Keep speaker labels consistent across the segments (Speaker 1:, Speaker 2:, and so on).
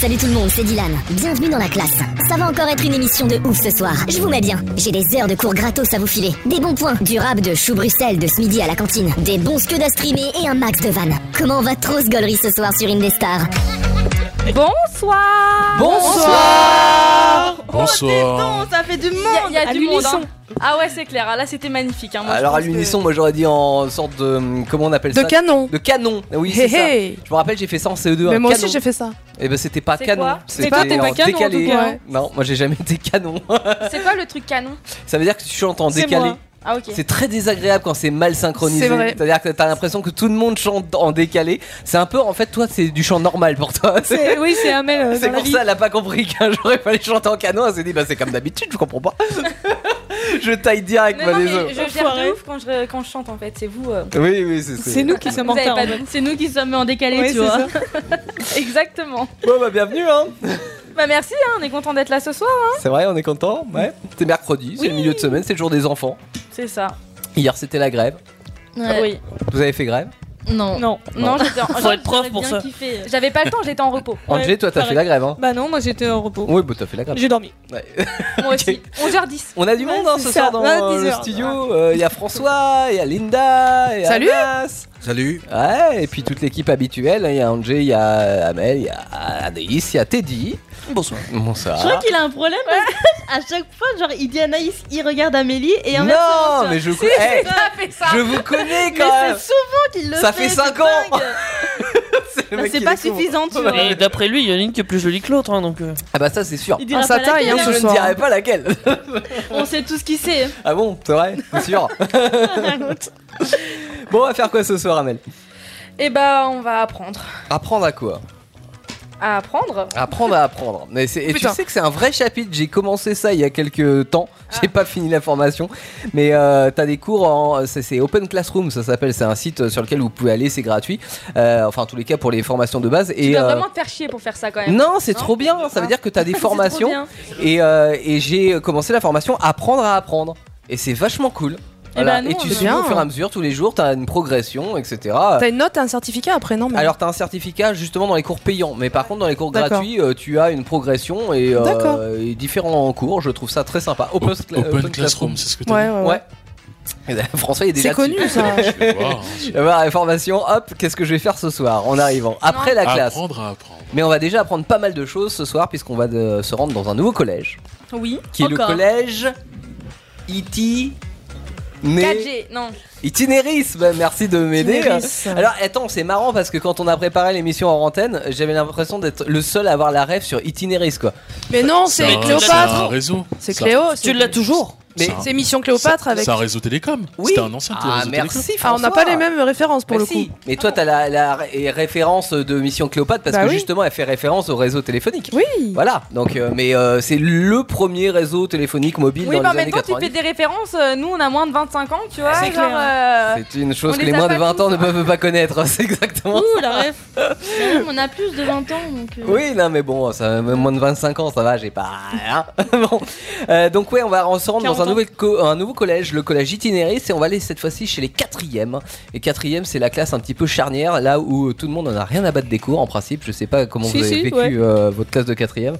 Speaker 1: Salut tout le monde, c'est Dylan. Bienvenue dans la classe. Ça va encore être une émission de ouf ce soir. Je vous mets bien. J'ai des heures de cours gratos à vous filer. Des bons points, du rap de chou Bruxelles de ce midi à la cantine, des bons scuds à streamer et un max de vannes. Comment va trop ce gaulerie ce soir sur Indestar
Speaker 2: Bonsoir
Speaker 3: Bonsoir
Speaker 2: Oh,
Speaker 3: Bonsoir
Speaker 2: dis donc, ça fait du monde
Speaker 4: Il y a,
Speaker 2: À
Speaker 4: du monde.
Speaker 2: l'unisson.
Speaker 4: hein. Ah ouais, c'est clair. Ah, Là, c'était magnifique. hein. Moi, je
Speaker 3: Alors à
Speaker 4: pense que-
Speaker 3: l'unisson, moi j'aurais dit en sorte de... hum, Comment on appelle
Speaker 5: De
Speaker 3: ça
Speaker 5: canon.
Speaker 3: De canon Ah Oui, c'est
Speaker 5: Hé
Speaker 3: ça.
Speaker 5: hé.
Speaker 3: Je me rappelle, j'ai fait ça en CE2.
Speaker 5: Mais
Speaker 3: un
Speaker 5: moi
Speaker 3: canon.
Speaker 5: aussi j'ai fait ça.
Speaker 3: Et ben c'était pas
Speaker 4: C'est
Speaker 3: canon.
Speaker 4: quoi
Speaker 3: C'était
Speaker 2: toi, t'es pas
Speaker 3: en
Speaker 2: canon, en tout
Speaker 3: décalé.
Speaker 2: cas.
Speaker 5: Ouais.
Speaker 3: Non, moi j'ai jamais été canon.
Speaker 4: C'est quoi le truc canon
Speaker 3: ça veut dire que tu chantes en
Speaker 2: C'est
Speaker 3: décalé.
Speaker 2: moi.
Speaker 4: Ah ok.
Speaker 3: C'est très désagréable quand c'est mal synchronisé.
Speaker 5: C'est vrai.
Speaker 3: C'est-à-dire que t'as l'impression que tout le monde chante en décalé. C'est un peu, en fait, toi, c'est du chant normal pour toi.
Speaker 2: C'est- Oui, c'est un mail. euh,
Speaker 3: C'est
Speaker 2: dans la
Speaker 3: pour
Speaker 2: vie.
Speaker 3: ça, elle a pas compris qu'un jour il fallait chanter en canon. Elle s'est dit, bah c'est comme d'habitude, je comprends pas. je taille direct,
Speaker 4: Non,
Speaker 3: bah,
Speaker 4: non, mais
Speaker 3: désolé.
Speaker 4: je gère de ouf quand je, quand je chante en fait. C'est vous. euh,
Speaker 3: Oui, oui, c'est
Speaker 2: C'est nous qui sommes
Speaker 4: vous
Speaker 2: en
Speaker 4: avez
Speaker 2: retard.
Speaker 4: pas
Speaker 2: en
Speaker 4: de-
Speaker 2: fait.
Speaker 4: C'est nous qui sommes en décalé,
Speaker 2: Ouais,
Speaker 4: tu
Speaker 2: c'est
Speaker 4: vois.
Speaker 2: ça.
Speaker 4: Exactement.
Speaker 3: Bon, bah bienvenue, hein.
Speaker 4: Bah merci. hein, on est content d'être là ce soir. hein.
Speaker 3: C'est vrai, on est content. Ouais. C'est mercredi, c'est le milieu de semaine, c'est le jour des enfants.
Speaker 4: C'est ça.
Speaker 3: Hier, c'était la grève.
Speaker 4: Oui.
Speaker 3: Vous avez fait grève
Speaker 6: Non.
Speaker 2: Non.
Speaker 4: Non, j'étais. en-
Speaker 6: Faut être prof
Speaker 4: j'aurais
Speaker 6: pour
Speaker 4: bien
Speaker 6: ça.
Speaker 4: kiffé. J'avais pas le temps. J'étais en repos.
Speaker 2: Ouais,
Speaker 3: Angé, toi, t'as
Speaker 2: pareil.
Speaker 3: fait la grève, hein
Speaker 2: Bah non, moi j'étais en repos.
Speaker 3: Oui, bah t'as fait la grève.
Speaker 2: J'ai dormi.
Speaker 3: Ouais.
Speaker 4: Moi aussi. 11h10.
Speaker 3: On a du
Speaker 2: Ouais,
Speaker 3: monde hein,
Speaker 2: c'est
Speaker 3: ce
Speaker 2: ça.
Speaker 3: soir dans
Speaker 2: Ouais,
Speaker 3: euh,
Speaker 2: 10
Speaker 3: le
Speaker 2: heures.
Speaker 3: studio. Euh, Il y a François, il y a Linda, il y a
Speaker 5: Salut.
Speaker 3: Anas.
Speaker 7: Salut
Speaker 3: Ouais, et puis toute l'équipe habituelle. hein, Il y a Angé, il y a Amel, il y a Anaïs, il y a Teddy.
Speaker 7: Bonsoir
Speaker 3: Bonsoir.
Speaker 8: Je crois qu'il a un problème parce qu'à chaque fois, genre, il dit Anaïs, il regarde Amélie et inversement.
Speaker 3: Non,
Speaker 8: tu vois.
Speaker 3: mais je, hey,
Speaker 4: Ça fait ça.
Speaker 3: je vous connais
Speaker 8: Mais
Speaker 3: quand même.
Speaker 8: c'est souvent qu'il le
Speaker 3: Ça
Speaker 8: fait.
Speaker 3: fait cinq
Speaker 8: c'est
Speaker 3: ans.
Speaker 8: dingue.
Speaker 3: C'est le
Speaker 8: Bah,
Speaker 3: mec
Speaker 8: C'est
Speaker 3: qui
Speaker 8: pas
Speaker 3: découvre.
Speaker 8: suffisant, tu vois.
Speaker 6: Et d'après lui, il y en a une qui est plus jolie que l'autre, hein, donc. euh.
Speaker 3: Ah bah ça c'est sûr.
Speaker 8: Il
Speaker 5: Ah,
Speaker 8: dira
Speaker 5: ça
Speaker 8: pas
Speaker 5: taille,
Speaker 8: laquelle.
Speaker 5: hein,
Speaker 3: je
Speaker 5: ce
Speaker 3: ne
Speaker 5: soir.
Speaker 3: dirai pas laquelle.
Speaker 8: On sait tout ce qu'il sait.
Speaker 3: Ah bon, c'est vrai, c'est sûr. bon, on va faire quoi ce soir, Amel
Speaker 4: Et bah on va apprendre.
Speaker 3: Apprendre à quoi
Speaker 4: À apprendre.
Speaker 3: Apprendre à apprendre. Mais c'est- et tu
Speaker 5: Putain.
Speaker 3: sais que c'est un vrai chapitre. J'ai commencé ça il y a quelques temps. J'ai pas fini la formation. Mais euh, t'as des cours en. C'est c'est Open Classroom, ça s'appelle. C'est un site sur lequel vous pouvez aller, c'est gratuit. Euh, enfin, en tous les cas, pour les formations de base.
Speaker 4: Tu
Speaker 3: et,
Speaker 4: dois
Speaker 3: euh,
Speaker 4: vraiment te faire chier pour faire ça quand même.
Speaker 3: Non, c'est
Speaker 4: Non
Speaker 3: trop bien. Ça veut
Speaker 4: Ah.
Speaker 3: dire que t'as des
Speaker 4: C'est trop
Speaker 3: formations.
Speaker 4: bien.
Speaker 3: Et, euh, et j'ai commencé la formation Apprendre à apprendre. Et c'est vachement cool. Voilà.
Speaker 8: ben, nous,
Speaker 3: et
Speaker 8: on
Speaker 3: tu
Speaker 8: veut
Speaker 3: suis
Speaker 5: bien.
Speaker 3: au fur et à mesure, tous les jours, t'as une progression, etc.
Speaker 5: T'as une note, t'as un certificat après, non mais-
Speaker 3: Alors t'as un certificat justement dans les cours payants, mais par contre dans les cours
Speaker 5: D'accord.
Speaker 3: gratuits, euh, tu as une progression et, euh,
Speaker 5: D'accord.
Speaker 3: et différents cours. Je trouve ça très sympa. Open,
Speaker 7: Op-
Speaker 3: cla- euh,
Speaker 7: Open,
Speaker 3: open
Speaker 7: Classroom, c'est ce que tu
Speaker 5: Ouais, ouais, ouais.
Speaker 3: Ouais. François il est déjà.
Speaker 5: C'est connu ça.
Speaker 7: hein,
Speaker 3: dessus. Avoir la formation. Hop, qu'est-ce que je vais faire ce soir en arrivant après la classe.
Speaker 7: Apprendre à apprendre.
Speaker 3: Mais on va déjà apprendre pas mal de choses ce soir puisqu'on va de- se rendre dans un nouveau collège E
Speaker 4: Oui.
Speaker 3: qui est
Speaker 8: Encore.
Speaker 3: le collège Iti.
Speaker 4: 4G. Non.
Speaker 3: Itinérisme, merci de m'aider.
Speaker 5: Itinérisme.
Speaker 3: Alors attends, c'est marrant parce que quand on a préparé l'émission en antenne, j'avais l'impression d'être le seul à avoir la rêve sur Itinéris quoi.
Speaker 5: Mais non, c'est
Speaker 7: un- C'est un
Speaker 5: Cléopâtre.
Speaker 7: réseau.
Speaker 5: C'est
Speaker 7: Ça-
Speaker 5: Cléo.
Speaker 6: Tu l'as toujours.
Speaker 3: Mais-
Speaker 7: ça-
Speaker 5: C'est Mission Cléopâtre
Speaker 7: ça-
Speaker 5: avec.
Speaker 7: C'est un réseau télécom.
Speaker 3: Oui.
Speaker 7: C'était un ancien
Speaker 3: Ah
Speaker 7: réseau télécom.
Speaker 3: merci François.
Speaker 5: Ah, on n'a pas les mêmes références pour
Speaker 3: Mais
Speaker 5: le
Speaker 3: si.
Speaker 5: coup.
Speaker 3: Mais toi t'as la, la ré- référence de Mission Cléopâtre parce
Speaker 5: Bah
Speaker 3: que
Speaker 5: oui.
Speaker 3: justement elle fait référence au réseau téléphonique.
Speaker 5: Oui.
Speaker 3: Voilà, donc euh, mais euh, c'est le premier réseau téléphonique mobile
Speaker 4: Oui,
Speaker 3: dans
Speaker 4: mais en
Speaker 3: les
Speaker 4: même
Speaker 3: années
Speaker 4: temps, tu fais
Speaker 3: 90.
Speaker 4: des références. euh, Nous, on a moins de 25 ans, tu vois.
Speaker 5: C'est
Speaker 4: genre,
Speaker 5: clair.
Speaker 4: euh,
Speaker 3: C'est une chose
Speaker 4: On
Speaker 3: que les
Speaker 4: les a
Speaker 3: moins
Speaker 4: pas
Speaker 3: de 20 ans
Speaker 4: tous.
Speaker 3: ne peuvent pas connaître, c'est exactement
Speaker 8: Ouh, la ref. Mais non, On a plus de 20 ans donc. euh,
Speaker 3: Oui, non, mais bon, ça, même moins de 25 ans, ça va, j'ai pas. hein. Bon. Euh, donc, ouais, on va on se rendre dans
Speaker 2: 40
Speaker 3: un,
Speaker 2: ans.
Speaker 3: nouvel co- un nouveau collège, le collège itinériste, et on va aller cette fois-ci chez les quatrièmes. Les quatrièmes, c'est la classe un petit peu charnière, là où tout le monde en a rien à battre des cours, en principe. Je sais pas comment
Speaker 2: Si,
Speaker 3: vous avez
Speaker 2: si,
Speaker 3: vécu
Speaker 2: ouais.
Speaker 3: euh, votre classe de quatrième.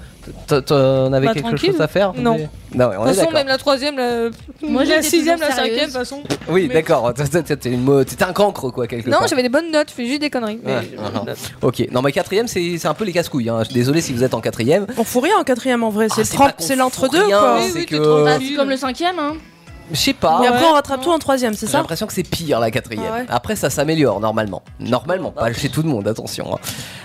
Speaker 3: T- T'en avais
Speaker 2: Bah,
Speaker 3: quelque
Speaker 2: tranquille.
Speaker 3: chose à faire
Speaker 2: Non.
Speaker 3: Non, ouais, on est
Speaker 2: De toute façon,
Speaker 3: d'accord.
Speaker 2: même la troisième, la,
Speaker 8: Moi,
Speaker 2: la
Speaker 8: j'étais
Speaker 2: sixième, la
Speaker 8: toujours
Speaker 2: cinquième, de
Speaker 8: sérieuse.
Speaker 2: toute façon.
Speaker 3: Oui,
Speaker 2: mais-
Speaker 3: d'accord. T'es une mo- t'es un cancre, quoi, quelque
Speaker 2: Non,
Speaker 3: part.
Speaker 2: j'avais des bonnes notes, je fais juste des conneries. mais-
Speaker 3: Ouais, ouais, ouais. Ok, non mais quatrième c'est c'est un peu les casse-couilles. hein. Désolé si vous êtes en quatrième.
Speaker 5: On fout rien en quatrième en vrai.
Speaker 3: Ah,
Speaker 5: C'est le
Speaker 3: c'est
Speaker 5: trempe-
Speaker 3: pas qu'on
Speaker 5: c'est l'entre-deux
Speaker 3: fout rien,
Speaker 5: quoi.
Speaker 2: Oui,
Speaker 3: c'est
Speaker 2: oui,
Speaker 3: que-
Speaker 2: t'es
Speaker 3: euh,
Speaker 2: trop
Speaker 8: Ah,
Speaker 2: facile.
Speaker 8: c'est comme le cinquième, hein.
Speaker 3: Je sais pas.
Speaker 5: Et après,
Speaker 2: Ouais.
Speaker 5: on rattrape tout en troisième, c'est
Speaker 3: J'ai
Speaker 5: ça
Speaker 3: l'impression que c'est pire la quatrième.
Speaker 5: Ah ouais. Ah
Speaker 3: Après, ça s'améliore normalement. Normalement, pas chez tout le monde, attention. hein.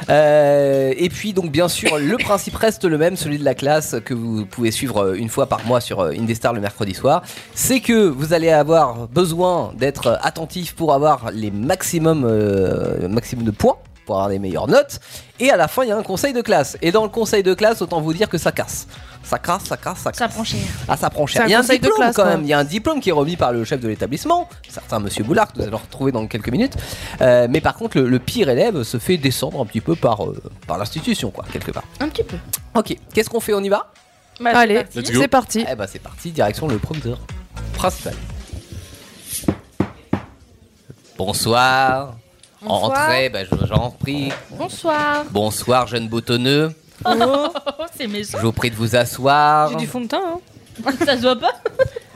Speaker 3: Euh, et puis, donc, bien sûr, le principe reste le même, celui de la classe que vous pouvez suivre euh, une fois par mois sur euh, Indestar le mercredi soir. C'est que vous allez avoir besoin d'être euh, attentif pour avoir les maximums, euh, maximum de points, pour avoir les meilleures notes. Et à la fin, il y a un conseil de classe. Et dans le conseil de classe, autant vous dire que ça casse. Ça casse, ça casse, ça casse.
Speaker 6: Ça prend cher.
Speaker 3: Ah, ça prend cher.
Speaker 5: C'est un
Speaker 3: Il y a un
Speaker 5: conseil de
Speaker 3: diplôme
Speaker 5: classe, hein.
Speaker 3: quand
Speaker 5: ouais.
Speaker 3: même. Il y a un diplôme qui est remis par le chef de l'établissement, certain Monsieur Boulard, que vous allez retrouver dans quelques minutes. Euh, mais par contre, le, le pire élève se fait descendre un petit peu par, euh, par l'institution, quoi, quelque part.
Speaker 8: Un petit peu.
Speaker 3: Ok, qu'est-ce qu'on fait On y va
Speaker 4: bah, c'est
Speaker 5: Allez,
Speaker 4: parti.
Speaker 7: Let's go.
Speaker 5: c'est parti.
Speaker 3: Eh bah, c'est parti, direction le prompteur principal. Bonsoir.
Speaker 4: Bonsoir.
Speaker 3: Entrez, bah, je- j'en prie.
Speaker 8: Bonsoir.
Speaker 3: Bonsoir, jeune boutonneux.
Speaker 8: Oh.
Speaker 4: Oh.
Speaker 8: c'est méchant.
Speaker 3: Je vous prie de vous asseoir.
Speaker 2: J'ai du fond de teint, hein.
Speaker 8: Ça se voit pas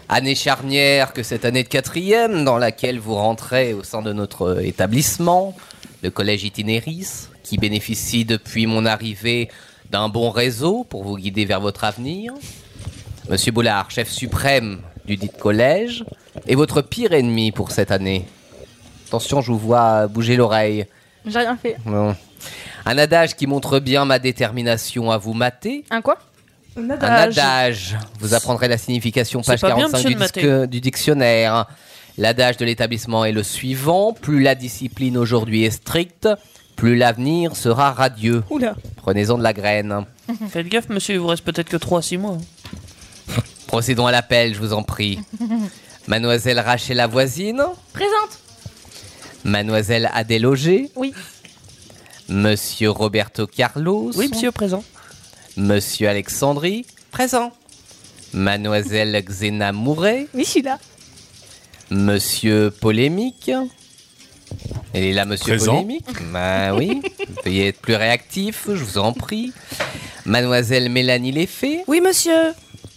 Speaker 3: Année charnière que cette année de quatrième, dans laquelle vous rentrez au sein de notre établissement, le collège Itinéris, qui bénéficie depuis mon arrivée d'un bon réseau pour vous guider vers votre avenir. Monsieur Boulard, chef suprême du dit collège, est votre pire ennemi pour cette année. Attention, je vous vois bouger l'oreille.
Speaker 4: J'ai rien fait.
Speaker 3: Non. Un adage qui montre bien ma détermination à vous mater.
Speaker 4: Un quoi
Speaker 5: Un
Speaker 3: Un
Speaker 5: adage.
Speaker 3: adage. Vous apprendrez la signification
Speaker 6: C'est
Speaker 3: page
Speaker 6: pas bien,
Speaker 3: 45
Speaker 6: monsieur
Speaker 3: du,
Speaker 6: le maté.
Speaker 3: disque- du dictionnaire. L'adage de l'établissement est le suivant plus la discipline aujourd'hui est stricte, plus l'avenir sera radieux.
Speaker 2: Oula.
Speaker 3: Prenez-en de la graine.
Speaker 6: Faites gaffe, monsieur, il vous reste peut-être que 3 à 6 mois.
Speaker 3: Procédons à l'appel, je vous en prie. Mademoiselle Rachel la voisine,
Speaker 4: Présente
Speaker 3: Mademoiselle Adèle Auger,
Speaker 4: Oui.
Speaker 3: Monsieur Roberto Carlos,
Speaker 6: Oui, monsieur, présent.
Speaker 3: Monsieur Alexandrie, présent. Mademoiselle Xena Mouret,
Speaker 2: Oui, je suis là.
Speaker 3: Monsieur Polémique. Elle est là, Monsieur
Speaker 7: Présent.
Speaker 3: Polémique. Bah oui. Veuillez être plus réactif, je vous en prie. Mademoiselle Mélanie Léfé
Speaker 5: Oui, monsieur.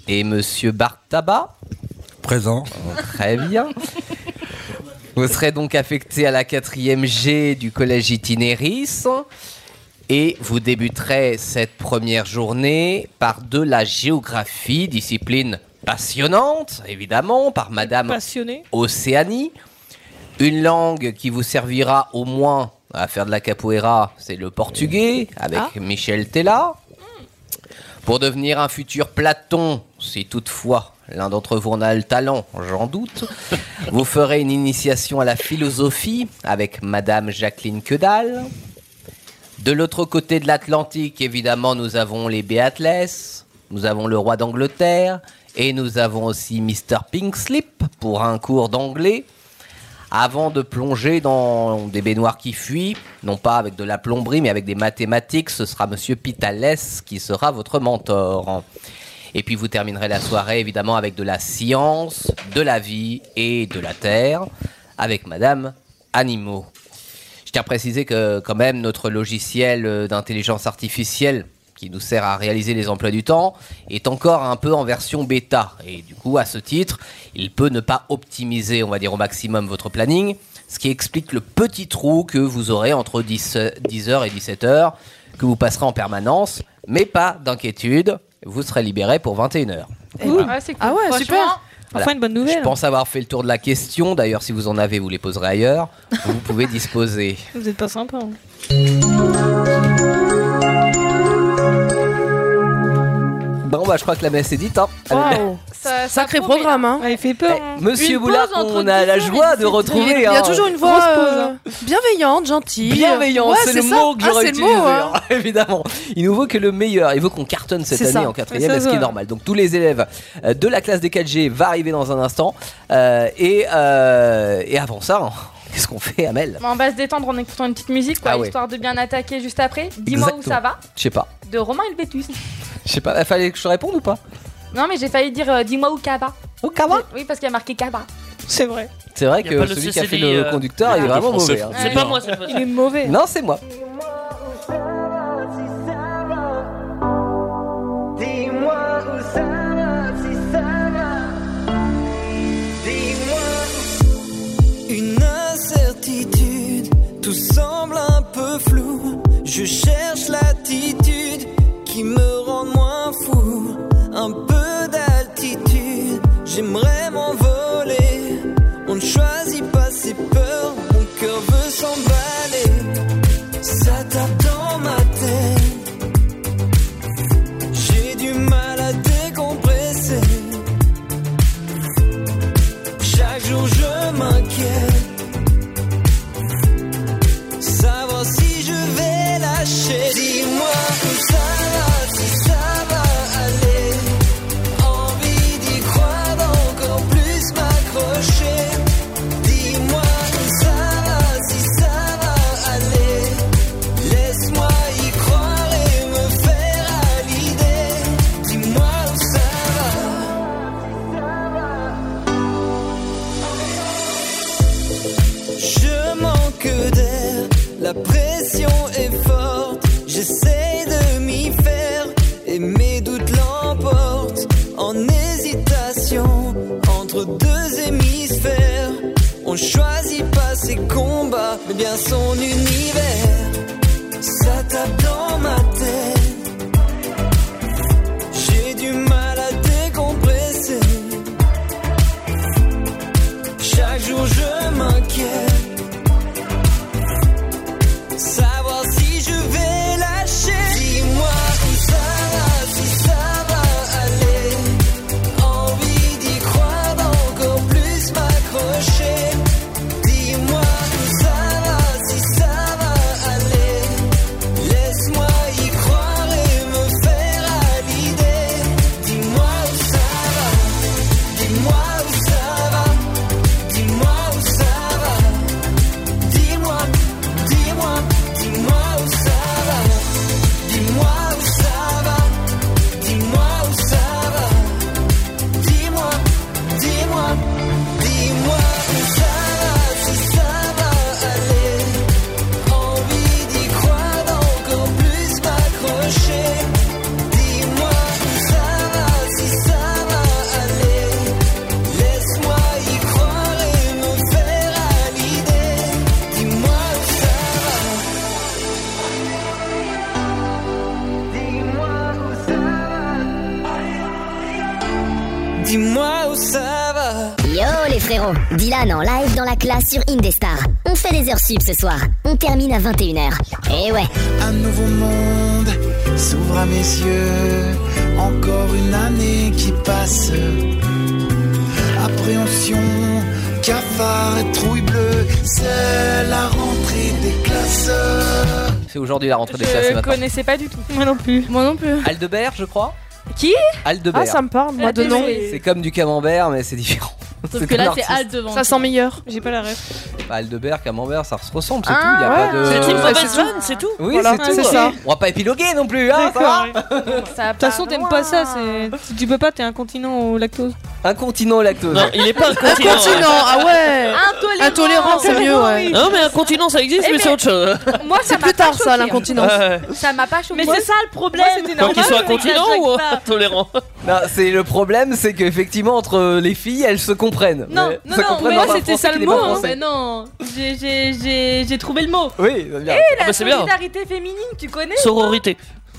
Speaker 3: et Monsieur Bartaba.
Speaker 7: Présent.
Speaker 3: Très bien. Vous serez donc affecté à la quatrième G du collège Itinéris. Et vous débuterez cette première journée par de la géographie, discipline passionnante, évidemment, par Madame
Speaker 2: Passionné.
Speaker 3: Océanie. Une langue qui vous servira au moins à faire de la capoeira, c'est le portugais, avec Michel Tella. Pour devenir un futur Platon, si toutefois l'un d'entre vous en a le talent, j'en doute, vous ferez une initiation à la philosophie avec Madame Jacqueline Quedal. De l'autre côté de l'Atlantique, évidemment, nous avons les Beatles, nous avons le roi d'Angleterre, et nous avons aussi Mr. Pink Slip pour un cours d'anglais. Avant de plonger dans des baignoires qui fuient, non pas avec de la plomberie, mais avec des mathématiques, ce sera Monsieur Pitales qui sera votre mentor. Et puis vous terminerez la soirée évidemment avec de la science, de la vie et de la terre, avec Madame Animaux. Je tiens à préciser que quand même notre logiciel euh, d'intelligence artificielle qui nous sert à réaliser les emplois du temps est encore un peu en version bêta et du coup à ce titre il peut ne pas optimiser on va dire au maximum votre planning ce qui explique le petit trou que vous aurez entre 10, 10h et 17h que vous passerez en permanence mais pas d'inquiétude vous serez libéré pour 21h. ben.
Speaker 4: Ouais, c'est cool.
Speaker 5: Ah ouais,
Speaker 4: Franchement,
Speaker 5: super.
Speaker 3: Voilà.
Speaker 2: Eh ben, Enfin, une bonne nouvelle.
Speaker 3: Je pense avoir fait le tour de la question d'ailleurs si vous en avez vous les poserez ailleurs vous pouvez disposer.
Speaker 2: Vous êtes pas sympa. hein.
Speaker 3: Bon bah je crois que la messe est dite hein. Allez.
Speaker 4: ça- ça
Speaker 5: Sacré
Speaker 4: promet, là.
Speaker 5: programme, hein.
Speaker 2: Ah, il fait peur. hein.
Speaker 3: Eh, Monsieur
Speaker 4: Une
Speaker 3: Boulard,
Speaker 4: pause entre
Speaker 3: on a la
Speaker 4: 10 heures et
Speaker 3: joie de
Speaker 4: 17 heures.
Speaker 3: retrouver.
Speaker 5: Il y a
Speaker 3: hein,
Speaker 5: toujours une voix euh, bienveillante, gentille.
Speaker 3: bienveillant.
Speaker 5: Ouais,
Speaker 3: c'est le
Speaker 5: ça.
Speaker 3: mot que
Speaker 5: Ah,
Speaker 3: j'aurais
Speaker 5: c'est le
Speaker 3: utilisé.
Speaker 5: mot, hein.
Speaker 3: hein, évidemment, il nous vaut que le meilleur. Il veut qu'on cartonne cette
Speaker 5: C'est
Speaker 3: année
Speaker 5: ça.
Speaker 3: en quatrième,
Speaker 2: Ça se
Speaker 3: ce qui est
Speaker 2: voit.
Speaker 3: normal. Donc tous les élèves euh, de la classe des 4G va arriver dans un instant. Euh, et, euh, et avant ça, hein, qu'est-ce qu'on fait, Amel
Speaker 4: Bon, on va se détendre en écoutant une petite musique, quoi,
Speaker 3: Ah ouais.
Speaker 4: histoire de bien attaquer juste après. Dis-moi où
Speaker 3: Exactement.
Speaker 4: ça va,
Speaker 3: Je sais pas.
Speaker 4: de Romain et le Bétus.
Speaker 3: Je sais pas. Fallait que je te réponde ou pas
Speaker 4: Non, mais j'ai failli dire euh, dis-moi où Kaba.
Speaker 3: Oh, Kaba
Speaker 4: Oui, parce qu'il y a marqué Kaba.
Speaker 2: C'est vrai.
Speaker 3: C'est vrai
Speaker 6: Y a
Speaker 3: que
Speaker 6: pas le
Speaker 3: celui qui a fait
Speaker 6: CCD,
Speaker 3: le
Speaker 6: euh,
Speaker 3: conducteur, il est
Speaker 7: le
Speaker 3: vraiment
Speaker 7: français
Speaker 3: mauvais. hein.
Speaker 6: C'est pas moi cette fois.
Speaker 2: Il est mauvais.
Speaker 3: Non, c'est moi.
Speaker 9: Une incertitude, tout semble un peu flou. Je cherche l'attitude qui me rend moins fou. Un peu d'altitude, j'aimerais m'envoler. On ne choisit pas ses peurs, mon cœur veut s'emballer. Ça tape dans ma tête. J'ai du mal à décompresser. Chaque jour je m'inquiète Savoir si je vais lâcher Dis-moi où ça va, si ça va aller Envie d'y croire encore plus m'accrocher Dis-moi où ça va, si ça va aller Laisse-moi y croire et me faire à l'idée Dis-moi où ça va Je manque d'air, la pression est forte, j'essaie de m'y faire. et mes doutes l'emportent en hésitation entre deux hémisphères. On choisit pas ses combats, mais bien son univers. Ça tape dans ma tête. J'ai du mal à décompresser. Chaque jour je m'inquiète. Savoir si je vais lâcher. Dis-moi où ça va, si ça va aller. Envie d'y croire, encore plus m'accrocher. Dis-moi où ça va, si ça va aller. Laisse-moi y croire et me faire à l'idée. Dis-moi où ça va, dis-moi où ça va, dis-moi où ça va. Dis-moi, dis-moi, dis-moi où ça va. Dis-moi où ça va. Dis-moi où ça va. Dis-moi, dis-moi, dis-moi où ça va, si ça va aller. Envie d'y croire, encore plus m'accrocher. Dis-moi où ça va, si ça va aller. Laisse-moi y croire et me faire à l'idée. Dis-moi où ça va. Dis-moi où ça va. Dis-moi où ça va.
Speaker 1: Yo les frérots, Dylan en live dans la classe sur Indestar. On fait les heures sup ce soir, on termine à 21h. Et ouais,
Speaker 7: Un nouveau monde s'ouvre à mes yeux. Encore une année qui passe. Appréhension, cafard et trouille bleue. C'est la rentrée des classes.
Speaker 3: C'est aujourd'hui la rentrée des classes, c'est
Speaker 4: Je
Speaker 3: maintenant.
Speaker 4: connaissais pas du tout.
Speaker 2: Moi non plus.
Speaker 5: Moi non plus.
Speaker 3: Aldebert, je crois
Speaker 4: Qui
Speaker 3: Aldebert.
Speaker 5: Ah, ça me parle, moi, de
Speaker 4: Désolée.
Speaker 5: nom.
Speaker 3: C'est comme du camembert, mais c'est différent.
Speaker 8: Sauf que là, c'est
Speaker 3: Aldebert.
Speaker 8: Al devant.
Speaker 5: Ça sent meilleur.
Speaker 2: J'ai pas la ref.
Speaker 3: Aldebert, camembert, ça se ressemble, c'est
Speaker 5: Ah,
Speaker 3: tout. Il a
Speaker 5: ouais.
Speaker 3: pas de.
Speaker 6: C'est une
Speaker 5: bah,
Speaker 6: mauvaise
Speaker 5: c'est
Speaker 6: vanne, c'est tout.
Speaker 3: Oui,
Speaker 5: Voilà,
Speaker 3: c'est tout. hein.
Speaker 5: c'est ça.
Speaker 3: On va pas épiloguer non plus, hein, ça va
Speaker 2: D'accord. De toute façon, t'aimes pas ça. c'est- Tu- Tu peux pas, t'es incontinent au lactose.
Speaker 3: Incontinent au lactose.
Speaker 6: Non, il est pas un continent.
Speaker 5: Continent, ah ouais Intolérant, sérieux, ouais.
Speaker 6: Ah, Non, mais un continent ça existe,
Speaker 4: Eh
Speaker 6: mais
Speaker 4: ben-
Speaker 6: c'est autre chose.
Speaker 4: Moi, ça
Speaker 5: C'est
Speaker 4: m'a
Speaker 5: plus
Speaker 4: pas
Speaker 5: tard, ça,
Speaker 4: choquée.
Speaker 5: l'incontinence.
Speaker 6: Ouais.
Speaker 4: Ça m'a pas choqué.
Speaker 8: Mais c'est ça le problème.
Speaker 6: Tant qu'il soit
Speaker 8: mais ça
Speaker 6: continent
Speaker 8: choque
Speaker 6: ou
Speaker 8: pas.
Speaker 6: tolérant.
Speaker 3: Non, c'est le problème, c'est qu'effectivement entre euh, les filles, elles se comprennent.
Speaker 8: Non,
Speaker 3: Mais
Speaker 8: non,
Speaker 3: se
Speaker 8: non,
Speaker 3: comprennent
Speaker 8: moi,
Speaker 3: dans un
Speaker 2: c'était
Speaker 3: français
Speaker 2: ça
Speaker 3: qui
Speaker 2: le
Speaker 3: n'est pas
Speaker 2: mot, hein.
Speaker 3: français.
Speaker 8: Mais non, j'ai- j'ai j'ai- j'ai trouvé le mot.
Speaker 3: Oui, c'est bien.
Speaker 6: Ah bah, c'est bien.
Speaker 4: Solidarité féminine, tu connais
Speaker 6: Sororité.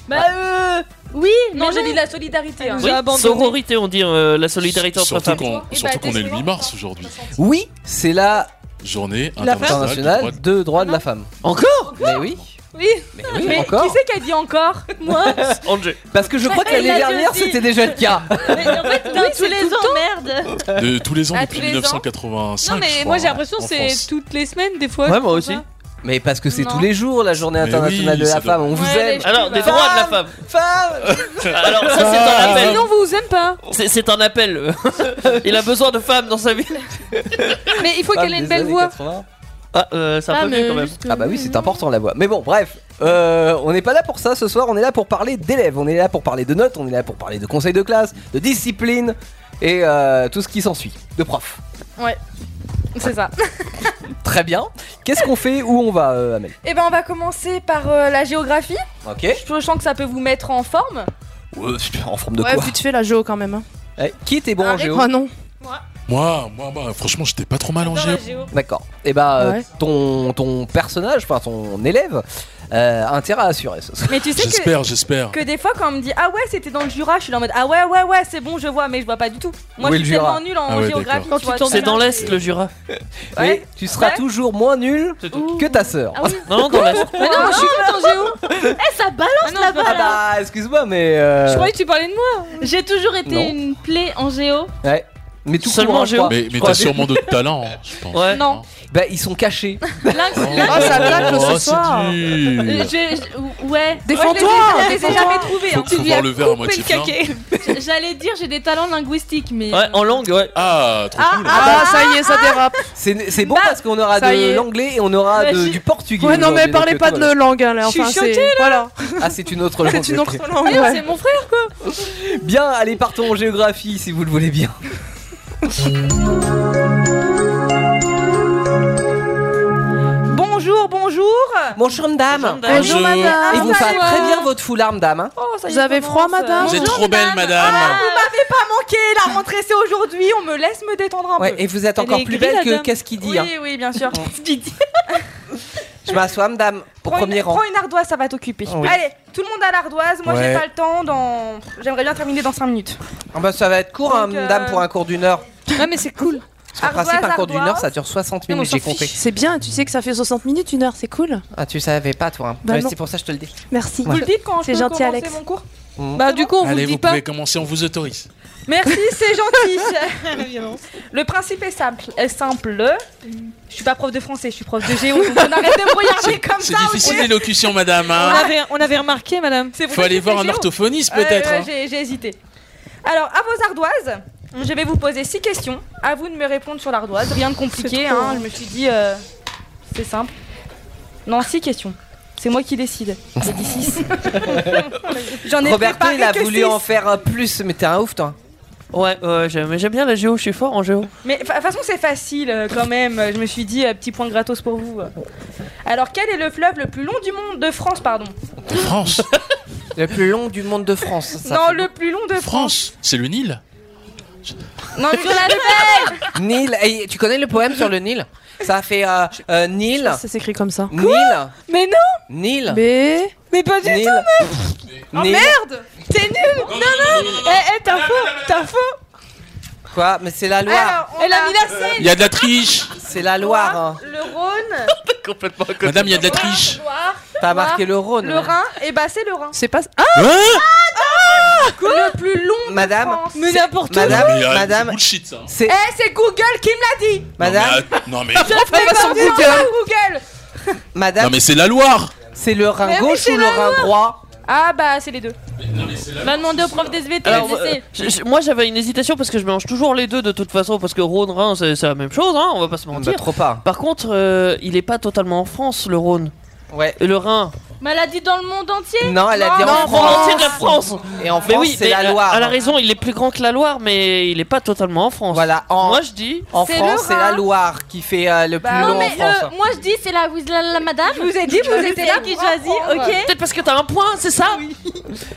Speaker 8: Bah euh, oui,
Speaker 4: Non,
Speaker 8: mais
Speaker 4: j'ai dit la solidarité. hein.
Speaker 6: Oui, sororité, on dit euh, la solidarité entre
Speaker 10: Surtout
Speaker 6: femmes.
Speaker 10: qu'on
Speaker 4: Eh bah,
Speaker 10: surtout qu'on est le
Speaker 4: décidément,
Speaker 10: 8 mars aujourd'hui.
Speaker 3: Oui, c'est la
Speaker 10: Journée
Speaker 2: La femme.
Speaker 10: internationale.
Speaker 3: internationale de droits de la femme.
Speaker 6: Encore
Speaker 3: Mais oui.
Speaker 4: Oui.
Speaker 3: Mais oui,
Speaker 4: Mais qui
Speaker 3: encore.
Speaker 4: c'est qui a dit encore Moi
Speaker 6: Angé.
Speaker 3: Parce que je crois que l'année
Speaker 8: Il l'a dit
Speaker 3: dernière,
Speaker 8: aussi.
Speaker 3: c'était déjà le cas.
Speaker 8: mais en
Speaker 2: Ah
Speaker 8: fait, dans tous les ans, merde.
Speaker 10: du droit de tous les ans
Speaker 4: Ah,
Speaker 10: depuis
Speaker 4: tous les ans
Speaker 10: 1985.
Speaker 2: Non, mais
Speaker 10: je
Speaker 2: moi
Speaker 10: crois,
Speaker 2: j'ai l'impression
Speaker 10: en
Speaker 2: que c'est
Speaker 10: France.
Speaker 2: toutes les semaines, des fois.
Speaker 6: Ouais,
Speaker 2: je
Speaker 6: moi
Speaker 2: sais
Speaker 6: aussi.
Speaker 3: Mais parce que c'est
Speaker 4: Non.
Speaker 3: tous les jours la journée
Speaker 10: Mais
Speaker 3: internationale
Speaker 10: Eh oui,
Speaker 3: de
Speaker 10: ça
Speaker 3: la
Speaker 10: doit-
Speaker 3: femme. On vous
Speaker 4: Ouais, les
Speaker 3: aime.
Speaker 6: Alors, des
Speaker 4: Femme.
Speaker 6: droits de la femme.
Speaker 3: Femme
Speaker 6: Alors,
Speaker 10: Ah,
Speaker 6: ça, c'est un
Speaker 2: pas.
Speaker 6: appel.
Speaker 2: Ah, Sinon, vous vous aimez pas.
Speaker 6: C'est- C'est un appel. Il a besoin de femmes dans sa vie.
Speaker 2: Mais il faut
Speaker 3: Femme
Speaker 2: qu'elle ait une
Speaker 3: des
Speaker 2: belle
Speaker 3: années
Speaker 2: voix.
Speaker 3: 80.
Speaker 6: Ah, euh, c'est un peu vieux quand même.
Speaker 3: Ah bah oui, c'est important la voix. Mais bon, bref, euh, on n'est pas là pour ça ce soir, on est là pour parler d'élèves, on est là pour parler de notes, on est là pour parler de conseils de classe, de discipline et euh, tout ce qui s'ensuit, de profs.
Speaker 4: C'est ça.
Speaker 3: Très bien. Qu'est-ce qu'on fait Où on va, euh, Amel
Speaker 4: Eh ben, on va commencer par euh, la géographie.
Speaker 3: Ok.
Speaker 4: Je sens que ça peut vous mettre en forme.
Speaker 3: en forme de
Speaker 5: Ouais,
Speaker 3: quoi
Speaker 5: vite fait la géo quand même. hein.
Speaker 3: Eh, Qui était bon en
Speaker 4: Arrête.
Speaker 3: géo
Speaker 5: Oh non.
Speaker 10: Moi, moi, moi, bah, franchement, j'étais pas trop mal en géo.
Speaker 3: D'accord. Et bah, euh,
Speaker 5: Ouais.
Speaker 3: ton, ton personnage, enfin ton élève, euh, a intérêt à assurer ce soir.
Speaker 4: Mais tu sais que,
Speaker 10: J'espère, j'espère.
Speaker 4: que des fois, quand on me dit Ah ouais, c'était dans le Jura, je suis là en mode Ah ouais, ouais, ouais, c'est bon, je vois, mais je vois pas du tout. Moi,
Speaker 3: Où est
Speaker 4: je
Speaker 3: le
Speaker 4: suis
Speaker 3: Jura
Speaker 4: tellement nulle en
Speaker 10: Ah ouais,
Speaker 4: géographie.
Speaker 10: d'accord.
Speaker 4: tu
Speaker 5: Quand
Speaker 4: vois,
Speaker 5: tu tombes
Speaker 4: c'est
Speaker 6: C'est dans
Speaker 4: là.
Speaker 6: l'est, le Jura.
Speaker 4: Ouais.
Speaker 3: Mais tu seras
Speaker 4: Ouais.
Speaker 3: toujours moins nul
Speaker 6: C'est tout.
Speaker 3: que ta sœur.
Speaker 8: Ah oui.
Speaker 6: Non, non, dans l'est.
Speaker 2: Mais non, moi, je suis pas en géo.
Speaker 8: Eh, ça balance
Speaker 2: Ah non,
Speaker 8: là-bas.
Speaker 2: c'est pas
Speaker 3: Ah
Speaker 2: grave.
Speaker 3: bah, excuse-moi, mais. euh,
Speaker 2: Je croyais que tu parlais de moi.
Speaker 8: J'ai toujours été
Speaker 3: Non.
Speaker 8: une plaie en géo.
Speaker 3: Ouais. Mais tout
Speaker 6: Seulement
Speaker 3: court, hein, je
Speaker 6: géo.
Speaker 3: crois.
Speaker 10: Mais, mais
Speaker 6: crois.
Speaker 10: t'as sûrement d'autres talents, hein, je pense.
Speaker 6: Ouais.
Speaker 4: Non.
Speaker 3: Bah, ils sont cachés.
Speaker 10: Oh,
Speaker 5: Ah, ça attaque le
Speaker 10: oh,
Speaker 5: ce
Speaker 10: c'est
Speaker 5: soir.
Speaker 10: dur.
Speaker 8: Euh, je- je- ouais.
Speaker 5: Défends-toi
Speaker 4: Je les ai jamais trouvés.
Speaker 10: Faut,
Speaker 4: hein.
Speaker 10: faut voir le verre à moitié plein.
Speaker 8: J'allais dire j'ai des talents linguistiques, mais euh,
Speaker 6: Ouais, en langue, ouais.
Speaker 10: Ah, trop cool.
Speaker 5: Ah bah ça y est, ça dérape.
Speaker 3: C'est c'est bon
Speaker 5: Bah,
Speaker 3: parce qu'on aura
Speaker 5: ça y
Speaker 3: de
Speaker 5: est.
Speaker 3: l'anglais et on aura
Speaker 8: Bah,
Speaker 3: de-
Speaker 8: je-
Speaker 3: du portugais.
Speaker 5: Ouais, non, mais
Speaker 3: aujourd'hui,
Speaker 5: parlez
Speaker 3: donc,
Speaker 5: pas
Speaker 3: tout
Speaker 5: de
Speaker 3: va
Speaker 5: langue, hein, là.
Speaker 2: Je suis
Speaker 5: Enfin,
Speaker 2: choquée,
Speaker 5: c'est. Voilà.
Speaker 3: bien. Ah, c'est une autre langue.
Speaker 5: C'est une autre langue.
Speaker 2: Ah non,
Speaker 8: Eh,
Speaker 5: ouais.
Speaker 2: c'est mon frère.
Speaker 3: Bien, allez, partons en géographie si vous le voulez bien.
Speaker 4: Bonjour, Bonjour, bonjour.
Speaker 3: Bonjour madame.
Speaker 4: Bonjour madame.
Speaker 3: Et vous faites très bien votre foulard, madame. hein.
Speaker 4: Vous avez froid, madame
Speaker 3: Vous êtes trop belle, madame.
Speaker 4: euh, Ah, Vous m'avez pas manqué. La rentrée, c'est aujourd'hui. On me laisse me détendre un
Speaker 3: Ouais,
Speaker 4: peu.
Speaker 3: et vous êtes encore
Speaker 4: Elle est
Speaker 3: plus
Speaker 4: grise,
Speaker 3: belle
Speaker 4: la
Speaker 3: que
Speaker 4: dame.
Speaker 3: qu'est-ce qu'il dit.
Speaker 4: Oui,
Speaker 3: hein.
Speaker 4: oui, bien sûr.
Speaker 5: Ah.
Speaker 3: Je m'assois, madame, pour
Speaker 4: prends,
Speaker 3: premier
Speaker 4: une,
Speaker 3: rang. Ah
Speaker 4: prends une ardoise, ça va t'occuper.
Speaker 3: Oui.
Speaker 4: Allez, tout le monde à l'ardoise. Moi,
Speaker 3: Ouais.
Speaker 4: j'ai pas le temps. Dans... J'aimerais bien terminer dans 5 minutes.
Speaker 3: Ah bah, ça va être court, hein,
Speaker 4: Donc, euh,
Speaker 3: madame, pour un cours d'une heure.
Speaker 4: Ouais, mais c'est cool.
Speaker 3: En principe, un cours d'une heure,
Speaker 5: ardoise.
Speaker 3: ça dure 60
Speaker 5: Non, mais on
Speaker 3: minutes, j'ai
Speaker 5: s'en fiche.
Speaker 3: compté.
Speaker 5: C'est bien, tu sais que ça fait 60 minutes, une heure, c'est cool.
Speaker 3: Ah, tu savais pas, toi. hein.
Speaker 5: Bah
Speaker 3: Ouais,
Speaker 5: non.
Speaker 3: c'est pour ça que je te le dis.
Speaker 5: Merci.
Speaker 3: Ouais. Vous le
Speaker 4: dites quand
Speaker 5: C'est gentil, Alex.
Speaker 4: cours
Speaker 2: Bah, du coup, on
Speaker 10: Allez,
Speaker 2: vous le
Speaker 10: vous
Speaker 2: dit pas.
Speaker 10: pouvez commencer, on vous autorise.
Speaker 4: Merci, c'est gentil. le principe est simple. Est simple.
Speaker 3: Mm.
Speaker 4: Je suis pas prof de français, je suis prof de géo. donc on arrête de me regarder comme
Speaker 10: C'est
Speaker 4: ça.
Speaker 10: difficile
Speaker 4: ok
Speaker 10: l'élocution, madame. hein.
Speaker 4: Ah.
Speaker 2: avait- on avait remarqué, madame.
Speaker 4: C'est
Speaker 10: Faut aller voir un orthophoniste, peut-être.
Speaker 4: Ouais, ouais,
Speaker 10: hein.
Speaker 4: Euh, j'ai- J'ai hésité. Alors, à vos ardoises, je vais vous poser six questions. À vous de me répondre sur l'ardoise. Rien de compliqué.
Speaker 8: C'est trop,
Speaker 4: hein,
Speaker 8: hein.
Speaker 4: Je me suis dit, euh, c'est simple. Non, six questions. C'est moi qui décide. J'ai dit six. J'en ai
Speaker 3: Roberto,
Speaker 4: préparé
Speaker 3: il a
Speaker 4: que
Speaker 3: voulu
Speaker 4: six.
Speaker 3: en faire un plus, mais t'es un ouf, toi.
Speaker 6: Ouais, ouais, j'aime mais j'aime bien la géo, je suis fort en géo.
Speaker 4: Mais de toute façon, c'est facile euh, quand même. Je me suis dit, euh, petit point gratos pour vous. Alors, quel est le fleuve le plus long du monde de France, pardon
Speaker 10: France.
Speaker 3: Le plus long du monde de France. ça
Speaker 4: Non,
Speaker 3: fait-
Speaker 4: le plus long de France.
Speaker 10: France, c'est le Nil.
Speaker 4: Non, sur la Nivelle
Speaker 3: Nil. Et tu connais le poème sur le Nil Ça fait euh, euh, Nil.
Speaker 5: Ça s'écrit comme ça.
Speaker 3: Nil.
Speaker 4: Mais non
Speaker 3: Nil.
Speaker 5: Mais.
Speaker 4: Mais pas du
Speaker 3: Nil.
Speaker 4: tout Oh
Speaker 3: Nil.
Speaker 4: merde T'es nul Non, non Eh, eh, t'as faux T'as faux
Speaker 3: Quoi Mais c'est la Loire.
Speaker 4: Alors, on Elle a, mis la Seine
Speaker 10: Il y a de la triche.
Speaker 3: C'est la Loire. hein.
Speaker 4: Le Rhône,
Speaker 6: Complètement à côté.
Speaker 10: Madame, il y a de la triche.
Speaker 4: Loire,
Speaker 3: T'as marqué le Rhône.
Speaker 4: le
Speaker 3: ouais.
Speaker 4: Rhin, et bah c'est le Rhin.
Speaker 5: C'est pas. Ah
Speaker 10: Hein
Speaker 4: le plus long de
Speaker 3: Madame.
Speaker 4: France.
Speaker 2: Mais n'importe où.
Speaker 3: Madame.
Speaker 10: Mais, euh,
Speaker 3: Madame.
Speaker 10: C'est bullshit, ça. Non,
Speaker 3: C'est.
Speaker 4: Eh, c'est Google qui me l'a dit
Speaker 10: mais,
Speaker 3: Madame.
Speaker 10: euh, Non, mais,
Speaker 4: Je fais confiance à Google
Speaker 10: non,
Speaker 3: Madame.
Speaker 10: mais c'est la Loire.
Speaker 3: C'est le
Speaker 4: Mais
Speaker 3: rein
Speaker 4: oui,
Speaker 3: gauche
Speaker 4: c'est
Speaker 3: ou le
Speaker 4: la
Speaker 3: rein droit
Speaker 4: Ah bah, c'est les deux.
Speaker 8: Va demander au prof d'SVT.
Speaker 6: Alors, euh, je- je- moi j'avais une hésitation parce que je mélange toujours les deux de toute façon parce que Rhône Rhin c'est c'est la même chose hein, on va pas se
Speaker 3: On
Speaker 6: mentir.
Speaker 3: ne trop pas.
Speaker 6: Par contre, euh, il est pas totalement en France le Rhône,
Speaker 3: Ouais.
Speaker 6: Euh, le Rhin.
Speaker 8: Mais elle a dit dans le monde entier.
Speaker 3: Non, elle a dit en
Speaker 6: Pour
Speaker 3: France.
Speaker 6: l'entier de la France.
Speaker 3: Et en
Speaker 6: Mais
Speaker 3: France,
Speaker 6: oui,
Speaker 3: c'est
Speaker 6: mais,
Speaker 3: la
Speaker 6: euh,
Speaker 3: Loire.
Speaker 6: Elle a raison, il est plus grand que la Loire, mais il est pas totalement en France.
Speaker 3: Voilà. En,
Speaker 6: Moi je dis.
Speaker 3: en
Speaker 4: C'est le
Speaker 3: France, c'est la
Speaker 4: Rhin.
Speaker 3: Loire qui fait euh, le plus
Speaker 4: Bah, non,
Speaker 3: long
Speaker 8: mais
Speaker 3: en France.
Speaker 10: hein.
Speaker 8: euh, moi je dis c'est la, la, la madame.
Speaker 4: Je vous ai dit, vous étiez là
Speaker 8: qui
Speaker 4: pour
Speaker 8: choisit,
Speaker 4: apprendre.
Speaker 8: ok
Speaker 6: Peut-être parce que t'as un point, c'est ça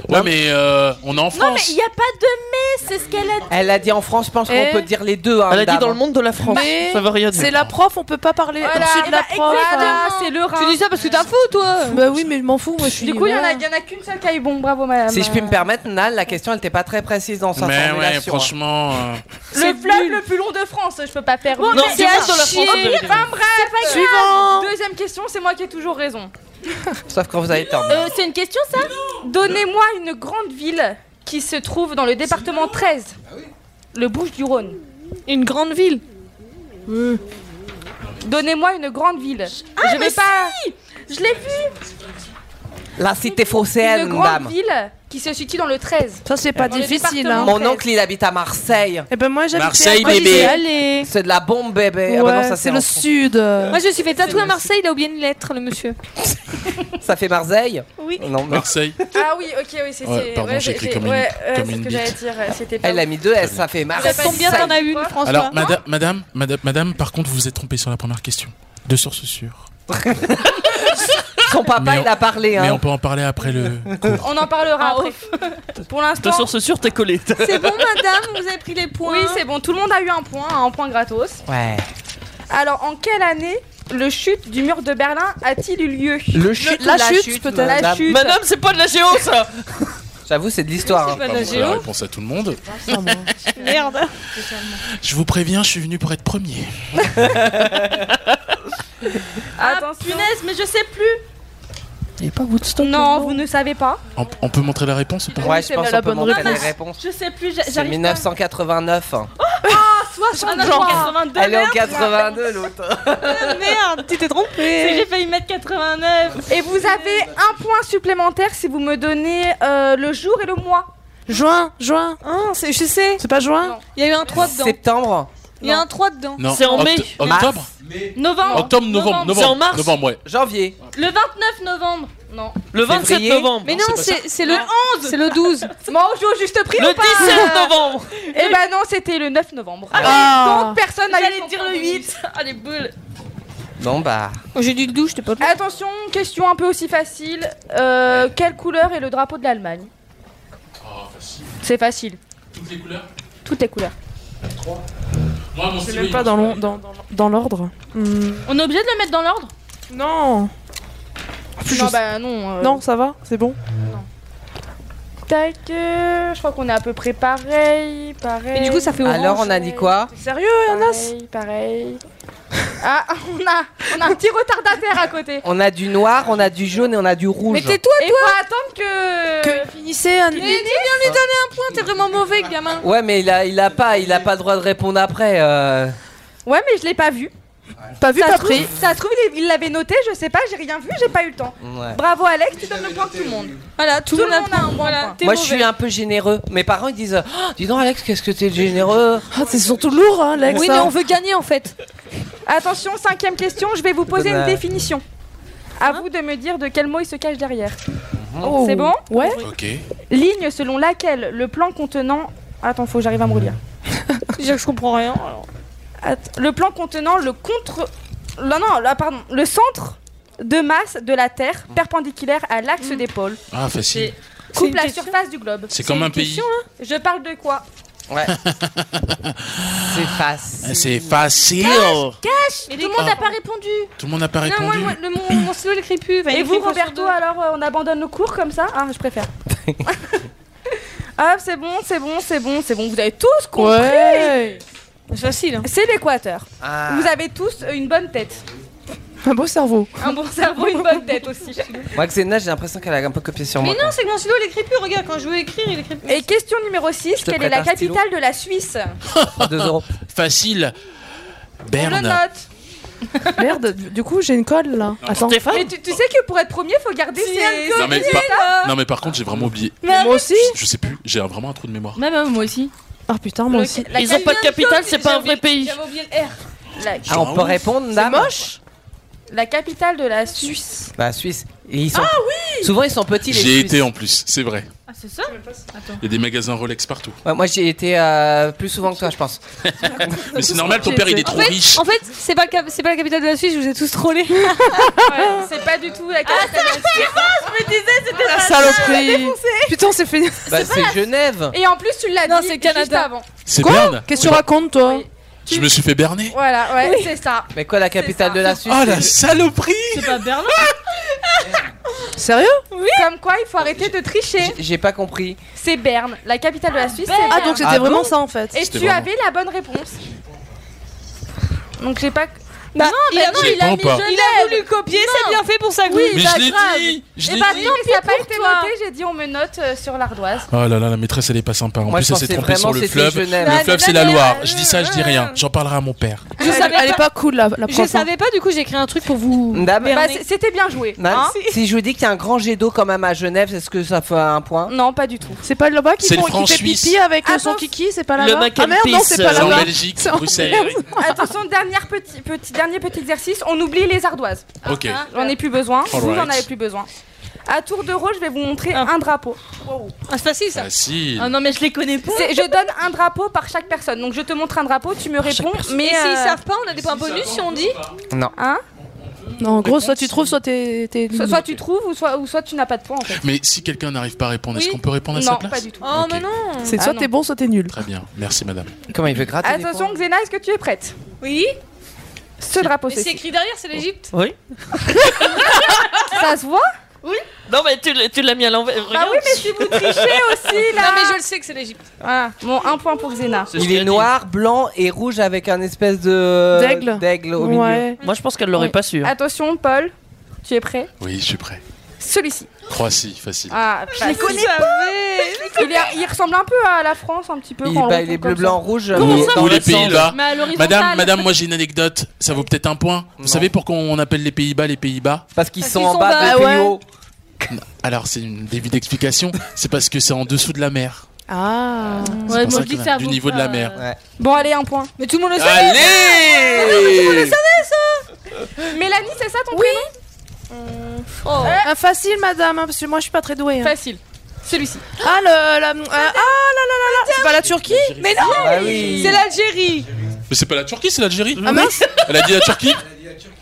Speaker 10: Ouais, mais euh, on est en
Speaker 8: Non mais
Speaker 10: France.
Speaker 8: il n'y a pas de mais, c'est ce qu'elle a dit.
Speaker 3: Elle a dit en France, je pense
Speaker 5: Eh.
Speaker 3: qu'on peut dire les deux. Hein,
Speaker 6: Elle a dit
Speaker 3: madame.
Speaker 6: dans le monde de la France.
Speaker 5: Mais
Speaker 6: ça veut rien dire.
Speaker 5: C'est la prof, on peut pas parler
Speaker 4: Voilà,
Speaker 5: au-dessus de la
Speaker 4: bah,
Speaker 5: prof.
Speaker 4: exactement, c'est le Rhin.
Speaker 2: Tu dis ça parce que t'as faux, toi.
Speaker 5: Bah oui, mais je m'en fous, moi je suis.
Speaker 4: Du coup, il y en a,
Speaker 5: voilà.
Speaker 4: il y en a qu'une seule qui a eu bon. Bravo, madame.
Speaker 3: Si je puis me permettre, Nal, la question, elle n'était pas très précise dans sa
Speaker 10: mais ouais,
Speaker 3: formulation.
Speaker 10: franchement. euh,
Speaker 4: Le fleuve le plus long de France, je peux pas perdre.
Speaker 6: Non, c'est la dans la France.
Speaker 4: Enfin,
Speaker 6: j'avais dit.
Speaker 4: bref,
Speaker 5: Suivant
Speaker 4: Deuxième question, c'est moi qui ai toujours raison.
Speaker 3: hein. Sauf quand vous avez tort.
Speaker 8: Euh, c'est une question ça
Speaker 4: Donnez-moi une grande ville qui se trouve dans le département 13.
Speaker 8: Ah
Speaker 4: Le Bouche du Rhône.
Speaker 2: Une grande ville.
Speaker 8: Euh.
Speaker 4: Donnez-moi une grande ville. je vais pas
Speaker 8: Ah, Je l'ai vu.
Speaker 3: La cité
Speaker 4: une
Speaker 3: phocéenne,
Speaker 4: grande
Speaker 3: dame.
Speaker 4: ville qui se situe dans le 13.
Speaker 5: Ça, c'est pas
Speaker 4: Dans le
Speaker 5: difficile, hein.
Speaker 4: département.
Speaker 3: Mon oncle, il habite à Marseille.
Speaker 5: Eh ben moi j'habitais
Speaker 10: Marseille,
Speaker 5: à Paris,
Speaker 10: bébé.
Speaker 5: j'y allais.
Speaker 3: C'est de la bombe, bébé. Ah bah non,
Speaker 5: Ouais,
Speaker 3: ça,
Speaker 5: c'est
Speaker 3: c'est
Speaker 5: le
Speaker 3: en France.
Speaker 5: sud.
Speaker 2: Moi, je me suis fait tatouer à Marseille, il a oublié une lettre, le monsieur.
Speaker 3: Ça fait Marseille
Speaker 4: Oui.
Speaker 3: Non, mais-
Speaker 10: Marseille.
Speaker 4: Ah oui, OK, oui, c'est
Speaker 10: Ouais,
Speaker 4: c'est-
Speaker 10: pardon, j'ai écrit
Speaker 4: j'ai-
Speaker 10: comme une-
Speaker 4: ouais, ouais,
Speaker 10: comme
Speaker 4: c'est
Speaker 10: une
Speaker 4: ce que j'allais
Speaker 10: bite.
Speaker 4: dire, euh, c'était pas
Speaker 3: Elle a mis deux S, ça fait
Speaker 4: Vous avez pas
Speaker 3: Marseille.
Speaker 4: dit
Speaker 2: Combien
Speaker 4: ça,
Speaker 2: t'en as
Speaker 4: je
Speaker 2: une,
Speaker 4: crois
Speaker 2: François
Speaker 10: Alors, madame, madame, madame, madame, par contre, vous vous êtes trompée sur la première question. De source sûre.
Speaker 3: Son papa,
Speaker 10: Mais on-
Speaker 3: il a parlé.
Speaker 10: Mais
Speaker 3: Hein.
Speaker 10: on peut en parler après le cours.
Speaker 4: On en parlera après. Pour
Speaker 6: De
Speaker 4: l'instant,
Speaker 6: source sûre, t'es collé.
Speaker 8: C'est bon madame, vous avez pris les points.
Speaker 4: oui, c'est bon, tout le monde a eu un point, hein, un point gratos.
Speaker 3: Ouais.
Speaker 4: Alors, en quelle année le chute du mur de Berlin a-t-il eu lieu
Speaker 3: Le chute,
Speaker 5: la chute, peut-être.
Speaker 4: La
Speaker 3: madame.
Speaker 4: chute.
Speaker 6: Madame, c'est pas de la géo ça
Speaker 3: J'avoue, c'est de l'histoire. hein.
Speaker 10: Pas montrer la réponse à tout le monde.
Speaker 4: Oh,
Speaker 2: Merde.
Speaker 10: Je vous préviens, je suis venu pour être premier.
Speaker 8: Ah
Speaker 4: Attention.
Speaker 8: punaise, mais je sais plus.
Speaker 6: Il est pas Woodstock
Speaker 4: Non, vous ne savez pas.
Speaker 10: On, on peut montrer la réponse ou pas
Speaker 3: Ouais, je
Speaker 5: c'est
Speaker 3: pense
Speaker 5: la
Speaker 3: qu'on peut
Speaker 5: bonne
Speaker 3: montrer les
Speaker 5: réponse.
Speaker 3: réponses.
Speaker 8: Je sais plus, j'a-
Speaker 3: C'est
Speaker 8: j'arrive pas.
Speaker 3: 1989. hein.
Speaker 8: Ah, non, genre 82.
Speaker 3: Elle est en 82, l'autre.
Speaker 4: Ah,
Speaker 2: Merde, tu t'es
Speaker 8: mais
Speaker 2: trompé.
Speaker 8: J'ai failli mettre 89.
Speaker 4: Et vous avez un point supplémentaire si vous me donnez euh, le jour et le mois.
Speaker 5: Juin, juin.
Speaker 2: Ah, c'est- je sais.
Speaker 5: C'est pas juin
Speaker 2: Il y a eu un 3 dedans.
Speaker 3: Septembre.
Speaker 2: Il y a un 3 dedans.
Speaker 10: Non,
Speaker 6: C'est en
Speaker 10: oct-
Speaker 6: mai.
Speaker 10: Octobre
Speaker 8: Novembre.
Speaker 10: Octobre, novembre, novembre.
Speaker 6: C'est en mars.
Speaker 10: Novembre, ouais.
Speaker 3: Janvier.
Speaker 8: Le 29 novembre. Non.
Speaker 6: Le 27
Speaker 3: Février.
Speaker 6: novembre.
Speaker 2: Mais non, c'est c'est le 11. C'est le 12.
Speaker 4: Bon, on joue au juste prix
Speaker 6: le
Speaker 4: ou pas
Speaker 6: 17 novembre
Speaker 4: Eh ben non, c'était le 9 novembre.
Speaker 5: Ah.
Speaker 4: Donc personne n'a eu
Speaker 8: J'allais
Speaker 4: son
Speaker 8: dire
Speaker 4: point.
Speaker 8: le 8. Ah les boules.
Speaker 3: Non, bah.
Speaker 2: Oh, J'ai dit le douche, t'es pas
Speaker 4: Attention, question un peu aussi facile. Euh, quelle couleur est le drapeau de l'Allemagne C'est facile.
Speaker 10: Oh, Toutes les couleurs
Speaker 4: Toutes les couleurs.
Speaker 10: Moi, mon
Speaker 5: C'est
Speaker 10: stylo,
Speaker 5: même
Speaker 10: il
Speaker 5: pas
Speaker 10: marche
Speaker 5: dans l'on- dans- dans- dans l'ordre. Hmm.
Speaker 4: On est obligé de le mettre dans l'ordre
Speaker 5: Non.
Speaker 2: Ah,
Speaker 4: Non, bah non. euh,
Speaker 5: Non, ça va, c'est bon.
Speaker 4: Tac, euh, je crois qu'on est à peu près pareil, pareil.
Speaker 2: Et du coup, ça fait orange. Alors, on a dit quoi
Speaker 4: T'es Sérieux, un as Pareil. Ah, on a, on a un petit retardataire à côté.
Speaker 3: On a du noir, on a du jaune et on a du rouge.
Speaker 4: Mais tais-toi, toi. Il faut attendre que. Que finissez un.
Speaker 2: Mais tu viens lui donner un point, t'es vraiment mauvais, gamin.
Speaker 3: Ouais, mais il a, il a pas, il a pas le droit de répondre après. euh.
Speaker 4: Ouais, mais je l'ai pas vu.
Speaker 5: Pas vu,
Speaker 4: ça
Speaker 5: pas
Speaker 4: se
Speaker 5: pris.
Speaker 4: trouve- Ça se trouve, il- il l'avait noté, je sais pas, j'ai rien vu, j'ai pas eu le temps.
Speaker 3: Ouais.
Speaker 4: Bravo Alex, tu donnes le point à tout le monde.
Speaker 2: Voilà,
Speaker 4: Tout, le monde a un bon point.
Speaker 3: Moi, je suis un peu généreux. Mes parents ils disent Oh, Dis donc, Alex, qu'est-ce que t'es généreux
Speaker 5: Ah, c'est surtout lourd, hein, Lex.
Speaker 2: Oui, mais
Speaker 5: hein.
Speaker 2: on veut gagner en fait.
Speaker 4: Attention, cinquième question, je vais vous poser une
Speaker 3: Dommage.
Speaker 4: définition. À
Speaker 2: Hein
Speaker 4: vous de me dire de quel mot il se cache derrière.
Speaker 3: Mhm.
Speaker 5: Oh.
Speaker 4: C'est bon
Speaker 5: Ouais.
Speaker 10: Ok.
Speaker 4: Ligne selon laquelle le plan contenant. Attends, faut que j'arrive à me relire.
Speaker 2: Je je comprends rien. alors.
Speaker 4: Att- Le plan contenant le contre. Non, non, là, pardon. Le centre de masse de la Terre perpendiculaire à l'axe des pôles
Speaker 10: Ah,
Speaker 2: Ah.
Speaker 10: facile.
Speaker 2: Hmm. C'est
Speaker 4: coupe
Speaker 2: une
Speaker 4: la
Speaker 2: question
Speaker 4: surface du globe.
Speaker 10: C'est comme
Speaker 2: une
Speaker 10: un pays.
Speaker 2: question,
Speaker 4: Je parle de quoi
Speaker 3: Ouais. C'est facile.
Speaker 10: C'est facile.
Speaker 2: Mais
Speaker 4: Tout
Speaker 2: les
Speaker 4: le monde
Speaker 10: Ah.
Speaker 4: n'a pas répondu.
Speaker 10: Tout le monde n'a Ah, pas
Speaker 2: Non, moi,
Speaker 10: répondu.
Speaker 2: moi, le, mon, mon stylo, il écrit plus. Enfin, il
Speaker 4: Et
Speaker 2: écrit
Speaker 4: vous,
Speaker 2: sur
Speaker 4: Roberto,
Speaker 2: son-
Speaker 4: alors euh, on abandonne le cours comme ça Ah, je préfère. Hop, c'est bon, c'est bon, c'est bon, c'est bon. Vous avez tous compris.
Speaker 5: Ouais.
Speaker 2: C'est facile. hein.
Speaker 4: C'est l'équateur.
Speaker 3: Ah.
Speaker 4: Vous avez tous euh, une bonne tête.
Speaker 5: Un beau cerveau.
Speaker 4: Un bon cerveau, une bonne tête aussi.
Speaker 3: Moi, Xena, j'ai l'impression qu'elle a un peu copié sur
Speaker 2: Mais
Speaker 3: moi.
Speaker 2: non, c'est que mon stylo, il écrit plus. Regarde, quand je veux écrire, il écrit plus.
Speaker 4: Et question numéro 6,
Speaker 3: Je te
Speaker 4: quelle
Speaker 3: prête
Speaker 4: est la
Speaker 3: un stylo.
Speaker 4: capitale de la Suisse
Speaker 3: Prends deux euros.
Speaker 10: Facile.
Speaker 4: On le
Speaker 10: Berne.
Speaker 4: note.
Speaker 5: Merde, du du coup, j'ai une colle là.
Speaker 6: Ah,
Speaker 5: Attends.
Speaker 4: Mais tu, tu sais que pour être premier, faut garder ses...
Speaker 10: Non mais, par- non mais par contre j'ai vraiment oublié.
Speaker 5: Moi aussi
Speaker 10: Je, je sais plus, j'ai vraiment un trou de mémoire.
Speaker 8: Même moi aussi.
Speaker 5: Ah putain, moi aussi.
Speaker 4: La
Speaker 6: Ils ont pas de capitale, c'est pas un vrai pays.
Speaker 2: J'avais oublié le R.
Speaker 4: La,
Speaker 3: Ah, on peut répondre, dame
Speaker 5: moche
Speaker 4: la capitale de la Suisse.
Speaker 3: Bah, Suisse. Et ils sont... Ah oui Souvent, ils sont petits, les
Speaker 10: J'ai
Speaker 3: Suisses.
Speaker 10: été en plus, c'est vrai.
Speaker 8: Ah, c'est ça
Speaker 10: Il y a des magasins Rolex partout.
Speaker 3: Ouais, moi, j'ai été euh, plus souvent que toi, je pense.
Speaker 10: Mais c'est normal, ton père il est trop riche.
Speaker 2: En fait, c'est pas, le cap- c'est pas la capitale de la Suisse, je vous ai tous trollés.
Speaker 4: Ouais, c'est pas du tout
Speaker 2: Ah,
Speaker 4: la capitale de la Suisse. Ah,
Speaker 5: La saloperie Putain, c'est fait.
Speaker 3: Bah, c'est Genève.
Speaker 4: Et en plus, tu l'as dit
Speaker 2: Non, c'est
Speaker 4: juste
Speaker 2: Canada.
Speaker 4: avant.
Speaker 10: C'est
Speaker 5: Quoi
Speaker 10: Berne.
Speaker 5: Qu'est-ce que tu racontes, toi
Speaker 4: Oui.
Speaker 10: Je me suis fait berner.
Speaker 4: Voilà, ouais, c'est ça.
Speaker 3: Mais quoi, la capitale
Speaker 4: ça.
Speaker 3: de la Suisse
Speaker 10: Oh la saloperie
Speaker 8: C'est pas Berlin
Speaker 5: Sérieux
Speaker 4: Comme quoi, il faut arrêter de tricher.
Speaker 3: J'ai- J'ai pas compris.
Speaker 4: C'est Berne, la capitale de la Suisse. c'est
Speaker 5: Ah,
Speaker 4: Berne.
Speaker 5: donc c'était
Speaker 3: Ah
Speaker 5: vraiment
Speaker 3: bon
Speaker 5: ça en fait.
Speaker 4: Et
Speaker 10: C'était
Speaker 4: tu
Speaker 10: vraiment-
Speaker 4: avais la bonne réponse. Donc j'ai pas.
Speaker 2: Bah,
Speaker 4: non,
Speaker 2: il
Speaker 4: mais
Speaker 2: a-
Speaker 4: non,
Speaker 10: J'ai
Speaker 4: il a
Speaker 10: pas
Speaker 4: mis
Speaker 10: pas.
Speaker 4: Genève.
Speaker 2: Il a voulu copier, c'est bien fait pour sa
Speaker 4: Oui,
Speaker 2: gueule.
Speaker 10: Mais
Speaker 4: bah,
Speaker 10: je l'ai
Speaker 4: grave.
Speaker 10: dit Je
Speaker 4: Et
Speaker 10: l'ai
Speaker 4: bah
Speaker 10: dit
Speaker 4: tant pis, ça a pas été
Speaker 2: toi.
Speaker 4: noté. J'ai dit on me note euh, sur l'ardoise.
Speaker 10: Oh là là, la maîtresse elle est pas sympa. En
Speaker 3: Moi,
Speaker 10: plus,
Speaker 3: je
Speaker 10: elle s'est
Speaker 3: pensais
Speaker 10: trompée sur
Speaker 3: vraiment
Speaker 10: le
Speaker 3: c'était
Speaker 10: fleuve.
Speaker 3: Genève.
Speaker 10: Le fleuve, c'est la
Speaker 4: Bah,
Speaker 2: Genève.
Speaker 10: Loire. Je dis ça, je dis rien. J'en parlerai à mon père.
Speaker 2: Je savais
Speaker 5: Elle est
Speaker 2: pas-
Speaker 5: pas cool la, la
Speaker 2: Je
Speaker 5: prof. hein.
Speaker 2: savais pas, du coup, j'ai écrit un truc pour vous.
Speaker 3: Dame,
Speaker 4: Bah, c'est- c'était bien joué.
Speaker 3: Nan,
Speaker 4: hein
Speaker 3: si je vous dis qu'il y a un grand jet d'eau quand même à Genève, est-ce que ça fait un point
Speaker 4: non, pas du tout.
Speaker 5: C'est pas là-bas qui
Speaker 10: C'est le
Speaker 5: font- qui
Speaker 10: franc
Speaker 5: fait
Speaker 10: suisse.
Speaker 4: hein
Speaker 5: pipi avec euh, son
Speaker 4: Attends,
Speaker 5: kiki, c'est pas
Speaker 6: le
Speaker 5: là-bas.
Speaker 6: mac and
Speaker 5: Ah merde, non,
Speaker 6: peace,
Speaker 5: c'est
Speaker 10: C'est
Speaker 5: pas
Speaker 6: euh,
Speaker 10: en
Speaker 5: là-bas.
Speaker 10: Belgique,
Speaker 5: C'est en-
Speaker 10: Bruxelles.
Speaker 4: Attention, dernière petit, petit, dernier petit exercice. On oublie les ardoises.
Speaker 10: Ok.
Speaker 2: Ah,
Speaker 4: J'en ai plus besoin. Vous
Speaker 10: Alright.
Speaker 4: en avez plus besoin. À tour de rôle, je vais vous montrer un drapeau.
Speaker 2: Ah, c'est facile ça.
Speaker 10: Ah si.
Speaker 8: Ah non, mais je les connais pas.
Speaker 4: C'est- Je donne un drapeau par chaque personne. Donc je te montre un drapeau, tu me réponds. Mais
Speaker 2: Et s'ils
Speaker 4: euh,
Speaker 2: savent pas, on a des points bonus si on dit.
Speaker 4: hein
Speaker 5: Non, en gros, soit tu trouves, soit t'es. t'es
Speaker 4: So-
Speaker 5: nul.
Speaker 4: soit tu trouves ou soit, ou soit tu n'as pas de points en fait.
Speaker 10: Mais si quelqu'un n'arrive pas à répondre, est-ce
Speaker 4: Oui.
Speaker 10: qu'on peut répondre à
Speaker 4: Non,
Speaker 10: sa place
Speaker 4: pas du tout.
Speaker 2: Oh,
Speaker 10: Ok.
Speaker 2: mais non.
Speaker 5: C'est
Speaker 4: Ah
Speaker 5: soit
Speaker 4: non. Ah,
Speaker 5: t'es bon, soit t'es nul.
Speaker 10: Très bien, merci madame.
Speaker 3: Comment il veut gratter des
Speaker 4: Attention,
Speaker 3: points
Speaker 4: Xena, est-ce que tu es prête
Speaker 2: Oui.
Speaker 4: Ce drapeau,
Speaker 2: Mais c'est
Speaker 4: c'est
Speaker 2: écrit derrière, c'est l'Egypte.
Speaker 4: ça se voit
Speaker 6: Non, mais tu l'as- tu l'as mis à l'envers.
Speaker 4: Bah
Speaker 6: Regarde.
Speaker 4: oui, mais si vous trichez aussi
Speaker 2: Non,
Speaker 4: là.
Speaker 2: mais je le sais que c'est l'Egypte.
Speaker 4: Voilà. Bon, un point pour Xena.
Speaker 6: C'est ce
Speaker 3: Il
Speaker 6: qu'elle
Speaker 3: est
Speaker 6: dit.
Speaker 3: noir, blanc et rouge avec un espèce de.
Speaker 5: D'aigle.
Speaker 3: au milieu.
Speaker 5: Ouais.
Speaker 6: Moi, je pense qu'elle l'aurait
Speaker 4: Oui.
Speaker 6: pas su. hein.
Speaker 4: Attention, Paul, tu es prêt
Speaker 10: Oui, je suis prêt.
Speaker 4: Celui-ci.
Speaker 10: Croatie, facile.
Speaker 4: Ah, je les connais pas. Il, est- il ressemble un peu à la France, un petit peu.
Speaker 3: Il,
Speaker 4: quand on
Speaker 3: bah,
Speaker 4: le
Speaker 3: il est
Speaker 4: prend comme
Speaker 3: bleu, blanc, rouge.
Speaker 10: Ou-
Speaker 3: mais dans
Speaker 10: ou
Speaker 3: le
Speaker 10: les
Speaker 3: sens-
Speaker 10: Pays-Bas.
Speaker 8: Mais à l'horizontale.
Speaker 10: Madame, madame, moi j'ai une anecdote, ça vaut peut-être un point. Vous
Speaker 3: Non.
Speaker 10: savez pourquoi on appelle les Pays-Bas les Pays-Bas
Speaker 3: Parce qu'ils
Speaker 2: Parce
Speaker 3: sont
Speaker 2: qu'ils
Speaker 3: en
Speaker 2: sont
Speaker 3: bas,
Speaker 5: bas,
Speaker 3: des
Speaker 5: ouais.
Speaker 3: plus hauts.
Speaker 10: Alors c'est une début d'explication, c'est parce que c'est en dessous de la mer.
Speaker 5: Ah.
Speaker 10: C'est
Speaker 8: Ouais,
Speaker 10: pour
Speaker 8: moi
Speaker 10: ça
Speaker 8: je dis
Speaker 10: que
Speaker 8: que ça
Speaker 10: du
Speaker 8: vaut
Speaker 10: niveau de la
Speaker 8: pas,
Speaker 10: mer.
Speaker 8: euh,
Speaker 4: ça. Bon, allez, un point.
Speaker 2: Mais tout le monde le sait.
Speaker 10: Allez
Speaker 4: Mélanie, c'est ça ton prénom Euh,
Speaker 2: Oh.
Speaker 5: Ah, facile, madame, hein, parce que moi je suis pas très douée. hein.
Speaker 4: Facile. Celui-ci.
Speaker 5: Ah, le, la, euh, ah là là là là C'est pas la Turquie
Speaker 3: Bah oui.
Speaker 2: C'est l'Algérie.
Speaker 10: Mais c'est pas la Turquie, c'est l'Algérie.
Speaker 5: Ah mince
Speaker 10: Elle a dit la Turquie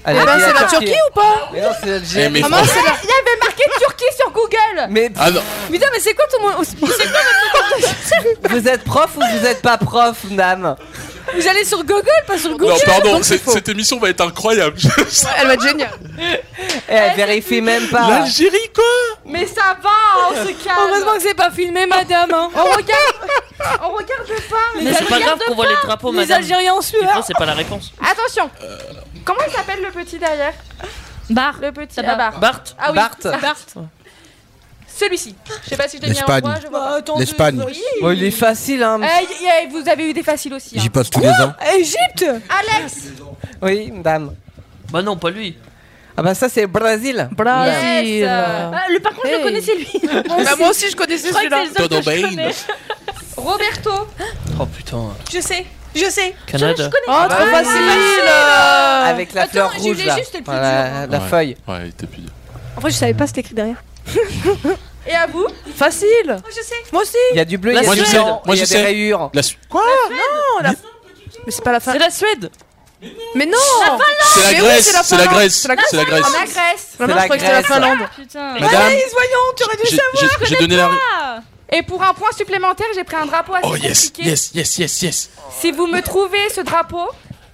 Speaker 3: Allez,
Speaker 4: Ah,
Speaker 3: allez,
Speaker 4: c'est la Turquie ou pas
Speaker 3: Mais non, c'est
Speaker 6: Eh,
Speaker 3: l'Algérie.
Speaker 10: Mais
Speaker 4: Ah,
Speaker 10: franchement-
Speaker 4: c'est la- Il y avait marqué Turquie sur Google
Speaker 3: Mais
Speaker 10: Ah non.
Speaker 4: Putain, mais c'est quoi tout le monde C'est quoi votre truc
Speaker 3: Vous êtes prof ou vous êtes pas prof, Nam
Speaker 4: Vous allez sur Google, pas sur Google
Speaker 10: Non, pardon,
Speaker 4: Donc,
Speaker 10: cette, cette émission va être incroyable.
Speaker 3: Ah,
Speaker 4: Elle va être géniale
Speaker 3: Elle vérifie même pas.
Speaker 10: L'Algérie, quoi
Speaker 4: Mais ça va, on se calme Heureusement que c'est pas filmé, madame hein. On regarde On regarde pas
Speaker 6: Mais c'est pas grave qu'on voit les drapeaux,
Speaker 4: Les
Speaker 6: madame.
Speaker 4: Algériens en
Speaker 6: Des fois,
Speaker 4: sueur
Speaker 6: c'est pas la réponse.
Speaker 4: Attention Comment il s'appelle le petit derrière Bar Le petit, ah, Bar
Speaker 6: Bart,
Speaker 4: Ah oui,
Speaker 3: Bart.
Speaker 4: Celui-ci Je sais pas si je l'ai mis en
Speaker 11: L'Espagne.
Speaker 4: droit, je
Speaker 10: Bah,
Speaker 4: vois pas.
Speaker 11: L'Espagne.
Speaker 3: Oh, il est facile, hein.
Speaker 4: Eh, y- y- vous avez eu des faciles aussi. hein.
Speaker 11: J'y passe tous les ans.
Speaker 4: Égypte Alex
Speaker 3: Oui, madame.
Speaker 6: Bah non, pas lui.
Speaker 3: Ah bah ça, c'est le Brésil.
Speaker 4: Yes. Bah,
Speaker 12: Ah, le, par contre, je le
Speaker 4: Hey.
Speaker 12: connaissais lui.
Speaker 5: Bah, moi aussi, je connaissais
Speaker 12: Je crois que
Speaker 5: celui-là.
Speaker 12: c'est le seul que je
Speaker 10: Dodo
Speaker 12: connais.
Speaker 4: Roberto
Speaker 6: Oh putain,
Speaker 4: Je sais Je sais
Speaker 6: Canada.
Speaker 5: Oh,
Speaker 2: Ah,
Speaker 5: trop facile
Speaker 3: Avec la
Speaker 4: Attends,
Speaker 3: fleur
Speaker 4: Julie,
Speaker 3: rouge, là.
Speaker 4: juste, elle peut
Speaker 3: Enfin, la
Speaker 2: hein.
Speaker 3: la
Speaker 10: Ouais.
Speaker 3: feuille.
Speaker 10: Ouais, il était plus dur.
Speaker 2: En vrai, je savais pas c'était écrit derrière.
Speaker 4: Et à vous
Speaker 5: Facile
Speaker 4: Je sais
Speaker 5: Moi aussi
Speaker 3: Il y a du bleu, il
Speaker 6: La
Speaker 3: y a du
Speaker 6: Suède.
Speaker 3: blanc,
Speaker 10: Moi,
Speaker 3: il y a
Speaker 10: je
Speaker 3: des
Speaker 10: sais.
Speaker 3: rayures.
Speaker 10: La Su-
Speaker 5: Quoi Non la- Mais c'est pas la fin.
Speaker 6: C'est la Suède.
Speaker 5: Mais non
Speaker 10: C'est la
Speaker 5: Mais oui,
Speaker 10: Grèce,
Speaker 5: c'est la
Speaker 10: c'est la
Speaker 5: Finlande.
Speaker 10: Grèce,
Speaker 5: C'est la
Speaker 10: c'est la Grèce.
Speaker 4: La Grèce
Speaker 5: Vraiment,
Speaker 3: la
Speaker 5: je croyais que c'était la
Speaker 3: Grèce.
Speaker 5: Finlande.
Speaker 12: Putain.
Speaker 10: Madame,
Speaker 5: voyons, tu aurais
Speaker 10: j'ai- j'ai- j'ai donné la.
Speaker 4: Et pour un point supplémentaire, j'ai pris un drapeau assez
Speaker 10: Oh yes,
Speaker 4: compliqué.
Speaker 10: yes, yes, yes, yes.
Speaker 4: Si vous me trouvez ce drapeau,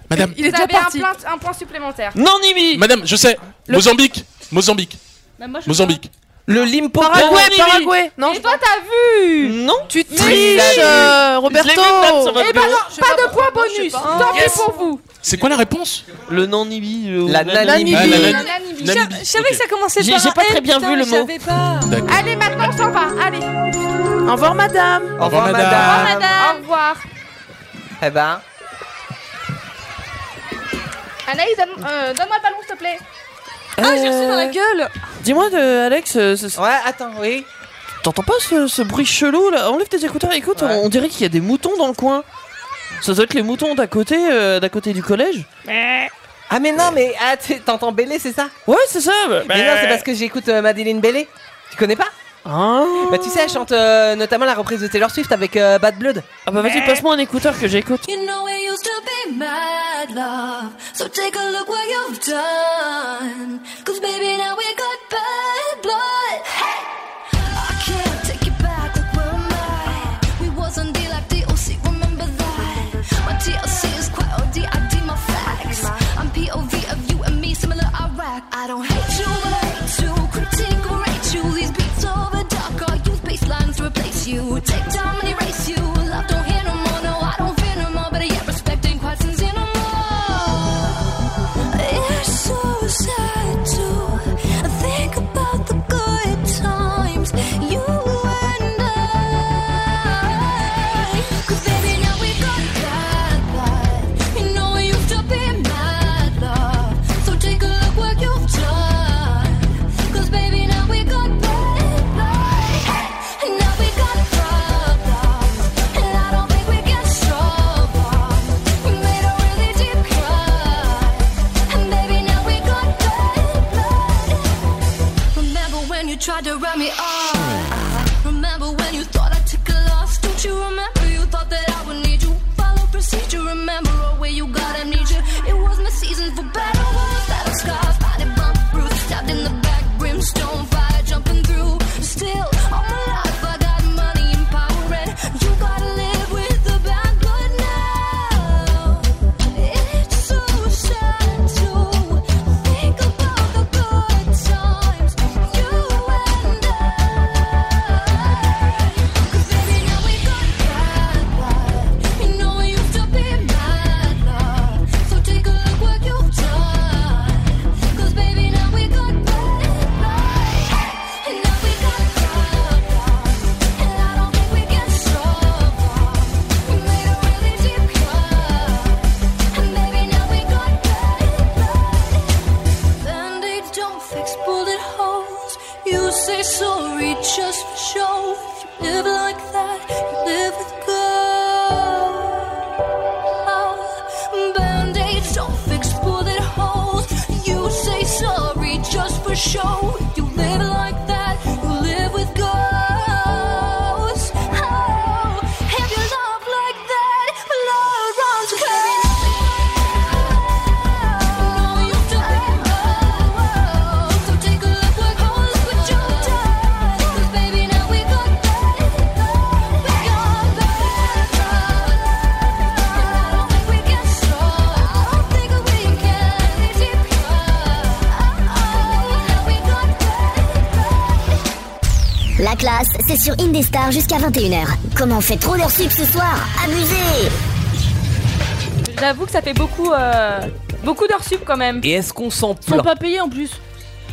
Speaker 10: Madame,
Speaker 5: Il est
Speaker 4: vous
Speaker 5: déjà
Speaker 4: avez un,
Speaker 5: parti.
Speaker 4: plein, un point supplémentaire.
Speaker 6: Non, Nimi.
Speaker 10: madame, je sais. Mozambique, Mozambique,
Speaker 12: Bah, moi, je
Speaker 10: Mozambique.
Speaker 3: Le Limpopo.
Speaker 5: Paraguay,
Speaker 6: Nimi.
Speaker 5: Paraguay. Non,
Speaker 4: Et toi, t'as vu
Speaker 6: Non.
Speaker 5: tu
Speaker 3: il a
Speaker 5: triches, euh,
Speaker 6: Je l'ai vu, madame, ça
Speaker 5: Roberto.
Speaker 6: va
Speaker 4: Eh
Speaker 6: plus
Speaker 4: ben
Speaker 6: loin.
Speaker 4: non, pas de point bonus Tant pis
Speaker 6: Yes.
Speaker 4: pour vous
Speaker 10: C'est quoi la réponse
Speaker 6: Le non Nimi. le-
Speaker 3: La
Speaker 5: Namibie.
Speaker 10: Ah, la-
Speaker 3: Namibie.
Speaker 10: la-
Speaker 4: Namibie.
Speaker 10: Namibie.
Speaker 2: Je savais
Speaker 10: Ok.
Speaker 2: que ça commençait
Speaker 6: J'ai-
Speaker 2: par
Speaker 6: j'ai
Speaker 2: un
Speaker 6: pas
Speaker 2: N,
Speaker 6: très bien
Speaker 2: putain,
Speaker 6: vu le
Speaker 2: je
Speaker 6: mot.
Speaker 2: savais pas.
Speaker 10: D'accord.
Speaker 4: Allez, maintenant, on s'en va Allez,
Speaker 5: Au revoir, madame.
Speaker 3: Au revoir,
Speaker 10: Au revoir,
Speaker 3: madame.
Speaker 4: au revoir
Speaker 3: Eh ben,
Speaker 4: Anaïs, donne- euh, donne-moi le ballon, s'il te plaît
Speaker 5: Ah, j'ai reçu dans la gueule. Dis-moi, euh, Alex, euh, ce-
Speaker 3: Euh. ouais, attends, oui.
Speaker 6: T'entends pas ce, ce bruit chelou là Enlève tes écouteurs et écoute,
Speaker 3: Ouais.
Speaker 6: on, on dirait qu'il y a des moutons dans le coin. Ça doit être les moutons d'à côté, euh, d'à côté du collège.
Speaker 3: Ah mais non, mais ah, t'es- t'entends Bélé, c'est ça
Speaker 6: Ouais, c'est ça. bah-
Speaker 3: Mais non, c'est parce que j'écoute euh, Madeleine Bélé. Tu connais pas
Speaker 6: Ah,
Speaker 3: Bah tu sais, elle chante euh, notamment la reprise de Taylor Swift avec euh, Bad Blood.
Speaker 6: Ah bah vas-y, passe-moi un écouteur que j'écoute.
Speaker 13: You know it used to be mad love, so take a look what you've done. Cause baby now we got bad blood. Hey! I can't take it back, look where am I? We was on D like DOC, remember that? My TLC is quite OD, I D my facts. I'm POV of you and me, similar Iraq. I don't hate you, but I hate to critique or rate you. These beats over dark, our youth baselines replace you. Take time and erase you. Love don't hear no more, no, I don't fear no more, but I yet respect ain't quite sincere no more. It's so sad to think about the good times you and I. 'Cause baby, now we got bad blood. You know we used to be mad love, so take a look what you've done. 'Cause baby, now we got bad blood. Hey, and now we got problems, and I don't think we can solve 'em. We made a really deep cut, and baby, now we got bad blood. Remember when you tried to run me off? Remember when you thought I took a loss? Don't you remember you thought that I would need you? Follow procedure, remember a way you got amnesia. It was my season for better words, battle scars, body bump bruise, stabbed in the back, brimstone fire jumping through. Still, all my life I got money and power, and you gotta live with the bad blood now. It's so sad to think about the good times you and I. 'Cause baby, now we got bad blood. You know you used to be mad love, so take a look what you've done. 'Cause baby, now we got bad blood, and now we got problems, and I don't think we can solve 'em. We made a really deep cut. And baby, now we got Band-aids don't fix bullet holes. You say sorry just for show. If you live like that, you live with gold. Band-aids don't fix bullet holes. You say sorry just for show. If you live like that, you live with ghosts. Oh, if you love like that, blood runs cold. You know you don't
Speaker 1: La classe, c'est sur Indestar jusqu'à 21h. Comment on fait trop d'heures sup ce soir Abusé
Speaker 4: J'avoue que ça fait beaucoup, euh, beaucoup d'heures sup quand même.
Speaker 3: Et est-ce qu'on s'en
Speaker 4: Ils sont
Speaker 3: plaint
Speaker 4: pas payés en plus.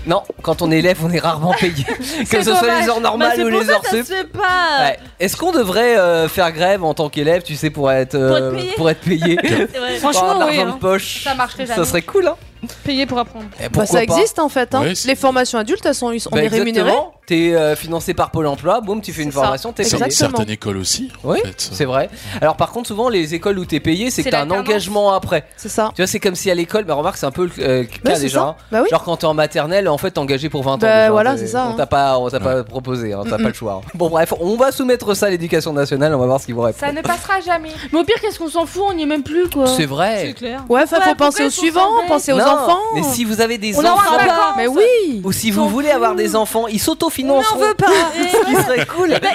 Speaker 3: Non, quand on est élève, on est rarement payé. que ce soit les heures
Speaker 2: Bah,
Speaker 3: normales ou les heures Bah, sup.
Speaker 8: pas.
Speaker 3: Ouais. Est-ce qu'on devrait euh, faire grève en tant qu'élève, tu sais, pour être, euh,
Speaker 2: Pour être payé.
Speaker 3: payé
Speaker 2: C'est vrai.
Speaker 3: Pour avoir de
Speaker 2: Franchement, oui,
Speaker 3: l'argent
Speaker 2: hein.
Speaker 3: de poche.
Speaker 2: Ça marcherait
Speaker 3: Ça
Speaker 2: jamais.
Speaker 3: serait cool, hein
Speaker 2: Payer pour apprendre.
Speaker 3: Eh,
Speaker 5: Bah,
Speaker 3: pourquoi
Speaker 5: ça
Speaker 3: pas
Speaker 5: existe en fait. hein.
Speaker 3: Oui,
Speaker 5: les formations adultes, elles sont, ils sont- on
Speaker 3: Bah,
Speaker 5: est rémunérés.
Speaker 3: Exactement. T'es euh, financé par Pôle Emploi, boum, tu fais une
Speaker 5: C'est ça.
Speaker 3: formation, t'es payé.
Speaker 5: Exactement. Certaines
Speaker 3: écoles aussi. Oui, c'est vrai. Alors par contre, souvent les écoles où t'es payé, c'est que
Speaker 5: C'est
Speaker 3: t'as un
Speaker 5: l'alternance.
Speaker 3: engagement après.
Speaker 5: C'est ça.
Speaker 3: Tu vois, c'est comme si à l'école, bah remarque, c'est un peu le euh, le cas
Speaker 5: c'est
Speaker 3: déjà.
Speaker 5: ça.
Speaker 3: hein.
Speaker 5: Bah oui.
Speaker 3: Genre quand t'es en maternelle, en fait, t'es engagé pour 20 ans.
Speaker 5: Bah,
Speaker 3: déjà,
Speaker 5: voilà,
Speaker 3: t'es-
Speaker 5: c'est ça,
Speaker 3: On
Speaker 5: hein.
Speaker 3: t'a pas, on t'a pas proposé, hein, t'as
Speaker 5: Mm-mm.
Speaker 3: pas le choix. hein. Bon bref, on va soumettre ça à l'éducation nationale, on va voir ce qu'ils vont répondre.
Speaker 4: Ça ne passera jamais.
Speaker 8: Mais au pire, qu'est-ce qu'on s'en fout On n'y est même plus quoi.
Speaker 3: C'est vrai. C'est
Speaker 8: clair.
Speaker 5: Ouais, enfin, faut penser au suivant, penser aux
Speaker 3: Non,
Speaker 5: enfants.
Speaker 3: Mais si vous avez des
Speaker 5: On en
Speaker 3: enfants,
Speaker 5: parle pas. Mais oui.
Speaker 3: ou si vous voulez avoir des enfants, ils s'autofinancent.
Speaker 5: Mais on veut pas. Eh,
Speaker 3: ce qui serait
Speaker 4: Eh
Speaker 3: cool.
Speaker 4: ben,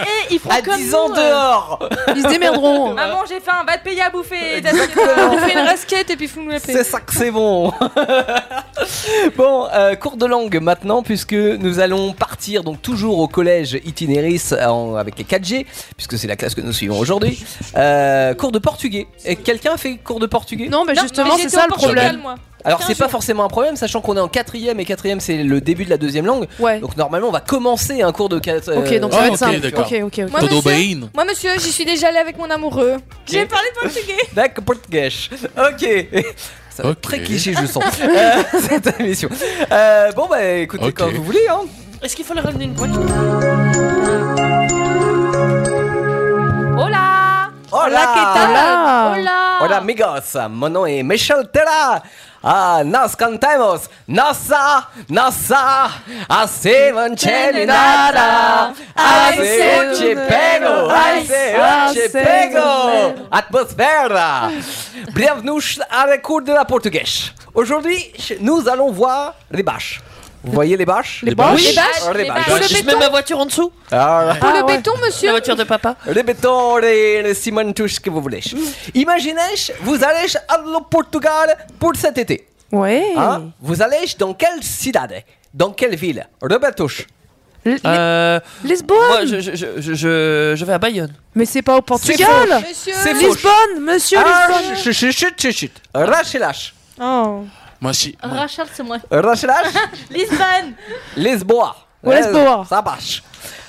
Speaker 3: à 10 ans
Speaker 5: euh.
Speaker 3: dehors.
Speaker 5: Ils se démerderont.
Speaker 4: hein. Maman, j'ai faim, va te payer à bouffer. T'as-
Speaker 3: Exactement.
Speaker 4: On fait une rasquette et puis fous-nous la paix.
Speaker 3: C'est ça que c'est bon. bon, euh, cours de langue maintenant, puisque nous allons partir donc toujours au collège Itinéris euh, en- avec les 4G, puisque c'est la classe que nous suivons aujourd'hui. Euh, cours de portugais. Et Quelqu'un a fait cours de portugais
Speaker 5: Non, mais Non, justement, mais c'est j'étais ça au le Portugal, problème. moi.
Speaker 3: Alors c'est pas forcément un problème, sachant qu'on est en quatrième et quatrième c'est le début de la deuxième langue. Donc normalement on va commencer un cours de quatre. euh,
Speaker 5: Ok,
Speaker 12: Ah,
Speaker 5: donc ça va être simple. Ok, ok, ok.
Speaker 4: Euh, Moi, monsieur, moi, monsieur, j'y suis déjà allée avec mon amoureux. J'ai parlé de portugais.
Speaker 3: D'accord, portugais. Ok. Ça va être très cliché, je sens, euh, cette émission. Euh, bon, bah écoutez, quand vous voulez. Hein.
Speaker 6: Est-ce qu'il faut leur ramener une pointe
Speaker 4: Hola.
Speaker 3: Hola,
Speaker 4: Hola. Hola.
Speaker 3: Hola, amigos. Mon nom est Michel Tela. Ah, nos cantamos. Nossa, nossa, así manchelinada. Así te pego, así te pego. Atmosphère. Bienvenue à la cour de la portugaise. Aujourd'hui, nous allons voir les bâches. Vous voyez les bâches Les
Speaker 6: bâches Oui, les bâches,
Speaker 3: Les
Speaker 6: les
Speaker 3: bâches.
Speaker 6: bâches. Je mets ma voiture en dessous.
Speaker 3: Ah,
Speaker 6: Pour le Ah, ouais.
Speaker 3: béton, monsieur. La voiture
Speaker 6: de papa.
Speaker 3: Le béton, les, les ciments, tout ce que vous voulez. Imaginez, vous allez au Portugal pour cet été.
Speaker 5: Ouais.
Speaker 3: Hein vous allez dans quelle ciudad Dans quelle ville Rebatouche.
Speaker 6: Euh,
Speaker 5: Lisbonne
Speaker 6: Moi, je, je, je, je, je vais à Bayonne.
Speaker 5: Mais c'est pas au Portugal.
Speaker 6: faux. Monsieur. C'est faux.
Speaker 5: Lisbonne, monsieur
Speaker 3: Ah,
Speaker 5: Lisbonne. Oh.
Speaker 3: chut, chut, chut, chut, chut. Rachelache.
Speaker 10: Moi aussi.
Speaker 8: Rachel, c'est moi.
Speaker 3: Euh, Rachelache
Speaker 8: Lisbonne.
Speaker 3: Lisboa.
Speaker 8: Ouais, Lisboa.
Speaker 3: Euh, Ça marche.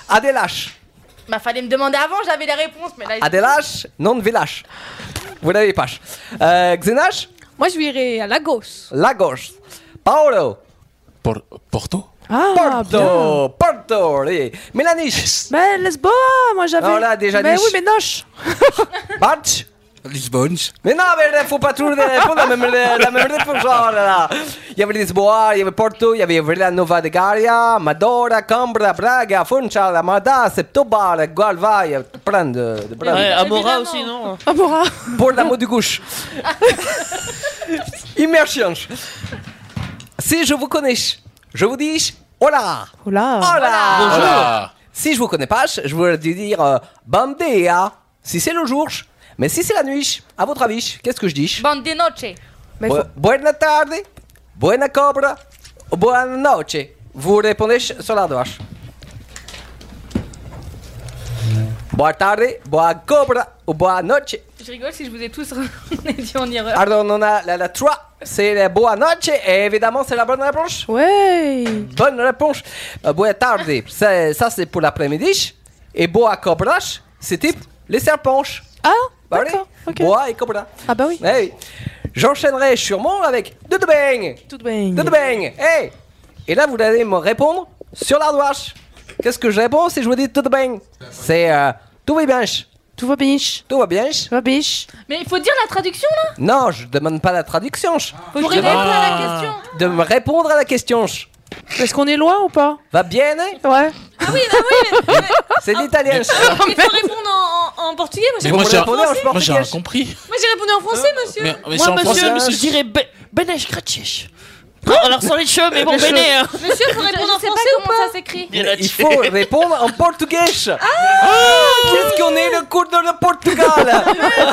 Speaker 3: Adelache.
Speaker 4: Bah fallait me demander avant, j'avais les réponses, mais là.
Speaker 3: Adelache, non de village. Euh, Vous n'avez pas. Euh, Xenache
Speaker 2: Moi, je irais à Lagos.
Speaker 3: Lagos. Paolo.
Speaker 10: Porto
Speaker 5: Ah,
Speaker 3: Porto, Porto, allez. Mélanie.
Speaker 5: Mais Ben, Lisboa, Oh, moi j'avais.
Speaker 3: Non, Oh, là, déjà
Speaker 5: Mais
Speaker 3: dit.
Speaker 5: oui, mais noche.
Speaker 3: Batch.
Speaker 12: Lisbonne.
Speaker 3: Mais non, mais là, faut pas toujours répondre la même, la même réponse. oh là là. Il y avait Lisboa, il y avait Porto, il y avait Villanova de Gaia, Madora, Cambra, Braga, Funchal, Amada, Septobar, Gualva, il y a plein de, de plein de-
Speaker 6: Ah Ouais, Amora aussi, non
Speaker 5: Amora.
Speaker 3: Pour l'amour du gauche. Immersion. Si je vous connais, je vous dis hola.
Speaker 5: Hola.
Speaker 3: Hola.
Speaker 6: Bonjour. Hola.
Speaker 3: Si je vous connais pas, je voulais dire euh, bom dia. Si c'est le jour, mais si c'est la nuit, à votre avis, qu'est-ce que je dis
Speaker 4: Bande de noche.
Speaker 3: Bu- Buena tarde, buena cobra, buena noche. Vous répondez sur la droite. Boa tarde, boa cobra, ou boa noche.
Speaker 4: Je rigole si je vous ai tous dit en erreur.
Speaker 3: Alors, on a la, la 3, c'est la Boa Noche, et évidemment, c'est la bonne réponse.
Speaker 5: Ouais.
Speaker 3: Bonne réponse. Euh, boa Tarde, c'est- ça c'est pour l'après-midi. Et Boa Cobra, c'était les serpents.
Speaker 5: Ah,
Speaker 3: bah, oui. Boa et Cobra. Eh
Speaker 5: Ah, bah oui.
Speaker 3: oui. J'enchaînerai sûrement avec Doudou Bang.
Speaker 5: Doudou Bang.
Speaker 3: Hey Et là, vous allez me répondre sur la droite. Qu'est-ce que je réponds si je vous dis Doudou Bang C'est euh, Tout va bien.
Speaker 5: Tout va bien.
Speaker 3: Tout va bien. Tout
Speaker 5: va bien.
Speaker 8: Mais il faut dire la traduction là.
Speaker 3: Non, je demande pas la traduction. je-
Speaker 8: Faut
Speaker 3: je
Speaker 8: répondre
Speaker 3: demande
Speaker 8: à la question.
Speaker 3: De me répondre à la question. je.
Speaker 5: Est-ce qu'on est loin ou pas
Speaker 3: Va bien hein
Speaker 5: Ouais.
Speaker 8: Ah oui, bah oui. Mais, Ah,
Speaker 3: C'est de l'italien.
Speaker 8: mais, mais faut répondre en, en, en portugais. Moi j'ai
Speaker 10: Mais moi,
Speaker 8: répondu
Speaker 10: j'ai
Speaker 8: en français.
Speaker 10: moi, j'ai rien compris.
Speaker 8: Moi j'ai répondu en français, monsieur.
Speaker 10: Mais- mais
Speaker 6: Moi,
Speaker 10: c'est en
Speaker 6: monsieur,
Speaker 10: français, monsieur.
Speaker 6: je dirais Be- Benesh Kratchich. Alors, sans les cheveux, mais bon,
Speaker 4: Les cheveux.
Speaker 6: Bené. hein.
Speaker 4: Monsieur, faut répondre en français ou comment ça s'écrit
Speaker 3: Il faut répondre en portugais.
Speaker 4: Ah
Speaker 3: Qu'est-ce qu'on est le cours de le Portugal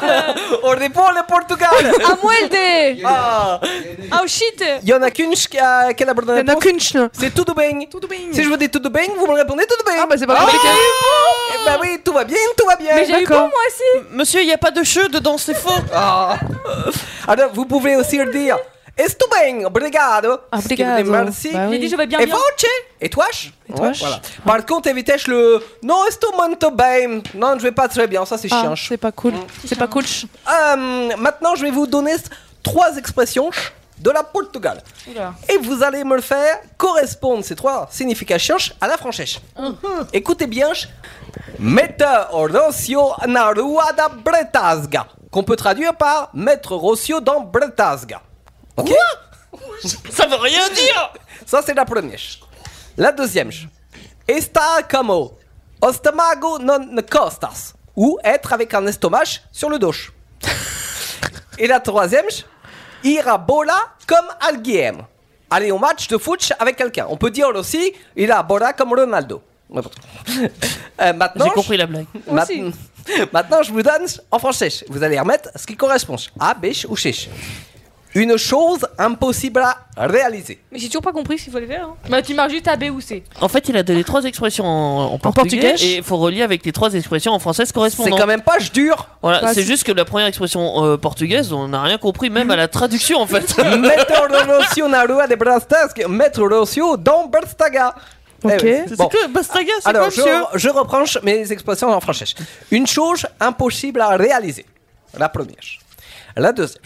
Speaker 3: On est pour le Portugal
Speaker 2: À muelde
Speaker 3: Ah
Speaker 2: Oh shit
Speaker 3: Il y en a qu'une ch- à- qu'elle a la bonne
Speaker 2: Il y en a
Speaker 3: réponse. C'est tout bang. Si je vous dis tout bang, vous me répondez tout bang. Ah bah
Speaker 5: c'est pas compliqué.
Speaker 3: Bah oui, tout va bien, tout va bien.
Speaker 6: Mais
Speaker 4: é
Speaker 6: j'ai eu D'accord. bon, moi
Speaker 3: aussi.
Speaker 6: Monsieur, il n'y a pas de cheveux dedans, c'est faux.
Speaker 3: Ah. Alors, vous pouvez aussi le dire. Esto bang, obrigado. Ce qui veut dire
Speaker 6: Obrigado.
Speaker 3: Merci.
Speaker 6: Bah oui. J'ai dit, je vais bien,
Speaker 3: Et
Speaker 6: bien.
Speaker 3: voce. Et toache.
Speaker 6: toache.
Speaker 3: Par contre, évitez le. Non, esto muito bem. Non, je vais pas très bien. Ça, c'est chiant. Ah, C'est pas cool. C'est pas cool. maintenant, je vais vous donner trois expressions de la Portugal. Et vous allez me le faire correspondre ces trois significations à la française. Écoutez bien. Metteur Rocio na rua da Bretasga. Qu'on peut traduire par Maître Rocio dans Bretasga. Ça veut rien dire Ça, c'est la première. La deuxième. Está como o estamago non costas. Ou être avec un estomac sur le dos. Et la troisième, ir à bola comme alguien. Aller au match de foot avec quelqu'un. On peut dire aussi, il a bola comme Ronaldo. N'importe quoi. Euh, maintenant,
Speaker 6: J'ai compris la blague.
Speaker 3: Ma- Maintenant, je vous donne en français. Vous allez remettre ce qui correspond. A, B ou C. Une chose impossible à réaliser.
Speaker 2: Mais j'ai toujours pas compris ce qu'il fallait faire. hein.
Speaker 4: Bah, tu marques juste à B ou C.
Speaker 6: En fait, il a donné trois expressions en, en portugais,
Speaker 4: portugais
Speaker 6: et il faut relier avec les trois expressions en française correspondantes.
Speaker 3: C'est quand même pas dur.
Speaker 6: Voilà,
Speaker 3: Bah,
Speaker 6: c'est
Speaker 3: c'est-
Speaker 6: juste que la première expression euh, portugaise, on n'a rien compris même à la traduction en fait.
Speaker 3: Mettre Rocio na rua de Brastasque, mettre Rocio dans Brastaga.
Speaker 6: Ok.
Speaker 3: Eh oui.
Speaker 6: C'est que Brastaga, c'est
Speaker 3: Alors,
Speaker 6: quoi,
Speaker 3: je,
Speaker 6: monsieur
Speaker 3: je reprends mes expressions en français. Une chose impossible à réaliser. La première. La deuxième.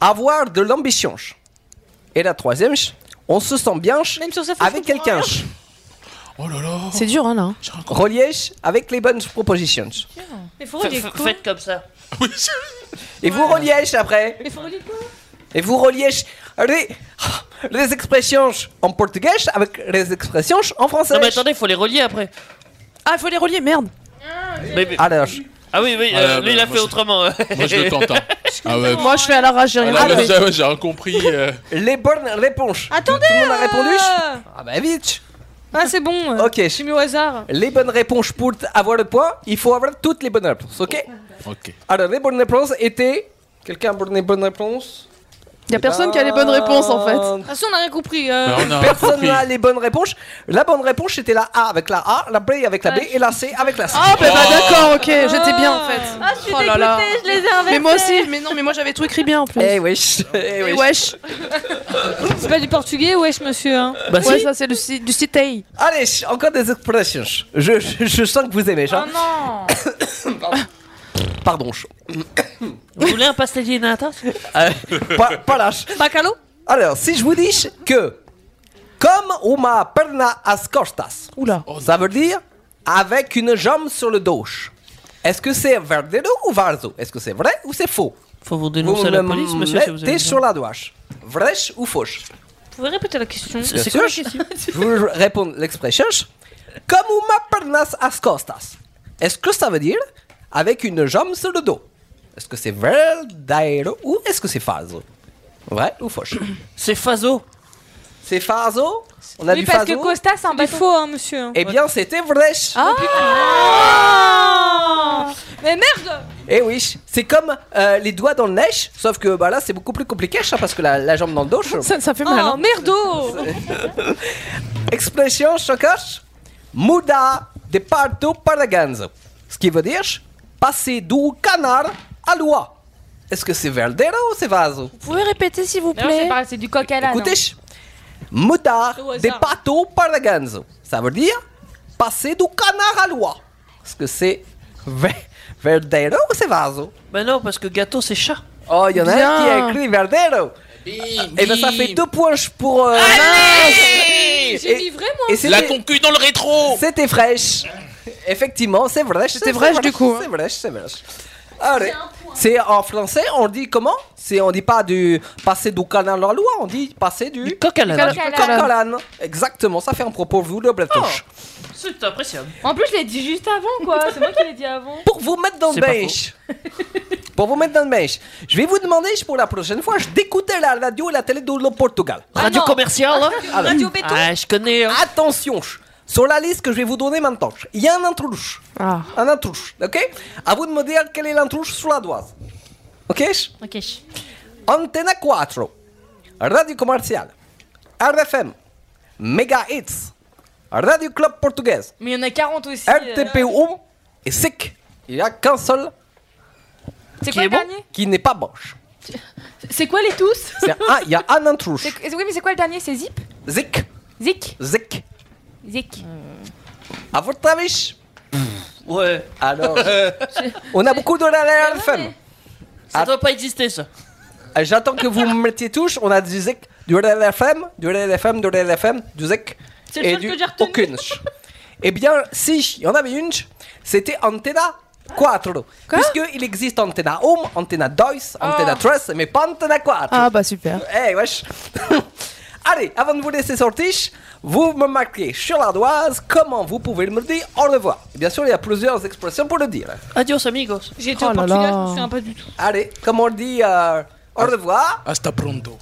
Speaker 3: Avoir de l'ambition. Et la troisième. On se sent bien avec quelqu'un.
Speaker 10: Oh là là.
Speaker 5: C'est dur, hein, là.
Speaker 3: Relié avec les bonnes propositions.
Speaker 2: Mais
Speaker 6: F- f- Faites comme ça.
Speaker 3: Et vous reliez après.
Speaker 2: Mais faut relire quoi
Speaker 3: Et vous reliez les, les expressions en portugais avec les expressions en français.
Speaker 6: Non mais attendez, il faut les relier après.
Speaker 5: Ah, il faut les relier, merde.
Speaker 6: Mais- mais-
Speaker 3: Alors.
Speaker 6: Ah oui, oui,
Speaker 10: Ah,
Speaker 6: euh,
Speaker 10: bah,
Speaker 6: lui il a
Speaker 10: moi,
Speaker 6: fait
Speaker 10: je-
Speaker 6: autrement. euh.
Speaker 10: Moi je le tente. hein. Ah ouais.
Speaker 5: Moi, je fais à l'arrache, j'ai
Speaker 10: Ah
Speaker 5: rien
Speaker 10: là, mais
Speaker 5: compris.
Speaker 10: ça, ouais, j'ai rien compris. euh.
Speaker 3: Les bonnes réponses.
Speaker 2: Attendez
Speaker 3: Tout le monde a répondu
Speaker 2: euh,
Speaker 3: Ah bah vite
Speaker 2: Ah, c'est
Speaker 5: euh.
Speaker 2: bon
Speaker 3: Ok.
Speaker 2: J'ai mis au hasard
Speaker 3: Les bonnes réponses pour t- avoir le point, il faut avoir toutes les bonnes réponses, ok
Speaker 10: Ok.
Speaker 3: Alors les bonnes réponses étaient... Quelqu'un a les bonnes réponses Eh ben,
Speaker 5: Y a personne qui a les bonnes
Speaker 4: Bah.
Speaker 5: réponses, en fait.
Speaker 2: De toute façon, on a rien compris.
Speaker 3: Bah,
Speaker 2: euh.
Speaker 3: Personne n'a les bonnes réponses. La bonne réponse c'était la A avec la A, la B avec la B et la C avec la C.
Speaker 5: Ah,
Speaker 9: ben
Speaker 5: bah, bah,
Speaker 2: Oh.
Speaker 5: d'accord, ok, j'étais bien en fait.
Speaker 8: Ah, je suis
Speaker 5: Oh là là.
Speaker 8: dégoûtée, je les ai inversés.
Speaker 5: Mais moi aussi, mais non, mais moi j'avais tout écrit bien en plus.
Speaker 3: Eh wesh, eh
Speaker 5: Eh
Speaker 3: wesh.
Speaker 5: wesh.
Speaker 2: C'est pas du portugais, wesh, monsieur. hein.
Speaker 6: Bah
Speaker 5: ouais,
Speaker 6: si.
Speaker 5: ça c'est du, ci- du citei.
Speaker 3: Allez, encore des expressions. Je, je, je sens que vous aimez, hein.
Speaker 6: Oh,
Speaker 4: non
Speaker 3: Pardon. je-
Speaker 6: Vous voulez un pastellier et nata
Speaker 3: Euh, pas, pas lâche.
Speaker 2: Bacalo
Speaker 3: Alors, si je vous dis que comme uma perna as costas,
Speaker 5: Oula.
Speaker 2: Oh,
Speaker 3: ça veut dire avec une jambe sur le dos. Est-ce que c'est verdero ou varzo Est-ce que c'est vrai ou c'est faux
Speaker 6: Faut vous
Speaker 3: Vous
Speaker 6: dénoncer à
Speaker 3: me
Speaker 6: la police, monsieur, si vous avez
Speaker 3: mettez
Speaker 6: besoin.
Speaker 3: sur la douche. Vrai ou faux
Speaker 2: Vous pouvez répéter la question
Speaker 3: Bien sûr. Je vous réponds l'expression. Comme uma pernas as costas. Est-ce que ça veut dire avec une jambe sur le dos Est-ce que c'est verdadero ou est-ce que c'est falso Vrai ou faux
Speaker 6: C'est Fazo.
Speaker 3: C'est falso On a
Speaker 2: Oui,
Speaker 3: du
Speaker 2: parce que
Speaker 3: falso
Speaker 2: Costa, c'est un
Speaker 4: du
Speaker 2: bâton. faux, hein, monsieur.
Speaker 3: Eh bien, c'était vrai.
Speaker 2: Ah Mais merde
Speaker 3: Eh oui, c'est comme euh, les doigts dans le neige, sauf que bah, là, c'est beaucoup plus compliqué hein, parce que la, la jambe dans le dos.
Speaker 5: Ça, ça fait mal.
Speaker 2: Oh,
Speaker 5: hein.
Speaker 2: merdo
Speaker 3: Expression chocoche Muda de parto para ganso. Ce qui veut dire passer du canard à l'oie. Est-ce que c'est verdero ou c'est vaso
Speaker 2: Ah,
Speaker 5: Vous pouvez répéter s'il vous
Speaker 4: Non, c'est
Speaker 5: plaît
Speaker 4: pas- c'est du coq à l'âne. hein.
Speaker 3: Écoutez, muda
Speaker 2: Au
Speaker 3: de
Speaker 2: hasard.
Speaker 3: parto para ganso. Ça veut dire passer du canard à l'oie. Est-ce que c'est ver- verdero ou c'est vaso
Speaker 6: Bah non, parce que gâteau c'est chat.
Speaker 3: Oh, il y en a un qui
Speaker 5: Bien.
Speaker 3: a écrit verdero. Et ben ça fait deux points pour. euh,
Speaker 2: J'ai
Speaker 3: Et-
Speaker 2: mis vraiment
Speaker 3: et c'était-
Speaker 10: La concu dans le rétro.
Speaker 3: C'était fraîche. Effectivement, c'est vrai.
Speaker 5: C'était fraîche, du coup, hein.
Speaker 3: C'est vrai, c'est vrai. Allez. C'est en français, on dit comment C'est on dit pas du passer du canal à l'eau, on dit passer du
Speaker 6: Du coq à l'âne.
Speaker 4: Coq à l'âne.
Speaker 3: canal. Exactement, ça fait un propos vous le
Speaker 5: Oh.
Speaker 3: bretouche.
Speaker 6: C'est appréciable.
Speaker 4: En plus, je l'ai dit juste avant, quoi. C'est moi qui l'ai dit avant.
Speaker 3: Pour vous mettre dans le
Speaker 6: C'est pas
Speaker 3: bench. pour vous mettre dans le bench. Je vais vous demander pour la prochaine fois d'écouter la radio et la télé de le Portugal.
Speaker 6: Radio
Speaker 4: non.
Speaker 6: commerciale.
Speaker 3: Alors,
Speaker 6: Ah, je connais. hein.
Speaker 3: attention, Sur la liste que je vais vous donner maintenant, il y a un intruche. Un intruche, ok À vous de me dire quel est l'intruche sur la doise. Ok
Speaker 8: Ok.
Speaker 3: Antena 4, Radio Commerciale, RFM, Mega Hits, Radio Club Portugaise,
Speaker 4: Mais il y en a 40 aussi.
Speaker 3: RTPU et SIC. Il n'y a qu'un seul
Speaker 4: C'est quoi le dernier
Speaker 3: qui n'est pas moche.
Speaker 4: euh. C'est quoi les tous
Speaker 3: C'est un- Il y a un intruche.
Speaker 4: C'est- Oui, mais c'est quoi le dernier C'est Zip
Speaker 3: Zik,
Speaker 4: Zik
Speaker 3: Zik.
Speaker 4: Zik.
Speaker 3: Euh. À votre avis
Speaker 6: Ouais.
Speaker 3: Alors, on a beaucoup de la la RFM.
Speaker 6: Ça doit pas exister ça.
Speaker 3: Euh, J'attends que vous me mettiez touche. On a du Zik, du RLFM, du RLFM, du RLFM, du Zik
Speaker 8: C'est le
Speaker 3: et
Speaker 8: seul
Speaker 3: du
Speaker 8: que j'ai retenu.
Speaker 3: aucune. Eh bien, si il y en avait une, c'était Antena 4. Puisqu'il existe Antena Home, Antena 2, Antena 3, mais pas Antena 4.
Speaker 5: Ah bah super.
Speaker 3: Eh wesh Allez, avant de vous laisser sortir, vous me marquez sur la doise comment vous pouvez me dire au revoir. Et bien sûr, il y a plusieurs expressions pour le dire.
Speaker 6: Adios amigos.
Speaker 2: J'ai été
Speaker 5: Oh
Speaker 2: au
Speaker 5: là
Speaker 2: Portugal,
Speaker 5: là.
Speaker 2: je me souviens pas du tout.
Speaker 3: Allez, comme on dit euh, au revoir,
Speaker 10: Hasta pronto.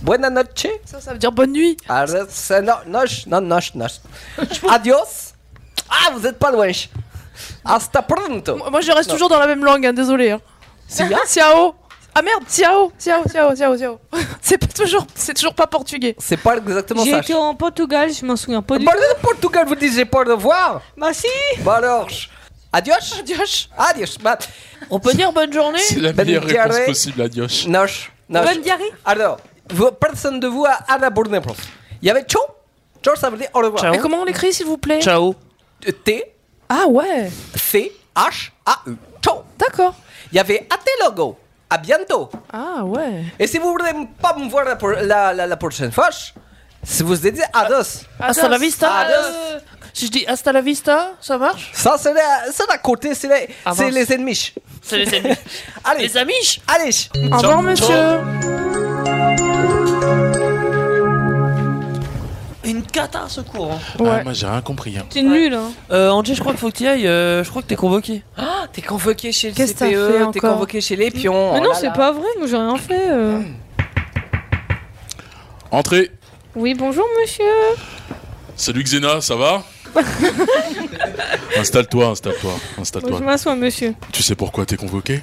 Speaker 3: buena noche,
Speaker 5: Ça, ça veut dire bonne nuit.
Speaker 3: arre- c'est- no, noche, non, noche, noche. Adios. Ah, vous êtes pas loin. Hasta pronto.
Speaker 5: Moi, je reste
Speaker 3: Non.
Speaker 5: toujours dans la même langue, hein, désolé. Hein.
Speaker 3: Sia
Speaker 5: Ciao. Ah merde, ciao, ciao, ciao, ciao, ciao. C'est pas toujours, c'est toujours pas portugais.
Speaker 3: C'est pas exactement
Speaker 2: J'ai
Speaker 3: ça.
Speaker 2: été en Portugal, je m'en souviens pas du
Speaker 3: Bah,
Speaker 2: tout.
Speaker 3: en Portugal, vous disiez pas au revoir.
Speaker 2: Bah si
Speaker 3: Bah alors, adios.
Speaker 5: Dioche.
Speaker 3: Adios. Bah,
Speaker 6: On peut dire bonne journée
Speaker 10: C'est la
Speaker 3: Ben
Speaker 10: meilleure
Speaker 3: Carré.
Speaker 10: réponse possible, Adios.
Speaker 3: noche, noche.
Speaker 2: Bonne diarrhée
Speaker 3: Alors, vous- personne de vous a, a la bonne réponse. Il y avait Cho. Cho, ça veut dire au revoir. Euh,
Speaker 6: Ciao.
Speaker 5: Et comment on l'écrit, s'il vous plaît
Speaker 6: Ciao.
Speaker 3: T,
Speaker 5: Ah ouais.
Speaker 3: C, H, A, U. Cho.
Speaker 5: D'accord.
Speaker 3: Il y avait Ate Logo. À bientôt.
Speaker 5: Ah ouais.
Speaker 3: Et si vous voulez m- pas me voir la, pro- la, la- la prochaine fois, si vous dites adios.
Speaker 5: Ah,
Speaker 6: Hasta la vista.
Speaker 3: Adios.
Speaker 6: Si je dis hasta la vista, ça marche
Speaker 3: Ça, c'est la, c'est la côté, c'est les,
Speaker 6: Avance.
Speaker 3: c'est les ennemis.
Speaker 6: C'est les amis.
Speaker 3: Allez,
Speaker 6: les amis
Speaker 3: allez.
Speaker 5: Au revoir, monsieur.
Speaker 6: Une cata ce cours. hein.
Speaker 10: Ah,
Speaker 5: Ouais.
Speaker 10: moi j'ai rien compris. hein.
Speaker 2: C'est nul, hein.
Speaker 6: Euh, Angé, je crois qu'il faut que tu ailles. euh, je crois que t'es convoqué. E,
Speaker 3: Ah, t'es convoqué chez le
Speaker 5: Qu'est-ce que t'as fait
Speaker 3: CPE, t'es
Speaker 5: encore
Speaker 3: convoqué chez les pions.
Speaker 2: Mais
Speaker 3: oh
Speaker 2: non,
Speaker 3: là
Speaker 2: c'est
Speaker 3: là.
Speaker 2: pas vrai, moi j'ai rien fait. euh.
Speaker 10: Entrez.
Speaker 2: Oui, bonjour monsieur.
Speaker 10: Salut Xena, ça va Installe-toi, installe-toi,
Speaker 2: Bon,
Speaker 10: installe-toi.
Speaker 2: je m'assois monsieur.
Speaker 10: Tu sais pourquoi t'es convoqué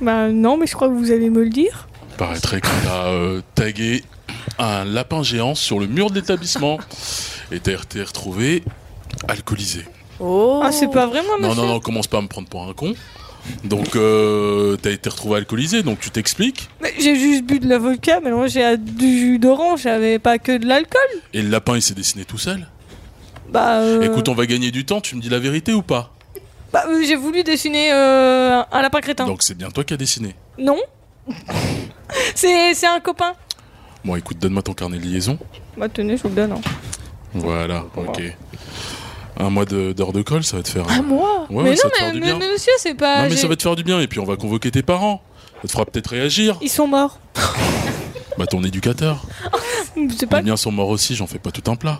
Speaker 2: Bah non, mais je crois que vous allez me le dire.
Speaker 10: Paraîtrait qu'on a euh, tagué un lapin géant sur le mur de l'établissement et t'as été retrouvé alcoolisé.
Speaker 5: Oh.
Speaker 2: Ah, c'est pas vrai, moi
Speaker 10: Non,
Speaker 2: monsieur
Speaker 10: non, non, commence pas à me prendre pour un con. Donc, euh, t'as été retrouvé alcoolisé, donc tu t'expliques.
Speaker 2: Mais J'ai juste bu de la vodka, mais non, j'ai euh, du jus d'orange, j'avais pas que de l'alcool.
Speaker 10: Et le lapin, il s'est dessiné tout seul.
Speaker 2: Bah, euh,
Speaker 10: Écoute, on va gagner du temps, tu me dis la vérité ou pas
Speaker 2: bah, euh, j'ai voulu dessiner euh, un lapin crétin.
Speaker 10: Donc, c'est bien toi qui as dessiné.
Speaker 2: Non C'est c'est un copain.
Speaker 10: Bon, écoute, donne-moi ton carnet de liaison.
Speaker 2: Bah tenez, je vous le donne. hein.
Speaker 10: Voilà, ok. Un mois de- d'heure de colle, ça va te faire.
Speaker 5: Ah moi.
Speaker 10: Ouais,
Speaker 2: mais
Speaker 10: ouais, ça
Speaker 2: non,
Speaker 10: va te
Speaker 2: mais,
Speaker 10: faire du
Speaker 2: mais-
Speaker 10: bien.
Speaker 2: mais monsieur, c'est pas.
Speaker 10: non, mais
Speaker 2: j'ai-
Speaker 10: ça va te faire du bien, et puis on va convoquer tes parents. Ça te fera peut-être réagir.
Speaker 2: Ils sont morts.
Speaker 10: Bah, ton éducateur.
Speaker 2: C'est pas
Speaker 10: Les miens sont morts aussi, j'en fais pas tout un plat.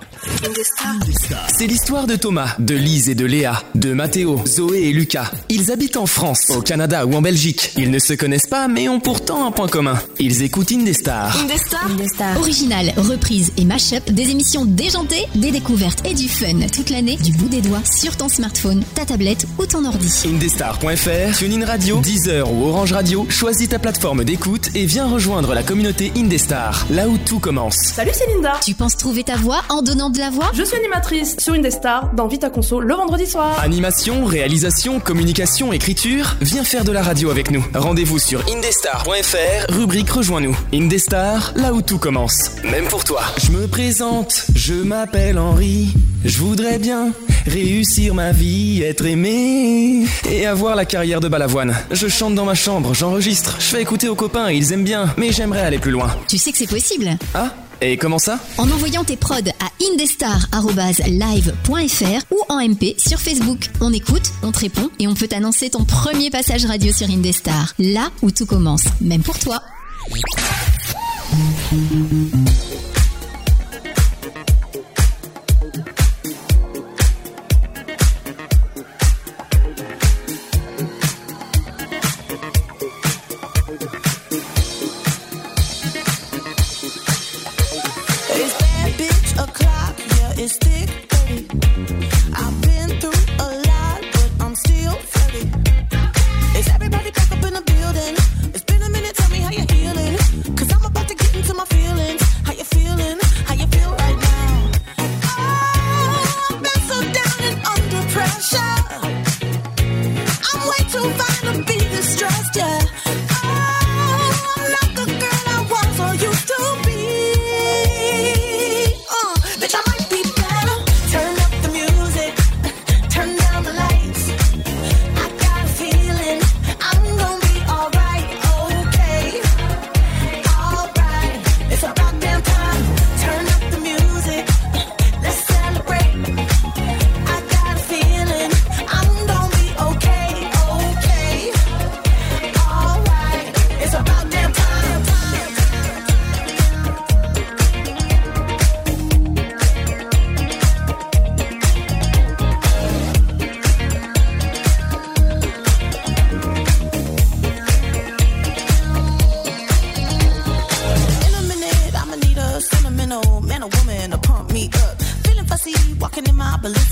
Speaker 7: C'est l'histoire de Thomas, de Lise et de Léa, de Mathéo, Zoé et Lucas. Ils habitent en France, au Canada ou en Belgique. Ils ne se connaissent pas mais ont pourtant un point commun. Ils écoutent Ah. Indestar.
Speaker 1: Original, reprise et mash-up des émissions déjantées, des découvertes et du fun toute l'année du bout des doigts sur ton smartphone, ta tablette ou ton ordi.
Speaker 7: Indestar.fr, TuneIn Radio, Deezer ou Orange Radio, choisis ta plateforme d'écoute et viens rejoindre la communauté Indestar, là où tout commence.
Speaker 5: Salut, c'est Linda.
Speaker 1: Tu penses trouver ta voix en donnant de la voix
Speaker 5: Je suis animatrice sur une des stars dans Vita Conso le vendredi
Speaker 3: Ah,
Speaker 5: soir.
Speaker 7: Animation, réalisation, communication, écriture, viens faire de la radio avec nous. Rendez-vous sur indestar.fr, rubrique Rejoins-nous. Indestar, là où tout commence. Même pour toi. Je me présente, je m'appelle Henri. Je voudrais bien réussir ma vie, être aimé et avoir la carrière de balavoine. Je chante dans ma chambre, j'enregistre, je fais écouter aux copains, ils aiment bien, mais j'aimerais aller plus loin.
Speaker 1: Tu sais que c'est possible
Speaker 7: Ah Et comment ça
Speaker 1: En envoyant tes prods à indestar.live.fr ou en MP sur Facebook. On écoute, on te répond et on peut t'annoncer ton premier passage radio sur Indestar. Là où tout commence, même pour toi.
Speaker 9: It's bad bitch o'clock, yeah, it's thick thirty.
Speaker 12: Uh,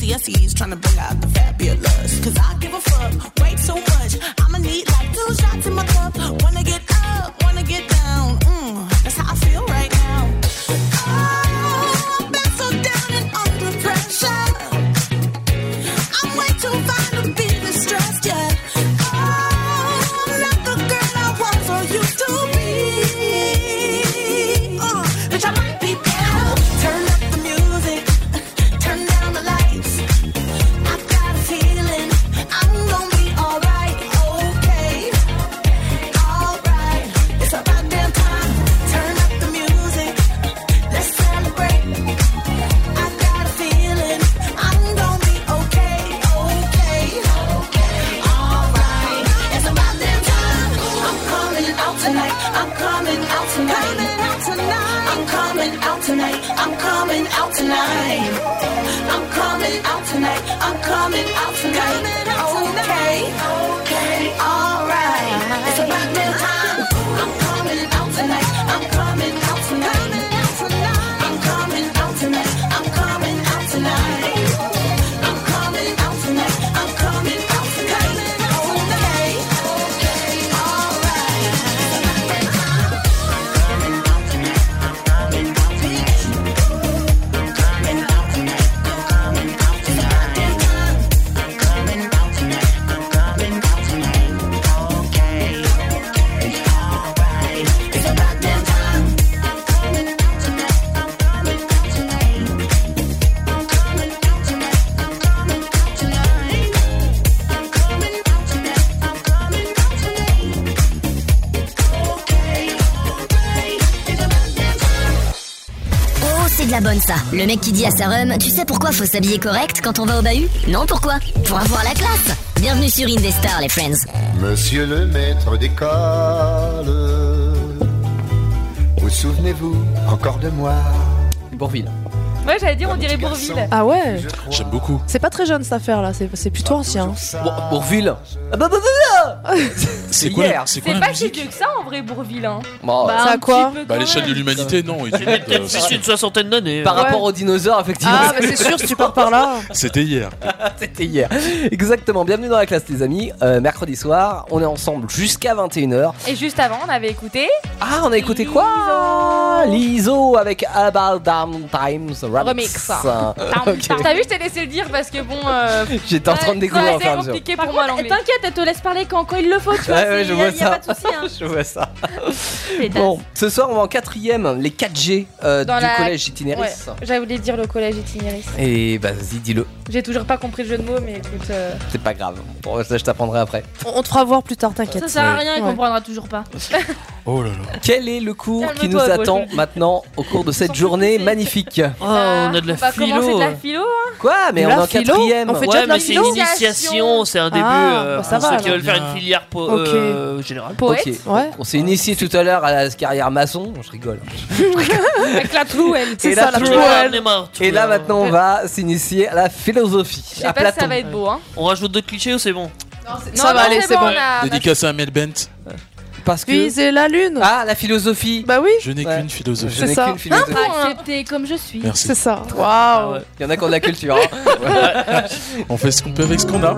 Speaker 12: Tennessee's trying to bring out the fabulous. Cause I give a fuck, way too much. I'ma need like two shots in my cup. Wanna get up, wanna get down. Mm, that's how I feel right now. Oh, I've been so down and under pressure. I'm way too fine to be distressed, yeah. Oh, I'm not the girl I was or used to be. Uh, bitch, I might be better. Turn up the music, turn down the lights. I got a feeling I'm gonna be alright, okay. Alright, it's about damn time. Turn up the music, let's celebrate. I got a feeling I'm gonna be okay, okay, okay, alright. It's about damn time. I'm coming out tonight. I'm coming out tonight. Coming out tonight. I'm coming out tonight. I'm coming out tonight. I'm coming out tonight. I'm coming out tonight. okay, okay, alright. It's about damn time. I'm coming out tonight. I'm coming out tonight. I'm coming out tonight. I'm coming out tonight. I'm coming out tonight. I'm coming out tonight. Okay, okay, alright.
Speaker 1: Oh, c'est de la bonne ça. Le mec qui dit à sa rhum, tu sais pourquoi faut s'habiller correct quand on va au bahut Non, pourquoi Pour avoir la classe. Bienvenue sur Indestar, les friends.
Speaker 14: Monsieur le maître d'école, vous souvenez-vous encore de moi
Speaker 3: Bourville.
Speaker 4: Ouais, j'allais dire, on dirait Bourville.
Speaker 5: Ah ouais
Speaker 10: J'aime beaucoup.
Speaker 5: C'est pas très jeune cette affaire là, c'est c'est plutôt ancien. Ah, bah,
Speaker 3: Bourville
Speaker 10: C'est quoi la- C'est quoi
Speaker 4: C'est
Speaker 10: la
Speaker 4: pas si vieux que ça en vrai, Bourville. Hein.
Speaker 3: Bon, euh,
Speaker 4: Bah,
Speaker 5: ça
Speaker 4: un
Speaker 5: a quoi
Speaker 4: petit peu
Speaker 10: Bah, à
Speaker 4: quand
Speaker 10: l'échelle de
Speaker 4: même.
Speaker 10: l'humanité, non. il est- euh,
Speaker 6: C'est issu d'une soixantaine d'années.
Speaker 3: Par
Speaker 6: euh.
Speaker 3: rapport aux dinosaures, effectivement.
Speaker 5: Ah bah c'est sûr si tu pars par là.
Speaker 10: C'était hier.
Speaker 3: Ah, C'était hier. Exactement. Bienvenue dans la classe, les amis. Euh, mercredi soir, on est ensemble jusqu'à 21h.
Speaker 4: Et juste avant, on avait écouté
Speaker 3: Ah, on a écouté quoi L'ISO avec About Damn Times Rabbits.
Speaker 4: Remix. hein.
Speaker 3: Euh, ok.
Speaker 4: T'as vu, je t'ai laissé le dire parce que bon. euh,
Speaker 3: J'étais en train de découvrir
Speaker 4: ouais,
Speaker 3: au fur et à
Speaker 4: C'est
Speaker 3: mesure.
Speaker 4: compliqué
Speaker 8: Par
Speaker 4: pour moi
Speaker 8: contre,
Speaker 4: l'anglais.
Speaker 8: t'inquiète, elle te laisse parler quand, quand il le faut, tu vois.
Speaker 3: Ouais, ouais,
Speaker 8: c'est-
Speaker 3: je
Speaker 8: y a-
Speaker 3: vois
Speaker 8: y a
Speaker 3: ça.
Speaker 8: pas de souci. Hein.
Speaker 3: Je vois ça.
Speaker 4: Pétasse.
Speaker 3: Bon, ce soir, on va en quatrième, les 4G euh, du
Speaker 4: Dans la-
Speaker 3: collège itinéris.
Speaker 4: Ouais, j'avais voulu dire le collège itinéris.
Speaker 3: Et bah, vas-y, dis-le.
Speaker 4: J'ai toujours pas compris le jeu de mots, mais écoute. euh,
Speaker 3: C'est pas grave. Bon, ça, je t'apprendrai après.
Speaker 5: On, on te fera voir plus tard, t'inquiète.
Speaker 8: Ça sert à
Speaker 3: Ouais.
Speaker 8: rien, il
Speaker 5: Ouais.
Speaker 8: comprendra toujours pas.
Speaker 10: Oh là là.
Speaker 3: Quel est le cours qui
Speaker 4: Calme-toi,
Speaker 3: nous
Speaker 4: moi,
Speaker 3: attend
Speaker 4: je-
Speaker 3: maintenant au cours de cette journée magnifique
Speaker 6: Oh, on a de la
Speaker 4: on va commencer
Speaker 6: philo.
Speaker 4: de
Speaker 6: euh.
Speaker 4: la philo. hein.
Speaker 3: Quoi Mais
Speaker 5: De
Speaker 3: on est
Speaker 5: la
Speaker 3: en
Speaker 5: philo
Speaker 3: quatrième.
Speaker 5: On fait déjà
Speaker 6: Ouais,
Speaker 5: de la
Speaker 6: mais c'est une
Speaker 5: philo
Speaker 6: initiation, c'est un début
Speaker 5: Ah,
Speaker 6: euh,
Speaker 5: bah, ça
Speaker 6: pour
Speaker 5: va,
Speaker 6: ceux qui
Speaker 5: alors.
Speaker 6: veulent faire une filière po-
Speaker 5: Ok.
Speaker 6: euh, générale.
Speaker 4: Poète.
Speaker 3: Ok.
Speaker 5: Ouais.
Speaker 3: On s'est initié tout à l'heure à la carrière maçon. Je rigole.
Speaker 4: Avec la Trouelle.
Speaker 5: C'est
Speaker 3: Et
Speaker 5: ça
Speaker 3: la
Speaker 5: la
Speaker 6: Tu
Speaker 3: Trouelle.
Speaker 5: Trouelle.
Speaker 6: vois, on est marre, tu
Speaker 3: Et là
Speaker 6: vois.
Speaker 3: maintenant, on va s'initier à la philosophie.
Speaker 4: Je
Speaker 3: à
Speaker 4: sais pas si
Speaker 3: Platon.
Speaker 4: ça va être beau. Hein.
Speaker 6: On rajoute d'autres clichés ou c'est bon
Speaker 5: Ça va aller, c'est
Speaker 4: bon.
Speaker 5: bon.
Speaker 4: on a- on a-
Speaker 10: Dédicace à Mel Bent.
Speaker 3: Parce que
Speaker 5: Viser la lune.
Speaker 3: ah la philosophie.
Speaker 5: Bah oui,
Speaker 10: Je n'ai
Speaker 3: Ouais.
Speaker 10: qu'une philosophie.
Speaker 3: je n'ai
Speaker 5: ça.
Speaker 3: qu'une philosophie.
Speaker 4: Ah,
Speaker 8: Accepter comme je suis.
Speaker 10: Merci.
Speaker 5: c'est ça. Waouh.
Speaker 3: Ah Il y en a qui ont de la culture. hein.
Speaker 10: On fait ce qu'on peut avec ce qu'on a.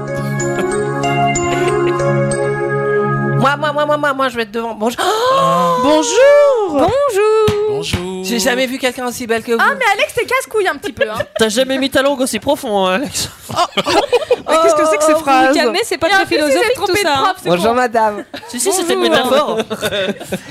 Speaker 3: moi, moi, moi, moi, moi, moi, je vais être devant. Bonjour.
Speaker 5: Bonjour.
Speaker 10: Oh. Bonjour.
Speaker 3: J'ai jamais vu quelqu'un aussi belle que vous.
Speaker 4: Ah, mais Alex, c'est casse-couille un petit peu. Hein.
Speaker 6: T'as jamais mis ta langue aussi profond, hein, Alex.
Speaker 5: Mais qu'est-ce que c'est
Speaker 2: Oh,
Speaker 4: Oh,
Speaker 5: que ces phrases
Speaker 2: Calmer, c'est pas
Speaker 4: Et en
Speaker 2: très
Speaker 4: plus, il s'est
Speaker 2: philosophique
Speaker 4: trompé
Speaker 2: tout
Speaker 4: de
Speaker 2: ça. hein.
Speaker 4: prof, c'est
Speaker 3: Bonjour
Speaker 4: bon.
Speaker 3: madame.
Speaker 6: Si, si, c'était une métaphore.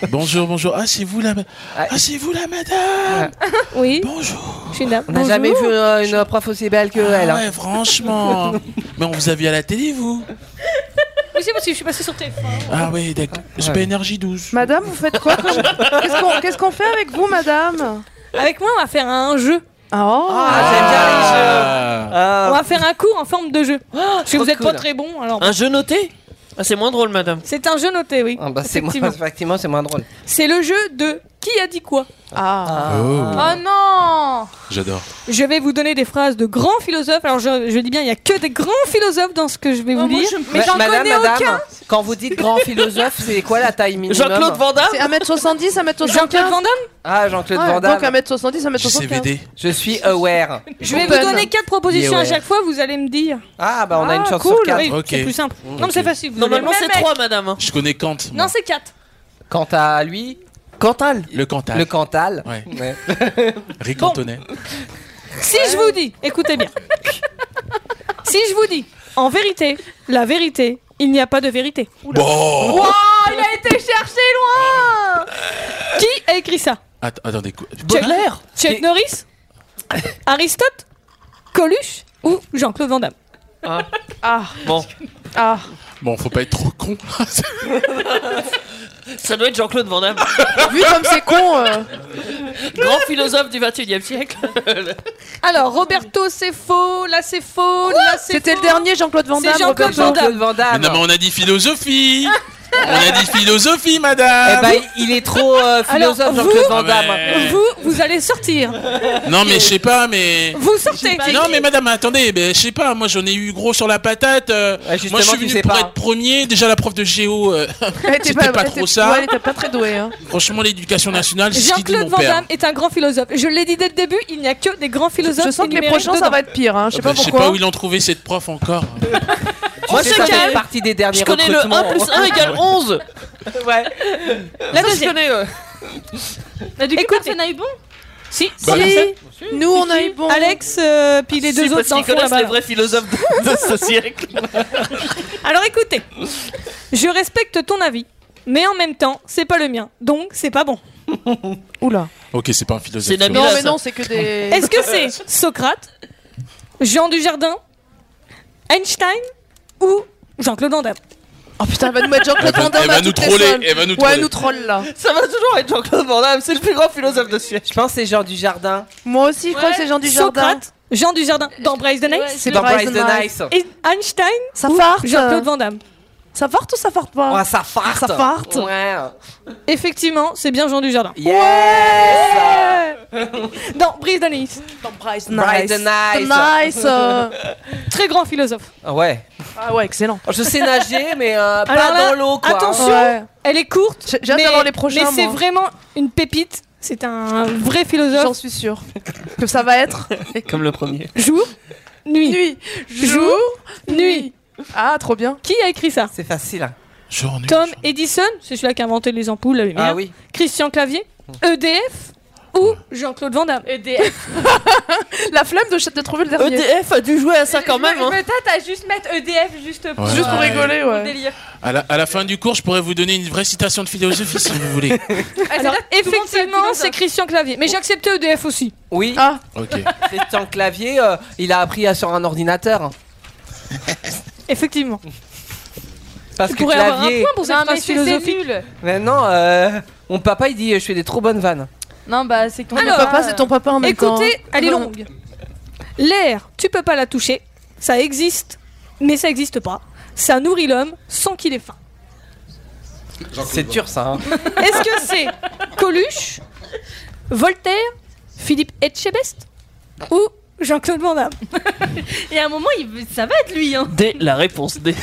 Speaker 10: Bonjour, bonjour. Ah, c'est vous la, ma- ah, c'est vous la madame.
Speaker 2: Oui,
Speaker 10: Bonjour.
Speaker 2: je suis une dame.
Speaker 3: On n'a jamais vu euh, une prof aussi belle que elle.
Speaker 10: Ah
Speaker 3: hein.
Speaker 10: ouais, franchement. Mais on vous a vu à la télé, vous
Speaker 2: Oui, c'est parce que je suis passée sur tes
Speaker 10: Ah ouais, d'accord. C'est pas énergie 12.
Speaker 5: Madame, vous faites quoi comme- Qu'est-ce qu'on qu'est-ce qu'on fait avec vous, madame
Speaker 2: Avec moi, on va faire un jeu.
Speaker 5: Ah, oh.
Speaker 3: Ah, j'aime bien les jeux.
Speaker 2: On
Speaker 3: Ah,
Speaker 2: va faire un cours en forme de jeu. Parce que
Speaker 3: trop
Speaker 2: vous êtes
Speaker 3: cool.
Speaker 2: pas très bon, alors.
Speaker 6: Un jeu noté ah, C'est moins drôle, madame.
Speaker 2: C'est un jeu noté, oui.
Speaker 3: Ah bah, c'est moins-
Speaker 2: Effectivement.
Speaker 3: effectivement c'est moins drôle.
Speaker 2: C'est le jeu de qui a dit quoi
Speaker 5: Ah.
Speaker 10: Oh.
Speaker 2: Oh non
Speaker 10: J'adore.
Speaker 2: Je vais vous donner des phrases de grands philosophes. Alors je, je dis bien, il n'y a que des grands philosophes dans ce que je vais vous dire. mais
Speaker 3: Ma-
Speaker 2: j'en
Speaker 3: madame,
Speaker 2: connais
Speaker 3: madame,
Speaker 2: aucun.
Speaker 3: quand vous dites grand philosophe, c'est quoi la taille minimum
Speaker 5: C'est 1m70, 1m75.
Speaker 2: Jean-Claude Van Damme
Speaker 3: Ah, Jean-Claude
Speaker 5: Ouais,
Speaker 3: Van Damme.
Speaker 5: Donc 1m70, 1m75.
Speaker 3: Je suis aware.
Speaker 2: Je vais vous donner quatre propositions à chaque fois, vous allez me dire.
Speaker 3: Ah, bah on a une chance
Speaker 2: cool.
Speaker 3: sur quatre.
Speaker 2: Oui,
Speaker 3: Ok.
Speaker 2: C'est plus simple. Non, mais
Speaker 3: Ok.
Speaker 2: c'est facile. vous
Speaker 6: Normalement,
Speaker 2: allez-
Speaker 6: c'est
Speaker 2: Même mec.
Speaker 6: trois, madame.
Speaker 10: Je connais Kant.
Speaker 2: Non, c'est quatre.
Speaker 3: Quant à lui. Cantal.
Speaker 10: Le Cantal.
Speaker 3: Le Cantal.
Speaker 10: Ouais.
Speaker 3: Ouais.
Speaker 10: Rick Antonet.
Speaker 2: Si je vous dis, écoutez bien. si je vous dis, en vérité, la vérité, il n'y a pas de vérité.
Speaker 10: Bon.
Speaker 2: Wow, il a été cherché loin Qui a écrit ça
Speaker 10: Att- attendez. quoi-
Speaker 2: Chuck Chuck Norris Aristote Coluche Ou Jean-Claude Van Damme
Speaker 6: Ah.
Speaker 2: Ah
Speaker 6: Bon.
Speaker 2: Ah
Speaker 10: Bon, faut pas être trop con.
Speaker 6: Ça doit être Jean-Claude Van Damme.
Speaker 5: Vu comme c'est con. euh.
Speaker 6: Grand philosophe du 21 e siècle.
Speaker 2: Alors, Roberto, c'est faux, là c'est faux, là c'est
Speaker 5: C'était
Speaker 2: faux.
Speaker 5: le dernier Jean-Claude Van Damme.
Speaker 2: C'est Jean-Claude
Speaker 5: Roberto.
Speaker 2: Van Damme.
Speaker 10: Mais non, mais on a dit philosophie. on a dit philosophie, madame.
Speaker 3: Eh ben, il est trop euh, philosophe,
Speaker 2: Alors,
Speaker 3: Jean-Claude
Speaker 2: vous-
Speaker 3: Van Damme.
Speaker 10: Ouais.
Speaker 2: Vous, vous allez sortir.
Speaker 10: Non, mais je sais pas, mais.
Speaker 2: Vous sortez.
Speaker 10: Non mais madame attendez mais je sais pas moi j'en ai eu gros sur la patate euh,
Speaker 3: justement,
Speaker 10: moi je suis
Speaker 3: tu
Speaker 10: venu
Speaker 3: sais
Speaker 10: pour
Speaker 3: pas.
Speaker 10: être premier déjà la prof de géo euh,
Speaker 5: Elle était
Speaker 10: c'était
Speaker 5: pas-
Speaker 10: pas,
Speaker 5: elle
Speaker 10: trop
Speaker 5: était-
Speaker 10: ça
Speaker 5: ouais, elle était pas très douée. hein.
Speaker 10: franchement l'éducation nationale c'est ce qu'il dit
Speaker 2: Jean-Claude
Speaker 10: mon
Speaker 2: Van
Speaker 10: père
Speaker 2: Damme est un grand philosophe. Je l'ai dit dès le début, il n'y a que des grands philosophes.
Speaker 5: Je sens que les
Speaker 2: énumérés
Speaker 5: prochains, ça
Speaker 2: dedans.
Speaker 5: va être pire. hein. Je sais
Speaker 10: Ah
Speaker 5: pas
Speaker 10: bah,
Speaker 5: pourquoi.
Speaker 10: où ils l'ont trouvé cette prof encore
Speaker 3: Moi, je
Speaker 6: Tu sais
Speaker 3: sais
Speaker 6: quel-
Speaker 3: qu'elle est partie des derniers
Speaker 6: Je connais le 1
Speaker 3: recrutements.
Speaker 6: plus 1 égale 11.
Speaker 3: Ouais.
Speaker 6: La deuxième. Je connais, euh,
Speaker 2: Mais Bah, du coup, personne n'a eu bon Si,
Speaker 6: Bah,
Speaker 2: si.
Speaker 6: personne.
Speaker 5: Nous, on a eu bon.
Speaker 2: Alex, euh, puis les
Speaker 6: si,
Speaker 2: deux
Speaker 6: parce
Speaker 2: autres
Speaker 6: qu'ils
Speaker 2: s'en font
Speaker 6: connaissent
Speaker 2: là-bas.
Speaker 6: les vrais philosophes de- de ce siècle.
Speaker 2: Alors écoutez, je respecte ton avis, mais en même temps, c'est pas le mien, donc c'est pas bon.
Speaker 5: Oula.
Speaker 10: ok c'est pas un philosophe
Speaker 6: C'est la
Speaker 10: tu
Speaker 5: Non,
Speaker 10: vois.
Speaker 5: mais non, c'est que des.
Speaker 2: Est-ce que c'est Socrate, Jean Dujardin, Einstein ou Jean-Claude Van Damme
Speaker 5: Oh putain, elle va nous mettre Jean-Claude
Speaker 10: Elle
Speaker 5: Van
Speaker 10: va-
Speaker 5: Damme.
Speaker 10: elle
Speaker 5: à
Speaker 10: va nous
Speaker 5: toutes les
Speaker 10: troller,
Speaker 5: sauces.
Speaker 10: elle va nous
Speaker 5: Ouais,
Speaker 10: troller.
Speaker 5: elle nous troll là.
Speaker 6: Ça va toujours être Jean-Claude Van Damme, c'est le plus grand philosophe de ce siècle.
Speaker 3: Je pense que c'est Jean du Jardin.
Speaker 5: Moi aussi, je crois que c'est Jean du Jardin.
Speaker 2: Socrate, Jean Dujardin, dans Bryce the Nice,
Speaker 3: C'est dans
Speaker 5: Bryce
Speaker 3: Bryce
Speaker 5: the
Speaker 3: the
Speaker 5: Nice.
Speaker 3: Nice.
Speaker 2: et Einstein,
Speaker 5: Ça farte.
Speaker 2: Jean-Claude Van Damme.
Speaker 5: Ça farte ou ça farte pas
Speaker 3: Oh, ça farte.
Speaker 5: Ça farte.
Speaker 3: Ouais.
Speaker 2: Effectivement, c'est bien Jean Dujardin.
Speaker 3: Yes.
Speaker 2: Dans Bryce the Nice,
Speaker 5: Bryce,
Speaker 3: Bryce the Nice.
Speaker 5: The nice, euh.
Speaker 2: très grand philosophe.
Speaker 3: Ah Ouais.
Speaker 5: Ah ouais, excellent.
Speaker 3: Oh, Je sais nager, mais euh, pas
Speaker 2: Alors là,
Speaker 3: dans l'eau, quoi.
Speaker 2: attention.
Speaker 5: Ouais.
Speaker 2: Elle est courte,
Speaker 5: J'ai j'ai hâte
Speaker 2: mais,
Speaker 5: d'avoir les
Speaker 2: mais
Speaker 5: prochains.
Speaker 2: c'est
Speaker 5: moi.
Speaker 2: vraiment une pépite. C'est un vrai
Speaker 5: J'en
Speaker 2: philosophe.
Speaker 5: suis sûre. Que ça va être
Speaker 3: Comme le premier.
Speaker 2: Jour, nuit,
Speaker 5: nuit,
Speaker 2: Jour,
Speaker 5: jour,
Speaker 2: nuit.
Speaker 5: nuit. Ah, trop bien.
Speaker 2: Qui a écrit ça
Speaker 3: C'est facile. hein.
Speaker 10: Genre,
Speaker 2: Tom Edison, c'est celui qui a inventé les ampoules, la lumière.
Speaker 3: Ah oui. Hmm.
Speaker 2: Christian Clavier, EDF ou Jean-Claude Van Damme
Speaker 4: EDF.
Speaker 5: La flemme de, ch- de trouver le dernier.
Speaker 6: EDF a dû jouer à ça quand même.
Speaker 4: Je
Speaker 6: hein.
Speaker 4: me tâte à juste mettre EDF juste pour.
Speaker 10: Ouais.
Speaker 5: Juste pour rigoler,
Speaker 4: Pour le
Speaker 5: ouais.
Speaker 4: délire.
Speaker 10: à la, à la fin du cours je pourrais vous donner une vraie citation de philosophie si vous voulez
Speaker 3: Hmm.
Speaker 2: Alors, effectivement, c'est
Speaker 4: c'est
Speaker 2: Christian Clavier. Mais j'ai accepté EDF aussi.
Speaker 3: Oui,
Speaker 5: Ah,
Speaker 10: ok
Speaker 3: c'est en clavier. euh, il a appris à sur un ordinateur.
Speaker 2: Effectivement.
Speaker 3: Parce
Speaker 2: Tu
Speaker 3: que
Speaker 2: pourrais avoir un
Speaker 3: clavier.
Speaker 2: point pour cette
Speaker 4: Non, mais
Speaker 2: phrase
Speaker 4: c'est c'est
Speaker 2: philosophique.
Speaker 4: nul.
Speaker 3: Mais non, euh, mon papa il dit je fais des trop bonnes vannes.
Speaker 4: Non, bah c'est ton
Speaker 5: ton papa, c'est ton papa en même temps.
Speaker 2: Écoutez, elle est longue. L'air, tu peux pas la toucher. Ça existe, mais ça existe pas. Ça nourrit l'homme sans qu'il ait faim.
Speaker 3: C'est dur ça. hein.
Speaker 2: Est-ce que c'est Coluche, Voltaire, Philippe Etchebest ou Jean-Claude Van Damme
Speaker 8: Et à un moment, il... ça va être lui, hein.
Speaker 6: Dès la réponse D.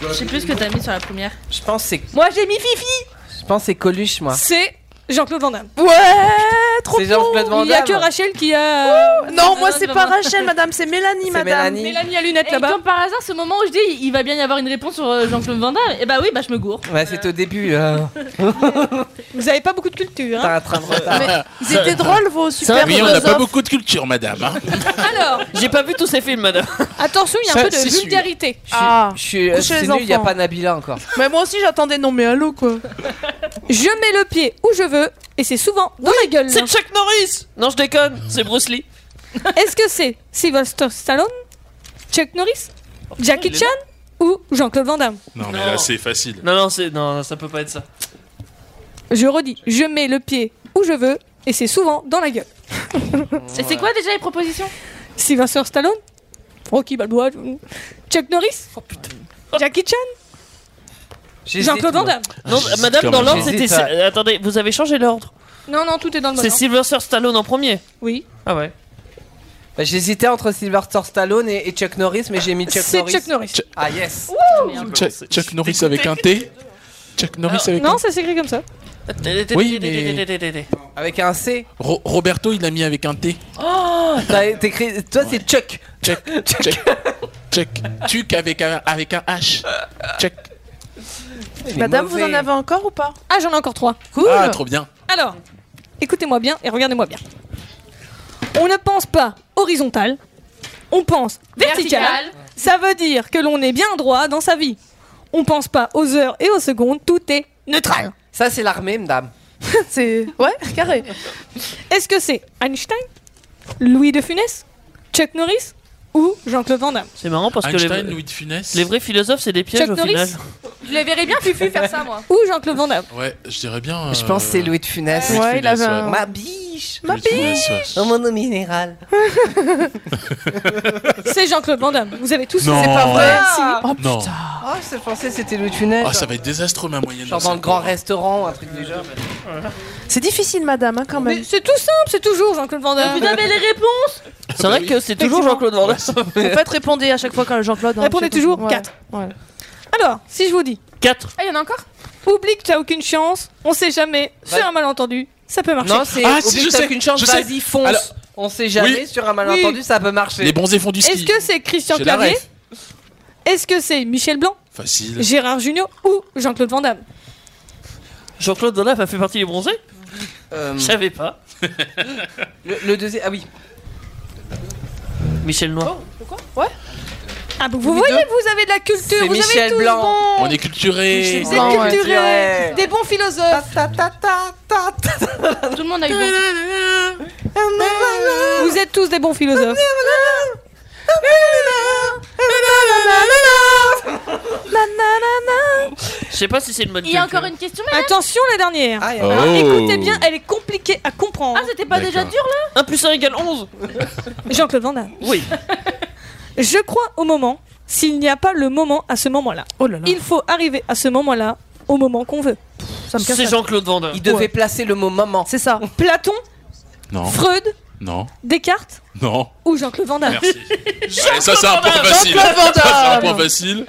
Speaker 8: Je sais plus ce que t'as mis sur la première.
Speaker 3: Je pense que c'est
Speaker 4: Moi j'ai mis Fifi.
Speaker 3: je pense que c'est Coluche moi.
Speaker 2: C'est Jean-Claude Van Damme.
Speaker 5: Ouais, trop
Speaker 3: C'est Jean-Claude Van
Speaker 2: Il y a
Speaker 3: Damme.
Speaker 2: que Rachel euh, qui a
Speaker 5: Non, moi
Speaker 8: non,
Speaker 5: c'est
Speaker 8: non,
Speaker 5: pas
Speaker 8: non.
Speaker 5: Rachel, madame, c'est Mélanie,
Speaker 3: C'est
Speaker 5: madame.
Speaker 3: Mélanie.
Speaker 2: Mélanie à lunettes
Speaker 8: Et
Speaker 2: là-bas.
Speaker 8: comme par hasard, ce moment où je dis il va bien y avoir une réponse sur euh, Jean-Claude Van Damme, et bah oui, bah je me gourre.
Speaker 3: Ouais, c'est au début. euh,
Speaker 2: Vous avez pas beaucoup de culture. hein.
Speaker 3: T'as un train de retard.
Speaker 10: Ah,
Speaker 5: Ils étaient drôles vos super
Speaker 10: oui on n'a pas
Speaker 5: philosophes.
Speaker 10: beaucoup de culture madame hein.
Speaker 2: Alors,
Speaker 6: J'ai pas vu tous ces films, madame.
Speaker 2: attention, il y a un
Speaker 10: Ça,
Speaker 2: peu de
Speaker 10: c'est
Speaker 2: vulgarité.
Speaker 3: Je suis-
Speaker 5: Ah,
Speaker 3: Je suis, euh,
Speaker 5: Couchez
Speaker 3: c'est
Speaker 5: les
Speaker 3: nul, il y a
Speaker 5: enfants.
Speaker 3: pas Nabila encore.
Speaker 5: mais moi aussi j'attendais non mais allô quoi.
Speaker 2: Je mets le pied où je veux et c'est souvent dans la gueule.
Speaker 6: C'est Chuck Norris Non, je déconne, c'est Bruce Lee.
Speaker 2: Est-ce que c'est Sylvester Stallone, Chuck Norris, Jackie Chan ou Jean-Claude Van Damme
Speaker 10: non mais
Speaker 6: Non.
Speaker 10: là c'est facile
Speaker 6: Non, non, c'est... non, ça peut pas être ça.
Speaker 2: Je redis, je mets le pied où je veux et c'est souvent dans la gueule.
Speaker 8: Et c'est quoi déjà les propositions
Speaker 2: Sylvester Stallone, Rocky Balboa, Chuck Norris, Jackie Chan,
Speaker 3: J'hésite,
Speaker 2: Jean-Claude
Speaker 3: moi.
Speaker 2: Van Damme.
Speaker 6: Non,
Speaker 10: Ah,
Speaker 3: J'hésite
Speaker 6: madame,
Speaker 3: quand
Speaker 6: dans
Speaker 3: même.
Speaker 6: l'ordre,
Speaker 3: J'hésite,
Speaker 6: c'était.
Speaker 3: ouais.
Speaker 6: euh, Attendez, vous avez changé l'ordre
Speaker 2: Non, non, tout est dans le bon
Speaker 6: C'est
Speaker 2: ordre.
Speaker 6: Sylvester Stallone en premier
Speaker 2: Oui.
Speaker 6: Ah ouais.
Speaker 3: Bah, J'hésitais entre Sylvester Stallone et, et Chuck Norris, mais j'ai mis Chuck
Speaker 2: C'est
Speaker 3: Norris.
Speaker 2: Chuck Norris.
Speaker 3: Ah yes.
Speaker 10: Chuck, Chuck Norris avec un T Chuck Norris avec un
Speaker 2: Non, ça s'écrit comme ça.
Speaker 10: Oui, mais-
Speaker 3: Avec un C.
Speaker 10: Ro- Roberto, il l'a mis avec un T.
Speaker 3: Oh, écrit. Toi, c'est Chuck.
Speaker 10: Chuck. Chuck. Chuck. Tuc avec un, avec un H. Chuck.
Speaker 5: Madame, vous en avez encore ou pas
Speaker 2: Ah, j'en ai encore trois.
Speaker 10: Ah, trop bien.
Speaker 2: Alors, écoutez-moi bien et regardez-moi bien. On ne pense pas horizontal, on pense vertical.
Speaker 4: Vertical.
Speaker 2: Ça veut dire que l'on est bien droit dans sa vie. On pense pas aux heures et aux secondes, tout est neutral.
Speaker 3: Ça, c'est l'armée, madame.
Speaker 2: c'est. Ouais, carré. Est-ce que c'est Einstein, Louis de Funès, Chuck Norris ou Jean-Claude Van Damme
Speaker 6: C'est marrant parce que
Speaker 10: Einstein,
Speaker 6: les,
Speaker 10: Louis de Funès.
Speaker 6: les vrais philosophes, c'est des pièges
Speaker 2: Chuck
Speaker 6: au
Speaker 2: Norris
Speaker 6: final.
Speaker 2: Je les verrais bien, Fufu, faire ça, moi. Ou Jean-Claude Van Damme.
Speaker 10: Ouais, je dirais bien.
Speaker 3: Je pense que c'est Louis de Funès.
Speaker 10: Louis de Ouais, il Funès, avait un- ouais.
Speaker 3: Ma biche.
Speaker 10: Ma Louis de Funès, biche.
Speaker 3: Dans mon eau minérale.
Speaker 2: C'est Jean-Claude Van Damme. Vous avez tous
Speaker 10: Non.
Speaker 2: C'est pas vrai. si.
Speaker 10: Oh, Non. putain.
Speaker 3: Oh, je pensais que c'était Louis de Funès.
Speaker 10: Ah, ça va être désastreux ma moyenne.
Speaker 3: Genre dans le grand restaurant, un truc du genre.
Speaker 5: C'est difficile, madame, hein, quand même.
Speaker 2: Mais c'est tout simple, c'est toujours Jean-Claude Van Damme.
Speaker 5: Putain, mais les
Speaker 2: réponses
Speaker 6: C'est vrai que c'est toujours Jean-Claude Van Damme.
Speaker 5: En fait, répondez à chaque fois quand Jean-Claude.
Speaker 2: Répondez toujours, quatre. Alors, si je vous dis.
Speaker 6: 4.
Speaker 2: Ah, il y en a encore Oublie que tu as aucune chance, on sait jamais, sur un malentendu, ça peut marcher.
Speaker 3: Bah. Non, c'est.
Speaker 10: Ah,
Speaker 3: au
Speaker 10: si,
Speaker 3: plus
Speaker 10: je
Speaker 3: que t'as
Speaker 10: sais,
Speaker 3: qu'une chance,
Speaker 10: je sais.
Speaker 3: vas-y, fonce.
Speaker 10: Alors-
Speaker 3: On sait jamais,
Speaker 10: Oui.
Speaker 3: sur un malentendu,
Speaker 2: Oui.
Speaker 3: ça peut marcher.
Speaker 10: Les bronzés font du ski.
Speaker 2: Est-ce que c'est Christian
Speaker 10: J'ai la
Speaker 2: Clavier
Speaker 10: ref.
Speaker 2: Est-ce que c'est Michel Blanc,
Speaker 10: Facile.
Speaker 2: Gérard Junior ou Jean-Claude Van Damme
Speaker 6: Jean-Claude Van Damme a fait partie des bronzés
Speaker 3: Euh,
Speaker 6: Je savais pas.
Speaker 3: le, le deuxième. Ah oui.
Speaker 6: Michel Noir.
Speaker 5: Ouais.
Speaker 2: Ah, vous voyez, vous avez de la culture,
Speaker 3: C'est
Speaker 2: vous
Speaker 3: Michel
Speaker 2: avez tous
Speaker 3: Blanc.
Speaker 2: bon.
Speaker 10: On est culturé.
Speaker 2: Vous êtes culturés,
Speaker 3: ouais.
Speaker 2: des bons philosophes. Tout le monde a eu bon. Vous êtes tous des bons philosophes.
Speaker 6: Je sais pas si c'est une bonne
Speaker 2: Il y a
Speaker 6: culture.
Speaker 2: encore une question, Attention, la dernière.
Speaker 6: il y en a.
Speaker 2: Alors,
Speaker 6: Oh.
Speaker 2: Écoutez bien, elle est compliquée à comprendre. Ah, c'était
Speaker 6: pas déjà D'accord. dur,
Speaker 2: là
Speaker 6: 1 plus 1 égale 11
Speaker 2: Jean-Claude Van Damme.
Speaker 6: Oui.
Speaker 2: Je crois au moment, s'il n'y a pas le moment à ce moment-là. Il faut arriver à ce moment-là, au moment qu'on veut.
Speaker 6: C'est Jean-Claude Van Damme.
Speaker 3: Il devait placer le mot maman.
Speaker 2: C'est ça. Platon,
Speaker 10: Non.
Speaker 2: Freud,
Speaker 10: Non.
Speaker 2: Descartes
Speaker 10: Non.
Speaker 2: ou Jean-Claude Van Damme.
Speaker 10: Merci. Ouais, ça, c'est un point facile.
Speaker 2: Jean-Claude Van
Speaker 10: Ça, c'est un
Speaker 2: Damme.
Speaker 10: point facile.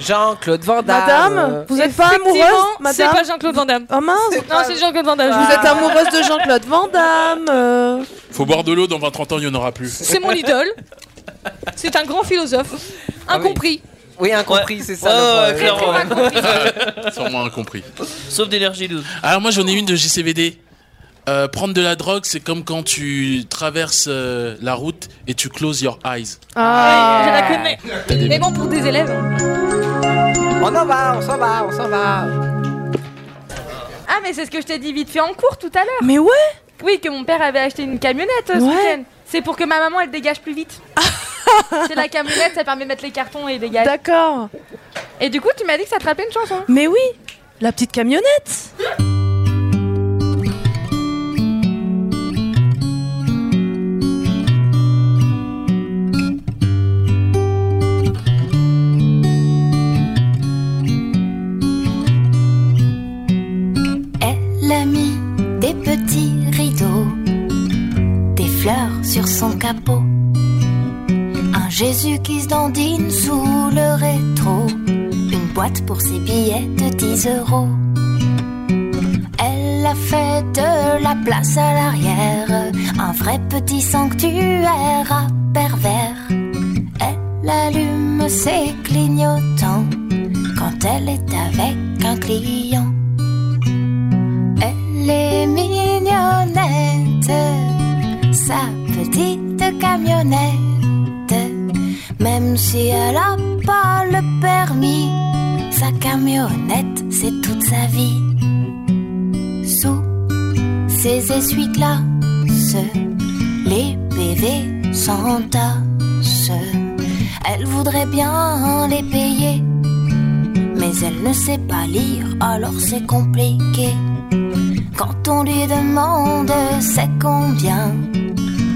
Speaker 3: Jean-Claude Van Damme.
Speaker 10: Euh,
Speaker 5: Madame, vous êtes pas
Speaker 2: Effectivement,
Speaker 5: amoureuse,
Speaker 2: C'est
Speaker 5: madame
Speaker 2: pas Jean-Claude Van Damme.
Speaker 5: Ah mince
Speaker 2: Non, c'est Jean-Claude Van Damme.
Speaker 5: Vous êtes amoureuse de Jean-Claude Van Damme euh.
Speaker 10: Faut boire de l'eau, dans 20-30 ans, il n'y en aura plus.
Speaker 2: C'est mon idole. C'est un grand philosophe.
Speaker 10: Ah
Speaker 2: Incompris.
Speaker 3: Oui, incompris, c'est ça.
Speaker 6: Ouais,
Speaker 3: le
Speaker 6: ouais,
Speaker 3: problème.
Speaker 10: clairement. Sûrement incompris.
Speaker 6: Sauf d'énergie 12.
Speaker 2: Euh,
Speaker 10: Alors, moi, j'en ai une de JCVD. Euh, prendre de la drogue, c'est comme quand tu traverses euh, la route et tu closes your eyes.
Speaker 2: Ah, je la
Speaker 10: T'as
Speaker 2: connais.
Speaker 10: des-
Speaker 2: Mais bon, pour des élèves.
Speaker 3: On en va, on s'en va, on s'en va.
Speaker 4: Ah, mais c'est ce que je t'ai dit vite fait en cours tout à l'heure.
Speaker 5: Mais ouais
Speaker 4: Oui, que mon père avait acheté une camionnette euh, ce
Speaker 5: Ouais.
Speaker 4: week-end. C'est pour que ma maman elle dégage plus vite. c'est la camionnette, ça permet de mettre les cartons et dégage.
Speaker 5: D'accord.
Speaker 4: Et du coup, tu m'as dit que ça te rappelait une chanson.
Speaker 5: Mais oui, la petite camionnette
Speaker 15: Elle a mis des petits rideaux, des fleurs sur son capot, un Jésus qui se dandine sous le rétro, une boîte pour ses billets de 10 euros. Elle a fait de la place à l'arrière, un vrai petit sanctuaire à pervers. Elle allume ses clignotants quand elle est avec un client. Elle est mignonnette, sa petite camionnette. Même si elle a pas le permis, sa camionnette, c'est toute sa vie. Sous ses essuie-glaces, les PV s'entassent. Elle voudrait bien les payer, mais elle ne sait pas lire, alors c'est compliqué. Quand on lui demande c'est combien,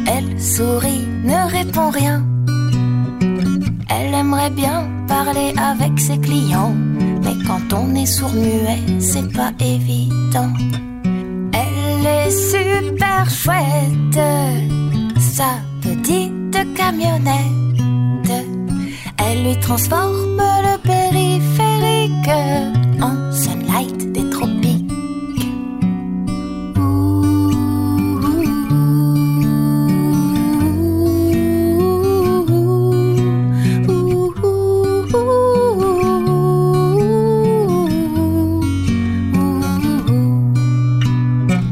Speaker 15: elle sourit, ne répond rien. Elle aimerait bien parler avec ses clients, mais mais quand on est sourd-muet, c'est pas évident. Elle est super chouette, sa petite camionnette. Elle lui transforme le périphérique en sunlight des tropiques.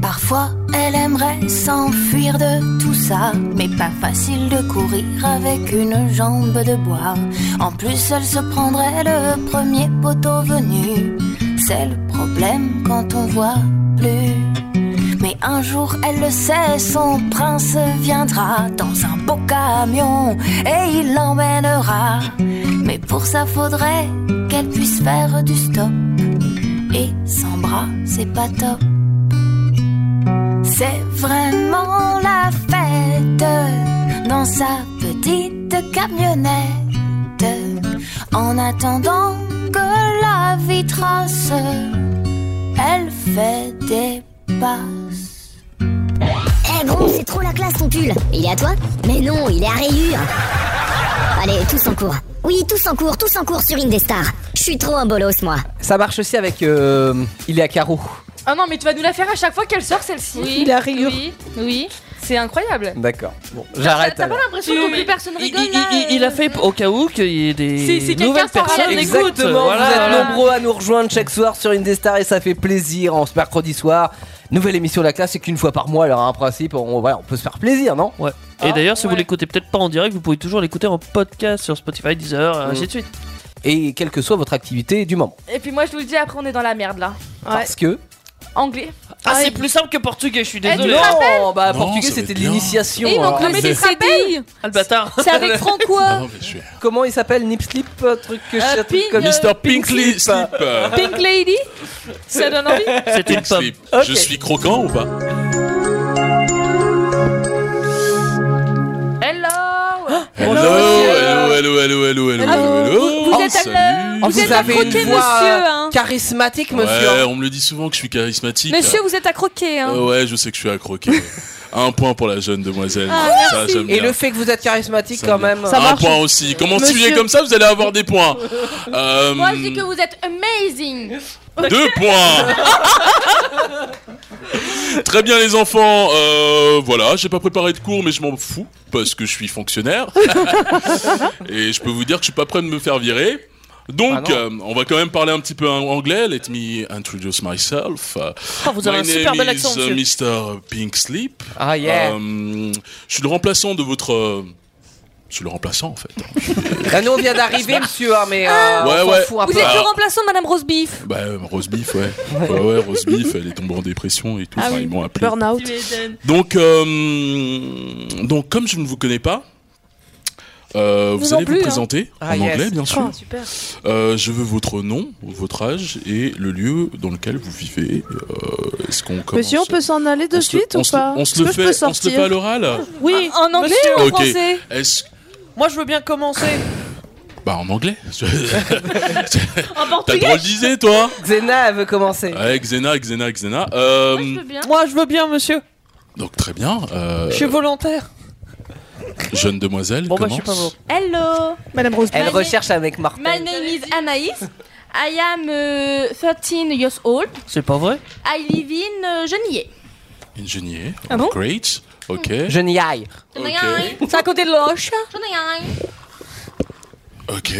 Speaker 15: Parfois, elle aimerait s'enfuir de tout ça, mais pas facile de courir avec une jambe de bois. En plus, elle se prendrait le premier poteau venu. C'est le problème quand on voit plus. Mais un jour, elle le sait, son prince viendra dans un beau camion et il l'emmènera. Mais pour ça, faudrait qu'elle puisse faire du stop. Et sans bras, c'est pas top. C'est vraiment la fête dans sa petite camionnette. En attendant que la vie trace, elle fait des passes.
Speaker 1: Eh gros, c'est trop la classe ton pull. Il est à toi Mais non, il est à rayures. Allez, tous en cours. Oui, tous en cours, tous en cours sur Indestar. Je suis trop un bolos, moi.
Speaker 3: Ça marche aussi avec euh, Il est à carreaux.
Speaker 4: Ah non, mais tu vas nous la faire à chaque fois qu'elle sort celle-ci.
Speaker 3: Oui, Il a rayures.
Speaker 4: Oui, oui. C'est incroyable.
Speaker 3: D'accord. Bon, j'arrête.
Speaker 4: T'as pas
Speaker 3: alors.
Speaker 4: l'impression que plus personne
Speaker 6: Il,
Speaker 4: rigole
Speaker 6: il-
Speaker 4: là
Speaker 6: il- il a fait au cas où qu'il y ait des
Speaker 4: Si- si quelqu'un
Speaker 6: nouvelles
Speaker 4: s'en rappelle,
Speaker 6: personnes
Speaker 4: Exactement,
Speaker 6: écoutent.
Speaker 3: Exactement,
Speaker 6: voilà.
Speaker 3: vous êtes nombreux à nous rejoindre chaque soir sur Indestar et ça fait plaisir en ce mercredi soir. Nouvelle émission de la classe, c'est qu'une fois par mois, alors un principe, on, voilà, on peut se faire plaisir, non
Speaker 6: Ouais. Et d'ailleurs, si vous l'écoutez peut-être pas en direct, vous pouvez toujours l'écouter en podcast sur Spotify, Deezer, euh,
Speaker 3: Mm.
Speaker 6: ainsi de suite.
Speaker 3: Et quelle que soit votre activité du moment.
Speaker 4: Et puis moi, je vous le dis, après, on est dans la merde là.
Speaker 3: Parce que.
Speaker 4: Anglais.
Speaker 6: Ah, c'est plus simple que portugais, je suis
Speaker 4: Eh, tu te
Speaker 6: désolé.
Speaker 4: rappelles
Speaker 3: Non, bah, portugais, c'était de l'initiation. hein.
Speaker 4: Et donc,
Speaker 3: alors.
Speaker 4: le Mais tu te CDI. rappelles
Speaker 6: Ah, le bâtard.
Speaker 4: C'est avec Francois.
Speaker 3: Comment il s'appelle Nip Slip un Truc que
Speaker 4: Euh,
Speaker 3: un truc
Speaker 4: Pink,
Speaker 3: comme
Speaker 4: euh,
Speaker 3: Mr.
Speaker 10: Pinkly Slip.
Speaker 4: Pink Lady Ça donne envie
Speaker 6: C'était une
Speaker 10: Slip. Je suis croquant ou pas
Speaker 4: Hello Ah,
Speaker 10: Hello, hello, hello, hello, hello, hello, hello.
Speaker 4: Vous êtes
Speaker 10: Ah Salut.
Speaker 4: à
Speaker 3: Oh,
Speaker 4: Vous êtes
Speaker 3: vous
Speaker 4: à
Speaker 3: avez
Speaker 4: croquer,
Speaker 3: une
Speaker 4: monsieur.
Speaker 3: voix
Speaker 4: hein.
Speaker 3: charismatique, monsieur.
Speaker 10: Ouais, on me le dit souvent que je suis charismatique.
Speaker 4: Monsieur,
Speaker 10: là.
Speaker 4: vous êtes à croquer. Hein.
Speaker 10: Euh, Ouais, je sais que je suis accroqué. Un point pour la jeune demoiselle.
Speaker 3: Ah,
Speaker 10: ça,
Speaker 3: merci.
Speaker 10: j'aime
Speaker 3: Et
Speaker 10: bien.
Speaker 3: le fait que vous êtes charismatique,
Speaker 10: Ça
Speaker 3: quand
Speaker 10: me-
Speaker 3: même.
Speaker 10: Un point aussi. Comment si vous
Speaker 3: Monsieur-
Speaker 10: êtes comme ça, vous allez avoir des points. Euh,
Speaker 13: Moi, je dis que vous êtes amazing.
Speaker 10: Deux points. Très bien les enfants, euh, voilà, j'ai pas préparé de cours mais je m'en fous parce que je suis fonctionnaire et je peux vous dire que je suis pas prêt de me faire virer. Donc,
Speaker 6: Ah non.
Speaker 10: euh, on va quand même parler un petit peu en anglais. Let me introduce myself.
Speaker 6: Ah, vous avez
Speaker 10: My
Speaker 6: un super
Speaker 10: name
Speaker 6: bel accent,
Speaker 10: is, uh,
Speaker 6: monsieur.
Speaker 10: Mr. Pink Sleep.
Speaker 3: Ah, yeah.
Speaker 10: Euh, je suis le remplaçant de votre. euh, Je suis le remplaçant en fait.
Speaker 3: Bah, nous, on vient d'arriver, monsieur, hein, mais euh,
Speaker 10: Ouais,
Speaker 3: on s'en
Speaker 10: ouais.
Speaker 3: fout un
Speaker 10: Vous
Speaker 3: peu.
Speaker 10: êtes-
Speaker 4: Le
Speaker 10: Ah.
Speaker 4: remplaçant de Madame Rosebeef.
Speaker 10: Bah, euh, Rose Beef, ouais. ouais, ouais, Rose Beef, elle est tombée en dépression et tout.
Speaker 4: Ah
Speaker 10: Enfin,
Speaker 4: oui.
Speaker 10: Ils m'ont appelé.
Speaker 5: Burnout.
Speaker 10: Donc, euh, donc, comme je ne vous connais pas, euh, vous,
Speaker 5: Vous non
Speaker 10: allez
Speaker 5: plus,
Speaker 10: vous
Speaker 5: hein.
Speaker 10: présenter
Speaker 5: Ah,
Speaker 10: en
Speaker 5: yes.
Speaker 10: anglais, bien sûr.
Speaker 5: Oh, super.
Speaker 10: Euh, je veux votre nom, votre âge et le lieu dans lequel vous vivez. Euh, Est-ce qu'on commence
Speaker 5: Monsieur, on peut s'en aller de
Speaker 10: On se-
Speaker 5: suite
Speaker 10: on
Speaker 5: ou
Speaker 10: se-
Speaker 5: pas
Speaker 10: On
Speaker 5: Est-ce
Speaker 10: se
Speaker 5: que
Speaker 10: le
Speaker 5: je peux
Speaker 10: fait, on se le
Speaker 5: sortir
Speaker 10: fait à l'oral.
Speaker 5: Oui,
Speaker 2: Ah,
Speaker 4: en anglais
Speaker 5: monsieur.
Speaker 4: ou en
Speaker 10: Ok.
Speaker 4: français
Speaker 10: Est-ce
Speaker 6: Moi, je veux bien commencer.
Speaker 10: bah en anglais
Speaker 4: En
Speaker 10: T'as drôle d'idée, toi
Speaker 3: Xena, elle veut commencer.
Speaker 10: Ouais, Xena, Xena, Xena. Euh,
Speaker 6: Moi, je veux bien, monsieur.
Speaker 10: donc très bien. euh,
Speaker 6: Je suis volontaire.
Speaker 10: jeune demoiselle.
Speaker 6: Bon, bah,
Speaker 10: commence.
Speaker 6: je suis pas bon.
Speaker 13: Hello.
Speaker 3: Madame Elle recherche avec Marc.
Speaker 13: My name is Anaïs. I am euh, 13 years old.
Speaker 6: C'est pas vrai
Speaker 13: I live in euh, Genillé.
Speaker 10: Ingénieur.
Speaker 13: Ah bon
Speaker 10: Great. Ok.
Speaker 3: Je n'y aille.
Speaker 13: Genillé.
Speaker 4: C'est à côté de Loche.
Speaker 13: Genillé.
Speaker 10: Ok.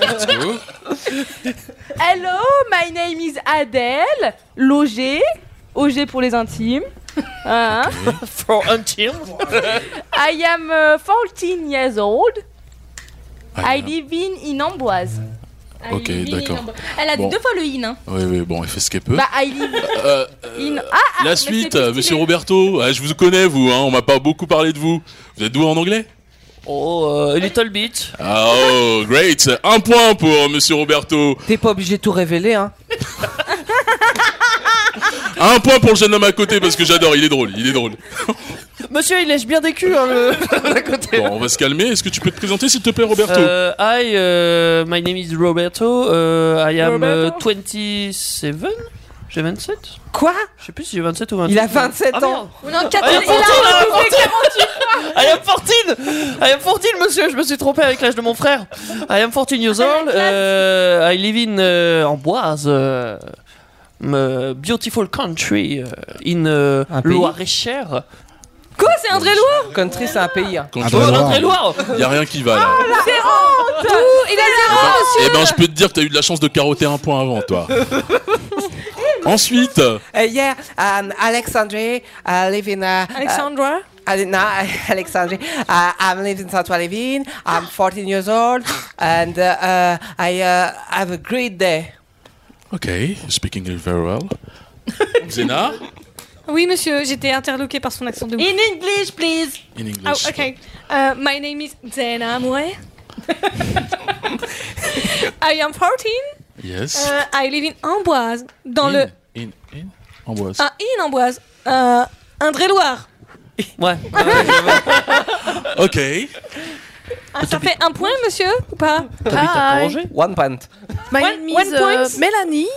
Speaker 10: Let's go.
Speaker 4: Hello, my name is Adèle. Logée. OG pour les intimes. Hein
Speaker 6: For intime.
Speaker 4: I am euh, 14 years old.
Speaker 10: Ah,
Speaker 13: I live in, in Amboise. I
Speaker 10: Ok,
Speaker 13: live in
Speaker 10: d'accord.
Speaker 13: Amboise. Elle a
Speaker 10: Bon.
Speaker 13: dit deux fois le in. Hein.
Speaker 10: Oui, oui, bon, elle fait ce qu'elle peut.
Speaker 13: Bah,
Speaker 6: ah.
Speaker 13: I live
Speaker 10: Euh,
Speaker 13: in. Ah, ah,
Speaker 10: la
Speaker 13: mais
Speaker 10: suite,
Speaker 13: c'est plus
Speaker 10: euh, monsieur Roberto, Ah, je vous connais, vous, hein, on m'a pas beaucoup parlé de vous. Vous êtes d'où en anglais
Speaker 6: Oh, euh, Little Bit.
Speaker 10: Ah, Oh, great Un point pour monsieur Roberto
Speaker 3: T'es pas obligé de tout révéler, hein.
Speaker 10: Un point pour le jeune homme à côté, parce que j'adore, il est drôle, il est drôle.
Speaker 6: Monsieur, il lèche bien des culs, hein, le... d'à côté.
Speaker 10: Bon, on va se calmer. Est-ce que tu peux te présenter, s'il te plaît, Roberto
Speaker 6: Euh, hi, euh, my name is Roberto. euh, I am euh, 27. J'ai 27
Speaker 2: Quoi
Speaker 6: Je sais plus si j'ai 27 ou 28.
Speaker 2: Il a 27
Speaker 6: Ah,
Speaker 2: ans.
Speaker 6: merde.
Speaker 2: Ou
Speaker 6: non,
Speaker 2: 14,
Speaker 6: I am
Speaker 2: il a
Speaker 6: 14, I am
Speaker 2: retrouvé
Speaker 6: 14. I am 14 I am 14, monsieur, je me suis trompé avec l'âge de mon frère. I am 14 years old. euh, I live in euh, Amboise. euh, me- beautiful country euh, in euh,
Speaker 3: pays
Speaker 6: Loire-et-Cher.
Speaker 2: Quoi, c'est André-Loire
Speaker 3: Country, c'est un pays. hein.
Speaker 6: Ah bah
Speaker 10: Country. Oh,
Speaker 6: André-Loire.
Speaker 10: Il a rien qui va là.
Speaker 2: Zéro Tout, Il a
Speaker 10: Eh
Speaker 2: zéro,
Speaker 10: ben,
Speaker 2: monsieur
Speaker 10: je peux te dire que t'as eu de la chance de carotter un point avant, toi. Ensuite,
Speaker 16: Uh, yeah, um, Alexandre, I live in. Uh,
Speaker 2: Alexandra?
Speaker 16: Uh, Ali- no, Alexandre. Uh, I'm living in Saint Levin. I'm 14 years old, and uh, uh, I uh, have a great day.
Speaker 10: ok, speaking English very well. Zena,
Speaker 2: Oui, monsieur, j'étais interloqué par son accent de ouf.
Speaker 8: In English, please.
Speaker 10: in English.
Speaker 2: Oh, okay. Uh, my name is Zena Amoué. I am 14.
Speaker 10: Yes.
Speaker 2: Uh, I live in Amboise, dans le...
Speaker 10: In, in, Amboise.
Speaker 2: Ah, in Amboise. Euh, Indre-et-Loire.
Speaker 6: Ouais.
Speaker 10: Ok.
Speaker 2: Ah, ça fait un point, monsieur, ou pas Ah,
Speaker 3: One pant.
Speaker 5: My name is,
Speaker 2: one
Speaker 5: euh,
Speaker 2: point.
Speaker 5: Mélanie.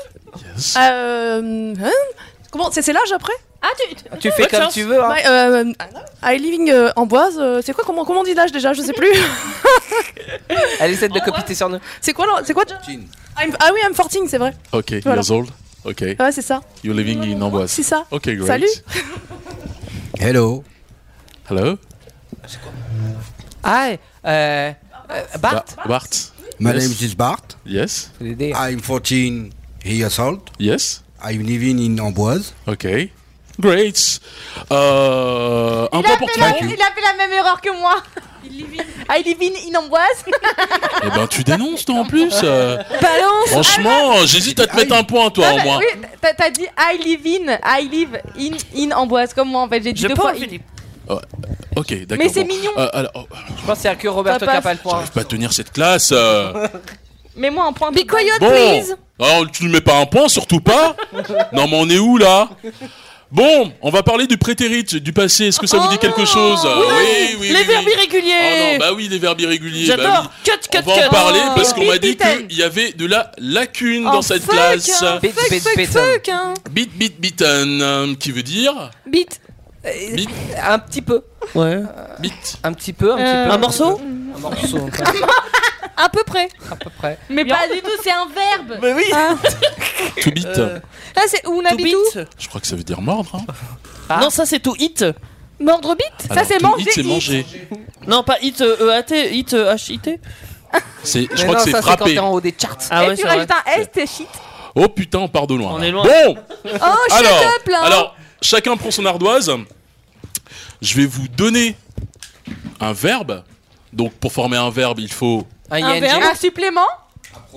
Speaker 5: Euh, hein Comment C'est c'est l'âge après
Speaker 13: Ah, tu,
Speaker 3: Tu fais comme tu veux, hein.
Speaker 5: My, euh, I living euh, Amboise. euh, c'est quoi comment, comment on dit l'âge déjà Je sais plus.
Speaker 3: Elle essaie
Speaker 2: Oh,
Speaker 3: de copiter sur nous.
Speaker 5: c'est quoi l'an- C'est quoi déjà I'm- Ah oui, I'm 14, c'est vrai.
Speaker 10: Ok,
Speaker 5: Voilà.
Speaker 10: years old. Ok.
Speaker 5: Ouais, c'est ça.
Speaker 10: You're living in Amboise.
Speaker 5: C'est ça.
Speaker 10: Ok, great.
Speaker 5: Salut.
Speaker 3: Hello.
Speaker 10: Hello.
Speaker 16: Hi, uh, uh, Bart.
Speaker 10: Ba- Bart.
Speaker 17: My
Speaker 10: Yes.
Speaker 17: name is Bart.
Speaker 10: Yes.
Speaker 17: I'm 14 years old.
Speaker 10: Yes.
Speaker 17: I'm living in Amboise.
Speaker 10: Ok. Great. Euh,
Speaker 8: Il
Speaker 10: un
Speaker 8: a,
Speaker 10: point pour
Speaker 8: fait la,
Speaker 10: Matthew.
Speaker 8: il a fait la même erreur que moi. I live in, in Amboise.
Speaker 10: Eh ben, tu dénonces, toi, en plus. euh.
Speaker 8: Balance.
Speaker 10: Franchement, j'hésite à te mettre un point, toi,
Speaker 8: Ah
Speaker 10: au
Speaker 8: bah
Speaker 10: moins.
Speaker 8: Oui, t'as- t'as dit I live in, I live in, in Amboise, comme moi en fait, j'ai dit deux fois in.
Speaker 10: Ouais, Euh, Ok, d'accord.
Speaker 8: Mais c'est
Speaker 10: bon.
Speaker 8: mignon.
Speaker 10: Euh, alors, oh,
Speaker 3: Je pense qu'il n'y a que Roberto qui
Speaker 8: Ça
Speaker 3: n'a
Speaker 8: passe.
Speaker 3: pas le point.
Speaker 10: faut pas tenir cette classe. euh.
Speaker 8: Mets-moi un point. Be
Speaker 2: quiet,
Speaker 10: Bon. Alors, tu ne mets pas un point, surtout pas. non, mais on est où, là Bon, on va parler du prétérite, du passé. Est-ce que ça vous dit quelque chose Euh, Oui, oui,
Speaker 6: Les
Speaker 10: oui,
Speaker 6: verbes
Speaker 10: oui.
Speaker 6: irréguliers.
Speaker 10: Oh non, bah oui, les verbes irréguliers.
Speaker 6: J'adore.
Speaker 10: bah oui.
Speaker 6: Cut, cut,
Speaker 10: On va
Speaker 6: cut.
Speaker 10: en parler
Speaker 6: Oh.
Speaker 10: parce qu'on m'a dit
Speaker 6: Bit,
Speaker 10: qu'il y avait de la lacune
Speaker 2: Oh,
Speaker 10: dans cette
Speaker 2: fuck,
Speaker 10: classe.
Speaker 2: hein, Fuck, fuck, fuck, hein.
Speaker 10: Bit, bit, bitten, euh, qui veut dire
Speaker 2: Bit.
Speaker 10: Bit.
Speaker 3: Euh, Un petit peu. Euh,
Speaker 6: Ouais.
Speaker 10: Bit.
Speaker 3: Un petit peu, un petit
Speaker 2: Euh,
Speaker 3: peu.
Speaker 2: Un morceau
Speaker 3: Un morceau, un peu
Speaker 2: À peu près.
Speaker 3: à peu près.
Speaker 8: Mais pas du tout, c'est un verbe.
Speaker 6: Mais oui.
Speaker 10: To bit.
Speaker 2: Là, c'est où on habite où
Speaker 10: Je crois que ça veut dire mordre. hein.
Speaker 6: Non, ça c'est tout hit.
Speaker 2: Mordre bite
Speaker 10: Alors, to eat, C'est manger.
Speaker 6: Non, pas hit euh, EAT, hit euh, HIT.
Speaker 10: C'est- Je
Speaker 6: Mais
Speaker 10: crois
Speaker 6: non,
Speaker 10: que
Speaker 6: ça,
Speaker 10: c'est
Speaker 6: c'est quand
Speaker 10: frappé.
Speaker 6: t'es en haut
Speaker 3: des charts.
Speaker 6: Ah ouais,
Speaker 8: tu
Speaker 6: c'est
Speaker 8: rajoutes
Speaker 6: vrai.
Speaker 8: un S, c'est shit.
Speaker 10: Oh putain, on part de loin.
Speaker 6: On
Speaker 10: là.
Speaker 6: est loin.
Speaker 10: Bon
Speaker 8: Oh, shut
Speaker 10: alors,
Speaker 8: up, là.
Speaker 10: alors, chacun prend son ardoise. Je vais vous donner un verbe. Donc, pour former un verbe, Ah, il faut.
Speaker 8: Un, verbe. un supplément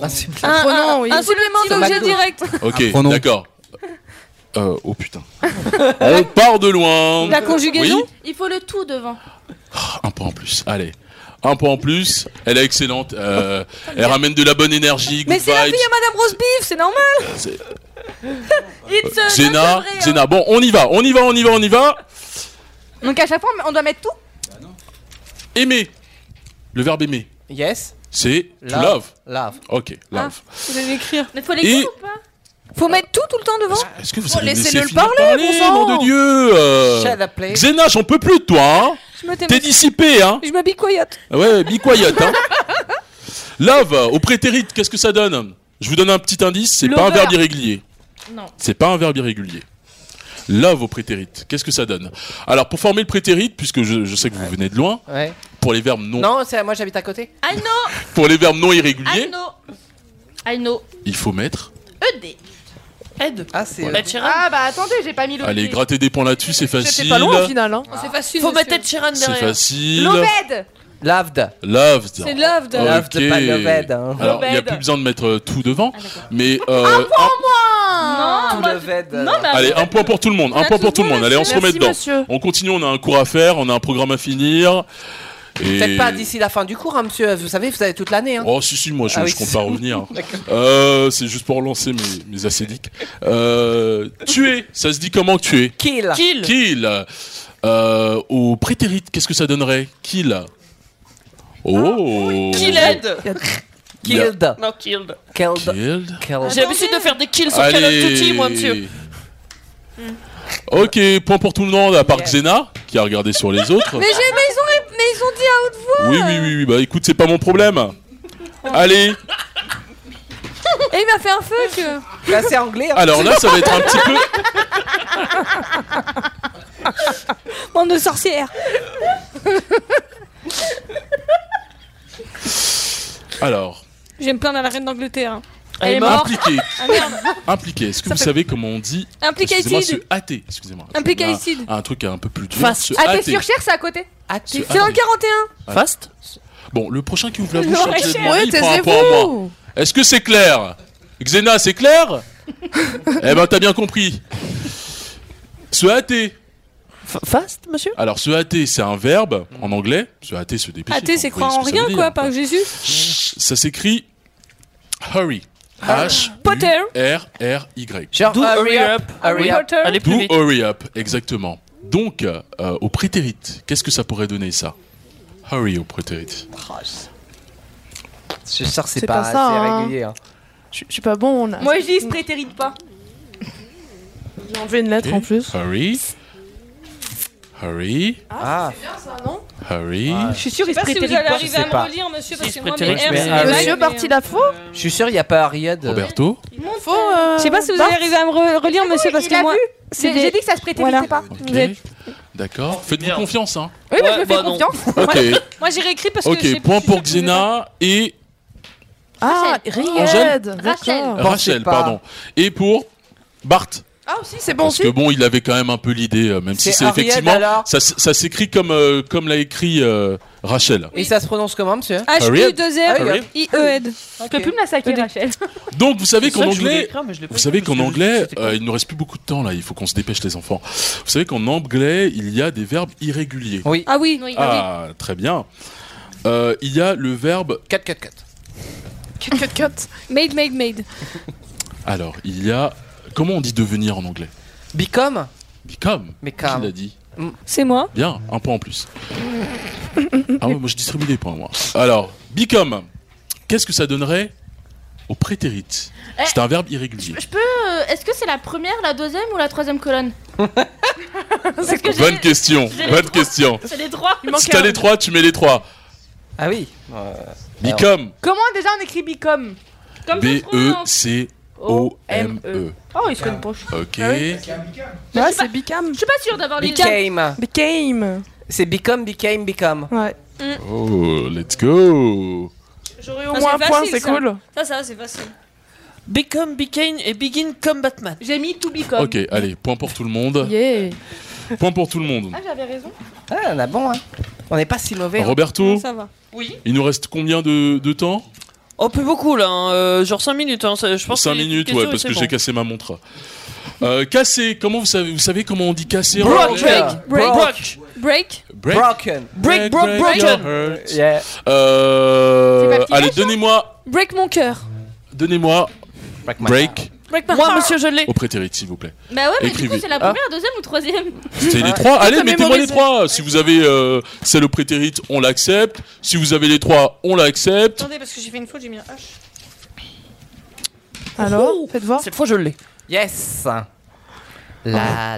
Speaker 3: Un,
Speaker 8: un,
Speaker 2: pronom, oui.
Speaker 8: un supplément
Speaker 2: Sur
Speaker 8: d'objet
Speaker 2: McDo.
Speaker 8: direct.
Speaker 10: Ok, d'accord. Euh, oh putain. On part de loin.
Speaker 13: La conjugaison
Speaker 10: Oui,
Speaker 13: Il faut le tout devant.
Speaker 10: un point en plus. Allez. Un point en plus. Elle est excellente. Euh, elle ramène de la bonne énergie.
Speaker 2: Mais
Speaker 10: good
Speaker 2: c'est la
Speaker 10: vibes.
Speaker 2: fille euh, à Madame Rose Beef, c'est
Speaker 10: Euh,
Speaker 2: euh,
Speaker 10: C'est-
Speaker 2: normal hein.
Speaker 10: Xena, Xena. Bon, on y va, on y va, on y va, on y va.
Speaker 8: Donc à chaque fois, on doit mettre tout
Speaker 10: Aimer. Le verbe aimer.
Speaker 3: Yes.
Speaker 10: C'est to
Speaker 3: Love.
Speaker 10: love.
Speaker 3: Love.
Speaker 10: Ok,
Speaker 2: Ah,
Speaker 10: love.
Speaker 2: Vous allez écrire.
Speaker 13: Mais faut
Speaker 10: l'écrire Et-
Speaker 13: ou pas
Speaker 2: Faut mettre tout tout le temps devant
Speaker 10: Est-ce que vous
Speaker 2: Bon,
Speaker 10: allez me laisser
Speaker 2: laissez-le
Speaker 10: finir
Speaker 2: parler, bon sang.
Speaker 10: nom de Dieu euh.
Speaker 2: Shut up, please.
Speaker 10: Xena, j'en peux plus de toi. hein.
Speaker 2: Je me tais-
Speaker 10: T'es dissipé, hein.
Speaker 2: Je m'habille coyote. Ah,
Speaker 10: Ouais, be quiet, hein. Love, au prétérite, qu'est-ce que ça donne Je vous donne un petit indice, c'est pas un
Speaker 13: Lover.
Speaker 10: verbe irrégulier.
Speaker 13: Non.
Speaker 10: C'est pas un verbe irrégulier. Love au prétérite, qu'est-ce que ça donne Alors, pour former le prétérite, puisque je, je sais que vous venez de loin,
Speaker 3: Ouais.
Speaker 10: pour les verbes non,
Speaker 3: Non, c'est- moi j'habite à côté.
Speaker 13: I know
Speaker 10: pour les verbes non irréguliers,
Speaker 13: I
Speaker 3: Ah,
Speaker 13: know I know
Speaker 10: il faut mettre.
Speaker 13: ED.
Speaker 6: Aide.
Speaker 3: Ah, c'est.
Speaker 6: Ed Sheeran.
Speaker 8: Ah bah attendez, j'ai pas mis le
Speaker 10: Allez,
Speaker 8: prix.
Speaker 10: gratter des points là-dessus, c'est facile.
Speaker 8: hein.
Speaker 2: C'est facile.
Speaker 13: Faut mettre Ed Sheeran
Speaker 10: C'est
Speaker 13: derrière.
Speaker 10: facile.
Speaker 8: L'obède
Speaker 3: Loved.
Speaker 10: Loved.
Speaker 2: C'est loved.
Speaker 10: Ok.
Speaker 3: Loved, pas loved, hein.
Speaker 10: Alors, il n'y a
Speaker 3: Loved.
Speaker 10: plus besoin de mettre euh, tout devant. Mais. euh,
Speaker 8: Non,
Speaker 3: ah, Tout loved.
Speaker 8: Non, mais
Speaker 10: Allez, un point pour tout le monde. Un point pour tout le monde. Allez, on se remet
Speaker 8: Merci,
Speaker 10: dedans.
Speaker 8: monsieur.
Speaker 10: On continue, on a un cours à faire, on a un programme à finir. Et-
Speaker 3: Peut-être pas d'ici la fin du cours, hein, monsieur. Vous savez, vous avez toute l'année. Hein.
Speaker 10: Oh, si, si, moi, je,
Speaker 3: Ah oui,
Speaker 10: je compte
Speaker 3: c'est-
Speaker 10: pas revenir.
Speaker 3: D'accord.
Speaker 10: Euh, c'est juste pour relancer mes, mes acédiques. Euh, tuer, ça se dit comment tuer
Speaker 3: Kill.
Speaker 6: Kill.
Speaker 10: Kill. Euh, au prétérite, qu'est-ce que ça donnerait Kill. Oh
Speaker 6: Killed
Speaker 3: Killed.
Speaker 6: Non, killed.
Speaker 10: Killed.
Speaker 6: J'ai l'habitude de faire des kills sur Call
Speaker 10: Allez.
Speaker 6: of Duty, moi, monsieur.
Speaker 10: Ok, point pour tout le monde, à part Xena, qui a regardé sur les autres.
Speaker 2: Mais, j'ai- mais ils ont, ré- mais ils ont dit à haute voix
Speaker 10: Oui, oui, oui, oui, bah écoute, c'est pas mon problème. Allez,
Speaker 2: Et il m'a fait un fuck
Speaker 16: Là, Bah, c'est anglais. hein.
Speaker 10: alors là, ça va être un petit peu.
Speaker 2: Bande de sorcières
Speaker 10: Alors,
Speaker 2: J'ai me plaindre à la reine d'Angleterre. hein.
Speaker 10: impliqué.
Speaker 2: Ah merde
Speaker 10: Impliqué, est-ce que
Speaker 2: Ça
Speaker 10: vous
Speaker 2: fait-
Speaker 10: savez comment on dit
Speaker 2: Implicated.
Speaker 10: Excusez-moi, se hâter, excusez-moi.
Speaker 2: Implicated.
Speaker 10: Un, un truc un peu plus dur. se
Speaker 2: Ah, t'es
Speaker 10: hâter.
Speaker 2: sur cher, c'est à côté.
Speaker 10: Se
Speaker 2: C'est dans le
Speaker 10: hâter.
Speaker 2: 41
Speaker 10: Fast Bon, le prochain qui ouvre la bouche,
Speaker 2: Non,
Speaker 10: cherche
Speaker 2: Rachel.
Speaker 10: de mon
Speaker 2: Ouais,
Speaker 10: lit, il prend un point
Speaker 2: taisez-vous.
Speaker 10: à moi. Est-ce que c'est clair Xena, c'est clair Eh ben, t'as bien compris. Se hâter.
Speaker 6: Fast, monsieur
Speaker 10: Alors, se hâter, c'est un verbe en anglais. Se hâter, se dépêcher.
Speaker 2: Ah, t'es, c'est
Speaker 10: Vous voyez
Speaker 2: croire en
Speaker 10: ce que ça
Speaker 2: rien,
Speaker 10: veut
Speaker 2: quoi,
Speaker 10: dire.
Speaker 2: par Jésus
Speaker 10: Ça s'écrit hurry. H
Speaker 2: Potter.
Speaker 10: R R Y.
Speaker 3: Genre, Do euh, hurry hurry up, up, hurry hurry up. Potter. Allez plus
Speaker 10: Do
Speaker 3: vite.
Speaker 10: hurry up, exactement. Donc, euh, au prétérite, qu'est-ce que ça pourrait donner ça Hurry au prétérite.
Speaker 3: Je sors,
Speaker 5: C'est pas pas ça, assez hein. régulier, Je je suis pas bon. On a...
Speaker 4: Moi je dis, il se prétérite pas.
Speaker 5: J'ai enlevé une lettre en plus.
Speaker 10: Hurry. Hurry.
Speaker 5: Ah,
Speaker 10: Hurry.
Speaker 3: Ah.
Speaker 4: Je suis sûr, il se prétérite pas.
Speaker 3: arriver à me pas. relire,
Speaker 2: monsieur,
Speaker 3: parce que moi, mes R, c'est des
Speaker 5: Monsieur
Speaker 3: blagues,
Speaker 5: parti la faux
Speaker 3: Je suis sûr, il n'y a pas Ariad. euh,
Speaker 10: Roberto
Speaker 5: Faux. euh,
Speaker 2: Je sais pas si vous
Speaker 5: Bart.
Speaker 2: allez arriver à me re- relire, monsieur, parce
Speaker 4: il
Speaker 2: que
Speaker 4: l'a
Speaker 2: moi.
Speaker 4: vu.
Speaker 2: c'est
Speaker 4: J'ai-
Speaker 2: des-
Speaker 4: j'ai dit que ça se prétéritait pas.
Speaker 2: Vous êtes-
Speaker 10: D'accord. Faites-vous confiance, hein.
Speaker 2: Oui, mais je me fais
Speaker 6: bah non.
Speaker 2: confiance.
Speaker 10: Ah, Ok.
Speaker 2: Moi, j'ai réécrit parce que j'ai
Speaker 10: Ok, point pour Xena et
Speaker 5: Ah,
Speaker 10: Angèle
Speaker 5: Riyad d'accord.
Speaker 10: Rachel, pardon. Et pour Bart.
Speaker 5: Ah, aussi, c'est bon
Speaker 10: Parce
Speaker 5: aussi.
Speaker 10: que bon, il avait quand même un peu l'idée, euh, même si
Speaker 3: C'est
Speaker 10: c'est
Speaker 3: Ariel,
Speaker 10: effectivement.
Speaker 3: alors
Speaker 10: Ça, s- ça s'écrit comme, euh, comme l'a écrit euh, Rachel.
Speaker 3: Et ça se prononce comment, monsieur
Speaker 2: H-U-2-R
Speaker 10: Ariad.
Speaker 2: i e d
Speaker 4: Je peux plus me la saquer, Rachel.
Speaker 10: Donc vous savez
Speaker 6: C'est ça
Speaker 10: qu'en
Speaker 6: que je voulais
Speaker 10: anglais,
Speaker 6: écrire, mais je l'ai pas
Speaker 10: vous
Speaker 6: écrit
Speaker 10: savez
Speaker 6: parce
Speaker 10: qu'en
Speaker 6: que
Speaker 10: anglais, euh, il nous reste plus beaucoup de temps là. Il faut qu'on se dépêche les enfants. Vous savez qu'en anglais, il y a des verbes irréguliers.
Speaker 3: Oui.
Speaker 2: Ah oui, oui.
Speaker 10: Ah très bien. Euh, il y a le verbe.
Speaker 3: 4 4 4.
Speaker 2: Cut, cut, cut. Made, made, made.
Speaker 10: Alors il y a comment on dit devenir en anglais
Speaker 3: Become
Speaker 10: Become.
Speaker 3: Become.
Speaker 10: Qui l'a dit
Speaker 2: C'est moi.
Speaker 10: Bien, un point en plus. Ah ouais, moi je distribue des points moi. Alors become, qu'est-ce que ça donnerait au prétérite
Speaker 13: Eh,
Speaker 10: C'est un verbe irrégulier.
Speaker 13: Je peux. euh, Est-ce que c'est la première, la deuxième ou la troisième colonne Parce que j'ai-
Speaker 10: Bonne question.
Speaker 13: j'ai les
Speaker 10: Bonne
Speaker 13: trois.
Speaker 10: question.
Speaker 13: C'est les trois.
Speaker 10: Si t'as les trois, tu mets les trois. Euh,
Speaker 3: Ah oui.
Speaker 10: Become.
Speaker 4: Comment déjà on écrit Bicom Comme ça se trouve,
Speaker 10: E
Speaker 4: non.
Speaker 10: B-E-C-O-M-E.
Speaker 4: Oh, il se connaît pas.
Speaker 10: E.
Speaker 4: Ah
Speaker 10: Ok.
Speaker 5: Ouais, c'est Bicam.
Speaker 4: Je suis pas sûre d'avoir les
Speaker 3: Became.
Speaker 5: Became.
Speaker 3: C'est become, became, become.
Speaker 5: Ouais.
Speaker 10: Oh, let's go.
Speaker 6: J'aurais
Speaker 5: au Ça, moins c'est un hein. point, facile, c'est ça. cool.
Speaker 6: Ça, ça, c'est facile. Become, became et begin comme Batman.
Speaker 4: J'ai mis to become.
Speaker 10: Ok, allez, point pour tout le monde.
Speaker 5: Yeah.
Speaker 10: Point pour tout le monde.
Speaker 4: Ah, j'avais raison.
Speaker 3: Ah, on a bon, hein. On n'est pas si mauvais. hein.
Speaker 10: Roberto
Speaker 2: va.
Speaker 10: Oui. Il nous reste combien de, de temps
Speaker 6: Oh, plus beaucoup là, hein, euh, genre 5 minutes, hein, ça- je pense.
Speaker 10: 5
Speaker 6: que les
Speaker 10: minutes,
Speaker 6: questions,
Speaker 10: ouais, parce
Speaker 6: c'est
Speaker 10: que
Speaker 6: bon.
Speaker 10: j'ai cassé ma montre. Euh, cassé, comment vous savez, vous savez comment on dit cassé en
Speaker 6: Broke,
Speaker 10: anglais
Speaker 6: break, break, break.
Speaker 2: Break.
Speaker 10: Break.
Speaker 3: Broken.
Speaker 6: Break, broke,
Speaker 10: your
Speaker 6: broken.
Speaker 10: heart. Euh, allez, donnez-moi,
Speaker 2: Break mon cœur.
Speaker 10: donnez-moi break
Speaker 2: Break my
Speaker 6: Moi,
Speaker 2: heart.
Speaker 6: monsieur, je l'ai.
Speaker 10: au prétérit, s'il vous plaît.
Speaker 13: Bah ouais, mais du coup,
Speaker 10: Écrivez. Ah,
Speaker 13: c'est la première, deuxième ou troisième
Speaker 10: C'est les trois. Allez, mettez-moi les trois. Si vous avez euh, celle au prétérite, on l'accepte. Si vous avez les trois, on l'accepte.
Speaker 2: Attendez, parce que j'ai fait une faute, j'ai mis un H.
Speaker 5: Alors,
Speaker 6: Oh,
Speaker 5: faites voir.
Speaker 6: Cette fois, je l'ai.
Speaker 3: Yes. La la la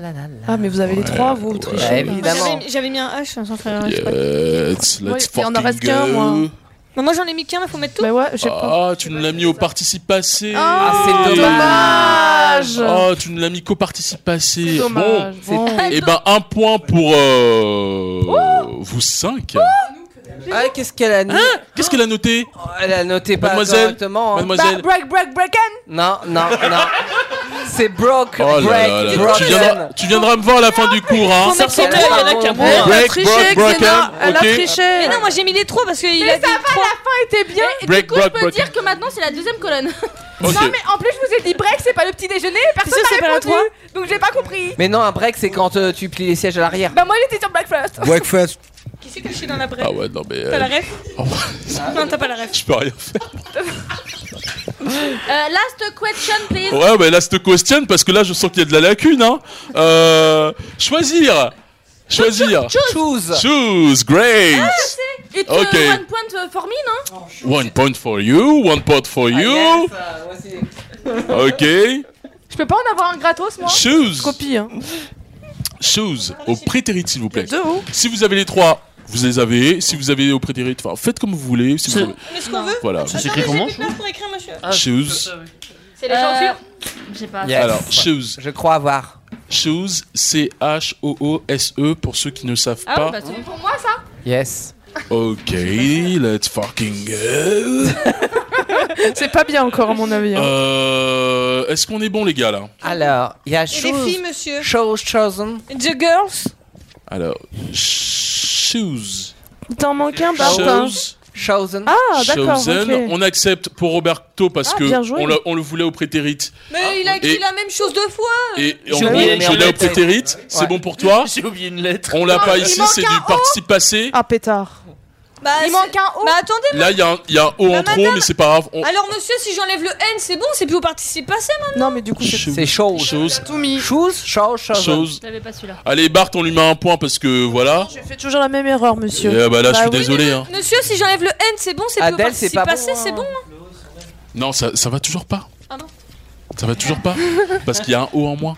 Speaker 3: la la.
Speaker 5: Ah, mais vous avez les trois, vous, vous trichez.
Speaker 3: Bah, évidemment.
Speaker 2: J'avais- J'avais mis un H, hein, sans
Speaker 5: Ah,
Speaker 2: faire un H.
Speaker 10: Yes,
Speaker 5: Ouais,
Speaker 10: let's
Speaker 5: il en
Speaker 10: fucking
Speaker 5: reste qu'un,
Speaker 10: go.
Speaker 5: moi.
Speaker 2: Mais Bah, moi, j'en ai mis qu'un, il faut mettre tout.
Speaker 5: Mais ouais, j'ai pas.
Speaker 10: Ah, tu nous l'as mis au participe passé.
Speaker 5: Ah,
Speaker 3: c'est
Speaker 5: dommage.
Speaker 10: Ah, tu nous l'as mis qu'au participe passé.
Speaker 5: C'est dommage.
Speaker 10: Bon,
Speaker 5: Bon.
Speaker 10: et ben un point pour euh, vous cinq.
Speaker 3: Ah, qu'est-ce qu'elle a noté
Speaker 10: Hein Qu'est-ce qu'elle a noté
Speaker 3: Elle a noté pas
Speaker 10: Mademoiselle,
Speaker 3: correctement. hein.
Speaker 10: mademoiselle.
Speaker 4: break, break, breaken
Speaker 3: Non, non, non. C'est broke,
Speaker 10: Oh
Speaker 3: break,
Speaker 10: là là là. Tu
Speaker 3: broken.
Speaker 10: viendras, tu viendras me voir à la fin du cours, hein.
Speaker 2: Faut mettre son
Speaker 10: Break,
Speaker 2: tel, il y en a qu'un
Speaker 5: Elle a
Speaker 2: point.
Speaker 10: break,
Speaker 5: triché,
Speaker 10: broken,
Speaker 5: Xena. Elle a
Speaker 10: ok.
Speaker 5: triché.
Speaker 2: Mais non, moi j'ai mis les trois parce qu'il
Speaker 13: Mais
Speaker 2: a
Speaker 13: ça
Speaker 2: dit
Speaker 13: va,
Speaker 2: trois.
Speaker 13: la fin était bien. Et
Speaker 10: Break,
Speaker 13: du coup,
Speaker 10: break,
Speaker 13: je peux
Speaker 10: break.
Speaker 13: dire que maintenant, c'est la deuxième colonne.
Speaker 10: Ok.
Speaker 4: Non, mais en plus, je vous ai dit break, c'est pas le petit déjeuner, personne
Speaker 2: sûr, c'est pas
Speaker 4: n'a
Speaker 2: la
Speaker 4: répondu. Donc, j'ai pas compris.
Speaker 3: Mais non, un break, c'est quand euh, tu plies les sièges à l'arrière.
Speaker 4: Bah, moi, il était sur breakfast.
Speaker 17: Breakfast.
Speaker 2: Qui s'est caché dans la brève
Speaker 10: Ah ouais, non mais.
Speaker 2: T'as
Speaker 10: euh,
Speaker 2: la ref Non, t'as pas la ref.
Speaker 10: Je peux rien faire.
Speaker 13: Euh, last question, please.
Speaker 10: Ouais, mais là, c'est question parce que là, je sens qu'il y a de la lacune. Hein. Euh, choisir. Choisir.
Speaker 3: Choose.
Speaker 10: Choose. Great.
Speaker 13: Ah, je sais.
Speaker 4: It's
Speaker 10: Ok.
Speaker 4: uh, one point uh, for me, non
Speaker 10: One point for you, one point for
Speaker 4: Ah,
Speaker 10: you. Ok.
Speaker 5: Je peux pas en avoir un gratos, moi
Speaker 10: Shoes.
Speaker 5: Copie, hein.
Speaker 10: Shoes au prétérit, s'il vous plaît.
Speaker 5: Deux ou
Speaker 10: Si vous avez les trois, vous les avez. Si vous avez au prétérit, enfin, faites comme vous voulez. Si vous avez-
Speaker 18: Mais ce qu'on veut.
Speaker 10: Voilà.
Speaker 18: Attends, j'ai plus de place pour écrire, monsieur.
Speaker 10: Ah. Shoes.
Speaker 18: C'est les chaussures. J'ai pas.
Speaker 10: Alors, shoes.
Speaker 3: Je crois avoir.
Speaker 10: Shoes, C-H-O-O-S-E, E, pour ceux qui ne savent
Speaker 19: Ah
Speaker 10: pas.
Speaker 19: oui, bah c'est pour moi ça
Speaker 10: Yes. Ok, let's fucking go.
Speaker 5: C'est pas bien encore, à mon avis. hein.
Speaker 10: Euh, Est-ce qu'on est bon, les gars, là
Speaker 3: Alors, il y a
Speaker 2: Et les
Speaker 3: shoes-
Speaker 2: filles, monsieur
Speaker 3: Shoes chosen.
Speaker 2: The girls
Speaker 10: Alors, shoes.
Speaker 5: T'en manques un, Bart hein.
Speaker 10: Shoes.
Speaker 3: Chosen.
Speaker 5: Ah, d'accord.
Speaker 10: Chosen.
Speaker 5: ok.
Speaker 10: On accepte pour Roberto parce
Speaker 2: Ah,
Speaker 10: que
Speaker 2: bien joué.
Speaker 10: on, l'a- on le voulait au prétérite.
Speaker 2: Mais il a écrit
Speaker 10: Ah, Et-
Speaker 2: la même chose deux fois
Speaker 10: Et et en
Speaker 20: J'ai
Speaker 10: gros,
Speaker 20: oublié une
Speaker 10: je l'ai au
Speaker 20: lettre.
Speaker 10: prétérite, c'est
Speaker 20: Ouais.
Speaker 10: bon pour toi.
Speaker 20: J'ai oublié une lettre.
Speaker 10: On l'a
Speaker 20: Non,
Speaker 10: pas
Speaker 20: il
Speaker 10: ici,
Speaker 20: manque
Speaker 10: c'est
Speaker 20: un
Speaker 10: du participe passé.
Speaker 5: Ah, pétard.
Speaker 2: bah, Il manque un O Bah attendez moi-
Speaker 10: Là, il y, a un- il y a un O
Speaker 2: Bah,
Speaker 10: en trop,
Speaker 2: madame,
Speaker 10: mais c'est pas grave. On...
Speaker 2: Alors monsieur, si j'enlève le N, c'est bon, c'est plus au participe passé maintenant
Speaker 5: Non mais du coup
Speaker 10: C'est chose. chose.
Speaker 5: Tout mis.
Speaker 3: Shoes, shoes,
Speaker 10: chosen. Shoes.
Speaker 2: J'avais pas celui-là.
Speaker 10: Allez, Bart, on lui met un point parce que voilà.
Speaker 5: Je fais toujours la même erreur, monsieur.
Speaker 10: Eh, bah là, je suis
Speaker 5: oui,
Speaker 10: désolé.
Speaker 5: mais-
Speaker 10: hein.
Speaker 2: Monsieur, si j'enlève le N, c'est bon, c'est plus au
Speaker 10: Adèle, c'est
Speaker 2: participe
Speaker 10: pas
Speaker 2: passé,
Speaker 10: bon,
Speaker 2: c'est bon hein.
Speaker 10: Non, ça, ça va toujours pas.
Speaker 2: Ah non. Ah
Speaker 10: Ça va toujours pas parce qu'il y a un O en moins.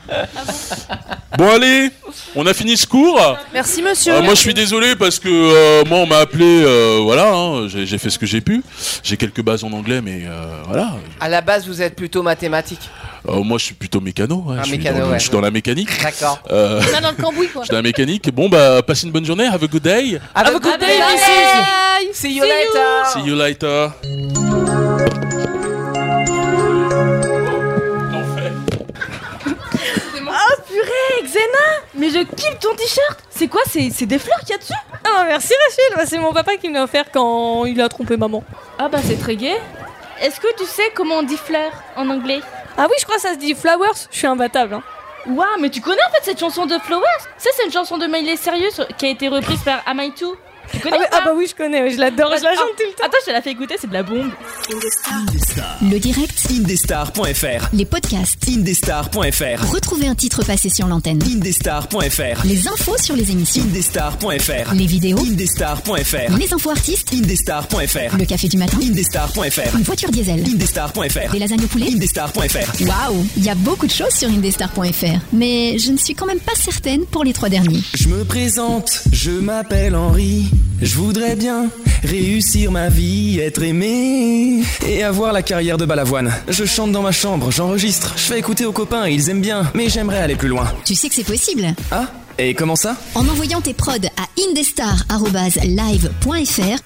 Speaker 10: Bon, allez, on a fini ce cours.
Speaker 5: Merci, monsieur.
Speaker 10: Euh, moi je suis désolé parce que euh, moi on m'a appelé, euh, voilà, hein, j'ai j'ai fait ce que j'ai pu. J'ai quelques bases en anglais, mais euh, voilà.
Speaker 3: À la base, vous êtes plutôt mathématique.
Speaker 10: Euh, moi je suis plutôt mécano, ouais,
Speaker 3: Ah,
Speaker 10: je, suis
Speaker 3: mécano,
Speaker 10: dans, le-
Speaker 3: ouais.
Speaker 10: je suis dans la mécanique.
Speaker 3: D'accord.
Speaker 10: Euh,
Speaker 3: On est dans le cambouis, quoi.
Speaker 10: je suis dans la mécanique. Bon bah passez une bonne journée, have a good day.
Speaker 3: Have a good day, missus. See you later.
Speaker 2: Ah.
Speaker 10: See you later.
Speaker 18: Oh purée, Xena Mais je kiffe ton t-shirt
Speaker 2: C'est quoi C'est des fleurs qu'il y a dessus Ah bah merci Rachel, Bah, c'est mon papa qui me l'a offert quand il a trompé maman. Ah bah c'est très gai.
Speaker 4: Est-ce que tu sais comment on dit fleur en anglais
Speaker 2: Ah oui, je crois que ça se dit flowers, je suis imbattable. Hein.
Speaker 4: Waouh, mais tu connais en fait cette chanson de Flowers Ça, c'est une chanson de Miley Cyrus qui a été reprise par Am I Too Tu connais
Speaker 2: Ah oui,
Speaker 4: ou pas
Speaker 2: ah bah oui, je connais, oui, je l'adore, je la chante tout le temps.
Speaker 4: Attends, je te la fais écouter, c'est de la bombe.
Speaker 7: Le direct indestar.fr
Speaker 21: Les podcasts.
Speaker 7: indestar.fr
Speaker 21: Retrouvez un titre passé sur l'antenne.
Speaker 7: indestar.fr
Speaker 21: Les infos sur les émissions.
Speaker 7: indestar.fr
Speaker 21: Les vidéos.
Speaker 7: indestar.fr
Speaker 21: Les infos artistes.
Speaker 7: indestar.fr
Speaker 21: Le café du matin.
Speaker 7: indestar.fr
Speaker 21: Une voiture diesel.
Speaker 7: indestar.fr
Speaker 21: Des lasagnes au poulet.
Speaker 7: indestar.fr
Speaker 21: Waouh, il y a beaucoup de choses sur indestar.fr, mais je ne suis quand même pas certaine pour les trois derniers.
Speaker 7: Je me présente, je m'appelle Henri. Je voudrais bien réussir ma vie, être aimé et avoir la carrière de Balavoine. Je chante dans ma chambre, j'enregistre, je fais écouter aux copains, ils aiment bien, mais j'aimerais aller plus loin.
Speaker 21: Tu sais que c'est possible
Speaker 7: Ah Et comment ça
Speaker 21: En envoyant tes prods à indestar.live.fr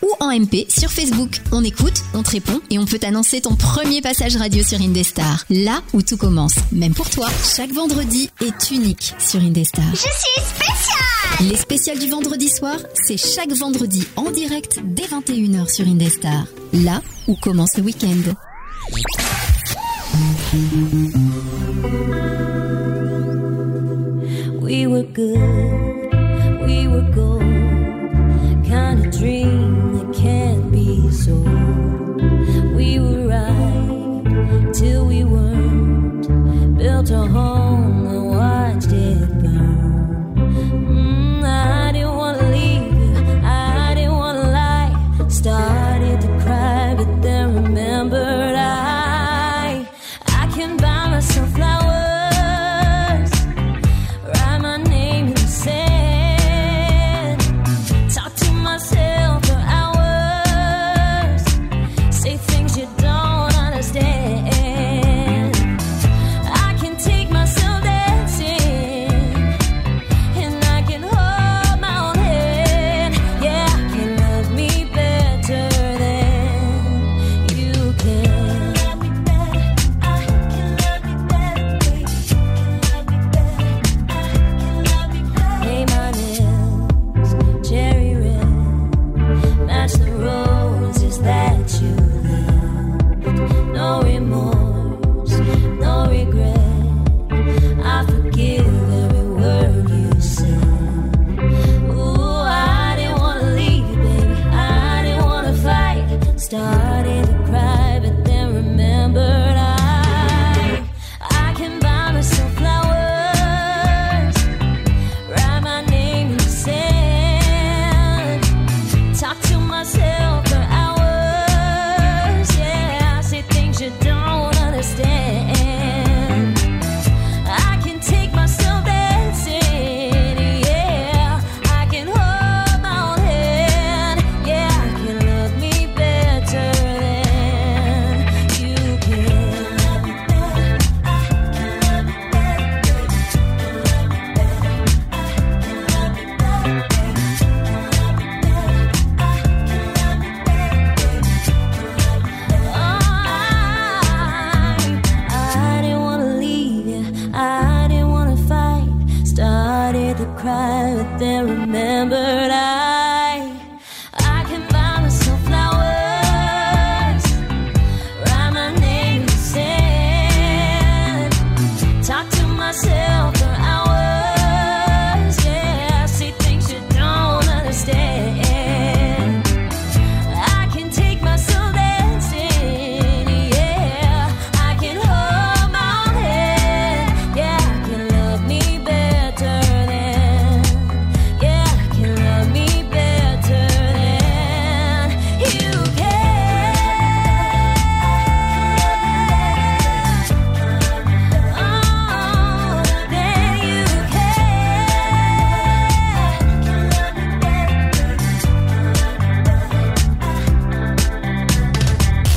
Speaker 21: ou en MP sur Facebook. On écoute, on te répond et on peut t'annoncer ton premier passage radio sur Indestar. Là où tout commence, même pour toi. Chaque vendredi est unique sur Indestar. Je suis spéciale Les spéciales du vendredi soir, c'est chaque vendredi en direct dès 21h sur Indestar. Là où commence le week-end.
Speaker 22: We were good, we were gold. Kind of dream that can't be sold. We were right till we weren't. Built a home and watched it burn. Mm, I didn't wanna leave you, I didn't wanna lie. Started to cry, but then remembered I I can buy myself flowers. Write my name in the sand.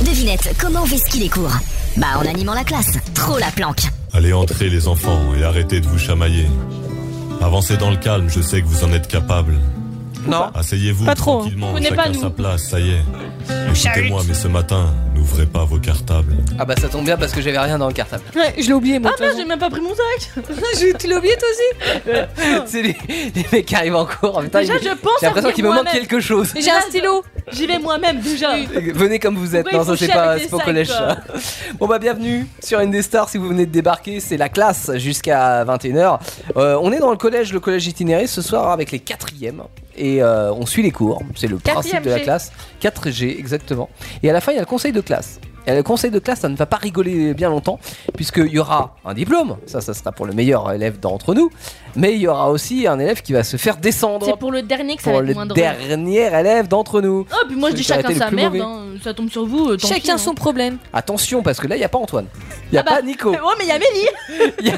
Speaker 1: trottinette, comment vais-je les cours Bah en animant la classe, trop la planque.
Speaker 23: Allez entrez les enfants et arrêtez de vous chamailler. Avancez dans le calme, je sais que vous en êtes capables.
Speaker 6: Non.
Speaker 23: Asseyez-vous
Speaker 6: Pas trop. hein.
Speaker 23: tranquillement,
Speaker 6: Vous venez
Speaker 23: chacun
Speaker 6: pas, nous.
Speaker 23: sa place, ça y est. Écoutez-moi, mais ce matin, n'ouvrez pas vos cartables.
Speaker 3: Ah bah ça tombe bien parce que j'avais rien dans le cartable.
Speaker 2: Ouais, je l'ai oublié moi. Ah merde,
Speaker 13: j'ai même pas pris mon sac.
Speaker 2: tu l'as oublié toi aussi
Speaker 3: C'est les, les mecs qui arrivent en cours. Putain,
Speaker 13: Déjà,
Speaker 3: il-
Speaker 13: je pense
Speaker 3: J'ai l'impression
Speaker 13: sortir
Speaker 3: qu'il me manque
Speaker 13: moi-même.
Speaker 3: quelque chose.
Speaker 13: J'ai un stylo. J'y vais moi-même déjà.
Speaker 3: Venez comme vous êtes.
Speaker 13: Pourquoi
Speaker 3: non,
Speaker 13: ils
Speaker 3: ça
Speaker 13: font
Speaker 3: c'est
Speaker 13: chier
Speaker 3: pas,
Speaker 13: avec
Speaker 3: c'est
Speaker 13: les
Speaker 3: pas au
Speaker 13: sacs,
Speaker 3: collège.
Speaker 13: quoi
Speaker 3: ça. Bon bah bienvenue sur Indestar si vous venez de débarquer, c'est la classe jusqu'à 21h. Euh, on est dans le collège, le collège itinéré ce soir avec les quatrièmes et euh, on suit les cours, c'est le principe
Speaker 6: Quatrième
Speaker 3: de la
Speaker 6: G.
Speaker 3: classe. 4G exactement. Et à la fin il y a le conseil de classe. Et le conseil de classe, ça ne va pas rigoler bien longtemps, puisqu'il y aura un diplôme, ça, ça sera pour le meilleur élève d'entre nous, mais il y aura aussi un élève qui va se faire descendre
Speaker 13: C'est pour le dernier que ça
Speaker 3: pour
Speaker 13: va
Speaker 3: le
Speaker 13: être moins drôle.
Speaker 3: dernier élève d'entre nous.
Speaker 13: Oh, puis moi je
Speaker 3: Celui
Speaker 13: dis
Speaker 3: qui aura
Speaker 13: chacun
Speaker 3: été le
Speaker 13: sa
Speaker 3: plus
Speaker 13: merde,
Speaker 3: mauvais.
Speaker 13: hein, ça tombe sur
Speaker 4: euh,
Speaker 13: vous.
Speaker 4: hein.
Speaker 2: Chacun son problème.
Speaker 3: Attention, parce que là, il n'y a pas Antoine. Il
Speaker 6: Ah
Speaker 4: Ah bah.
Speaker 6: bah,
Speaker 3: n'y a pas Nico.
Speaker 4: Oh,
Speaker 13: Ouais, mais il y a Mélie.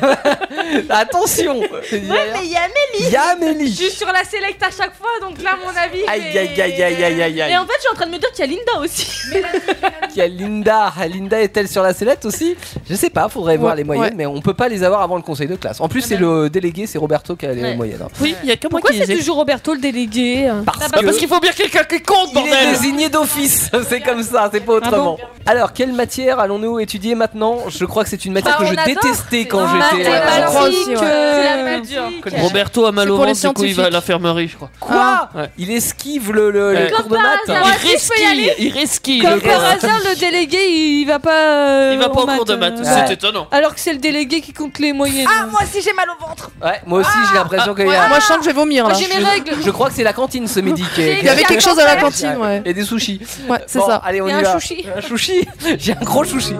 Speaker 3: Attention
Speaker 4: Ouais, mais il y a Amélie.
Speaker 3: hein Il y a Amélie.
Speaker 4: Je suis sur la select à chaque fois, donc là, mon avis.
Speaker 3: Aïe,
Speaker 4: c'est-
Speaker 3: aïe, aïe, aïe, aïe, aïe, aïe.
Speaker 13: Et en fait, je suis en train de me dire qu'il y a Linda aussi.
Speaker 3: Il y a Linda. Linda est-elle sur la sellette aussi Je sais pas, faudrait voir les moyennes,
Speaker 6: ouais.
Speaker 3: mais on peut pas les avoir avant le conseil de classe. En plus, c'est le délégué, c'est Roberto qui a les
Speaker 6: Ah bah Ouais.
Speaker 3: moyennes. hein.
Speaker 6: Oui, il y a que moi
Speaker 2: Pourquoi
Speaker 6: qui les
Speaker 2: c'est
Speaker 6: ai.
Speaker 2: toujours Roberto le délégué euh
Speaker 3: Parce,
Speaker 6: Bah, parce qu'il faut bien quelqu'un qui compte,
Speaker 3: Il est
Speaker 6: bordel. Ah
Speaker 3: désigné d'office, c'est comme ça, c'est pas autrement. Alors, quelle matière allons-nous étudier maintenant Je crois que c'est une matière
Speaker 6: Ah,
Speaker 3: que
Speaker 6: on
Speaker 3: je
Speaker 6: adore,
Speaker 3: détestais
Speaker 6: c'est-
Speaker 3: quand
Speaker 6: Ah,
Speaker 3: j'étais.
Speaker 6: c'est
Speaker 3: euh,
Speaker 6: la
Speaker 3: enfant.
Speaker 6: pratique,
Speaker 3: Aussi, ouais.
Speaker 6: Roberto a mal
Speaker 3: C'est
Speaker 6: au
Speaker 3: pour les
Speaker 6: ventre, Oh, du coup il va à
Speaker 3: scientifiques.
Speaker 6: l'infirmerie, je crois.
Speaker 3: Quoi Il esquive le, le, le
Speaker 6: Euh,
Speaker 3: cours de
Speaker 6: Comme par
Speaker 3: maths.
Speaker 6: hasard, Il moi aussi, je peux y resquille, aller. il resquille,
Speaker 2: Comme
Speaker 6: le
Speaker 2: par
Speaker 6: gars.
Speaker 2: hasard, le délégué, il va pas. euh,
Speaker 6: Il va pas au cours de maths, c'est
Speaker 2: euh,
Speaker 6: étonnant.
Speaker 2: Alors que c'est le délégué qui compte les moyennes. Ah,
Speaker 4: moi aussi j'ai mal au ventre. Ah,
Speaker 3: Ouais, moi aussi j'ai l'impression que. y a-
Speaker 5: Moi, je sens que je vais vomir là.
Speaker 3: Je- Je crois que c'est la cantine ce midi. qui-
Speaker 5: Il
Speaker 3: qui-
Speaker 5: y avait quelque chose à la cantine, ouais.
Speaker 3: Et des sushis.
Speaker 5: Ouais, c'est
Speaker 3: Bon,
Speaker 5: ça.
Speaker 3: Allez, on
Speaker 5: Et
Speaker 3: y
Speaker 5: un
Speaker 3: va.
Speaker 5: chouchi.
Speaker 3: Un chouchi. J'ai un gros chouchi.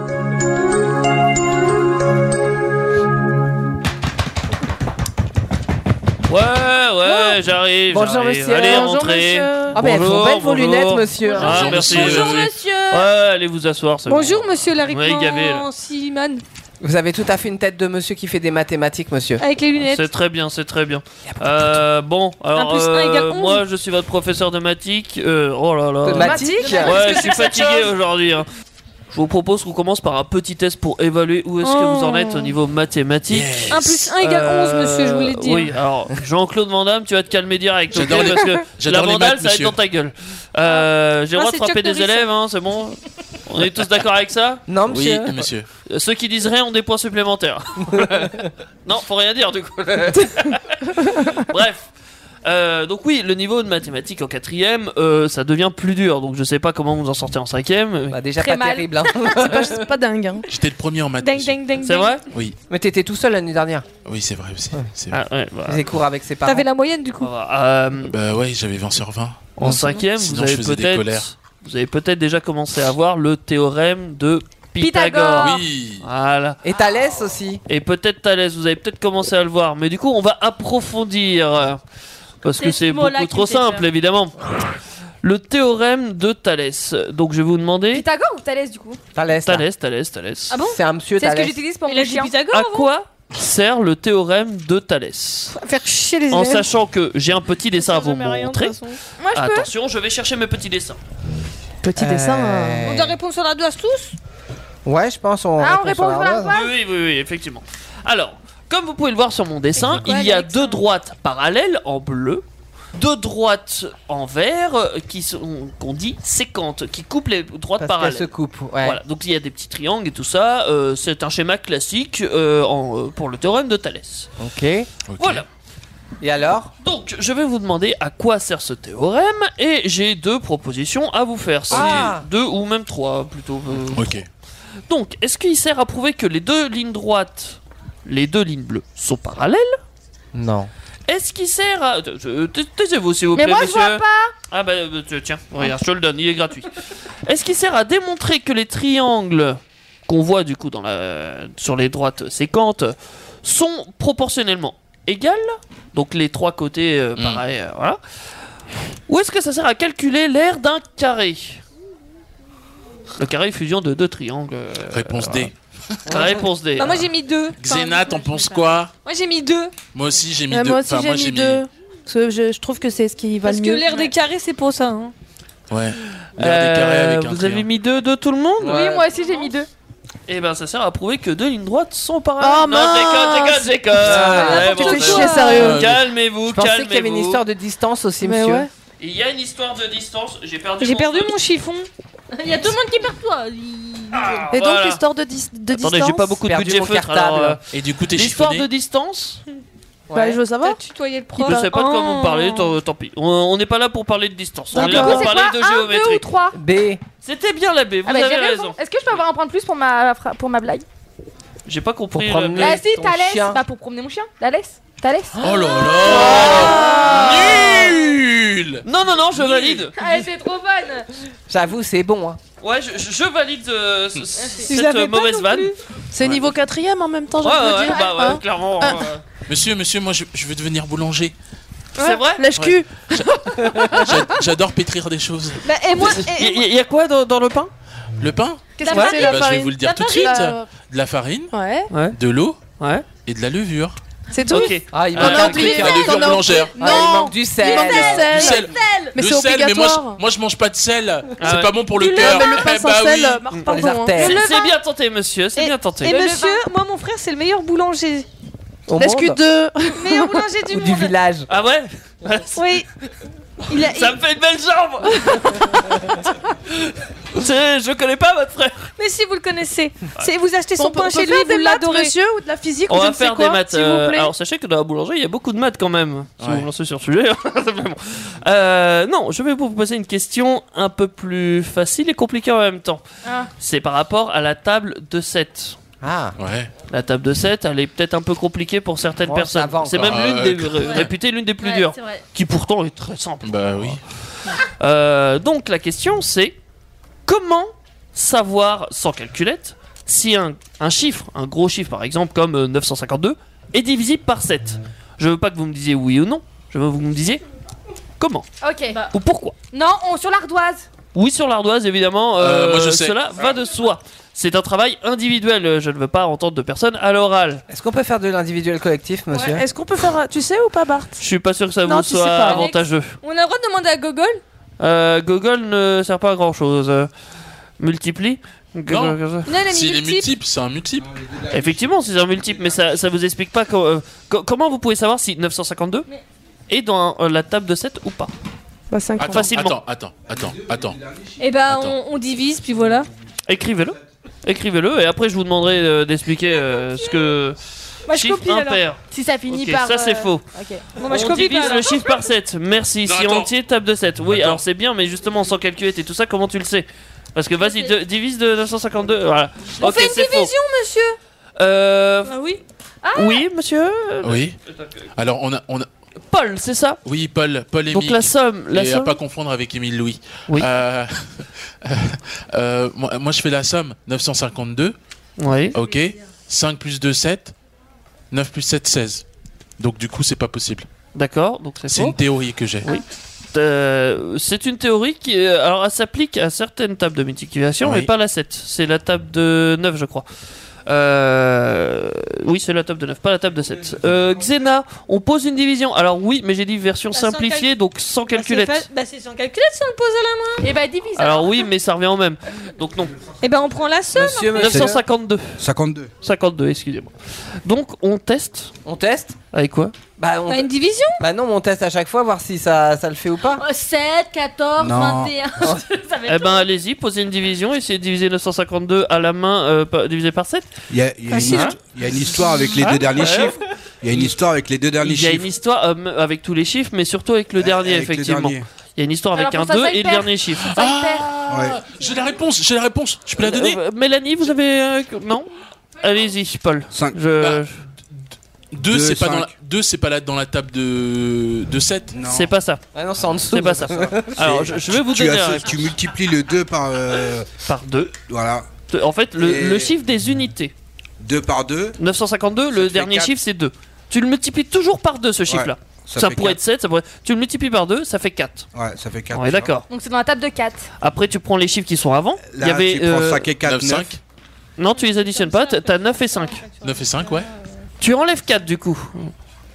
Speaker 6: Ouais, ouais, j'arrive.
Speaker 3: Bonjour,
Speaker 6: j'arrive.
Speaker 3: monsieur.
Speaker 6: Allez,
Speaker 3: Bonjour,
Speaker 6: rentrez.
Speaker 3: monsieur. Ah, mais elles sont belles, vos
Speaker 6: bonjour.
Speaker 3: lunettes, monsieur.
Speaker 6: Ah,
Speaker 3: Bonjour,
Speaker 6: merci.
Speaker 3: monsieur.
Speaker 6: merci.
Speaker 2: Monsieur.
Speaker 6: Ouais, allez vous asseoir. c'est bon.
Speaker 2: Bonjour, monsieur
Speaker 6: Ouais,
Speaker 2: Laricman
Speaker 6: gavé, là.
Speaker 2: Siman,
Speaker 3: Vous avez tout à fait une tête de monsieur qui fait des mathématiques, monsieur.
Speaker 2: avec les lunettes.
Speaker 6: C'est très bien, c'est très bien. Euh, bon, alors
Speaker 2: plus un
Speaker 6: euh,
Speaker 2: égale onze.
Speaker 6: moi je suis votre professeur de mathématiques. Euh, oh là là.
Speaker 3: De mathématiques
Speaker 6: Ouais, je
Speaker 3: Qu'est-ce
Speaker 6: suis
Speaker 3: que c'est que cette
Speaker 6: fatigué
Speaker 3: chose
Speaker 6: aujourd'hui. hein. Je vous propose qu'on commence par un petit test pour évaluer où est-ce que vous en
Speaker 2: Oh.
Speaker 6: êtes au niveau mathématique.
Speaker 2: Un plus un égale onze, monsieur, je vous l'ai dit.
Speaker 6: Oui, alors Jean-Claude Vandamme, tu vas te calmer direct. ok,
Speaker 2: J'adore les-
Speaker 6: parce que la
Speaker 2: j'adore les
Speaker 6: vandale,
Speaker 2: maths,
Speaker 6: ça va être
Speaker 2: monsieur.
Speaker 6: dans ta gueule. Euh, J'ai le
Speaker 2: Ah,
Speaker 6: droit de
Speaker 2: c'est
Speaker 6: frapper
Speaker 2: Chuck
Speaker 6: des
Speaker 2: Norris.
Speaker 6: élèves, hein, c'est bon On est tous d'accord avec ça
Speaker 3: Non,
Speaker 10: Oui, monsieur. monsieur.
Speaker 6: Euh, Ceux qui disent rien ont des points supplémentaires. non, faut rien dire du coup. Bref. Euh, donc oui, le niveau de mathématiques en quatrième, euh, ça devient plus dur. Donc je sais pas comment vous en sortez en cinquième.
Speaker 3: Bah déjà
Speaker 5: Très pas mal. terrible, hein. C'est pas- hein. c'est
Speaker 6: dingue.
Speaker 10: J'étais le premier en maths.
Speaker 2: Ding, ding, ding,
Speaker 6: C'est
Speaker 2: ding.
Speaker 6: vrai
Speaker 10: Oui.
Speaker 3: Mais t'étais tout seul l'année dernière.
Speaker 10: Oui, c'est vrai aussi. C'est
Speaker 6: Ah,
Speaker 10: vrai.
Speaker 6: ouais,
Speaker 3: Vous avez cours avec ses parents.
Speaker 2: T'avais la moyenne du coup.
Speaker 6: Ah,
Speaker 3: Euh,
Speaker 10: Bah ouais, j'avais 20 sur 20.
Speaker 6: En cinquième, vous
Speaker 10: Sinon,
Speaker 6: avez
Speaker 10: je faisais des colères.
Speaker 6: peut-être, vous avez peut-être déjà commencé à voir le théorème de
Speaker 3: Pythagore.
Speaker 6: Pythagore. Oui. Voilà.
Speaker 3: Et Thalès aussi.
Speaker 6: Et peut-être Thalès, vous avez peut-être commencé à le voir, mais du coup, on va approfondir euh, parce que
Speaker 13: C'est ce
Speaker 6: c'est
Speaker 13: mot-là
Speaker 6: beaucoup
Speaker 13: qui
Speaker 6: trop
Speaker 13: me fait
Speaker 6: simple,
Speaker 13: peur.
Speaker 6: évidemment. Le théorème de Thalès. Donc, je vais vous demander.
Speaker 4: Pythagore ou Thalès du coup
Speaker 3: Thalès,
Speaker 6: Thalès, Thalès, Thalès.
Speaker 4: Ah bon
Speaker 3: C'est un monsieur
Speaker 4: C'est ce que
Speaker 6: Thalès.
Speaker 4: j'utilise pour
Speaker 13: Il
Speaker 4: mon
Speaker 13: a dit
Speaker 4: chien.
Speaker 13: Pythagore hein.
Speaker 6: À quoi sert le théorème de Thalès
Speaker 2: Faire chier les
Speaker 6: En
Speaker 2: élèves.
Speaker 6: sachant que j'ai un petit dessin à vous
Speaker 2: jamais rien, de
Speaker 6: montrer.
Speaker 2: toute façon.
Speaker 4: Moi, je peux.
Speaker 6: Attention, je vais chercher mes petits dessins.
Speaker 3: Euh,
Speaker 5: Petit dessin.
Speaker 2: On doit répondre sur la douce tous
Speaker 3: Ouais, je pense. On
Speaker 2: Ah, on répond
Speaker 3: sur
Speaker 2: sur la
Speaker 3: l'ardoise.
Speaker 6: Oui, oui, oui, oui, effectivement. Alors, comme vous pouvez le voir sur mon dessin,
Speaker 3: quoi,
Speaker 6: il y a
Speaker 2: hein.
Speaker 6: deux droites parallèles en bleu, deux droites en vert euh, qui sont qu'on dit séquentes, qui coupent les droites
Speaker 3: Parce
Speaker 6: parallèles.
Speaker 3: qu'elle se coupe. Ouais.
Speaker 6: Voilà, donc il y a des petits triangles et tout ça. euh, c'est un schéma classique euh, en, euh, pour le théorème de Thalès.
Speaker 3: Ok.
Speaker 6: Voilà.
Speaker 3: Et alors
Speaker 6: Donc, je vais vous demander à quoi sert ce théorème et j'ai deux propositions à vous faire. Si-
Speaker 3: Ah.
Speaker 6: Deux ou même trois, plutôt. euh,
Speaker 10: Ok.
Speaker 6: donc, est-ce qu'il sert à prouver que les deux lignes droites, les deux lignes bleues, sont parallèles
Speaker 3: Non.
Speaker 6: Est-ce qu'il sert à... Euh, tais- Taisez-vous, s'il vous
Speaker 4: Mais
Speaker 6: plaît,
Speaker 4: moi, je
Speaker 6: monsieur.
Speaker 4: vois pas.
Speaker 6: Ah bah, euh, tiens, regarde, je te le donne, il est gratuit. Est-ce qu'il sert à démontrer que les triangles qu'on voit, du coup, dans la... sur les droites séquentes, sont proportionnellement égales Donc, les trois côtés, euh,
Speaker 10: Mm.
Speaker 6: pareil, euh, voilà. Ou est-ce que ça sert à calculer l'aire d'un carré Le carré fusion de deux triangles. euh,
Speaker 10: Réponse D.
Speaker 6: voilà. Réponse D.
Speaker 2: Bah, moi j'ai mis deux.
Speaker 10: Xena, t'en penses quoi
Speaker 2: Moi j'ai mis deux.
Speaker 10: Moi aussi, j'ai mis
Speaker 5: Euh,
Speaker 10: deux.
Speaker 5: Moi aussi,
Speaker 10: Enfin,
Speaker 5: j'ai mis deux. Parce que je, je trouve que c'est ce qui va
Speaker 2: Parce
Speaker 5: le
Speaker 2: que
Speaker 5: mieux.
Speaker 2: l'air des carrés, c'est pour ça. hein.
Speaker 10: Ouais. Milliard des carrés
Speaker 6: Euh,
Speaker 10: avec un
Speaker 6: vous
Speaker 10: trait,
Speaker 6: avez
Speaker 10: hein.
Speaker 6: mis deux de tout le monde
Speaker 4: Oui, moi aussi j'ai mis deux.
Speaker 6: Et ben ça sert à prouver que deux lignes droites sont parallèles.
Speaker 4: Oh,
Speaker 6: non,
Speaker 4: mince
Speaker 6: déconne, déconne, déconne.
Speaker 16: Ah,
Speaker 6: Ouais,
Speaker 16: tu
Speaker 6: bon,
Speaker 16: fais
Speaker 6: bah,
Speaker 16: chier, sérieux.
Speaker 6: Calmez-vous,
Speaker 16: Je pensais qu'il y avait une
Speaker 6: calmez-vous.
Speaker 16: histoire de distance aussi, monsieur.
Speaker 6: Il y a une histoire de distance, j'ai perdu
Speaker 2: J'ai
Speaker 6: mon
Speaker 2: perdu
Speaker 6: truc.
Speaker 2: mon chiffon.
Speaker 13: Il y a tout le monde qui perd toi.
Speaker 6: Et donc, Voilà. histoire
Speaker 5: de, dis- de
Speaker 6: Attendez, j'ai pas beaucoup de
Speaker 16: Perdu
Speaker 6: budget
Speaker 16: mon
Speaker 6: feutre,
Speaker 16: cartable.
Speaker 6: alors, euh,
Speaker 10: Et du coup, t'es
Speaker 6: L'histoire
Speaker 10: chiffonné.
Speaker 6: de distance
Speaker 5: Bah, je veux savoir.
Speaker 2: Tutoyer le
Speaker 6: Je
Speaker 2: prof.
Speaker 6: ne sais pas de quoi vous parlez,
Speaker 2: Oh.
Speaker 6: tant, tant pis. On- On n'est pas là pour parler de distance, on est
Speaker 4: Donc,
Speaker 6: là
Speaker 4: du coup,
Speaker 6: pour
Speaker 4: c'est
Speaker 6: parler
Speaker 4: quoi
Speaker 6: de
Speaker 4: Un, deux ou
Speaker 6: géométrie.
Speaker 4: trois
Speaker 16: B.
Speaker 6: C'était bien la B, vous
Speaker 4: Ah bah, j'ai
Speaker 6: avez
Speaker 4: raison.
Speaker 6: raison.
Speaker 4: Est-ce que je peux avoir un point de plus pour ma, fra- pour ma blague
Speaker 6: J'ai pas compris.
Speaker 4: Bah
Speaker 6: la blague.
Speaker 4: si, ta laisse Bah pour promener mon chien, ta laisse Ta laisse
Speaker 10: Oh là
Speaker 3: Ah.
Speaker 10: là Nul
Speaker 6: Non, non, non, je valide.
Speaker 4: Ah, elle était trop bonne
Speaker 16: J'avoue, c'est bon. Hein.
Speaker 6: Ouais, je, je valide euh, ce-
Speaker 5: Je
Speaker 6: cette
Speaker 5: l'avais
Speaker 6: euh,
Speaker 5: pas
Speaker 6: mauvaise
Speaker 5: non
Speaker 6: vanne.
Speaker 5: C'est niveau quatrième en même temps,
Speaker 6: Ouais,
Speaker 5: j'ai envie de
Speaker 6: ouais,
Speaker 5: dire.
Speaker 6: bah ouais,
Speaker 5: Hein
Speaker 6: clairement.
Speaker 5: Ah.
Speaker 6: euh,
Speaker 10: Monsieur, monsieur, moi je, je veux devenir boulanger.
Speaker 6: C'est vrai
Speaker 5: Lèche-cul
Speaker 10: J'a- J'adore pétrir des choses.
Speaker 2: Bah, et moi, et-
Speaker 6: Il y, a quoi dans, dans le pain
Speaker 10: Le pain
Speaker 5: Qu'est-ce que
Speaker 10: Ouais.
Speaker 5: c'est,
Speaker 10: Eh
Speaker 5: la
Speaker 10: ben, Je vais
Speaker 5: farine
Speaker 10: vous le dire
Speaker 5: La
Speaker 10: tout de suite.
Speaker 5: farine Bah,
Speaker 10: De la farine,
Speaker 5: Ouais.
Speaker 10: de l'eau
Speaker 6: ouais.
Speaker 10: et de la levure.
Speaker 5: C'est tout
Speaker 6: Ok. Euh,
Speaker 16: Ah, il
Speaker 10: manque
Speaker 5: On a
Speaker 10: un
Speaker 5: oublié
Speaker 10: truc, la levure
Speaker 5: on a-
Speaker 10: boulangère.
Speaker 5: Non
Speaker 16: Ah, il manque du
Speaker 5: Il
Speaker 16: sel.
Speaker 5: manque
Speaker 10: Du
Speaker 5: du
Speaker 10: sel.
Speaker 5: sel Mais
Speaker 10: Le
Speaker 5: c'est
Speaker 10: sel, mais moi
Speaker 5: obligatoire
Speaker 10: je, moi je mange pas de sel.
Speaker 6: Ah
Speaker 10: c'est
Speaker 6: ouais.
Speaker 10: pas bon pour le
Speaker 5: Du
Speaker 10: cœur.
Speaker 5: lait, mais le pain
Speaker 10: Eh
Speaker 5: sans
Speaker 10: bah
Speaker 5: sel,
Speaker 10: oui.
Speaker 5: euh, marche pas
Speaker 16: Les
Speaker 5: bon, hein.
Speaker 16: artères.
Speaker 6: C'est c'est bien tenté, monsieur, c'est bien tenté.
Speaker 2: Et
Speaker 6: Le-
Speaker 2: Eh, monsieur, moi mon frère c'est le meilleur boulanger.
Speaker 16: Au
Speaker 5: Lèche
Speaker 16: monde
Speaker 5: cul deux
Speaker 2: meilleur boulanger du
Speaker 16: ou du
Speaker 2: monde.
Speaker 16: village.
Speaker 6: Ah ouais
Speaker 2: Oui. Il a-
Speaker 6: Ça me fait une belle jambe C'est- Je connais pas votre frère
Speaker 2: Mais si vous le connaissez, c'est vous achetez
Speaker 5: On
Speaker 2: son
Speaker 5: peut- on
Speaker 2: pain
Speaker 5: peut
Speaker 2: chez lui,
Speaker 5: faire
Speaker 2: vous
Speaker 5: des maths,
Speaker 2: l'adorez.
Speaker 5: monsieur, ou de la physique,
Speaker 6: On
Speaker 5: ou je
Speaker 6: va
Speaker 5: ne sais
Speaker 6: faire
Speaker 5: quoi,
Speaker 6: des maths.
Speaker 5: s'il
Speaker 6: euh,
Speaker 5: vous plaît.
Speaker 6: alors sachez que dans la boulangerie il y a beaucoup de maths quand même. Si
Speaker 10: Ouais.
Speaker 6: vous vous lancez sur le sujet. simplement. Euh, non, je vais vous poser une question un peu plus facile et compliquée en même temps.
Speaker 4: Ah.
Speaker 6: C'est par rapport à la table de 7.
Speaker 16: Ah,
Speaker 10: Ouais.
Speaker 6: La table de 7, elle est peut-être un peu compliquée pour certaines
Speaker 16: Bon, ça hein.
Speaker 6: personnes.
Speaker 16: va
Speaker 6: C'est
Speaker 10: encore.
Speaker 6: même l'une
Speaker 10: Ah ouais,
Speaker 6: des réputée l'une des plus
Speaker 13: Ouais,
Speaker 6: dures,
Speaker 13: c'est vrai.
Speaker 6: qui pourtant est très simple.
Speaker 10: Bah oui.
Speaker 6: Euh, donc la question c'est comment savoir sans calculette si un, un chiffre, un gros chiffre par exemple comme euh, 952, est divisible par 7 Je veux pas que vous me disiez oui ou non, je veux que vous me disiez comment
Speaker 4: Ok.
Speaker 6: ou pourquoi.
Speaker 4: Non, on, sur l'ardoise
Speaker 6: Oui sur l'ardoise évidemment,
Speaker 10: Euh, moi, je sais.
Speaker 6: cela va de soi. C'est un travail individuel, euh, je ne veux pas entendre de personne à l'oral.
Speaker 16: Est-ce qu'on peut faire de l'individuel collectif, monsieur
Speaker 5: Est-ce qu'on peut
Speaker 2: euh,
Speaker 5: faire. Tu sais ou pas, Bart
Speaker 6: Je suis pas sûr que ça
Speaker 5: Non,
Speaker 6: vous
Speaker 5: tu sais
Speaker 6: soit
Speaker 5: pas.
Speaker 6: avantageux.
Speaker 2: On a le droit de demander à Gogol
Speaker 6: Euh, Google ne sert pas à grand chose. multiplie
Speaker 10: Non.
Speaker 6: Google-
Speaker 2: Non, il a mis
Speaker 10: S'il est
Speaker 2: multiple.
Speaker 10: multiple, c'est un multiple.
Speaker 6: Effectivement, c'est un multiple, mais ça, ça vous explique pas co- euh, co- comment vous pouvez savoir si 952 est dans euh, la table de 7 ou pas.
Speaker 5: Bah, 5
Speaker 10: Attends,
Speaker 6: Ah, Facilement.
Speaker 10: attends, attends, attends, attends.
Speaker 2: Eh ben
Speaker 10: Attends.
Speaker 2: on, on divise puis voilà.
Speaker 6: Écrivez-le. Écrivez-le et après je vous demanderai euh, d'expliquer euh, ce que
Speaker 2: Moi je
Speaker 6: chiffre
Speaker 2: copie alors.
Speaker 6: impair.
Speaker 4: Si ça finit
Speaker 6: Ok,
Speaker 4: par.
Speaker 6: ça, c'est
Speaker 4: Ok.
Speaker 6: faux.
Speaker 2: euh, Bon, moi, je
Speaker 6: on
Speaker 2: copie pas,
Speaker 6: divise
Speaker 2: alors.
Speaker 6: le chiffre par 7. Merci.
Speaker 10: Non,
Speaker 6: si
Speaker 10: attends.
Speaker 6: entier, table de 7. Oui,
Speaker 10: Attends.
Speaker 6: alors c'est bien, mais justement sans calculette et tout ça, comment tu le sais Parce que vas-y, de- divise de 952. Voilà.
Speaker 2: On
Speaker 6: ok,
Speaker 2: fait une
Speaker 6: c'est
Speaker 2: division,
Speaker 6: faux.
Speaker 2: monsieur
Speaker 6: Euh,
Speaker 2: Ah oui.
Speaker 6: Oui, monsieur.
Speaker 10: Oui. Alors on a, on a,
Speaker 6: Paul, c'est ça.
Speaker 10: oui Paul, Paul et
Speaker 6: Donc
Speaker 10: Mick.
Speaker 6: la somme, la
Speaker 10: et à
Speaker 6: somme.
Speaker 10: pas confondre avec Émile Louis.
Speaker 6: Oui.
Speaker 10: Euh, euh, moi, moi, je fais la somme 952,
Speaker 6: Oui.
Speaker 10: ok 5 plus 2, 7. 9 plus 7, 16. Donc du coup, c'est pas possible.
Speaker 6: D'accord. Donc c'est
Speaker 10: C'est
Speaker 6: faux.
Speaker 10: une théorie que j'ai.
Speaker 6: Oh. Oui. Euh, c'est une théorie qui euh, alors, elle s'applique à certaines tables de multiplication,
Speaker 10: Oui.
Speaker 6: mais pas la 7. C'est la table de 9, je crois. Euh, oui, c'est la table de 9, pas la table de 7. Euh, Xena, on pose une division. Alors oui, mais j'ai dit version
Speaker 2: Bah, sans
Speaker 6: simplifiée, donc sans
Speaker 2: Bah, c'est
Speaker 6: calculette.
Speaker 2: fa- Bah c'est sans calculette si on le pose à la main. ben,
Speaker 4: Et bah, divise.
Speaker 6: alors oui, mais ça revient en même. Donc non.
Speaker 2: Eh ben on prend la somme.
Speaker 16: Monsieur, monsieur.
Speaker 6: 952.
Speaker 17: 52.
Speaker 6: 52, excusez-moi. Donc on teste.
Speaker 16: On teste
Speaker 6: Avec quoi
Speaker 16: bah, on...
Speaker 2: T'as une division
Speaker 16: bah non, mais on teste à chaque fois, voir si ça, ça le fait ou pas.
Speaker 2: Oh,
Speaker 13: 7, 14,
Speaker 17: Non.
Speaker 13: 21. ça va
Speaker 6: Eh
Speaker 13: être
Speaker 6: ben allez-y, posez une division, essayez de diviser 952 à la main euh, par- divisé par 7.
Speaker 17: Il y a, il y a
Speaker 2: Facile,
Speaker 17: une,
Speaker 2: hein.
Speaker 17: hist- il y a une histoire avec les deux derniers chiffres. Il y a une histoire avec les deux derniers
Speaker 6: Ah, Il y a une
Speaker 17: chiffres.
Speaker 6: histoire euh, m- avec tous les chiffres, mais surtout avec le dernier,
Speaker 17: avec le
Speaker 6: effectivement.
Speaker 17: dernier.
Speaker 6: Il y a une histoire avec
Speaker 4: Alors,
Speaker 6: un
Speaker 4: pour ça,
Speaker 6: 2
Speaker 4: ça, il
Speaker 6: et le
Speaker 4: perd.
Speaker 6: dernier chiffre.
Speaker 17: Ouais.
Speaker 10: J'ai la réponse, j'ai la réponse. Je peux la donner
Speaker 6: Euh, Mélanie, vous avez. euh, non Allez-y, Paul.
Speaker 17: Cinq.
Speaker 6: Je...
Speaker 10: 2, c'est
Speaker 17: Deux,
Speaker 10: pas,
Speaker 17: cinq.
Speaker 10: dans la- Bah, deux, c'est pas là dans la table de, de 7.
Speaker 17: Non.
Speaker 6: C'est pas ça.
Speaker 16: Ah non, c'est en dessous.
Speaker 6: C'est pas ça. Alors, je, je vais vous
Speaker 17: tu,
Speaker 6: donner
Speaker 17: as-
Speaker 6: la réponse.
Speaker 17: tu multiplies le 2 par. euh,
Speaker 6: par 2.
Speaker 17: voilà.
Speaker 6: En fait, le,
Speaker 17: Et-
Speaker 6: le chiffre des unités.
Speaker 17: 2 par 2.
Speaker 6: 952, le
Speaker 17: fait
Speaker 6: dernier
Speaker 17: quatre.
Speaker 6: chiffre, c'est 2. Tu le multiplies toujours par 2, ce chiffre-là.
Speaker 17: ça
Speaker 6: Ça,
Speaker 17: fait
Speaker 6: pourrait
Speaker 17: quatre.
Speaker 6: être 7, ça pourrait... tu le multiplies par 2, ça fait 4.
Speaker 17: Ouais, ça fait 4.
Speaker 6: On est d'accord.
Speaker 4: Donc, c'est dans la table de 4.
Speaker 6: Après, tu prends les chiffres qui sont avant.
Speaker 17: Là,
Speaker 6: Il y avait,
Speaker 17: tu prends
Speaker 6: euh,
Speaker 17: 5 et 4,
Speaker 10: 9,
Speaker 17: 9.
Speaker 10: 5.
Speaker 6: Non, tu les additionnes pas, t'as t'as 9 et 5.
Speaker 10: 9 et 5, ouais.
Speaker 6: Tu enlèves 4 du coup.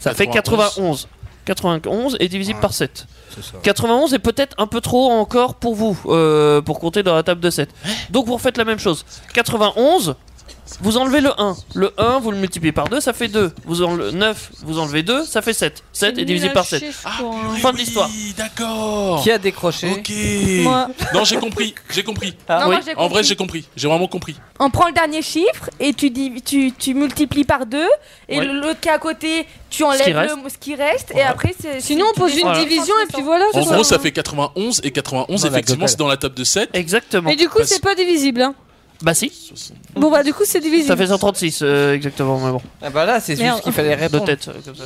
Speaker 6: Ça fait
Speaker 10: 91.
Speaker 6: 91. 91 est divisible par 7.
Speaker 17: c'est ça.
Speaker 6: 91 est peut-être un peu trop encore pour vous, euh, pour compter dans la table de 7. Donc vous refaites la même chose. 91, vous enlevez le 1. Le 1, vous le multipliez par 2, ça fait 2. Vous enlevez 9, vous enlevez 2, ça fait 7. 7 est, divisé par 7. Fin de l'histoire.
Speaker 10: D'accord.
Speaker 3: Qui a décroché
Speaker 10: Oh. Ok.
Speaker 2: Moi.
Speaker 10: Non, j'ai compris. J'ai compris.
Speaker 2: Ah, Non, oui. moi, j'ai
Speaker 10: En vrai,
Speaker 2: compris.
Speaker 10: j'ai compris. J'ai vraiment compris.
Speaker 4: On prend le dernier chiffre et tu, dis, tu, tu multiplies par deux. Et
Speaker 10: Ouais.
Speaker 4: le- l'autre qui est à côté, tu enlèves
Speaker 10: qui reste.
Speaker 4: le- ce qui reste. Et après, c'est. Sinon,
Speaker 2: on pose une division et puis voilà.
Speaker 10: En
Speaker 2: Ah,
Speaker 3: Oh.
Speaker 2: c'est
Speaker 10: gros,
Speaker 2: ça.
Speaker 10: ça fait 91 et 91,
Speaker 6: Dans la
Speaker 10: effectivement,
Speaker 6: totale.
Speaker 10: c'est dans la table de 7.
Speaker 6: Exactement.
Speaker 2: Mais du coup, c'est pas divisible. Hein.
Speaker 6: Bah si.
Speaker 2: Bon, bah, du coup, c'est divisible.
Speaker 6: Ça fait 136 euh, exactement, mais bon.
Speaker 3: Ah bah là, c'est
Speaker 2: Merde.
Speaker 3: juste qu'il fallait répondre.
Speaker 6: De tête, euh, comme ça.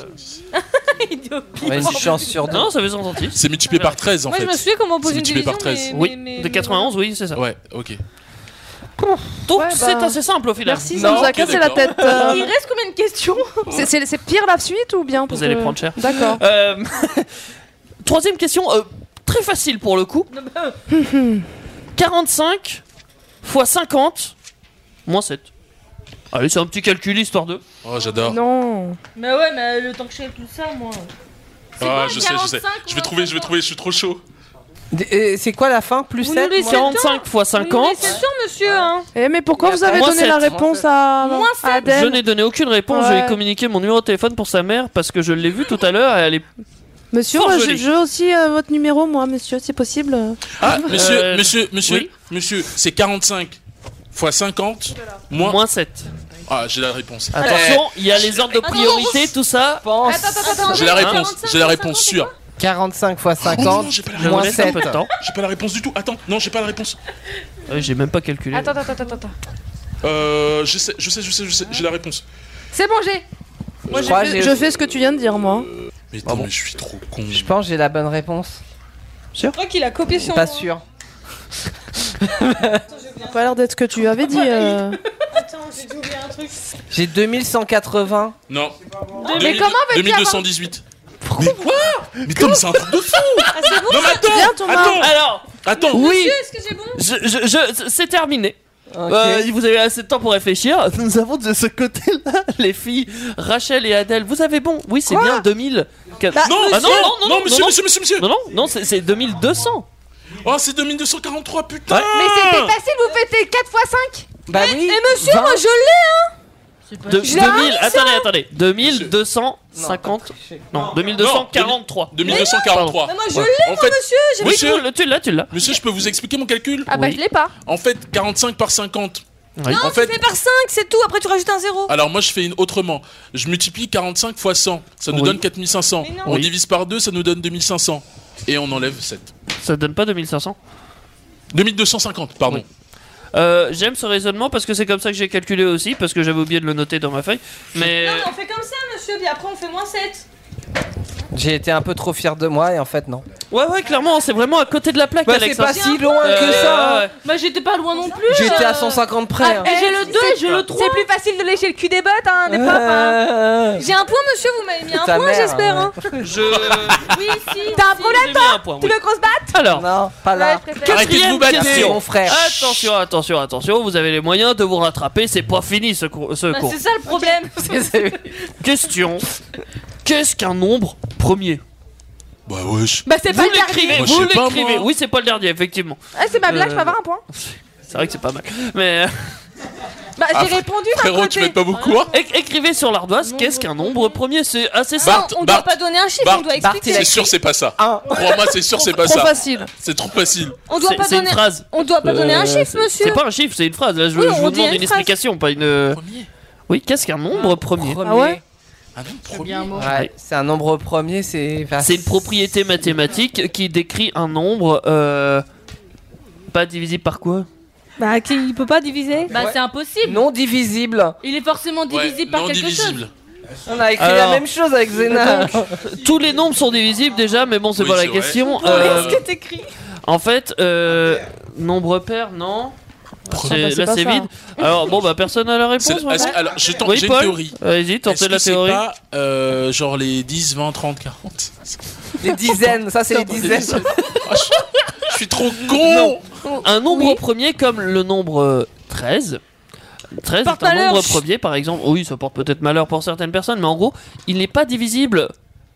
Speaker 3: On a une chance sur deux.
Speaker 6: Non, ça fait 136.
Speaker 10: C'est multiplié par 13 en
Speaker 2: Moi,
Speaker 10: fait.
Speaker 2: je me souviens comment on pose une
Speaker 10: C'est multiplié
Speaker 2: division.
Speaker 10: par 13.
Speaker 2: mais- mais- mais-
Speaker 6: De 91, oui, c'est ça.
Speaker 10: Ouais, ok.
Speaker 6: Donc
Speaker 5: Ouais,
Speaker 6: c'est
Speaker 5: bah,
Speaker 6: assez simple au final.
Speaker 5: Merci, ça nous a cassé la tête. euh.
Speaker 4: Il reste combien de questions
Speaker 5: C'est- C'est c'est pire la suite ou bien parce
Speaker 6: Vous allez
Speaker 5: que-
Speaker 6: prendre cher.
Speaker 5: D'accord.
Speaker 6: Euh, Troisième question, euh, très facile pour le coup. 45 fois 50 moins 7. Allez, c'est un petit calcul histoire de.
Speaker 10: Oh, j'adore.
Speaker 5: Non.
Speaker 8: Mais ouais, mais le temps que je fais tout ça, moi.
Speaker 10: Ah, je sais, je sais. Je vais trouver, je vais trouver, je suis trop chaud.
Speaker 3: Et C'est quoi la fin Plus
Speaker 2: Vous nous
Speaker 3: 7
Speaker 2: laissez le temps. Vous nous laissez le temps, monsieur. hein.
Speaker 5: Eh, mais pourquoi
Speaker 2: Il y a
Speaker 5: vous avez
Speaker 6: moins
Speaker 5: donné la
Speaker 6: sept.
Speaker 5: réponse à,
Speaker 2: Moins
Speaker 5: à
Speaker 2: sept.
Speaker 5: Adèle
Speaker 6: Je n'ai donné aucune réponse,
Speaker 5: Ouais.
Speaker 6: j'ai communiqué mon numéro de téléphone pour sa mère parce que je l'ai vu tout à l'heure et elle est.
Speaker 5: Monsieur,
Speaker 6: Fort
Speaker 5: moi, je,
Speaker 6: joli.
Speaker 5: je veux aussi euh, votre numéro, moi, monsieur, c'est possible
Speaker 10: Ah, monsieur,
Speaker 6: Euh,
Speaker 10: monsieur, monsieur,
Speaker 6: oui.
Speaker 10: monsieur, c'est 45 fois 50 moins...
Speaker 6: Moins 7.
Speaker 10: Ah, j'ai la réponse.
Speaker 6: Attention,
Speaker 10: Eh,
Speaker 6: il y a les ordres de priorité, tout ça.
Speaker 10: J'ai la réponse, j'ai la réponse sûre.
Speaker 3: 45 fois
Speaker 10: Oh
Speaker 3: 50
Speaker 10: non, j'ai pas la
Speaker 3: moins
Speaker 10: réponse.
Speaker 3: 7.
Speaker 10: J'ai pas la réponse du tout. Attends, non, j'ai pas la réponse.
Speaker 6: Euh, J'ai même pas calculé.
Speaker 4: Attends, attends, attends, attends.
Speaker 10: Euh, je sais, je sais, je sais, je sais, j'ai la réponse. Euh,
Speaker 4: C'est bon, j'ai.
Speaker 5: Moi,
Speaker 3: je crois que
Speaker 5: je,
Speaker 3: j'ai-
Speaker 5: je fais ce que tu viens de dire, moi.
Speaker 10: Mais
Speaker 3: Ah bon.
Speaker 10: je suis trop con.
Speaker 3: Je pense que j'ai la bonne réponse.
Speaker 2: Je crois qu'il a copié son.
Speaker 3: Pas sûr.
Speaker 5: Ça a pas l'air d'être ce que tu avais dit. euh.
Speaker 8: Attends, j'ai dû oublier un truc.
Speaker 3: J'ai 2180.
Speaker 10: Non.
Speaker 8: Mais comment veux-tu
Speaker 10: 2218. Mais quoi Mais Tom, c'est un truc de fou
Speaker 8: bon,
Speaker 10: Non, mais
Speaker 8: ça
Speaker 10: attends
Speaker 5: Viens, Thomas.
Speaker 10: Attends
Speaker 6: Alors,
Speaker 10: Attends
Speaker 6: oui,
Speaker 8: est-ce que j'ai bon
Speaker 6: je, je, je- c'est terminé. Euh, vous avez assez de temps pour réfléchir. Nous avons de ce côté-là les filles Rachel et Adèle. Vous avez bon Oui, c'est bien 2000.
Speaker 5: Bah,
Speaker 10: non,
Speaker 6: Ah,
Speaker 10: monsieur,
Speaker 6: non, non, non,
Speaker 10: non,
Speaker 6: non,
Speaker 10: monsieur,
Speaker 6: non,
Speaker 10: monsieur, monsieur, monsieur.
Speaker 6: non, non, non, c'est c'est 2200.
Speaker 10: Oh, c'est 2243, putain
Speaker 6: Ouais.
Speaker 3: Ah.
Speaker 4: Mais c'était facile, vous faites 4 x 5
Speaker 3: Bah oui.
Speaker 10: Eh,
Speaker 4: Et monsieur, moi je l'ai, hein
Speaker 6: De-
Speaker 4: Je
Speaker 6: 2000,
Speaker 4: l'ai arraché,
Speaker 6: attendez, attendez. 2250. Non, 2243.
Speaker 10: 2243.
Speaker 6: Pardon.
Speaker 10: Ouais. En fait-
Speaker 6: Oui,
Speaker 10: monsieur,
Speaker 6: tu l'as, tu l'as, tu l'as.
Speaker 10: Monsieur, je peux vous expliquer mon calcul
Speaker 4: Ah bah, je l'ai pas.
Speaker 10: En fait, 45 par 50.
Speaker 4: Non,
Speaker 10: En
Speaker 4: tu
Speaker 10: fait,
Speaker 4: fais par 5, c'est tout, après tu rajoutes un 0.
Speaker 10: alors moi je fais une autrement. Je multiplie 45 fois 100, ça nous
Speaker 6: Oui.
Speaker 10: donne 4500. On
Speaker 6: Oui.
Speaker 10: divise par 2, ça nous donne 2500. Et on enlève 7.
Speaker 6: Ça donne pas 2500
Speaker 10: 2250, pardon.
Speaker 6: Euh, J'aime ce raisonnement parce que c'est comme ça que j'ai calculé aussi, parce que j'avais oublié de le noter dans ma feuille. Mais.
Speaker 8: Non, mais on fait comme ça, monsieur, puis après on fait moins 7.
Speaker 3: J'ai été un peu trop fier de moi et en fait non.
Speaker 6: Ouais, ouais, clairement, c'est vraiment à côté de la plaque,
Speaker 3: Bah,
Speaker 6: Alex.
Speaker 3: c'est pas
Speaker 6: hein.
Speaker 3: si loin que ça,
Speaker 6: Oh.
Speaker 3: hein.
Speaker 8: Bah, j'étais pas loin non plus.
Speaker 3: J'étais à
Speaker 8: euh.
Speaker 3: 150
Speaker 4: Ah,
Speaker 3: près. hein.
Speaker 8: Et j'ai le 2 et j'ai le 3.
Speaker 4: C'est plus facile de lécher le cul des bottes, hein, des pops, hein.
Speaker 3: Euh,
Speaker 4: J'ai un point, monsieur, vous m'avez mis un
Speaker 3: Ta
Speaker 4: point,
Speaker 3: mère,
Speaker 4: j'espère.
Speaker 3: ouais.
Speaker 4: Hein.
Speaker 6: Je.
Speaker 8: Oui, si.
Speaker 4: T'as un
Speaker 8: si.
Speaker 4: problème,
Speaker 6: J'ai mis un point,
Speaker 4: Tu
Speaker 6: oui.
Speaker 4: veux qu'on se batte
Speaker 6: Alors.
Speaker 3: Non, pas là.
Speaker 4: Ouais, je préfère.
Speaker 3: Arrêtez de
Speaker 6: Quatrième
Speaker 3: vous battre,
Speaker 6: question.
Speaker 3: mon frère.
Speaker 6: Attention, attention, attention, vous avez les moyens de vous rattraper, c'est pas fini ce cours. ce
Speaker 8: Bah,
Speaker 6: cours.
Speaker 8: c'est ça le problème.
Speaker 6: Question Qu'est-ce qu'un nombre premier
Speaker 10: Bah wesh.
Speaker 4: Bah, c'est pas
Speaker 6: Vous
Speaker 4: le dernier.
Speaker 6: l'écrivez,
Speaker 10: Moi, je
Speaker 6: vous
Speaker 10: sais pas,
Speaker 6: l'écrivez.
Speaker 10: moi.
Speaker 6: Oui, c'est pas le dernier, effectivement.
Speaker 4: Ah, c'est ma blague, je
Speaker 6: Euh,
Speaker 4: peux avoir un point.
Speaker 6: C'est vrai que c'est pas mal. Mais. euh,
Speaker 4: Bah,
Speaker 10: Ah,
Speaker 4: j'ai répondu d'un
Speaker 10: Frérot, tu
Speaker 4: côté.
Speaker 10: m'aides pas beaucoup, hein
Speaker 6: É- écrivez sur l'ardoise, qu'est-ce qu'un nombre premier C'est assez
Speaker 4: Non,
Speaker 6: simple.
Speaker 4: on
Speaker 10: Bart,
Speaker 4: doit pas donner un chiffre, on doit
Speaker 3: Bart,
Speaker 4: expliquer.
Speaker 3: il a
Speaker 10: C'est sûr, c'est pas ça.
Speaker 3: Ah.
Speaker 10: Crois-moi, c'est sûr, c'est pas
Speaker 5: Trop
Speaker 10: ça.
Speaker 5: facile.
Speaker 10: C'est trop facile.
Speaker 4: On doit
Speaker 6: C'est-
Speaker 4: pas
Speaker 6: c'est une
Speaker 4: donner.
Speaker 6: phrase.
Speaker 4: On doit pas donner un
Speaker 6: Euh,
Speaker 4: chiffre,
Speaker 6: c'est-
Speaker 4: monsieur.
Speaker 6: C'est pas un chiffre, c'est une phrase. Là, je,
Speaker 4: Oui,
Speaker 6: je
Speaker 4: on
Speaker 6: vous
Speaker 4: dit
Speaker 6: demande
Speaker 4: une
Speaker 6: une
Speaker 4: phrase.
Speaker 6: explication, pas une. euh,
Speaker 10: Premier
Speaker 6: Oui, qu'est-ce qu'un nombre premier
Speaker 3: Premier.
Speaker 5: Ah ouais
Speaker 10: Ah non, premier.
Speaker 8: Bien, moi.
Speaker 3: Ouais, c'est un nombre premier, c'est. enfin,
Speaker 6: C'est une propriété mathématique qui décrit un nombre euh, pas divisible par quoi
Speaker 2: Bah, qui il peut pas diviser
Speaker 13: Bah,
Speaker 3: Ouais.
Speaker 13: c'est impossible.
Speaker 3: non divisible.
Speaker 13: Il est forcément
Speaker 10: Ouais,
Speaker 13: divisible par
Speaker 10: non
Speaker 13: quelque chose.
Speaker 10: divisible.
Speaker 3: On a écrit
Speaker 6: Alors.
Speaker 3: la même chose avec Zena.
Speaker 6: Tous les nombres sont divisibles déjà, mais bon, c'est
Speaker 10: Oui,
Speaker 6: pas la
Speaker 10: c'est vrai.
Speaker 6: question.
Speaker 10: Euh,
Speaker 4: Qu'est-ce que t'écris
Speaker 6: En fait, euh, nombre pair, non C'est-
Speaker 5: bah, c'est
Speaker 6: Là,
Speaker 5: pas
Speaker 6: c'est
Speaker 5: ça.
Speaker 6: vide. Alors, bon, bah, personne n'a la
Speaker 10: C'est-
Speaker 6: réponse.
Speaker 10: est-ce
Speaker 6: voilà.
Speaker 10: que- alors, je tente-
Speaker 6: Oui,
Speaker 10: j'ai une
Speaker 6: Paul
Speaker 10: théorie.
Speaker 6: Allez-y,
Speaker 10: Est-ce
Speaker 6: tentez
Speaker 10: que
Speaker 6: la
Speaker 10: c'est
Speaker 6: théorie.
Speaker 10: pas euh, genre les 10, 20, 30, 40
Speaker 3: les dizaines, ça c'est les dizaines.
Speaker 10: Ah, je- Je suis trop con
Speaker 6: Un nombre premier comme le nombre euh, 13. 13
Speaker 4: Porte
Speaker 6: est un
Speaker 4: malheur.
Speaker 6: nombre premier, par exemple. Oui, ça porte peut-être malheur pour certaines personnes, mais en gros, il n'est pas divisible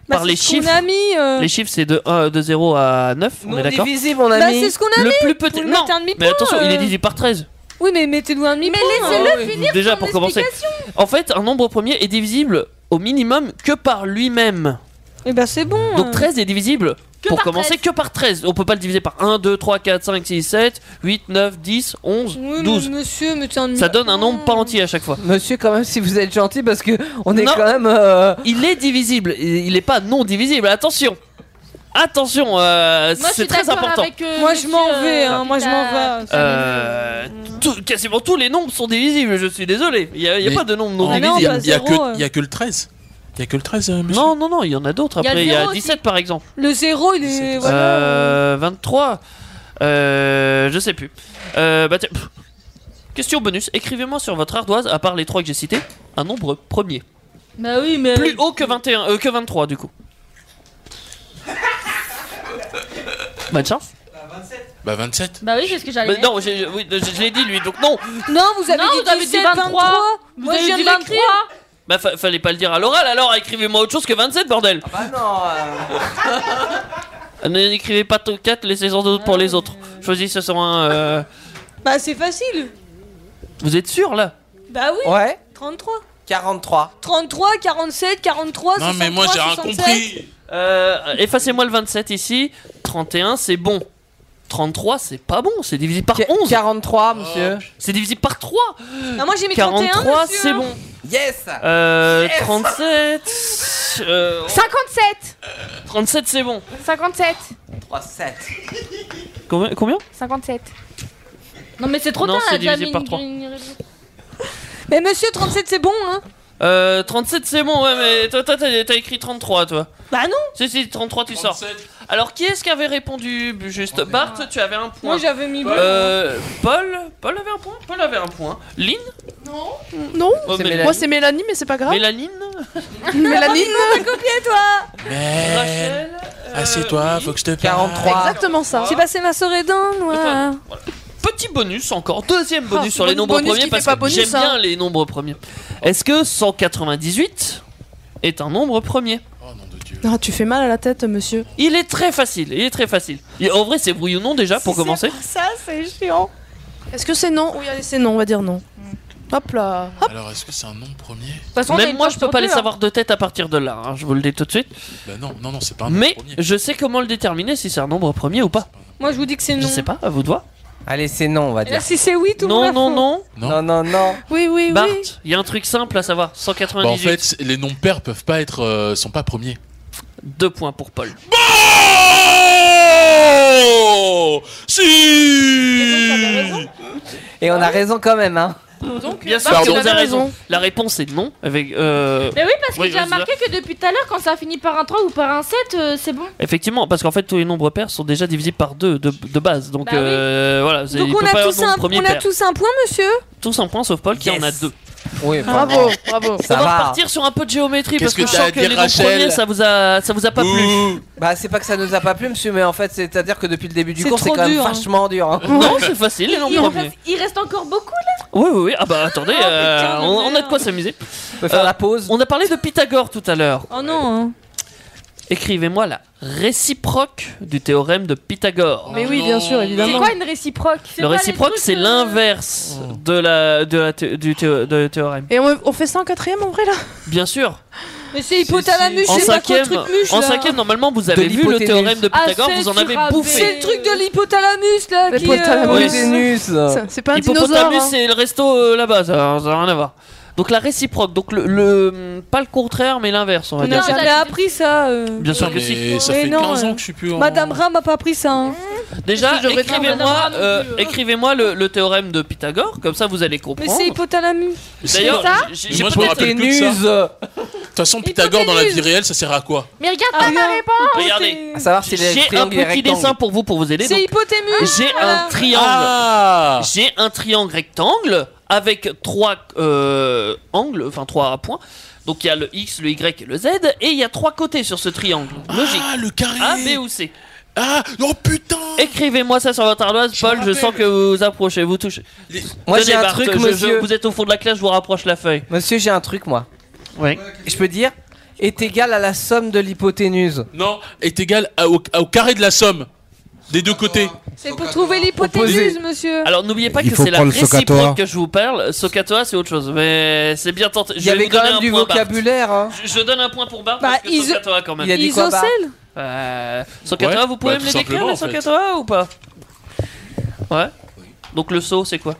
Speaker 2: Bah,
Speaker 6: par
Speaker 2: c'est
Speaker 6: les
Speaker 2: ce qu'on
Speaker 6: chiffres.
Speaker 2: a mis, euh.
Speaker 6: Les chiffres, c'est de, un- de 0 à 9, on est d'accord
Speaker 2: divisible, on a Bah, mis. c'est ce qu'on a
Speaker 6: Le
Speaker 2: mis.
Speaker 6: plus
Speaker 2: Vous
Speaker 6: petit.
Speaker 2: le
Speaker 6: Non,
Speaker 2: mettez un demi-point,
Speaker 6: mais attention, il est
Speaker 2: euh.
Speaker 6: divisé par 13.
Speaker 2: Oui, mais mettez-nous un demi hein. Mais
Speaker 10: Ah
Speaker 6: Déjà pour commencer. En fait, un nombre premier est divisible au minimum que par lui-même.
Speaker 2: Et bah c'est bon.
Speaker 6: Donc 13 est divisible pour commencer que par 13. On peut pas le diviser par 1, 2, 3, 4, 5, 6, 7, 8, 9, 10, 11,
Speaker 2: Oui, mais
Speaker 6: 12.
Speaker 2: Euh, monsieur, mettez un demi
Speaker 6: Ça donne un nombre pas entier à chaque fois.
Speaker 3: Monsieur, quand même, si vous êtes gentil, parce que on est
Speaker 6: Non.
Speaker 3: quand même. euh,
Speaker 6: Il est divisible, il il est pas non divisible. Attention, attention, euh,
Speaker 13: Moi, je
Speaker 6: c'est
Speaker 13: suis
Speaker 6: très
Speaker 13: d'accord
Speaker 6: important.
Speaker 13: avec, euh,
Speaker 2: Moi, je m'en
Speaker 13: monsieur,
Speaker 2: vais,
Speaker 13: euh,
Speaker 2: hein, moi, je m'en
Speaker 13: Pita.
Speaker 2: vais.
Speaker 6: Euh, tout- quasiment tous les nombres sont divisibles. Je suis désolé. Il y a, il y a
Speaker 10: Mais
Speaker 6: pas de nombre non
Speaker 4: Ah
Speaker 10: en-
Speaker 6: divisible.
Speaker 10: il y a- il y a
Speaker 4: euh.
Speaker 10: que- Il y a que le 13. Il y a que le 13, euh, monsieur.
Speaker 6: Non, non, non, il y en a d'autres.
Speaker 2: Il y a le
Speaker 6: Après, il y a
Speaker 2: zéro aussi.
Speaker 6: 17 par exemple.
Speaker 2: Le zéro, il est. voilà.
Speaker 6: Euh, 23. Euh, je sais plus. Euh, bah, tiens, pff. Question bonus. Écrivez-moi sur votre ardoise, à part les trois que j'ai cités, un nombre premier.
Speaker 13: Bah oui, mais.
Speaker 6: Plus haut que 21, euh, que 23 du coup. Bonne chance.
Speaker 10: Bah 27.
Speaker 13: Bah oui, c'est ce que j'allais
Speaker 6: Mais non, j'ai- oui, je, je l'ai dit lui, donc non.
Speaker 2: Non, vous avez
Speaker 13: Non,
Speaker 2: dit
Speaker 13: vous avez dit
Speaker 2: 17,
Speaker 13: 23.
Speaker 2: 23.
Speaker 13: Vous
Speaker 2: Moi,
Speaker 13: avez
Speaker 2: je viens
Speaker 13: dit
Speaker 2: de l'écrire.
Speaker 13: 23.
Speaker 6: Bah fa- fallait pas le dire à l'oral alors, écrivez-moi autre chose que 27 bordel.
Speaker 3: Ah non.
Speaker 6: N'écrivez pas 4, laissez-en d'autres pour les autres. Choisissez sur un... euh,
Speaker 2: Bah c'est facile.
Speaker 6: Vous êtes sûr là
Speaker 2: Bah oui.
Speaker 6: Ouais.
Speaker 2: 33.
Speaker 3: 43.
Speaker 2: 33, 47, 43, 63, 67.
Speaker 6: Euh, Effacez-moi le 27 ici. 31, c'est bon. 33, c'est pas bon, c'est divisé par 11.
Speaker 3: 43, monsieur.
Speaker 6: C'est divisé par 3.
Speaker 2: Ah, moi j'ai mis
Speaker 6: 43,
Speaker 2: 41, monsieur.
Speaker 6: Euh,
Speaker 2: hein.
Speaker 6: c'est bon.
Speaker 3: Yes.
Speaker 6: Euh,
Speaker 2: Ah. Yes.
Speaker 6: 37. euh,
Speaker 4: 57
Speaker 6: 37, c'est bon.
Speaker 4: 57
Speaker 3: 3-7.
Speaker 6: Combien, combien
Speaker 4: 57.
Speaker 13: Non, mais c'est trop
Speaker 6: Non,
Speaker 13: tard,
Speaker 6: c'est
Speaker 13: elle a déjà
Speaker 6: divisé
Speaker 13: mis
Speaker 6: par
Speaker 13: une-
Speaker 6: trois.
Speaker 13: une-
Speaker 2: Mais Eh, monsieur 37 c'est bon hein
Speaker 6: Euh, 37, c'est bon, ouais, mais toi, toi, t'as t'as écrit 33, toi.
Speaker 2: Bah non
Speaker 6: Si, si, 33, tu sors. Alors, qui est-ce qui avait répondu juste Bart, tu avais un point.
Speaker 2: Moi j'avais mis
Speaker 6: Euh, Paul Paul avait un point Paul avait un point. Lynn
Speaker 5: Non. Non.
Speaker 6: Oh, mais-
Speaker 5: Moi c'est Mélanie, mais c'est pas grave.
Speaker 6: Mélanine
Speaker 5: Mélanie.
Speaker 2: T'as copié toi
Speaker 10: Mais. Assieds-toi, faut que je te parle.
Speaker 3: 43.
Speaker 5: Exactement ça.
Speaker 2: J'ai passé ma soirée dans moi.
Speaker 6: Petit bonus encore, deuxième bonus
Speaker 2: Ah,
Speaker 6: sur les
Speaker 2: bonus-
Speaker 6: nombres
Speaker 2: bonus
Speaker 6: premiers
Speaker 2: qui
Speaker 6: parce
Speaker 2: fait pas
Speaker 6: que
Speaker 2: bonus,
Speaker 6: j'aime
Speaker 2: hein.
Speaker 6: bien les nombres premiers. Est-ce que 198 est un nombre premier
Speaker 5: Ah, tu fais mal à la tête, monsieur.
Speaker 6: Il est très facile, il est très facile. Et en vrai, c'est brouillon non déjà pour commencer.
Speaker 5: Ça, c'est chiant. Est-ce que c'est non Oui, allez, c'est non, on va dire non. Hop là. Hop.
Speaker 10: Alors, est-ce que c'est un nom premier
Speaker 5: façon, on a
Speaker 6: Même
Speaker 5: une
Speaker 6: moi,
Speaker 5: chance
Speaker 6: je peux
Speaker 5: sur
Speaker 6: pas
Speaker 5: deux,
Speaker 6: les
Speaker 5: hein.
Speaker 6: savoir de tête à partir de là, hein, je vous le dis tout de suite.
Speaker 10: Bah non, non, non, c'est pas un nom
Speaker 6: Mais
Speaker 10: premier.
Speaker 6: je sais comment le déterminer si c'est un nombre premier ou pas.
Speaker 2: Moi je vous dis que c'est
Speaker 6: Je
Speaker 2: non.
Speaker 6: sais pas, à vous de voir.
Speaker 3: Allez, c'est non, on va
Speaker 2: Et
Speaker 3: dire.
Speaker 2: là si c'est oui tout le Eh
Speaker 6: Non,
Speaker 2: monde a
Speaker 6: non,
Speaker 2: faux.
Speaker 3: Non,
Speaker 6: non.
Speaker 3: non, non.
Speaker 5: Oui, oui,
Speaker 6: Bart, il y a un truc simple à savoir
Speaker 10: Bah, en
Speaker 6: 198.
Speaker 10: fait, les noms pairs peuvent pas être. euh, sont pas premiers.
Speaker 6: Deux points pour Paul.
Speaker 10: Oh Si
Speaker 3: Et on a raison quand même, hein.
Speaker 13: Donc,
Speaker 6: Bien
Speaker 13: euh,
Speaker 6: sûr,
Speaker 13: Bart,
Speaker 6: vous
Speaker 13: il
Speaker 6: avez
Speaker 13: avait
Speaker 6: raison. La réponse est non. Avec, euh,
Speaker 13: Mais oui, parce que
Speaker 6: oui,
Speaker 13: j'ai
Speaker 6: vas-y,
Speaker 13: remarqué que depuis tout à l'heure, quand ça finit par un 3 ou par un 7, euh, c'est bon.
Speaker 6: Effectivement, parce qu'en fait, tous les nombres pairs sont déjà divisés par deux de, de base. Donc
Speaker 13: Bah oui.
Speaker 6: euh, voilà, c'est-
Speaker 2: Donc
Speaker 6: il
Speaker 2: on
Speaker 6: peut pas y
Speaker 2: a,
Speaker 6: avoir
Speaker 2: tous
Speaker 6: de
Speaker 2: un,
Speaker 6: nombre premier
Speaker 2: on a
Speaker 6: pair.
Speaker 2: tous un point monsieur
Speaker 6: Tous un point sauf Paul qui en a deux.
Speaker 3: Oui,
Speaker 5: Bravo, bravo.
Speaker 6: on va, repartir sur un peu de géométrie parce
Speaker 3: Qu'est-ce que
Speaker 6: que, je
Speaker 3: t'as
Speaker 6: sens
Speaker 3: à
Speaker 6: que
Speaker 3: dire,
Speaker 6: les nombres
Speaker 3: Rachel
Speaker 6: premiers ça vous a ça vous a pas plu.
Speaker 3: Bah, c'est pas que ça nous a pas plu, monsieur, mais en fait, c'est-à-dire que depuis le début du
Speaker 6: C'est
Speaker 3: cours, c'est
Speaker 6: trop
Speaker 3: quand même
Speaker 6: dur, hein.
Speaker 3: vachement dur. hein.
Speaker 6: Non, c'est facile les
Speaker 13: Il
Speaker 6: nombres premiers.
Speaker 13: reste, il reste encore beaucoup là
Speaker 6: Oui, oui, oui. Ah bah attendez, euh, on, on a de quoi s'amuser. Euh,
Speaker 3: On peut faire la pause.
Speaker 6: On a parlé de Pythagore tout à l'heure.
Speaker 2: Oh non hein.
Speaker 6: Écrivez-moi la réciproque du théorème de Pythagore.
Speaker 5: Mais oui, bien sûr, évidemment.
Speaker 4: C'est quoi une réciproque
Speaker 6: Le réciproque,
Speaker 5: euh,
Speaker 6: c'est l'inverse de la, de la thé- du thé- de théorème.
Speaker 5: Et on, on fait ça en quatrième en vrai là
Speaker 6: Bien sûr.
Speaker 2: Mais c'est hypothalamus,
Speaker 6: En
Speaker 2: c'est pas quoi le
Speaker 6: cinquième,
Speaker 2: truc muche
Speaker 6: en
Speaker 2: là.
Speaker 6: cinquième, normalement, vous
Speaker 3: De
Speaker 6: avez vu le
Speaker 3: l'hypoténuse.
Speaker 6: théorème de
Speaker 2: Ah,
Speaker 6: Pythagore,
Speaker 2: c'est
Speaker 6: vous en
Speaker 2: du
Speaker 6: avez
Speaker 2: rabais. C'est
Speaker 6: bouffé.
Speaker 2: le truc de l'hypothalamus là qui euh,
Speaker 5: L'hypothalamus.
Speaker 3: Vénus.
Speaker 5: Ça, C'est pas un dinosaure.
Speaker 6: Hippopotamus,
Speaker 5: hein.
Speaker 6: c'est le resto euh, là-bas, ça ça n'a rien à voir. Donc la réciproque, donc le, le- pas le contraire, mais l'inverse, on va
Speaker 2: On
Speaker 6: dire.
Speaker 2: a jamais appris ça. euh.
Speaker 6: Bien sûr que
Speaker 10: Mais
Speaker 6: si.
Speaker 10: ça
Speaker 2: Mais
Speaker 10: fait
Speaker 2: non,
Speaker 10: 15
Speaker 2: euh,
Speaker 10: ans que je suis plus en.
Speaker 2: Madame Ram a pas appris ça. hein.
Speaker 6: Déjà,
Speaker 2: j'aurais dit, on en a
Speaker 6: écrivez-moi,
Speaker 2: non
Speaker 6: euh, écrivez-moi le, le théorème de Pythagore, comme ça vous allez
Speaker 2: Mais
Speaker 6: comprendre.
Speaker 2: c'est hypothalamus.
Speaker 6: D'ailleurs,
Speaker 2: C'est ça
Speaker 6: j'ai
Speaker 10: Mais
Speaker 6: j'ai
Speaker 10: moi, je me
Speaker 6: peut-être-
Speaker 10: rappelle plus que ça. De toute façon, Pythagore dans la vie réelle, ça sert à quoi
Speaker 13: Mais regarde
Speaker 2: Ah,
Speaker 13: pas ma
Speaker 2: oui.
Speaker 13: réponse
Speaker 6: Regardez,
Speaker 3: À savoir si les
Speaker 6: j'ai un
Speaker 3: triangles et les
Speaker 6: petit
Speaker 3: rectangles.
Speaker 6: dessin pour vous pour vous aider.
Speaker 2: C'est
Speaker 6: donc-
Speaker 2: hypothémus.
Speaker 6: J'ai
Speaker 2: voilà.
Speaker 6: un triangle.
Speaker 10: Ah
Speaker 6: J'ai un triangle rectangle avec trois euh, angles, enfin trois points. Donc il y a le X, le Y et le Z, et il y a trois côtés sur ce triangle. Logique.
Speaker 10: Ah, le carré
Speaker 6: A, B ou C.
Speaker 10: Ah Oh putain
Speaker 6: Écrivez-moi ça sur votre ardoise, Paul. Je
Speaker 10: rappelle.
Speaker 6: sens que vous vous approchez, vous touchez.
Speaker 10: Les-
Speaker 3: Moi,
Speaker 6: Tenez,
Speaker 3: j'ai un
Speaker 6: Bart,
Speaker 3: truc,
Speaker 6: je- je-
Speaker 3: monsieur.
Speaker 6: vous êtes au fond de la classe, je vous rapproche la feuille.
Speaker 3: Monsieur, j'ai un truc, moi.
Speaker 6: Oui.
Speaker 3: Je peux dire
Speaker 16: est égal à la somme de l'hypoténuse.
Speaker 10: Non, est égal à- au, à- au carré de la somme des deux côtés.
Speaker 2: C'est pour trouver l'hypoténuse, monsieur.
Speaker 6: Alors n'oubliez pas
Speaker 10: Il
Speaker 6: que
Speaker 10: faut
Speaker 6: c'est la
Speaker 10: prendre Socator.
Speaker 6: réciproque que je vous parle. Socatoa, c'est autre chose, mais c'est bien tenté.
Speaker 16: Il y
Speaker 6: Je vais
Speaker 16: avait
Speaker 6: vous
Speaker 16: quand
Speaker 6: donner
Speaker 16: même
Speaker 6: un
Speaker 16: du
Speaker 6: point, Bart.
Speaker 16: vocabulaire. hein.
Speaker 6: Je, je donne un point pour
Speaker 2: Bah,
Speaker 6: Bart parce que
Speaker 16: iso-
Speaker 6: Socatoa quand même.
Speaker 16: Bah, Il a dit quoi, Bart
Speaker 2: Isocèle
Speaker 6: Euh, Socatoa,
Speaker 16: Ouais,
Speaker 6: vous pouvez
Speaker 16: bah,
Speaker 6: me
Speaker 16: tout
Speaker 6: les décrire
Speaker 16: simplement,
Speaker 6: les
Speaker 16: en fait.
Speaker 6: Socatoa ou pas Ouais. Donc le saut, c'est quoi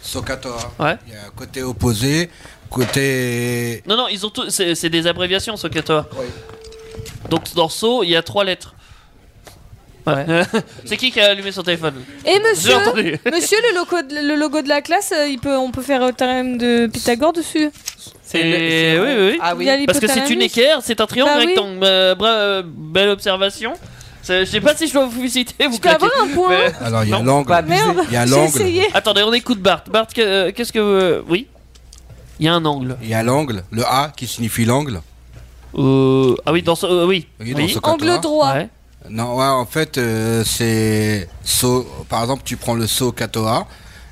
Speaker 17: Socatoa.
Speaker 6: Ouais.
Speaker 17: Il y a un côté opposé, côté.
Speaker 6: Non, non, ils ont tout. C'est c'est des abréviations, Socatoa. Donc dans saut, il y a trois lettres. Ouais. c'est qui qui a allumé son téléphone
Speaker 2: Et
Speaker 6: J'ai
Speaker 2: monsieur,
Speaker 6: entendu.
Speaker 2: monsieur le, logo de, le logo de la classe, euh, il peut, on peut faire le théorème de Pythagore dessus.
Speaker 6: Et oui, oui, oui.
Speaker 2: Ah oui. Il y a
Speaker 6: Parce que c'est
Speaker 2: l'hypothalamus.
Speaker 6: une équerre, c'est un triangle
Speaker 2: Bah oui.
Speaker 6: rectangle. Euh, bra- euh, belle observation. C'est- Je sais pas si je dois vous citer. Vous
Speaker 2: peux
Speaker 6: claquez.
Speaker 2: avoir un point
Speaker 6: Mais-
Speaker 17: Alors, il y a
Speaker 6: Non.
Speaker 17: l'angle.
Speaker 3: Bah,
Speaker 17: Il y a l'angle.
Speaker 6: Attendez, on écoute Bart. Bart, que- euh, qu'est-ce que. euh, oui Il y a un angle.
Speaker 17: Il y a l'angle, le A qui signifie l'angle.
Speaker 6: ah oui, dans ce. euh, oui.
Speaker 17: dans
Speaker 6: Oui.
Speaker 17: Socatoa.
Speaker 6: Angle droit. Ouais.
Speaker 17: Non, ouais, en fait, euh, c'est. So, par exemple, tu prends le So Katoa,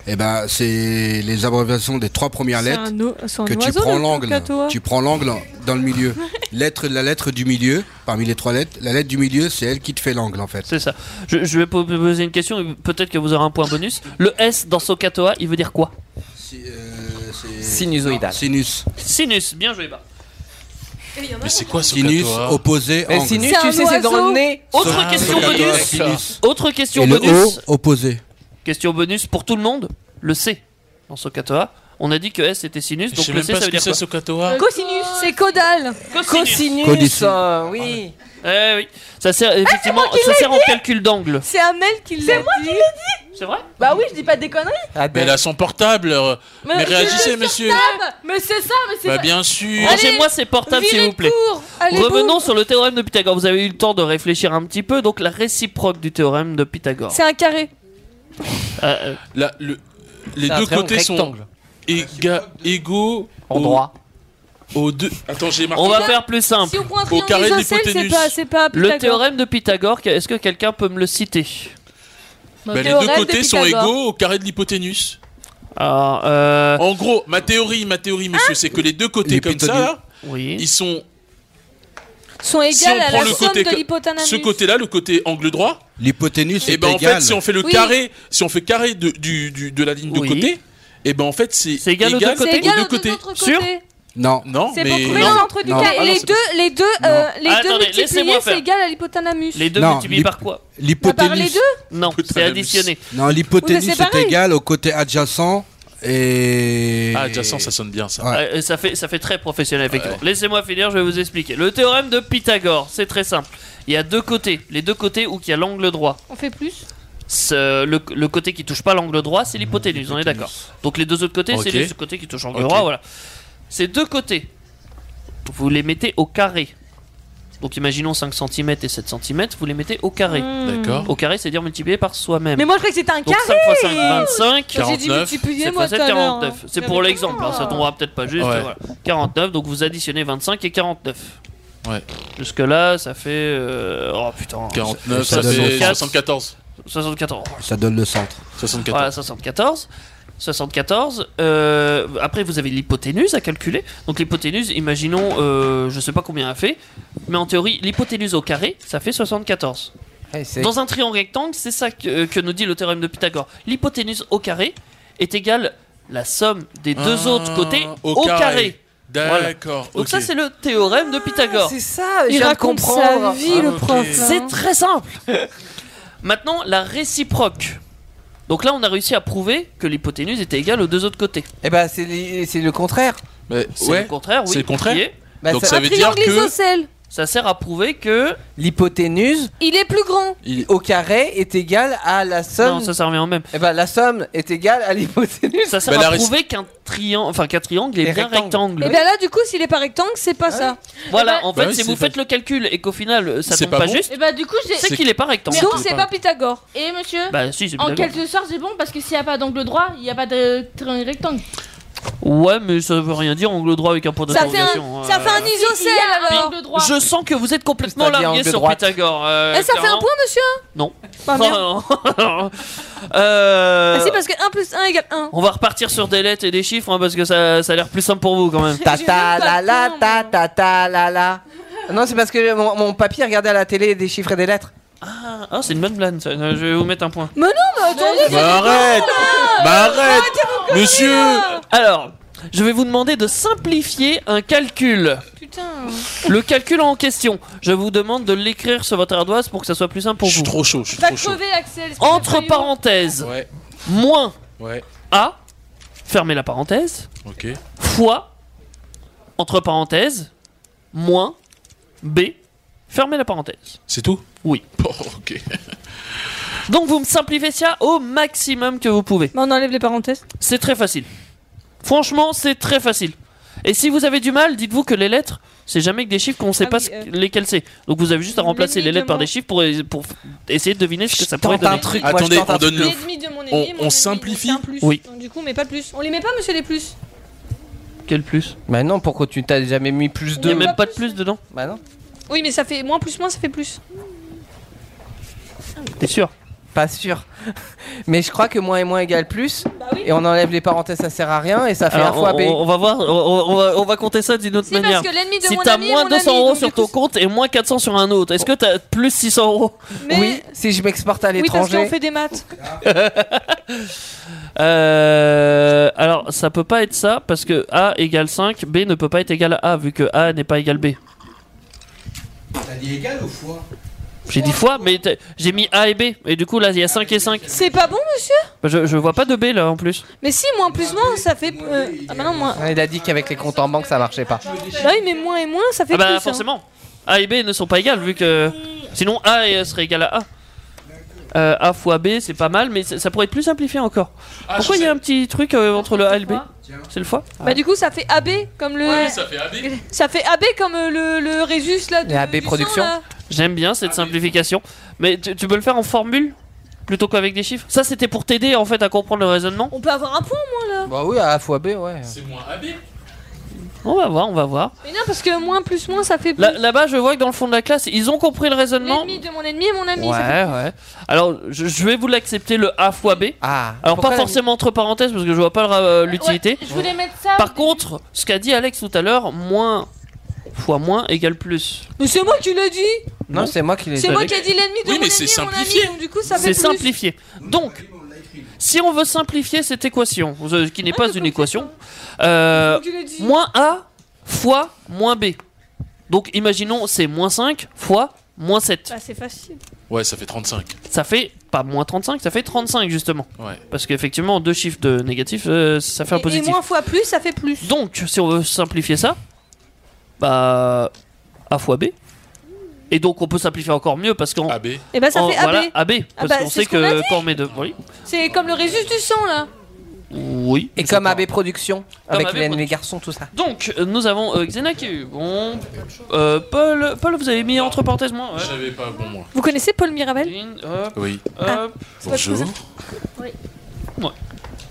Speaker 17: et ben c'est les abréviations des trois premières
Speaker 2: C'est
Speaker 17: lettres.
Speaker 2: un o- c'est un
Speaker 17: que tu
Speaker 2: oiseau,
Speaker 17: prends
Speaker 2: le hein.
Speaker 17: l'angle.
Speaker 2: Katoa.
Speaker 17: Tu prends l'angle dans le milieu. lettre, la lettre du milieu, parmi les trois lettres, la lettre du milieu, c'est elle qui te fait l'angle en fait.
Speaker 6: C'est ça. Je, je vais po- poser une question, et peut-être que vous aurez un point bonus. Le S dans Sokatoa, il veut dire quoi
Speaker 3: Sinusoïdal.
Speaker 17: euh, Sinus.
Speaker 6: Sinus, bien joué, Bart.
Speaker 17: Mais c'est quoi Sinus opposé
Speaker 3: Mais
Speaker 17: angle.
Speaker 3: sinus, tu sais, c'est dans le nez.
Speaker 6: Autre
Speaker 17: Ah,
Speaker 6: question
Speaker 17: Sokatoa,
Speaker 6: bonus.
Speaker 17: sinus.
Speaker 6: Autre question
Speaker 17: Et le
Speaker 6: bonus.
Speaker 17: O opposé.
Speaker 6: Question bonus pour tout le monde. Le C dans Sokatoa. On a dit que S était sinus,
Speaker 10: Je
Speaker 6: donc
Speaker 10: sais
Speaker 6: le
Speaker 10: même
Speaker 6: C
Speaker 10: pas
Speaker 6: ça
Speaker 10: ce
Speaker 6: veut
Speaker 10: que
Speaker 6: dire
Speaker 10: c'est
Speaker 6: quoi
Speaker 10: Sokatoa.
Speaker 2: Euh, Cosinus. C'est caudal.
Speaker 6: Cosinus.
Speaker 3: Cosinus,
Speaker 6: euh,
Speaker 3: oui.
Speaker 6: Eh oui. Ça sert effectivement,
Speaker 4: moi qui
Speaker 6: ça
Speaker 4: l'ai
Speaker 6: sert en
Speaker 4: dit.
Speaker 6: calcul d'angle.
Speaker 2: C'est Amel qui l'a dit.
Speaker 4: C'est moi qui l'ai dit
Speaker 6: C'est vrai
Speaker 4: Bah oui, je dis pas des conneries
Speaker 3: Ah,
Speaker 10: Mais
Speaker 3: ben.
Speaker 10: elle a son portable. euh, Mais,
Speaker 4: je
Speaker 10: réagissez,
Speaker 4: le
Speaker 10: monsieur.
Speaker 4: surtape.
Speaker 2: Mais c'est ça, mais c'est
Speaker 10: Bah
Speaker 2: ça.
Speaker 10: bien sûr.
Speaker 6: Rangez-moi ces portables, s'il vous plaît.
Speaker 2: allez,
Speaker 6: Revenons sur le théorème de Pythagore. Vous avez eu le temps de réfléchir un petit peu. Donc, la réciproque du théorème de Pythagore.
Speaker 2: C'est un carré.
Speaker 6: Euh,
Speaker 10: Là, le- les
Speaker 6: C'est un
Speaker 10: deux
Speaker 6: triangle
Speaker 10: côtés sont
Speaker 6: rectangle.
Speaker 10: éga- égaux en
Speaker 6: droit.
Speaker 10: Aux deux. Attends, j'ai marqué.
Speaker 6: On va faire plus simple.
Speaker 2: Si on prend un triangle isocèle, c'est pas, c'est pas
Speaker 6: Le
Speaker 2: Pythagore.
Speaker 6: théorème de Pythagore, que- est-ce que quelqu'un peut me le citer
Speaker 10: Bah, les deux côtés sont égaux au carré de l'hypoténuse.
Speaker 6: euh,
Speaker 10: En gros, ma théorie, ma théorie, monsieur, c'est que les deux côtés comme ça, là, ils sont.
Speaker 2: Sont
Speaker 10: si on
Speaker 2: égales à
Speaker 10: prend
Speaker 2: la
Speaker 10: le
Speaker 2: somme
Speaker 10: côté
Speaker 2: de
Speaker 10: que-
Speaker 2: l'hypothalamus.
Speaker 10: ce côté-là, le côté angle droit,
Speaker 17: l'hypoténuse,
Speaker 10: et
Speaker 17: est
Speaker 10: ben en
Speaker 17: égale.
Speaker 10: fait, si on fait le
Speaker 2: Oui.
Speaker 10: carré, si on fait carré de, du, du- de la ligne de côté, et ben en fait, c'est
Speaker 6: égal aux deux côtés
Speaker 2: C'est égal aux
Speaker 10: aux deux
Speaker 2: deux
Speaker 10: côtés.
Speaker 2: autres côtés.
Speaker 17: Non,
Speaker 10: non,
Speaker 2: C'est
Speaker 10: mais
Speaker 2: pour trouver le
Speaker 10: non, Ah
Speaker 2: centre du
Speaker 10: non.
Speaker 2: carré. Les deux, les deux, euh, les deux
Speaker 6: Ah, attendez,
Speaker 2: multipliés,
Speaker 6: laissez-moi faire.
Speaker 2: c'est égal à l'hypothalamus.
Speaker 6: Les deux
Speaker 17: Non,
Speaker 6: multipliés
Speaker 17: l'hyp-
Speaker 6: par quoi
Speaker 17: l'hypoténuse.
Speaker 2: Par les deux
Speaker 6: Non, c'est additionné.
Speaker 17: Non,
Speaker 2: Oui, mais
Speaker 17: l'hypoténuse
Speaker 2: c'est
Speaker 17: est
Speaker 2: pareil.
Speaker 17: égale au côté adjacent et.
Speaker 10: Ah, adjacent, ça sonne bien ça.
Speaker 6: Euh, ça, fait, ça fait très professionnel, effectivement. Laissez-moi finir, je vais vous expliquer. Le théorème de Pythagore, c'est très simple. Il y a deux côtés, les deux côtés où il y a l'angle droit.
Speaker 2: On fait plus
Speaker 6: Ce- le, le côté qui touche pas l'angle droit, c'est l'hypoténuse, on est d'accord. Donc les deux autres côtés,
Speaker 10: Ok.
Speaker 6: c'est les deux côtés qui touchent l'angle
Speaker 10: Ok.
Speaker 6: droit, voilà. Ces deux côtés, vous les mettez au carré. Donc imaginons 5 cm et 7 cm, vous les mettez au carré.
Speaker 10: Hmm. D'accord.
Speaker 6: Au carré, c'est-à-dire multiplié par soi-même.
Speaker 4: Mais moi je croyais que c'était un
Speaker 6: Donc
Speaker 4: carré
Speaker 6: 5 x 5, 25,
Speaker 4: J'ai dit
Speaker 6: 49, 7
Speaker 4: multiplier,
Speaker 6: x
Speaker 4: moi,
Speaker 6: 7,
Speaker 4: tout à l'heure,
Speaker 6: 49.
Speaker 4: hein.
Speaker 6: C'est pour l'exemple, hein, ça tombera peut-être pas juste.
Speaker 10: Ouais.
Speaker 6: voilà. 49, donc vous additionnez 25 et 49.
Speaker 10: Ouais.
Speaker 6: Jusque là, ça fait... euh, Oh putain.
Speaker 10: 49, ça, fait 74.
Speaker 6: 74.
Speaker 17: Ça donne le centre.
Speaker 10: 74.
Speaker 6: Voilà, 74. 74. euh, après, vous avez l'hypoténuse à calculer. Donc l'hypoténuse, imaginons, euh, je sais pas combien elle fait, mais en théorie, l'hypoténuse au carré, ça fait 74.
Speaker 3: c'est-
Speaker 6: Dans un triangle rectangle, c'est ça que, que nous dit le théorème de Pythagore. L'hypoténuse au carré est égale la somme des deux
Speaker 10: Ah,
Speaker 6: autres côtés
Speaker 10: au
Speaker 6: au,
Speaker 10: carré.
Speaker 6: carré.
Speaker 10: D'accord,
Speaker 6: Voilà. Donc
Speaker 10: ok.
Speaker 6: ça, c'est le théorème de Pythagore.
Speaker 16: C'est ça,
Speaker 6: Il
Speaker 16: je viens de
Speaker 6: raconte
Speaker 16: comprendre.
Speaker 6: sa vie, le Ah, ok. prof, là, hein.
Speaker 16: C'est
Speaker 6: très simple. Maintenant, la réciproque. Donc là, on a réussi à prouver que l'hypoténuse était égale aux deux autres côtés.
Speaker 3: Eh ben, c'est li- c'est le contraire.
Speaker 6: C'est le contraire, oui.
Speaker 3: C'est le contraire.
Speaker 6: qui est-
Speaker 3: Bah, Donc, ça- ça veut dire
Speaker 2: Triangle isocèle.
Speaker 6: Ça sert à prouver que
Speaker 3: L'hypoténuse
Speaker 2: Il est plus grand.
Speaker 3: au carré est égale à la somme.
Speaker 6: Non, ça, ça revient en même.
Speaker 3: Eh ben, la somme est égale à l'hypoténuse.
Speaker 6: ça sert à prouver qu'un triangle, enfin qu'un triangle est
Speaker 3: Et
Speaker 6: bien
Speaker 3: rectangle.
Speaker 6: rectangle.
Speaker 2: Et bien Eh ben là, du coup, s'il est pas rectangle, c'est pas ça.
Speaker 6: Voilà, en
Speaker 2: Bah
Speaker 6: fait,
Speaker 2: oui,
Speaker 6: si
Speaker 2: c'est
Speaker 6: vous
Speaker 2: pas-
Speaker 6: faites le calcul et qu'au final ça
Speaker 2: C'est
Speaker 6: tombe
Speaker 2: pas
Speaker 6: pas,
Speaker 2: bon.
Speaker 6: juste,
Speaker 13: Et bah du coup j'ai.
Speaker 6: c'est qu'il est pas rectangle.
Speaker 2: Donc c'est pas Pythagore.
Speaker 13: Et monsieur
Speaker 6: Bah si, c'est
Speaker 13: En
Speaker 6: Pythagore.
Speaker 13: quelque sorte c'est bon parce que s'il n'y a pas d'angle droit, il n'y a pas de triangle rectangle.
Speaker 6: Ouais, mais ça veut rien dire angle droit avec un point
Speaker 2: ben. Ça fait un,
Speaker 6: d'interrogation. hein.
Speaker 2: ça fait un
Speaker 13: Il y a
Speaker 2: isocèle alors.
Speaker 13: angle droit.
Speaker 6: Je sens que vous êtes complètement
Speaker 13: C'est-à-dire
Speaker 6: largué
Speaker 13: angle
Speaker 6: sur
Speaker 13: droit.
Speaker 6: Pythagore. euh,
Speaker 2: Eh, ça fait un
Speaker 6: clairement. Oh,
Speaker 2: point, monsieur
Speaker 6: Non.
Speaker 2: Bah,
Speaker 6: Euh,
Speaker 2: Ah, si, parce que 1 plus 1 égale 1.
Speaker 6: On va repartir sur des lettres et des chiffres hein, parce que ça, ça a l'air plus simple pour vous quand même.
Speaker 3: Bah,
Speaker 16: Ta ta la la ta ta ta la la. Non, c'est parce que mon, mon papy regardait à la télé des chiffres et des lettres.
Speaker 6: Ah, ah, c'est une bonne blague. ça. Euh, Je vais vous mettre un point.
Speaker 2: Mais non, mais attendez.
Speaker 6: Bah arrête Bah arrête
Speaker 10: Monsieur
Speaker 6: Alors, je vais vous demander de simplifier un calcul.
Speaker 2: Putain.
Speaker 6: Le calcul en question, je vous demande de l'écrire sur votre ardoise pour que ça soit plus simple pour vous. Je suis
Speaker 10: trop chaud, je
Speaker 2: Va crever, Axel. espèce de
Speaker 6: Entre
Speaker 2: faillot.
Speaker 6: parenthèses, moins A, fermez la parenthèse,
Speaker 10: Ok.
Speaker 6: fois, entre parenthèses, moins B, fermez la parenthèse.
Speaker 10: C'est tout
Speaker 6: Oui.
Speaker 10: ok.
Speaker 6: Donc vous me simplifiez ça au maximum que vous pouvez.
Speaker 2: on enlève les parenthèses.
Speaker 6: C'est très facile. Franchement, c'est très facile. Et si vous avez du mal, dites-vous que les lettres, c'est jamais que des chiffres qu'on ne
Speaker 2: Ah
Speaker 6: sait pas ce-
Speaker 2: euh,
Speaker 6: lesquels c'est. Donc vous avez juste à remplacer les lettres par des chiffres pour, pour essayer de deviner ce que ça pourrait
Speaker 2: tente
Speaker 6: donner.
Speaker 2: un truc,
Speaker 10: Attendez, on donne le.
Speaker 2: L'ennemi de mon ennemi,
Speaker 10: On,
Speaker 2: mon
Speaker 10: on
Speaker 2: ennemi,
Speaker 10: simplifie
Speaker 2: c'est un plus.
Speaker 3: Oui.
Speaker 2: Donc, du coup, mais pas plus. On les met pas, monsieur, les plus.
Speaker 6: Quel plus
Speaker 3: Bah non, pourquoi tu t'as jamais mis plus de.
Speaker 2: Il y a même
Speaker 6: pas de plus dedans.
Speaker 3: Bah non.
Speaker 2: Oui, mais ça fait moins plus moins, ça fait plus.
Speaker 6: T'es sûr
Speaker 3: Pas sûr. Mais je crois que moins et moins égale plus.
Speaker 5: Bah
Speaker 3: Et on enlève les parenthèses, ça sert à rien. Et ça fait
Speaker 6: Alors,
Speaker 3: un fois
Speaker 6: on,
Speaker 3: B.
Speaker 6: on va voir, on, on va, on va compter ça d'une autre
Speaker 2: parce
Speaker 6: manière.
Speaker 2: que l'ennemi de
Speaker 6: si
Speaker 2: mon
Speaker 6: t'as
Speaker 2: ami est
Speaker 6: moins
Speaker 2: mon
Speaker 6: 200
Speaker 2: ami,
Speaker 6: euros
Speaker 2: donc
Speaker 6: sur
Speaker 2: du
Speaker 6: ton compte et moins 400 sur un autre, est-ce que t'as plus 600 euros
Speaker 3: Oui, si je m'exporte à
Speaker 2: Oui, parce
Speaker 3: l'étranger.
Speaker 2: qu'on fait des maths.
Speaker 6: Euh, alors, ça peut pas être ça parce que A égale 5, B ne peut pas être égal à A vu que A n'est pas égal B.
Speaker 17: T'as dit égal ou fois
Speaker 6: J'ai dit fois, mais t'as- j'ai mis A et B, et du coup là il y a 5 et 5.
Speaker 2: C'est pas bon, monsieur
Speaker 6: Bah, Je, je vois pas de B là en plus.
Speaker 2: Mais si, moins plus moins, ça fait. euh, Ah bah non, moins.
Speaker 3: Il a dit qu'avec les comptes en banque, ça marchait pas.
Speaker 2: Bah oui, mais moins et moins, ça fait
Speaker 6: Ah bah
Speaker 2: plus. hein.
Speaker 6: forcément, A et B ne sont pas égales vu que. Sinon A et- serait égal à A. Euh, a fois B c'est pas mal, mais ça ça pourrait être plus simplifié encore.
Speaker 10: Ah,
Speaker 6: Pourquoi
Speaker 10: je
Speaker 6: il y a un petit truc euh, entre le A et le B C'est le fois
Speaker 2: Bah du coup, ça fait AB comme le.
Speaker 10: Ouais, ça fait AB.
Speaker 2: Ça fait AB comme euh, le, le Résus là. de-
Speaker 6: La B
Speaker 2: du sang, là.
Speaker 6: J'aime bien cette simplification. Mais tu, tu peux le faire en formule plutôt qu'avec des chiffres Ça, c'était pour t'aider en fait à comprendre le raisonnement.
Speaker 2: On peut avoir un point, moi là.
Speaker 3: Bah oui, A fois B, ouais.
Speaker 10: C'est moins AB.
Speaker 6: On va voir, on va voir.
Speaker 2: Mais non, parce que moins plus moins, ça fait plus.
Speaker 6: Là- Là-bas, je vois que dans le fond de la classe, ils ont compris le raisonnement.
Speaker 2: L'ennemi de mon ennemi et mon ami.
Speaker 6: Ouais,
Speaker 2: ça fait-
Speaker 6: ouais. Alors, je, je vais vous l'accepter le A fois B. Alors,
Speaker 3: Ah. pourquoi
Speaker 6: pas
Speaker 3: la-
Speaker 6: forcément entre parenthèses parce que je vois pas le ra- euh, l'utilité.
Speaker 13: Je voulais mettre ça.
Speaker 6: Par contre, ce qu'a dit Alex tout à l'heure, moins fois moins égale plus.
Speaker 2: Mais c'est moi qui l'ai dit
Speaker 3: Non, c'est moi qui l'ai
Speaker 2: C'est moi qui ai dit l'ennemi de
Speaker 6: Oui,
Speaker 2: mon
Speaker 6: mais
Speaker 2: ennemi
Speaker 6: c'est
Speaker 2: et mon ami.
Speaker 6: simplifié.
Speaker 2: Donc du coup, ça fait
Speaker 6: C'est
Speaker 2: plus.
Speaker 6: simplifié. Donc, si on veut simplifier cette équation, euh, qui n'est
Speaker 2: Ah,
Speaker 6: pas une équation, euh,
Speaker 2: tu l'as dit.
Speaker 6: moins A fois moins B. Donc, imaginons, c'est moins 5 fois moins 7.
Speaker 2: Bah c'est facile.
Speaker 10: Ouais, ça fait 35.
Speaker 6: Ça fait pas moins 35, ça fait 35 justement. Parce qu'effectivement, deux chiffres de négatifs, euh, ça fait un
Speaker 2: Et
Speaker 6: positif.
Speaker 2: moins fois plus, ça fait plus.
Speaker 6: Donc, si on veut simplifier ça, bah A fois B. Et donc, on peut simplifier encore mieux parce qu'en. AB.
Speaker 2: Eh ben, ça fait AB.
Speaker 6: Voilà, AB. Parce
Speaker 2: bah,
Speaker 6: qu'on
Speaker 2: c'est
Speaker 6: sait
Speaker 2: ce qu'on a
Speaker 6: que
Speaker 2: dit.
Speaker 6: quand on met deux. Oui.
Speaker 2: C'est comme le Résus du sang là.
Speaker 6: Oui.
Speaker 3: Et comme AB Production,
Speaker 6: Comme
Speaker 3: avec
Speaker 6: AB
Speaker 3: les,
Speaker 6: Production.
Speaker 3: les garçons, tout ça.
Speaker 6: Donc, euh, nous avons euh, Xena qui est eu bon. Euh, Paul, Paul, vous avez mis entre parenthèses moins. Ouais.
Speaker 10: J'avais pas bon moi.
Speaker 2: Vous connaissez Paul Mirabel
Speaker 10: Oui.
Speaker 6: Euh,
Speaker 2: Ah, c'est pas
Speaker 10: Bonjour.
Speaker 2: ce que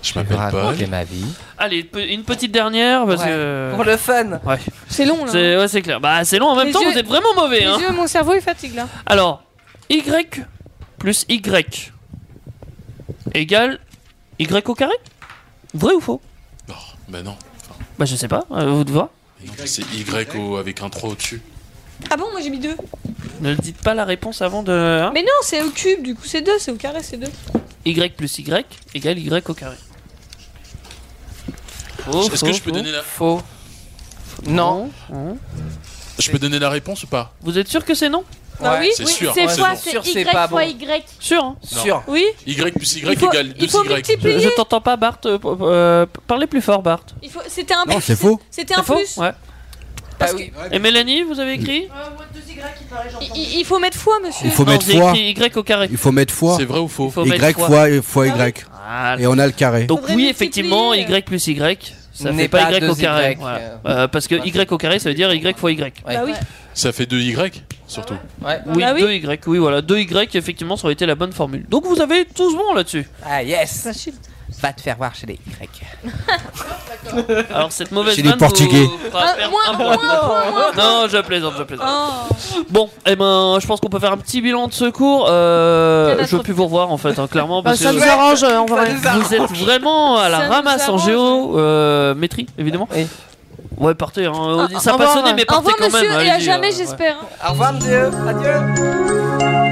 Speaker 10: Je m'appelle Paul.
Speaker 3: ma vie.
Speaker 6: Allez, pe- une petite dernière parce
Speaker 3: Ouais.
Speaker 6: que.
Speaker 3: Pour le fun.
Speaker 6: Ouais.
Speaker 2: C'est long là. hein.
Speaker 6: C'est ouais, c'est clair. Bah, c'est long. En même
Speaker 2: Les
Speaker 6: temps,
Speaker 2: yeux-
Speaker 6: vous êtes vraiment mauvais.
Speaker 2: Les
Speaker 6: Hein.
Speaker 2: yeux, mon cerveau, il fatigue là.
Speaker 6: Alors, y plus y égale y au carré. Vrai ou faux
Speaker 10: Bah non.
Speaker 6: Bah, je sais pas. euh, vous devez voir.
Speaker 10: Mais non, C'est Y au- avec un 3 au-dessus.
Speaker 2: Ah bon, moi j'ai mis deux.
Speaker 6: Ne dites pas la réponse avant de. hein.
Speaker 2: Mais non, c'est au cube, du coup c'est deux, c'est au carré, c'est deux.
Speaker 6: y plus y égale y au carré. Faux,
Speaker 10: Est-ce
Speaker 6: faux,
Speaker 10: que je
Speaker 6: faux,
Speaker 10: peux donner la.
Speaker 6: Faux.
Speaker 3: Non.
Speaker 10: Je peux donner la réponse ou pas
Speaker 6: Vous êtes sûr que c'est non
Speaker 10: Bah oui. C'est sûr, c'est non. Sûr, c'est pas bon.
Speaker 13: Y.
Speaker 6: Sûr. hein
Speaker 10: Non. Y plus Y égale 2Y.
Speaker 6: Je, je t'entends pas, Bart. euh, p- euh, parlez plus fort, Bart.
Speaker 2: Il faut... C'était un
Speaker 6: Non,
Speaker 2: plus.
Speaker 6: c'est faux.
Speaker 2: C'était un
Speaker 6: C'est faux
Speaker 2: plus.
Speaker 6: Ouais.
Speaker 2: Ah
Speaker 6: Et Mélanie, vous avez écrit
Speaker 2: Il, il faut mettre fois, monsieur.
Speaker 17: Il faut mettre
Speaker 6: j'ai
Speaker 17: fois.
Speaker 6: écrit Y au carré.
Speaker 17: Il faut mettre fois.
Speaker 10: C'est vrai ou faux
Speaker 6: faut
Speaker 17: Y
Speaker 6: mettre
Speaker 17: fois,
Speaker 6: fois.
Speaker 17: et fois Y.
Speaker 6: Ah,
Speaker 17: Et on a le carré.
Speaker 6: Donc oui, effectivement, y plus y, ça
Speaker 3: N'est
Speaker 6: fait pas,
Speaker 3: pas
Speaker 6: y
Speaker 3: deux
Speaker 6: au carré.
Speaker 3: Y,
Speaker 6: voilà.
Speaker 3: euh,
Speaker 6: Euh, parce que y au carré, ça veut dire y fois y.
Speaker 3: Bah oui.
Speaker 10: Ça fait 2Y surtout.
Speaker 6: Oui, 2y, oui, voilà. 2y, effectivement, ça aurait été la bonne formule. Donc vous avez tous bon là-dessus.
Speaker 3: Ah yes.
Speaker 2: Facile.
Speaker 3: Va te faire voir chez les Y.
Speaker 6: Alors cette mauvaise
Speaker 3: Chez les
Speaker 6: vanne
Speaker 3: Portugais.
Speaker 6: vous fera
Speaker 3: Un-
Speaker 6: perdre
Speaker 3: moins,
Speaker 5: Ah,
Speaker 6: un point.
Speaker 3: moins, moins, moins,
Speaker 6: Non, je plaisante, je plaisante.
Speaker 22: Oh.
Speaker 6: Bon, eh ben, je pense qu'on peut faire un petit bilan de secours. Euh, je veux plus vous revoir en fait, hein, clairement.
Speaker 5: Bah,
Speaker 6: parce
Speaker 5: ça
Speaker 6: que-
Speaker 5: nous arrange, euh, en
Speaker 6: Ça
Speaker 5: vrai.
Speaker 6: nous arrange. Vous êtes vraiment à la
Speaker 5: Ça nous
Speaker 6: ramasse en
Speaker 5: arrange.
Speaker 6: géo, euh, maîtrie évidemment. Ouais, partez. hein. ça
Speaker 9: au
Speaker 6: pas
Speaker 9: revoir.
Speaker 6: sonné, mais
Speaker 9: Au
Speaker 6: partez
Speaker 9: revoir,
Speaker 6: quand même.
Speaker 9: monsieur, et à
Speaker 6: allez-y,
Speaker 9: jamais,
Speaker 6: euh, ouais.
Speaker 9: j'espère.
Speaker 3: Au revoir, monsieur. Adieu.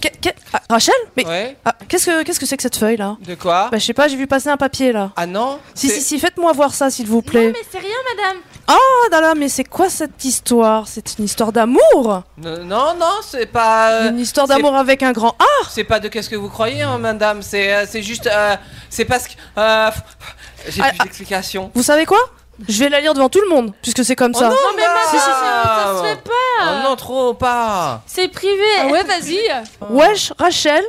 Speaker 5: Que- que- ah, Rachel Mais ah, qu'est-ce que qu'est-ce que c'est que cette feuille là
Speaker 3: De quoi
Speaker 5: Bah je sais pas, j'ai vu passer un papier là.
Speaker 3: Ah non
Speaker 5: Si si si, faites-moi voir ça s'il vous plaît.
Speaker 24: Mais c'est rien, madame.
Speaker 5: Oh là là, mais c'est quoi cette histoire C'est une histoire d'amour
Speaker 3: Non, non, non, c'est pas.
Speaker 5: Une histoire d'amour avec un grand A
Speaker 3: C'est pas de qu'est-ce que vous croyez, hein, madame. C'est euh, c'est juste. euh, c'est parce que. euh, J'ai
Speaker 5: Ah,
Speaker 3: plus d'explication.
Speaker 5: Vous savez quoi Je vais la lire devant tout le monde puisque c'est comme
Speaker 3: Oh
Speaker 5: ça.
Speaker 3: non,
Speaker 5: mais
Speaker 3: madame
Speaker 24: Ça se fait pas.
Speaker 3: Oh non, trop pas
Speaker 24: C'est privé.
Speaker 5: Ah ouais,
Speaker 24: vas-y.
Speaker 5: Wesh, Rachel,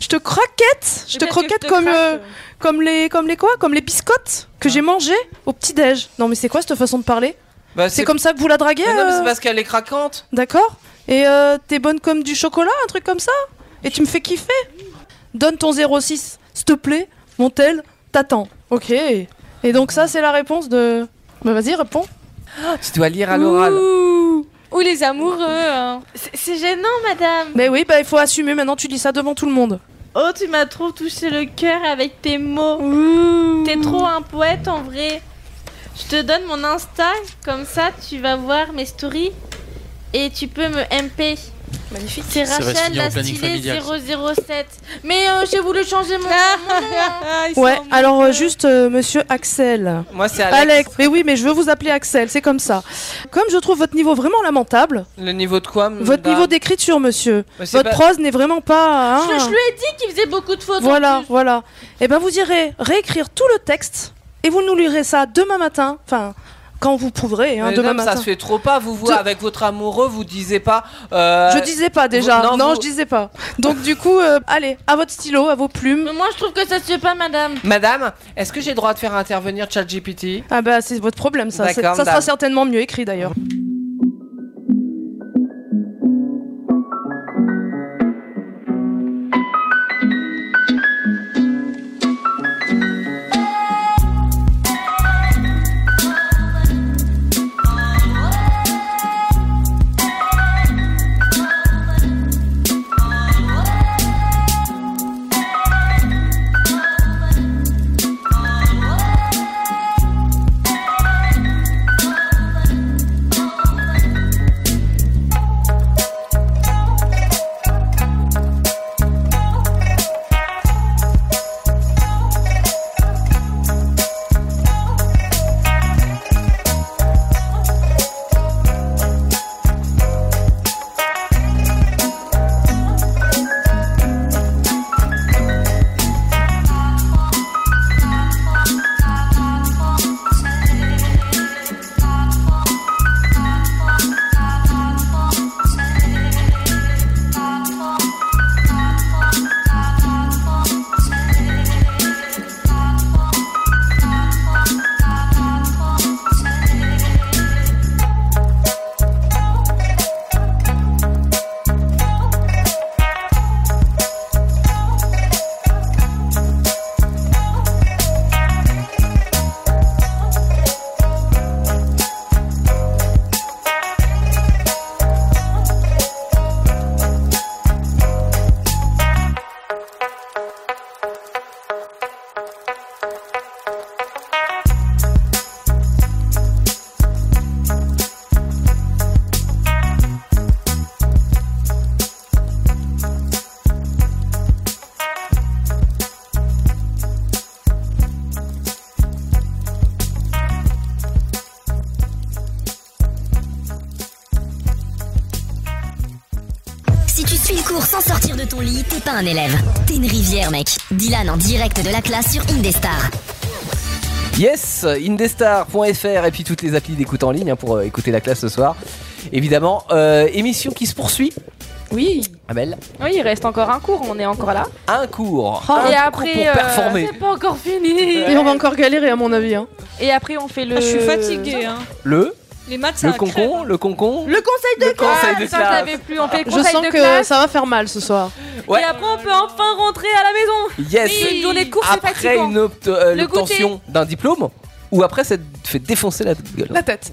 Speaker 5: je te craquette, je Eh te croquette comme euh, comme les comme les quoi Comme les biscottes que j'ai mangées au petit déj. Non mais c'est quoi cette façon de parler
Speaker 3: Bah,
Speaker 5: C'est comme ça que vous la draguez
Speaker 3: Mais Non, mais
Speaker 5: euh
Speaker 3: c'est parce qu'elle est craquante.
Speaker 5: D'accord Et euh, t'es bonne comme du chocolat, un truc comme ça Et tu me fais kiffer Donne ton 06, s'il te plaît, mon tel, t'attends. Ok. Et donc ça, c'est la réponse de... Bah vas-y, réponds. Ah.
Speaker 3: Tu dois lire à l'oral.
Speaker 5: Ou les amoureux. hein.
Speaker 4: C'est gênant, madame.
Speaker 5: Mais oui, bah il faut assumer, maintenant tu dis ça devant tout le monde.
Speaker 4: Oh, tu m'as trop touché le cœur avec tes mots. T'es trop un poète en vrai. Je te donne mon Insta, comme ça tu vas voir mes stories et tu peux me MP. Magnifique. C'est
Speaker 2: Ça va se
Speaker 4: Rachel
Speaker 2: finir
Speaker 4: la
Speaker 2: au planning
Speaker 4: stylée
Speaker 2: familial,
Speaker 4: 007. Mais euh, j'ai voulu changer mon, mon nom. hein.
Speaker 5: ouais, alors euh, juste euh, monsieur Axel.
Speaker 3: Moi, c'est Alex.
Speaker 5: Alex. Mais oui, mais je veux vous appeler Axel, c'est comme ça. Comme je trouve votre niveau vraiment lamentable,
Speaker 3: Le niveau de quoi
Speaker 5: votre niveau d'écriture, monsieur,
Speaker 3: Mais Hmm, bah. c'est
Speaker 5: votre
Speaker 3: pas-
Speaker 5: prose n'est vraiment pas...
Speaker 25: Ah.
Speaker 5: hein.
Speaker 24: Je, je lui ai dit qu'il faisait beaucoup de fautes. en
Speaker 5: Voilà,
Speaker 24: plus.
Speaker 5: voilà. Et ben vous irez réécrire tout le texte et vous nous lirez ça demain matin. Enfin, quand vous pourrez, hein,
Speaker 3: Madame,
Speaker 5: demain matin.
Speaker 3: ça se fait trop pas. Vous, vous
Speaker 5: De-
Speaker 3: avec votre amoureux, vous disiez pas. euh,
Speaker 5: Je disais pas déjà.
Speaker 3: vous-
Speaker 5: non,
Speaker 3: vous-
Speaker 5: je disais pas. Donc du coup, euh, allez, à votre stylo, à vos plumes.
Speaker 24: Moi, je trouve que ça se fait pas, madame.
Speaker 3: Madame, est-ce que j'ai le droit de faire intervenir ChatGPT
Speaker 5: Ah bah c'est votre problème ça. C'est-
Speaker 3: D'accord, bah.
Speaker 5: Ça sera
Speaker 3: madame.
Speaker 5: certainement mieux écrit d'ailleurs.
Speaker 12: Si tu suis le cours sans sortir de ton lit, t'es pas un élève. T'es une rivière, mec. Dylan en direct de la classe sur Indestar.
Speaker 1: Yes, indestar.fr et puis toutes les applis d'écoute en ligne hein, pour euh, écouter la classe ce soir. Évidemment, euh, émission qui se poursuit.
Speaker 25: Oui.
Speaker 1: Amel,
Speaker 25: Oui, il reste encore un cours, on est encore là. Ah.
Speaker 1: un cours.
Speaker 4: Oh,
Speaker 1: un
Speaker 25: et
Speaker 1: cours
Speaker 25: après,
Speaker 1: pour
Speaker 25: euh,
Speaker 1: performer.
Speaker 25: c'est pas encore fini.
Speaker 5: Et on va encore galérer à mon avis. Hein.
Speaker 25: Et après, on fait le.
Speaker 9: Ah, je suis fatiguée,
Speaker 25: Hein.
Speaker 1: Le
Speaker 2: Les maths, c'est
Speaker 3: Le
Speaker 2: un crève.
Speaker 3: concon, le concon.
Speaker 2: Le conseil de
Speaker 3: Le
Speaker 2: classe.
Speaker 3: conseil de
Speaker 2: Ça, je
Speaker 3: classe.
Speaker 2: l'avais plus, on fait le
Speaker 5: Je
Speaker 2: conseil
Speaker 5: sens
Speaker 2: de
Speaker 5: que
Speaker 2: classe.
Speaker 5: ça va faire mal ce soir.
Speaker 3: Ouais.
Speaker 2: Et après, on peut enfin rentrer à la maison.
Speaker 3: Yes.
Speaker 2: Oui. Une journée de course, c'est
Speaker 3: Après
Speaker 2: fatigant.
Speaker 3: une opt- euh,
Speaker 2: Le
Speaker 3: l'obtention
Speaker 2: goûter.
Speaker 3: d'un diplôme ou après ça te fait défoncer la gueule.
Speaker 5: La tête.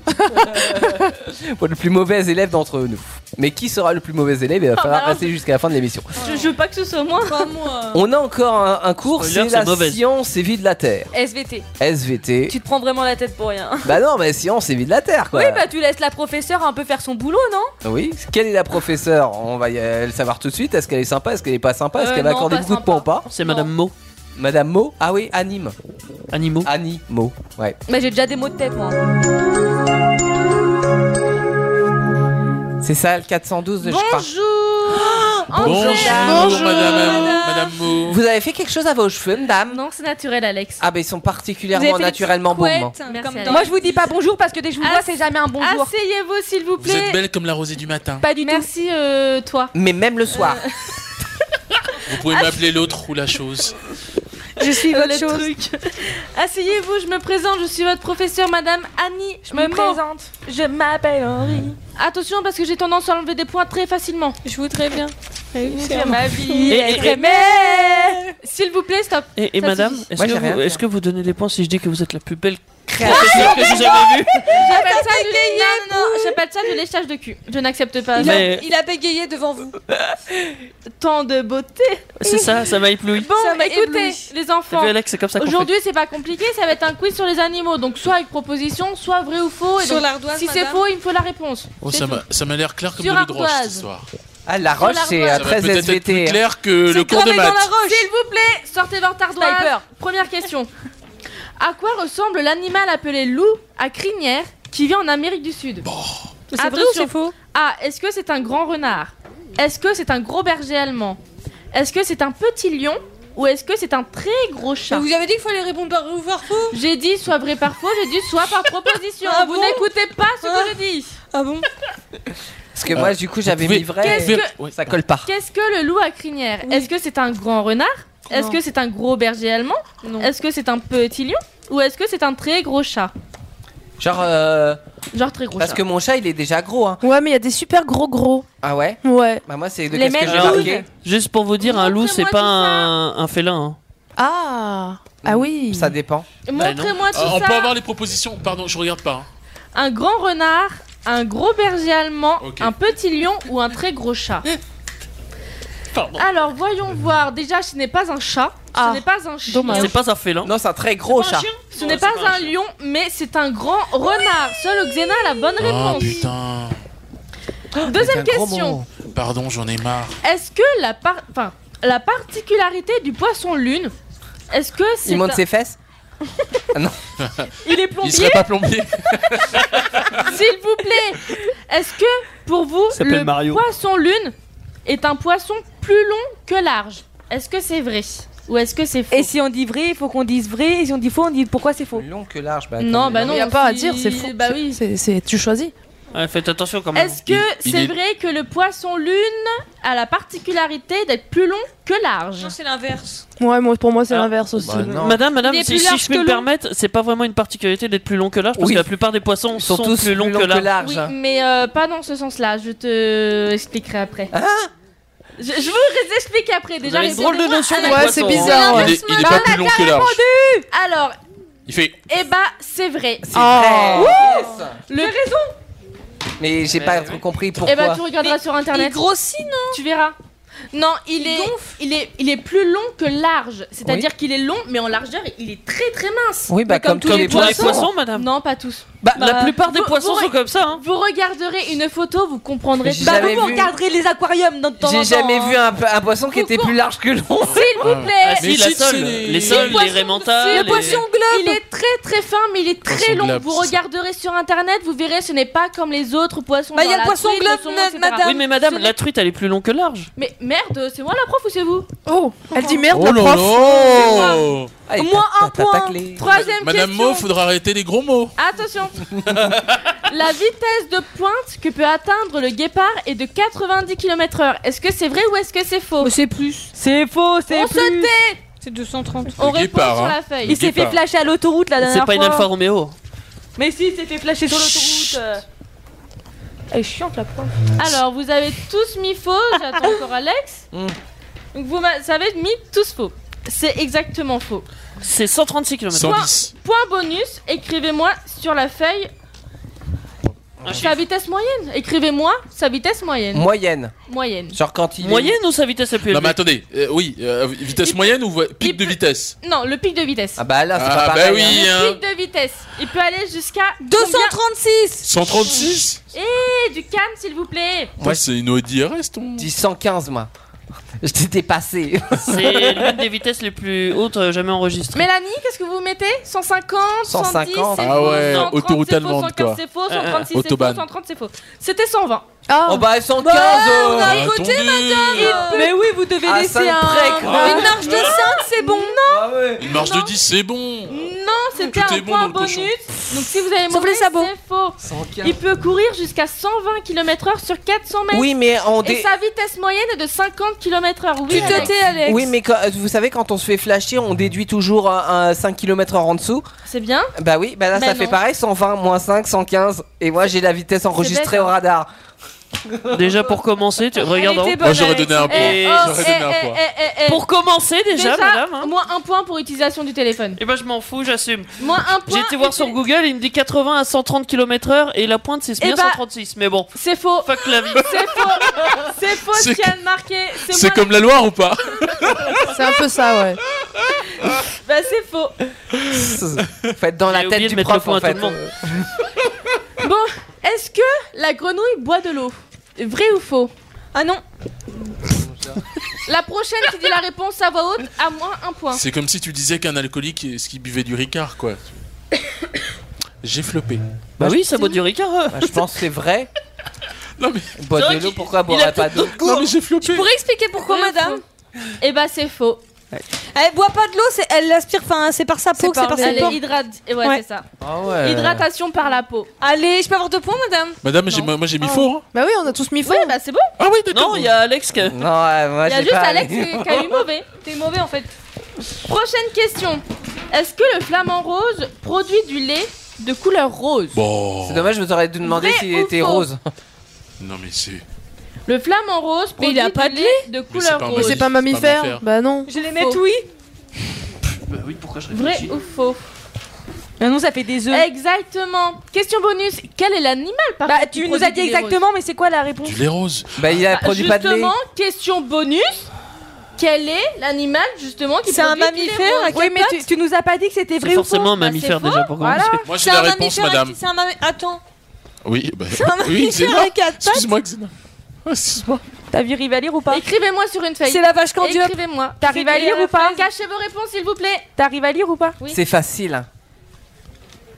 Speaker 3: Pour le plus mauvais élève d'entre nous. Mais qui sera le plus mauvais élève Il va
Speaker 4: Ah,
Speaker 3: falloir
Speaker 4: bah Ah. alors,
Speaker 3: rester jusqu'à la fin de l'émission.
Speaker 4: Je, je veux pas que ce soit moi.
Speaker 3: On a encore un, un cours,
Speaker 6: Spoiler,
Speaker 3: c'est la
Speaker 6: c'est mauvais.
Speaker 3: science et vie de la Terre.
Speaker 4: SVT.
Speaker 3: SVT.
Speaker 4: Tu te prends vraiment la tête pour rien.
Speaker 3: Bah non, mais science et vie de la Terre quoi.
Speaker 4: Oui, bah tu laisses la professeure un peu faire son boulot, non
Speaker 3: Oui. Quelle est la professeure On va y- euh, le savoir tout de suite. Est-ce qu'elle est sympa Est-ce qu'elle est pas sympa Est-ce
Speaker 4: Euh,
Speaker 3: qu'elle va
Speaker 4: non,
Speaker 3: accorder
Speaker 4: pas
Speaker 3: beaucoup de points ou pas C'est Madame Mo. Madame Mo Ah oui, anime. Animo. Animo, ouais.
Speaker 4: Mais Bah, j'ai déjà des mots de tête, moi.
Speaker 9: C'est ça le 412 de je crois.
Speaker 4: Bonjour,
Speaker 9: Bonjour,
Speaker 10: madame,
Speaker 9: madame
Speaker 10: Mo.
Speaker 9: Vous avez fait quelque chose à vos cheveux, madame
Speaker 4: Non, c'est naturel, Alex.
Speaker 9: Ah, ben ils sont particulièrement naturellement beaux. moi.
Speaker 26: Moi, je vous dis pas bonjour parce que dès que je vous vois, c'est jamais un bonjour.
Speaker 4: Asseyez-vous, s'il vous
Speaker 10: Vous
Speaker 4: plaît.
Speaker 10: êtes belle comme la rosée du matin.
Speaker 4: Pas du Merci, tout. Merci, toi. Euh,
Speaker 9: Mais même le soir.
Speaker 10: Vous pouvez m'appeler l'autre ou la chose.
Speaker 4: Ah, Je suis
Speaker 2: votre
Speaker 4: Euh, le
Speaker 2: chose.
Speaker 4: truc. Asseyez-vous, je me présente, je suis votre professeur, madame Annie. Je
Speaker 26: me
Speaker 4: présente. Je m'appelle Henri. Attention, parce que j'ai tendance à enlever des points très facilement. Je voudrais bien réussir ma vie.
Speaker 6: Et-
Speaker 4: être
Speaker 6: et-
Speaker 4: aimée. S'il vous plaît, stop.
Speaker 6: Et, et
Speaker 4: Ça
Speaker 6: madame,
Speaker 4: suffit.
Speaker 6: est-ce que, vous- est-ce que vous donnez des points si je dis que vous êtes la plus belle
Speaker 4: Ah,
Speaker 6: créature que j'ai jamais vue
Speaker 4: J'appelle ça, du... non, non, non, j'appelle ça du léchage de cul. Je n'accepte pas.
Speaker 6: Il a- Mais- il
Speaker 4: bégayé devant vous. Tant de beauté.
Speaker 6: C'est ça, ça m'a ébloui.
Speaker 4: Bon, écoutez, les enfants.
Speaker 6: T'as vu, Alex, c'est comme ça qu'on
Speaker 4: Aujourd'hui, c'est pas compliqué, ça va être un quiz sur les animaux. Donc, soit avec proposition, soit vrai ou faux. Et
Speaker 2: Sur
Speaker 4: donc,
Speaker 2: l'ardoise,
Speaker 4: Si c'est
Speaker 2: madame
Speaker 4: faux, il me faut la réponse.
Speaker 10: Oh,
Speaker 4: C'est
Speaker 10: ça
Speaker 4: tout.
Speaker 10: m'a- ça m'a l'air clair comme
Speaker 4: Sur
Speaker 10: de l'eau de roche
Speaker 4: ardoise.
Speaker 10: cette histoire.
Speaker 9: Ah, la
Speaker 4: roche, Sur c'est, l'ardoise. euh,
Speaker 10: Ça va
Speaker 9: très
Speaker 10: peut-être être
Speaker 9: SVT,
Speaker 10: plus
Speaker 9: hein.
Speaker 10: clair que le cours de
Speaker 4: Cramé dans la
Speaker 10: maths.
Speaker 4: roche. S'il vous plaît, sortez votre ardoise.
Speaker 26: Sniper.
Speaker 4: Première question. À quoi ressemble l'animal appelé loup à crinière qui vit en Amérique du Sud
Speaker 2: Mais c'est vrai ou
Speaker 4: Attention.
Speaker 2: c'est faux
Speaker 4: Ah, est-ce que c'est un grand renard Est-ce que c'est un gros berger allemand Est-ce que c'est un petit lion ou est-ce que c'est un très gros chat
Speaker 2: Mais vous avez dit qu'il fallait répondre par ou par faux
Speaker 4: J'ai dit soit vrai par faux, j'ai dit soit par proposition.
Speaker 2: Ah
Speaker 4: vous
Speaker 2: bon
Speaker 4: n'écoutez pas ce que je dis.
Speaker 2: Ah bon
Speaker 9: Parce que moi, du coup, j'avais mis vrai.
Speaker 4: Qu'est-ce que-
Speaker 9: Ça colle pas.
Speaker 4: Qu'est-ce que le loup à crinière Est-ce que c'est un grand renard Est-ce
Speaker 9: Non.
Speaker 4: que c'est un gros berger allemand Est-ce que c'est un petit lion Ou est-ce que c'est un très gros chat
Speaker 9: Genre. euh,
Speaker 4: Genre très gros
Speaker 9: Parce
Speaker 4: chat.
Speaker 9: que mon chat, il est déjà gros. Hein.
Speaker 5: Ouais, mais il y a des super gros gros.
Speaker 9: Ah ouais
Speaker 5: Ouais.
Speaker 9: Bah, moi, c'est de
Speaker 5: Les
Speaker 9: qu'est-ce que j'ai
Speaker 5: mêmes douze.
Speaker 9: marqué
Speaker 6: Juste pour vous dire, un loup, c'est pas un, un félin. hein.
Speaker 5: Ah Ah oui
Speaker 9: Ça dépend.
Speaker 6: Bah,
Speaker 4: Montrez-moi tout
Speaker 10: Euh, On
Speaker 4: ça.
Speaker 10: peut avoir les propositions Pardon, je regarde pas. hein.
Speaker 4: Un grand renard, un gros berger allemand,
Speaker 10: Ok.
Speaker 4: un petit lion ou un très gros chat
Speaker 5: Eh.
Speaker 4: Alors voyons voir. Déjà, ce n'est pas un chat.
Speaker 5: Ah,
Speaker 4: ce n'est pas un chien.
Speaker 6: C'est pas un félin.
Speaker 9: Non, c'est un très gros
Speaker 4: chat. Ce n'est pas, un lion, mais c'est un grand renard. Seul Xena a la bonne
Speaker 10: Oh
Speaker 4: réponse.
Speaker 10: putain. Ah,
Speaker 4: Deuxième question.
Speaker 10: Pardon, j'en ai marre.
Speaker 4: Est-ce que la, par... enfin, la particularité du poisson lune, est-ce que c'est.
Speaker 9: Il monte
Speaker 4: un-
Speaker 9: ses fesses
Speaker 4: Il est plombier
Speaker 10: Il serait pas plombier
Speaker 4: S'il vous plaît, est-ce que pour vous,
Speaker 6: Il s'appelle
Speaker 4: le
Speaker 6: Mario.
Speaker 4: poisson lune est un poisson plus long que large Est-ce que c'est vrai Ou est-ce que c'est faux
Speaker 26: Et si on dit vrai, il faut qu'on dise vrai. Et si on dit faux, on dit pourquoi c'est faux.
Speaker 9: Long que large, bah.
Speaker 4: Non, bah non.
Speaker 5: Il n'y a pas à
Speaker 4: si-
Speaker 5: dire, c'est faux.
Speaker 4: Bah oui.
Speaker 5: C'est- c'est- tu choisis.
Speaker 6: Ouais, faites attention quand même.
Speaker 4: Est-ce que c'est vrai que le poisson lune a la particularité d'être plus long que large Non,
Speaker 2: c'est l'inverse.
Speaker 5: Ouais, moi, pour moi, c'est l'inverse aussi.
Speaker 6: Madame, madame,
Speaker 4: Il est
Speaker 6: si,
Speaker 4: plus
Speaker 6: si
Speaker 4: large
Speaker 6: je peux
Speaker 4: que
Speaker 6: me
Speaker 4: long.
Speaker 6: permettre, c'est pas vraiment une particularité d'être plus long que large, parce
Speaker 9: Oui.
Speaker 6: que la plupart des poissons
Speaker 9: sont
Speaker 6: sont,
Speaker 9: tous
Speaker 6: plus longs
Speaker 9: plus longs
Speaker 6: que
Speaker 9: que
Speaker 6: large.
Speaker 9: large.
Speaker 4: Oui, mais euh, pas dans ce sens-là. Je te expliquerai après.
Speaker 9: Hein
Speaker 4: je, je vous explique après. Déjà, Bah,
Speaker 6: avez une drôle de
Speaker 4: répondez-moi
Speaker 6: notion
Speaker 4: à
Speaker 6: de
Speaker 4: la
Speaker 6: poisson,
Speaker 4: question.
Speaker 6: hein. bizarre,
Speaker 10: Il
Speaker 6: ouais.
Speaker 10: est, il est pas plus long que large.
Speaker 4: Alors,
Speaker 10: Il fait.
Speaker 4: eh bah, c'est vrai.
Speaker 9: C'est vrai. Yes
Speaker 4: Le raison.
Speaker 9: Mais j'ai pas trop compris pourquoi.
Speaker 4: Eh bah, tu regarderas sur internet.
Speaker 2: il grossit,
Speaker 4: non Tu verras. Non, il, est, il est, il est plus long que large. C'est-à-dire qu'il est long, mais en largeur, il est très très mince.
Speaker 9: Oui, bah, Mais comme comme tous tous les les poissons. poissons,
Speaker 6: madame.
Speaker 4: Non, pas tous.
Speaker 6: Bah, la plupart des poissons sont comme ça. hein.
Speaker 4: Vous regarderez une photo, vous comprendrez.
Speaker 9: J'ai jamais vu.
Speaker 4: les aquariums dans hein.
Speaker 9: J'ai jamais vu un, un poisson qui était plus large que long.
Speaker 4: S'il vous plaît.
Speaker 6: Ah, si, la sole, les sols, les rémentas. les-
Speaker 4: globe. Il est très très fin, mais il est très
Speaker 6: Poisson
Speaker 4: long.
Speaker 6: globe.
Speaker 4: Vous regarderez sur internet, vous verrez, ce n'est pas comme les autres poissons.
Speaker 2: Bah, il y
Speaker 4: genre
Speaker 2: a le
Speaker 4: la
Speaker 2: poisson
Speaker 4: truite, le
Speaker 2: globe,
Speaker 4: saumon,
Speaker 2: na-
Speaker 4: etc.
Speaker 2: madame.
Speaker 6: Ah Oui, mais madame, la truite, elle est plus longue que large.
Speaker 4: Mais merde, c'est moi la prof ou c'est vous
Speaker 5: Oh, elle dit merde,
Speaker 10: Oh là là
Speaker 4: Au moins un point. Troisième
Speaker 10: Madame
Speaker 4: question.
Speaker 10: Mo, faudra arrêter les gros mots.
Speaker 4: Attention. la vitesse de pointe que peut atteindre le guépard est de 90 km/h. Est-ce que c'est vrai ou est-ce que c'est faux C'est plus.
Speaker 26: Oh, C'est faux, c'est
Speaker 4: On
Speaker 26: plus.
Speaker 4: se tait.
Speaker 2: C'est 230.
Speaker 4: On répond sur la feuille.
Speaker 26: Il s'est fait flasher à l'autoroute la dernière
Speaker 6: C'est
Speaker 26: fois.
Speaker 6: pas une Alfa Romeo.
Speaker 26: Mais si, il s'est fait flasher sur l'autoroute.
Speaker 4: euh,
Speaker 27: Elle est chiante la prof.
Speaker 4: Alors, vous avez tous mis faux, j'attends encore Alex.
Speaker 6: Mmh.
Speaker 4: Donc, vous m'a- ça avez mis tous faux. C'est exactement faux.
Speaker 6: C'est 136 km.
Speaker 4: Point, point bonus, écrivez-moi sur la feuille sa vitesse moyenne. Écrivez-moi sa vitesse moyenne.
Speaker 28: Moyenne.
Speaker 4: Moyenne.
Speaker 28: Genre quand il. est-
Speaker 6: Moyenne ou sa vitesse la plus
Speaker 10: Non, mais attendez, euh, oui, euh, vitesse moyenne ou vo- pic de vitesse
Speaker 4: Non, le pic de vitesse.
Speaker 28: Ah bah là,
Speaker 10: c'est pas Ah bah pareil, oui, hein.
Speaker 4: Le pic de vitesse. Il peut aller jusqu'à 236.
Speaker 10: 136
Speaker 4: Eh, du calme, s'il vous plaît.
Speaker 10: Putain, c'est une Audi RS, ton.
Speaker 28: 115, moi. Je t'ai dépassé.
Speaker 6: C'est l'une des vitesses les plus hautes euh, jamais enregistrées.
Speaker 4: Mélanie, qu'est-ce que vous mettez 150, 110, c'est
Speaker 6: Ah
Speaker 4: faux,
Speaker 6: ouais,
Speaker 4: 130,
Speaker 6: autoroute
Speaker 4: c'est faux,
Speaker 6: allemande,
Speaker 4: 115,
Speaker 6: quoi.
Speaker 4: c'est faux,
Speaker 6: Euh,
Speaker 4: 136, c'est faux,
Speaker 6: autobahn.
Speaker 4: 130, c'est faux. C'était 120.
Speaker 28: Oh bah 115
Speaker 4: on a
Speaker 28: euh,
Speaker 4: écouté,
Speaker 28: attendez.
Speaker 4: madame
Speaker 2: Mais oui, vous devez
Speaker 3: Ah,
Speaker 28: À
Speaker 2: laisser
Speaker 28: cinq
Speaker 2: un-
Speaker 28: près, quoi.
Speaker 3: hein.
Speaker 4: une marge de 5, c'est bon
Speaker 28: Ah ouais.
Speaker 10: Une marche de 10, c'est bon.
Speaker 4: Non,
Speaker 6: Oh,
Speaker 4: c'était
Speaker 10: Tout est
Speaker 4: un
Speaker 10: bon
Speaker 4: point
Speaker 10: dans le
Speaker 4: bonus.
Speaker 10: cochon.
Speaker 4: Donc si vous avez mauvais, c'est faux. Il peut courir jusqu'à 120 km/h sur 400 mètres.
Speaker 3: Oui, mais on
Speaker 4: Et
Speaker 3: dé-
Speaker 4: sa vitaises moyenne est de 50 km/h. Oui, Alex.
Speaker 3: Oui, mais quand- vous savez, quand on se fait flasher, on déduit toujours un, un 5 km/h en dessous.
Speaker 4: C'est bien
Speaker 3: Bah oui, bah là
Speaker 4: Bah
Speaker 3: ça
Speaker 4: non.
Speaker 3: fait pareil 120, moins 5, 115. Et moi j'ai la vitesse enregistrée
Speaker 4: bête, hein.
Speaker 3: au radar.
Speaker 6: Déjà pour commencer, tu... regarde.
Speaker 4: était
Speaker 6: hein.
Speaker 4: bonne, Moi, j'aurais Alex. donné un point.
Speaker 6: Et-
Speaker 4: Eh, oh, J'aurais donné eh, un eh, point. eh, eh, eh.
Speaker 6: Pour commencer déjà, madame. hein.
Speaker 4: moins un point pour utilisation du téléphone.
Speaker 6: Et bah je m'en fous, j'assume.
Speaker 4: Moins un point.
Speaker 6: J'ai été voir sur Google, il me dit 80 à 130 km/h et la pointe c'est
Speaker 4: Eh
Speaker 6: bien
Speaker 4: bah,
Speaker 6: 136. Mais bon,
Speaker 4: c'est faux.
Speaker 6: Fuck la vie.
Speaker 4: C'est faux. C'est faux,
Speaker 10: C'est-
Speaker 4: Tian marqué.
Speaker 10: C'est
Speaker 4: moi-
Speaker 10: comme la Loire ou pas
Speaker 5: C'est un peu ça, ouais.
Speaker 4: Bah c'est faux.
Speaker 3: Faut être dans la
Speaker 6: oublié
Speaker 3: tête
Speaker 6: de
Speaker 3: du
Speaker 6: mettre le
Speaker 3: prof
Speaker 6: point
Speaker 3: en
Speaker 6: à tout
Speaker 3: fait.
Speaker 6: le monde.
Speaker 4: Bon, est-ce que la grenouille boit de l'eau Vrai ou faux Ah non. La prochaine qui dit la réponse à voix haute à moins un point.
Speaker 10: C'est comme si tu disais qu'un alcoolique, est- ce qui buvait du Ricard, quoi. J'ai floppé.
Speaker 6: Bah oui, ça boit du Ricard.
Speaker 3: je pense que c'est vrai.
Speaker 10: Non mais.
Speaker 28: Boire de l'eau, pourquoi boire pas d'eau
Speaker 10: Non mais j'ai floppé.
Speaker 2: Pour Oh. expliquer pourquoi, madame ben,
Speaker 4: Eh bah, c'est faux.
Speaker 2: Elle boit pas de l'eau, c'est- elle l'aspire, enfin, c'est par sa peau que c'est par ses
Speaker 4: Elle est
Speaker 2: pores.
Speaker 4: hydrate. Et ouais,
Speaker 2: Ouais.
Speaker 4: c'est ça.
Speaker 28: Ah
Speaker 4: Hydratation par la peau.
Speaker 2: Allez, je peux avoir deux points, madame
Speaker 10: Madame, j'ai- moi moi, j'ai mis faux. hein.
Speaker 5: Bah oui, on a tous mis faux.
Speaker 4: Ouais, bah c'est bon.
Speaker 10: Ah oui,
Speaker 6: Non, il y a Alex qui.
Speaker 3: Non, ouais, moi
Speaker 4: Il y a
Speaker 3: j'ai
Speaker 4: juste
Speaker 3: pas-
Speaker 4: Alex qui qui a eu mauvais. T'es mauvais en fait. Prochaine question. Est-ce que le flamand rose produit du lait de couleur rose
Speaker 10: Bon.
Speaker 3: C'est dommage, je vous aurais dû demander
Speaker 4: Vrai
Speaker 3: s'il
Speaker 4: ou
Speaker 3: était
Speaker 4: faux
Speaker 3: rose.
Speaker 10: Non mais c'est.
Speaker 4: Le flamand rose produit
Speaker 5: il a pas
Speaker 4: du
Speaker 5: de
Speaker 4: lait de
Speaker 10: c'est
Speaker 4: couleur
Speaker 10: pas un
Speaker 4: rose.
Speaker 10: mammifère, Mais c'est pas un mammifère. mammifère.
Speaker 5: Bah non.
Speaker 2: Je les
Speaker 4: mets
Speaker 2: mets oui.
Speaker 6: Bah oui, pourquoi je
Speaker 4: Vrai
Speaker 6: réfléchis
Speaker 4: ou faux
Speaker 2: Bah non, ça fait des œufs.
Speaker 4: Exactement. Question bonus. Quel est l'animal par
Speaker 2: Bah,
Speaker 4: contre, qui
Speaker 2: tu nous as
Speaker 4: produit
Speaker 2: dit
Speaker 4: du lait
Speaker 2: exactement, mais c'est quoi la réponse
Speaker 10: Du lait rose.
Speaker 3: Bah il a
Speaker 4: rose
Speaker 3: produit pas de lait.
Speaker 4: Justement, question bonus. Quel est l'animal justement qui
Speaker 2: C'est un
Speaker 4: produit du lait
Speaker 2: mammifère
Speaker 4: rose
Speaker 2: à Oui, mais tu, tu nous as pas dit que c'était vrai ou faux.
Speaker 6: forcément un
Speaker 2: Bah, c'est
Speaker 6: mammifère,
Speaker 2: faux,
Speaker 6: déjà, pour
Speaker 2: voilà.
Speaker 6: commencer. Moi, j'ai
Speaker 2: C'est
Speaker 6: la
Speaker 2: un
Speaker 6: réponse,
Speaker 2: mammifère à-
Speaker 10: madame.
Speaker 2: C'est un mammifère. Attends.
Speaker 10: Oui, bah.
Speaker 2: C'est un
Speaker 10: Oui, c'est
Speaker 2: mammifère
Speaker 10: moi.
Speaker 2: avec quatre pattes. Oh,
Speaker 10: Excuse-moi, Xena.
Speaker 2: T'as vu Rivalir ou pas
Speaker 4: Écrivez-moi sur une feuille.
Speaker 2: C'est la vache Candiope.
Speaker 4: Écrivez-moi.
Speaker 2: T'arrives à
Speaker 4: Et,
Speaker 2: lire
Speaker 4: euh,
Speaker 2: ou pas
Speaker 4: Cachez vos réponses, s'il vous plaît.
Speaker 2: T'arrives à lire ou pas
Speaker 4: Oui.
Speaker 3: C'est facile.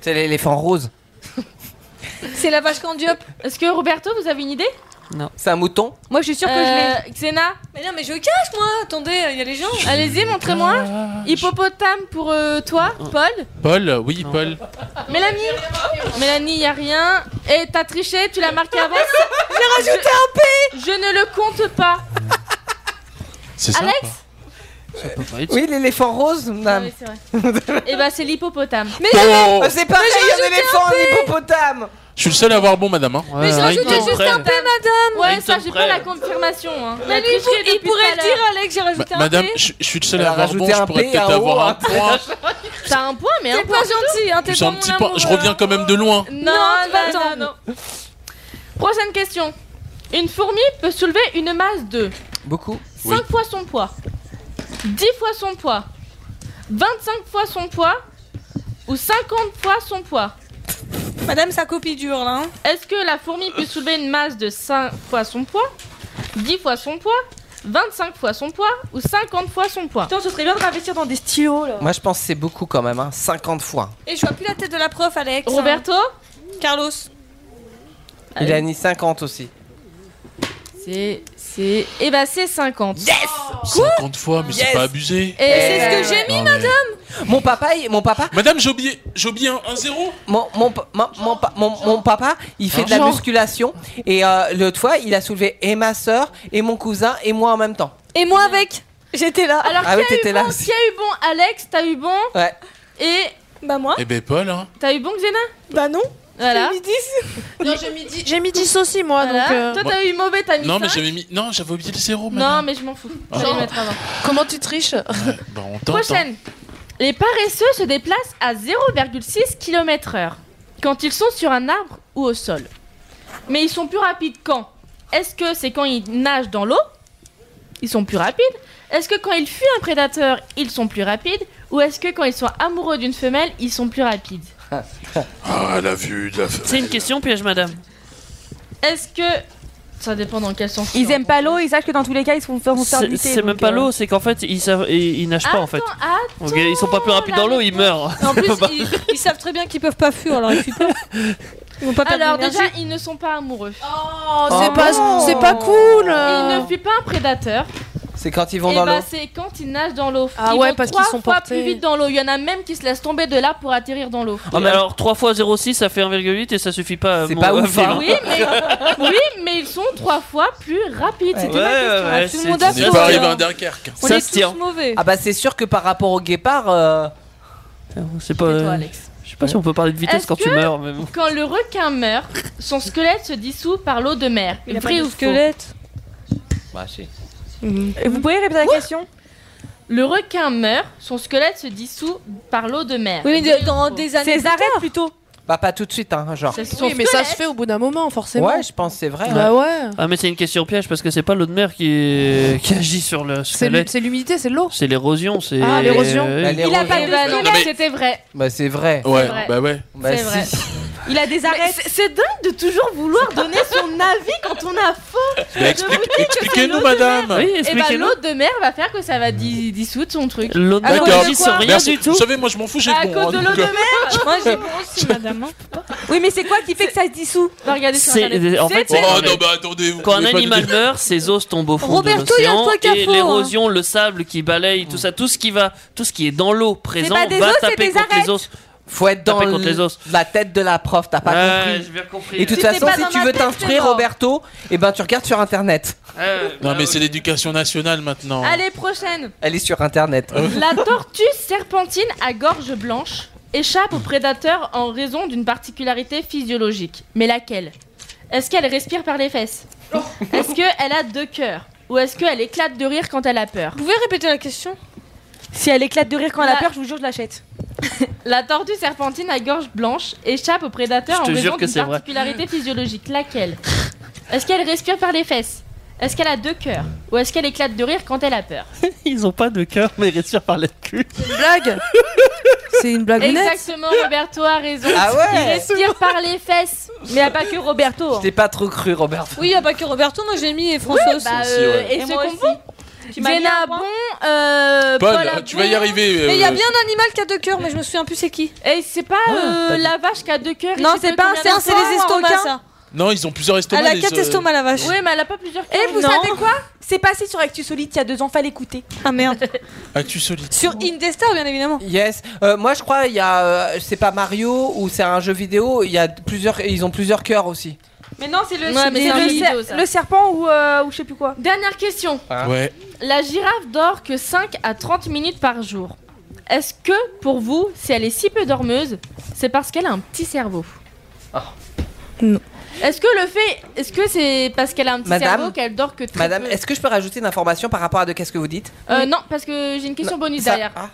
Speaker 3: C'est l'éléphant rose.
Speaker 2: C'est la vache Candiope.
Speaker 4: Est-ce que Roberto, vous avez une idée
Speaker 3: C'est un mouton.
Speaker 2: Moi, je suis sûre que je
Speaker 4: l'ai. Euh, Xena
Speaker 29: Mais non, mais je cache, moi Attendez, il y a les gens
Speaker 4: Allez-y, montrez-moi. Hippopotame pour euh, toi, Paul.
Speaker 10: Paul, oui, Paul.
Speaker 4: Mélanie Mélanie, y a rien. Et t'as triché, tu l'as marqué avant.
Speaker 2: J'ai rajouté
Speaker 4: un P Je ne le compte pas.
Speaker 10: C'est
Speaker 4: Alex
Speaker 3: Oui, l'éléphant rose, madame.
Speaker 4: Oui, c'est vrai. Et bah, c'est l'hippopotame.
Speaker 3: Mais
Speaker 10: Oh.
Speaker 3: Ah, c'est pareil,
Speaker 4: Mais j'ai
Speaker 3: un
Speaker 4: rajouté
Speaker 3: éléphant,
Speaker 4: un
Speaker 3: un
Speaker 4: P.
Speaker 3: hippopotame.
Speaker 10: Je suis le seul à avoir bon, madame. hein.
Speaker 6: Mais j'ai
Speaker 10: rajouté
Speaker 4: juste
Speaker 10: un
Speaker 4: P, madame Ouais, ça, j'ai pas
Speaker 10: prêt.
Speaker 4: la confirmation. Hein.
Speaker 2: Mais lui, il pour- il pourrait le dire, Alex, j'ai
Speaker 10: Ma-
Speaker 2: rajouté un
Speaker 10: Madame,
Speaker 2: P.
Speaker 10: je je suis le seul
Speaker 3: Elle
Speaker 10: à
Speaker 3: a
Speaker 10: avoir bon,
Speaker 3: rajouté
Speaker 10: je
Speaker 3: un
Speaker 10: pourrais
Speaker 3: P, un
Speaker 10: peut-être
Speaker 3: O, hein.
Speaker 10: avoir un
Speaker 3: un P.
Speaker 10: point.
Speaker 4: T'as un point, mais un
Speaker 2: T'es pas gentil, hein, t'es
Speaker 10: J'ai
Speaker 2: pas
Speaker 10: un
Speaker 2: mon
Speaker 10: petit point.
Speaker 2: amour,
Speaker 10: Je
Speaker 2: hein.
Speaker 10: reviens quand même de loin.
Speaker 4: Non, non, non, non. Prochaine question. Une fourmi peut soulever une masse de
Speaker 3: Beaucoup.
Speaker 4: 5 fois son poids, 10 fois son poids, 25 fois son poids ou 50 fois son poids.
Speaker 2: Madame, sa copie dure
Speaker 29: hein.
Speaker 2: là.
Speaker 4: Est-ce que la fourmi peut soulever une masse de 5 fois son poids, 10 fois son poids, 25 fois son poids ou 50 fois son poids
Speaker 29: Putain, ce serait bien de réinvestir dans des stylos là.
Speaker 3: Moi je pense que c'est beaucoup quand même, hein. 50 fois.
Speaker 29: Et je vois plus la tête de la prof, Alex. hein.
Speaker 4: Roberto
Speaker 29: Carlos.
Speaker 4: Ah
Speaker 3: Il a mis 50 aussi.
Speaker 4: C'est. C'est. Eh ben, c'est 50.
Speaker 3: Yes
Speaker 10: 50 fois, mais c'est
Speaker 3: Yes.
Speaker 10: pas abusé.
Speaker 4: Et c'est ce que j'ai mis,
Speaker 10: Non, mais-
Speaker 4: madame
Speaker 3: Eh, Mon papa, il- mon papa.
Speaker 10: Madame, j'ai oublié, j'ai oublié un, un zéro.
Speaker 3: Mon, mon, pa- mon, mon pa- mon- mon papa, il fait
Speaker 10: Hein
Speaker 3: de la
Speaker 10: Genre.
Speaker 3: musculation et euh, l'autre fois, il a soulevé et ma soeur et mon cousin et moi en même temps.
Speaker 2: Et moi avec J'étais là.
Speaker 4: Alors,
Speaker 3: Ah
Speaker 4: qui,
Speaker 3: oui,
Speaker 4: a eu
Speaker 3: t'étais là
Speaker 4: bon,
Speaker 3: aussi.
Speaker 4: qui a eu bon Alex T'as eu bon
Speaker 3: Ouais.
Speaker 4: Et. Bah, moi
Speaker 10: Eh ben Paul, hein.
Speaker 4: T'as eu bon, Xena
Speaker 2: Bah non.
Speaker 4: Voilà.
Speaker 5: Non, j'ai mis dix- j'ai mis 10 aussi, moi. Donc, euh,
Speaker 4: Toi, t'as eu mauvais, t'as mis
Speaker 10: Non, mais
Speaker 4: cinq.
Speaker 10: j'avais mis. Non, j'avais oublié le zéro, madame.
Speaker 4: Non, mais je m'en fous.
Speaker 10: Ah.
Speaker 4: J'allais mettre avant.
Speaker 5: Comment tu triches
Speaker 10: Bah, on t'entend.
Speaker 4: Prochaine. Les paresseux se déplacent à 0,6 km/h quand ils sont sur un arbre ou au sol. Mais ils sont plus rapides quand Est-ce que c'est quand ils nagent dans l'eau Ils sont plus rapides Est-ce que quand ils fuient un prédateur, ils sont plus rapides Ou est-ce que quand ils sont amoureux d'une femelle, ils sont plus rapides
Speaker 10: Ah, la vue de la.
Speaker 6: C'est une question piège, madame.
Speaker 4: Est-ce que. Ça dépend dans quel sens.
Speaker 2: Ils aiment pas l'eau, ils savent que dans tous les cas, ils se font faire
Speaker 6: C'est
Speaker 2: buter.
Speaker 6: c'est même
Speaker 2: donc,
Speaker 6: pas
Speaker 2: euh,
Speaker 6: l'eau, c'est qu'en fait, ils, savent, ils, ils nagent pas en
Speaker 4: Ah,
Speaker 6: fait.
Speaker 4: Attends,
Speaker 6: Donc, ils sont pas plus rapides dans l'eau, ils meurent. Bah.
Speaker 30: En plus, ils, ils savent très bien qu'ils peuvent pas fuir, alors ils fuient pas. Ils vont pas perdre
Speaker 4: Alors
Speaker 30: d'énergie.
Speaker 4: déjà, ils ne sont pas amoureux.
Speaker 5: Oh, c'est pas, c'est pas cool.
Speaker 4: Ils ne fuient pas un prédateur.
Speaker 3: C'est quand ils vont
Speaker 4: Eh
Speaker 3: dans
Speaker 4: bah,
Speaker 3: l'eau.
Speaker 4: c'est quand ils nagent dans l'eau.
Speaker 5: Ah
Speaker 4: ils
Speaker 5: ouais,
Speaker 4: vont
Speaker 5: parce
Speaker 4: trois
Speaker 5: qu'ils sont
Speaker 4: fois
Speaker 5: portés.
Speaker 4: plus vite dans l'eau. Il y en a même qui se laissent tomber de là pour atterrir dans l'eau.
Speaker 6: Ah, mais alors 3 fois 0,6 ça fait 1,8 et ça suffit pas.
Speaker 3: C'est pas ouf, hein.
Speaker 4: Oui, mais, oui, mais ils sont trois fois plus rapides. C'était ma question. hein.
Speaker 6: ouais,
Speaker 4: Tout le
Speaker 6: c'est-
Speaker 4: monde
Speaker 6: c'est-
Speaker 4: a
Speaker 6: on n'est
Speaker 4: faux.
Speaker 6: pas arrivé à un
Speaker 3: Dunkerque.
Speaker 6: On Ça est se tous tient.
Speaker 4: mauvais.
Speaker 3: Ah bah c'est sûr que par rapport au guépard. euh,
Speaker 6: C'est pas. euh,
Speaker 4: toi,
Speaker 6: Je sais pas si on peut parler de vitesse
Speaker 4: Est-ce
Speaker 6: quand tu
Speaker 4: que-
Speaker 6: meurs. Mais... bon.
Speaker 4: Quand le requin meurt, son squelette se dissout par l'eau de mer.
Speaker 31: Il a
Speaker 4: Vrai
Speaker 31: pas de
Speaker 4: ou faux Mhm.
Speaker 31: squelette.
Speaker 3: Bah, si.
Speaker 2: Et Vous pouvez répéter la question
Speaker 4: Le requin meurt, son squelette se dissout par l'eau de mer.
Speaker 30: Oui, mais dans des années
Speaker 2: Ces arêtes plutôt.
Speaker 3: Bah pas tout de suite, hein, genre.
Speaker 4: C'est son
Speaker 5: Oui, mais ça
Speaker 4: squelette.
Speaker 5: se fait au bout d'un moment, forcément.
Speaker 3: Ouais, je pense c'est vrai.
Speaker 5: Bah ouais.
Speaker 6: Ah, mais c'est une question piège parce que c'est pas l'eau de mer qui, qui agit sur
Speaker 5: C'est
Speaker 6: le
Speaker 5: l'hu-
Speaker 6: squelette.
Speaker 5: c'est l'humidité, c'est l'eau.
Speaker 6: C'est l'érosion. c'est-
Speaker 5: Ah, l'érosion.
Speaker 6: Euh,
Speaker 3: Elle est
Speaker 2: Il a
Speaker 3: rose.
Speaker 2: pas de
Speaker 4: Bah non,
Speaker 2: squelette.
Speaker 4: mais c'était vrai.
Speaker 3: Bah c'est vrai.
Speaker 10: Ouais,
Speaker 4: vrai.
Speaker 10: bah ouais.
Speaker 3: Bah
Speaker 4: C'est vrai.
Speaker 3: si.
Speaker 2: Il a des
Speaker 4: Mais
Speaker 2: arêtes.
Speaker 4: C'est c'est dingue de toujours vouloir donner son avis quand on a faux.
Speaker 10: Mais explique- expliquez-nous, madame.
Speaker 6: Oui,
Speaker 4: Et bah
Speaker 6: expliquez-nous.
Speaker 4: l'eau de mer va faire que ça va dis- dissoudre son truc.
Speaker 6: L'eau de
Speaker 4: À
Speaker 6: mer
Speaker 4: cause
Speaker 6: qui
Speaker 4: de
Speaker 6: agit
Speaker 4: quoi
Speaker 6: sur rien
Speaker 10: Merci.
Speaker 6: du tout.
Speaker 10: Vous savez, moi je m'en fous, j'ai
Speaker 4: À
Speaker 10: le bon.
Speaker 4: cause de
Speaker 10: hein,
Speaker 4: l'eau
Speaker 10: donc,
Speaker 4: de
Speaker 10: euh,
Speaker 4: mer
Speaker 31: Moi j'ai mon aussi, madame.
Speaker 2: Oui, mais c'est quoi qui fait que ça se dissout
Speaker 4: Va regarder sur internet.
Speaker 6: C'est en fait c'est-
Speaker 10: Oh non, bah attendez, vous
Speaker 6: quand un
Speaker 10: pouvez pas
Speaker 6: animal
Speaker 10: nous-
Speaker 6: meurt, ses os tombent au fond
Speaker 30: Roberto,
Speaker 6: de l'océan
Speaker 30: il y a un truc à
Speaker 6: et
Speaker 30: faux,
Speaker 6: l'érosion, le sable qui balaye, tout ça, tout ce qui va, tout ce qui est dans l'eau présent
Speaker 2: pas des
Speaker 6: va
Speaker 2: os, c'est
Speaker 6: taper
Speaker 2: des
Speaker 6: contre
Speaker 2: arêtes.
Speaker 6: les os.
Speaker 3: Faut être dans
Speaker 6: Taper contre les os.
Speaker 3: la tête de la prof, t'as pas
Speaker 6: ouais,
Speaker 3: compris.
Speaker 6: j'ai bien compris.
Speaker 3: Et de toute
Speaker 2: Si t'es
Speaker 3: façon,
Speaker 2: pas
Speaker 3: si
Speaker 2: dans
Speaker 3: tu
Speaker 2: ma
Speaker 3: veux
Speaker 2: tête, c'est
Speaker 3: t'instruire,
Speaker 2: mort.
Speaker 3: Roberto, et ben tu regardes sur internet.
Speaker 6: Ouais, bah
Speaker 10: Non, mais
Speaker 6: oui.
Speaker 10: c'est l'éducation nationale maintenant.
Speaker 4: Allez, prochaine.
Speaker 3: Elle est sur internet.
Speaker 4: La tortue serpentine à gorge blanche échappe aux prédateurs en raison d'une particularité physiologique. Mais laquelle Est-ce qu'elle respire par les fesses Est-ce qu'elle a deux cœurs Ou est-ce qu'elle éclate de rire quand elle a peur
Speaker 31: Vous pouvez répéter la question
Speaker 2: Si elle éclate de rire quand elle
Speaker 4: La-
Speaker 2: a peur, je vous jure, je l'achète.
Speaker 4: La tortue serpentine à gorge blanche échappe aux prédateurs en
Speaker 6: Je te
Speaker 4: raison
Speaker 6: jure que
Speaker 4: d'une
Speaker 6: c'est vrai.
Speaker 4: particularité physiologique. Laquelle Est-ce qu'elle respire par les fesses Est-ce qu'elle a deux cœurs Ou est-ce qu'elle éclate de rire quand elle a peur
Speaker 6: Ils ont pas de cœur, mais ils respirent par le cul.
Speaker 5: C'est une blague. c'est une blague honnête.
Speaker 4: Exactement, Roberto a raison.
Speaker 3: Ah
Speaker 4: Il
Speaker 3: ouais
Speaker 4: respire par les fesses.
Speaker 2: Mais y a pas que Roberto. hein.
Speaker 3: T'es pas trop cru, Roberto.
Speaker 30: Oui, y a pas que Roberto, moi j'ai mis et François aussi.
Speaker 4: Bah,
Speaker 10: aussi,
Speaker 4: euh,
Speaker 10: ouais.
Speaker 4: Et,
Speaker 2: Et
Speaker 4: ce
Speaker 2: moi
Speaker 4: combo
Speaker 2: Tu m'as mis
Speaker 4: Jenna
Speaker 2: un point
Speaker 4: Bon, euh,
Speaker 10: Paul,
Speaker 4: Paul
Speaker 10: tu vas y arriver.
Speaker 30: Mais il y a
Speaker 10: euh,
Speaker 30: bien un animal qui a deux cœurs, mais je me souviens plus c'est qui.
Speaker 4: Et c'est pas euh,
Speaker 6: t'as dit.
Speaker 4: la vache qui a deux cœurs. et
Speaker 2: Non,
Speaker 4: je sais
Speaker 2: c'est pas un
Speaker 4: combien
Speaker 2: cerf,
Speaker 4: d'enfants,
Speaker 2: c'est les
Speaker 4: Romain.
Speaker 2: estomacs. Ah,
Speaker 30: ça.
Speaker 10: Non, ils ont plusieurs estomacs.
Speaker 30: Elle a
Speaker 10: les,
Speaker 30: quatre
Speaker 10: euh,
Speaker 30: estomacs la vache.
Speaker 4: Oui, mais elle a pas plusieurs cœurs.
Speaker 2: Et Eh, vous
Speaker 30: Non.
Speaker 2: savez quoi C'est passé sur Actu Solide il y a deux ans, fallait écouter.
Speaker 30: Ah merde.
Speaker 10: Actu solide.
Speaker 30: Sur Indestar, bien évidemment.
Speaker 3: Yes. Euh, moi, je crois il y a, euh, c'est pas Mario ou c'est un jeu vidéo. Il y a plusieurs, ils ont plusieurs cœurs aussi.
Speaker 2: Mais non, c'est le,
Speaker 4: Ouais,
Speaker 2: c'est
Speaker 4: mais c'est
Speaker 2: le
Speaker 4: un
Speaker 2: cer-
Speaker 4: vidéo, ça.
Speaker 2: le serpent ou, euh, ou je sais plus quoi.
Speaker 4: Dernière question.
Speaker 10: Ouais.
Speaker 4: La girafe dort que 5 à 30 minutes par jour. Est-ce que, pour vous, si elle est si peu dormeuse, c'est parce qu'elle a un petit cerveau
Speaker 3: Ah.
Speaker 5: Non.
Speaker 4: Est-ce que le fait. Est-ce que c'est parce qu'elle a un petit
Speaker 3: Madame
Speaker 4: cerveau qu'elle dort que très
Speaker 3: Madame,
Speaker 4: peu
Speaker 3: est-ce que je peux rajouter une information par rapport à de qu'est-ce que vous dites
Speaker 4: Euh, Non, parce que j'ai une question
Speaker 3: Non,
Speaker 4: bonus
Speaker 3: ça-
Speaker 4: derrière.
Speaker 3: Ah,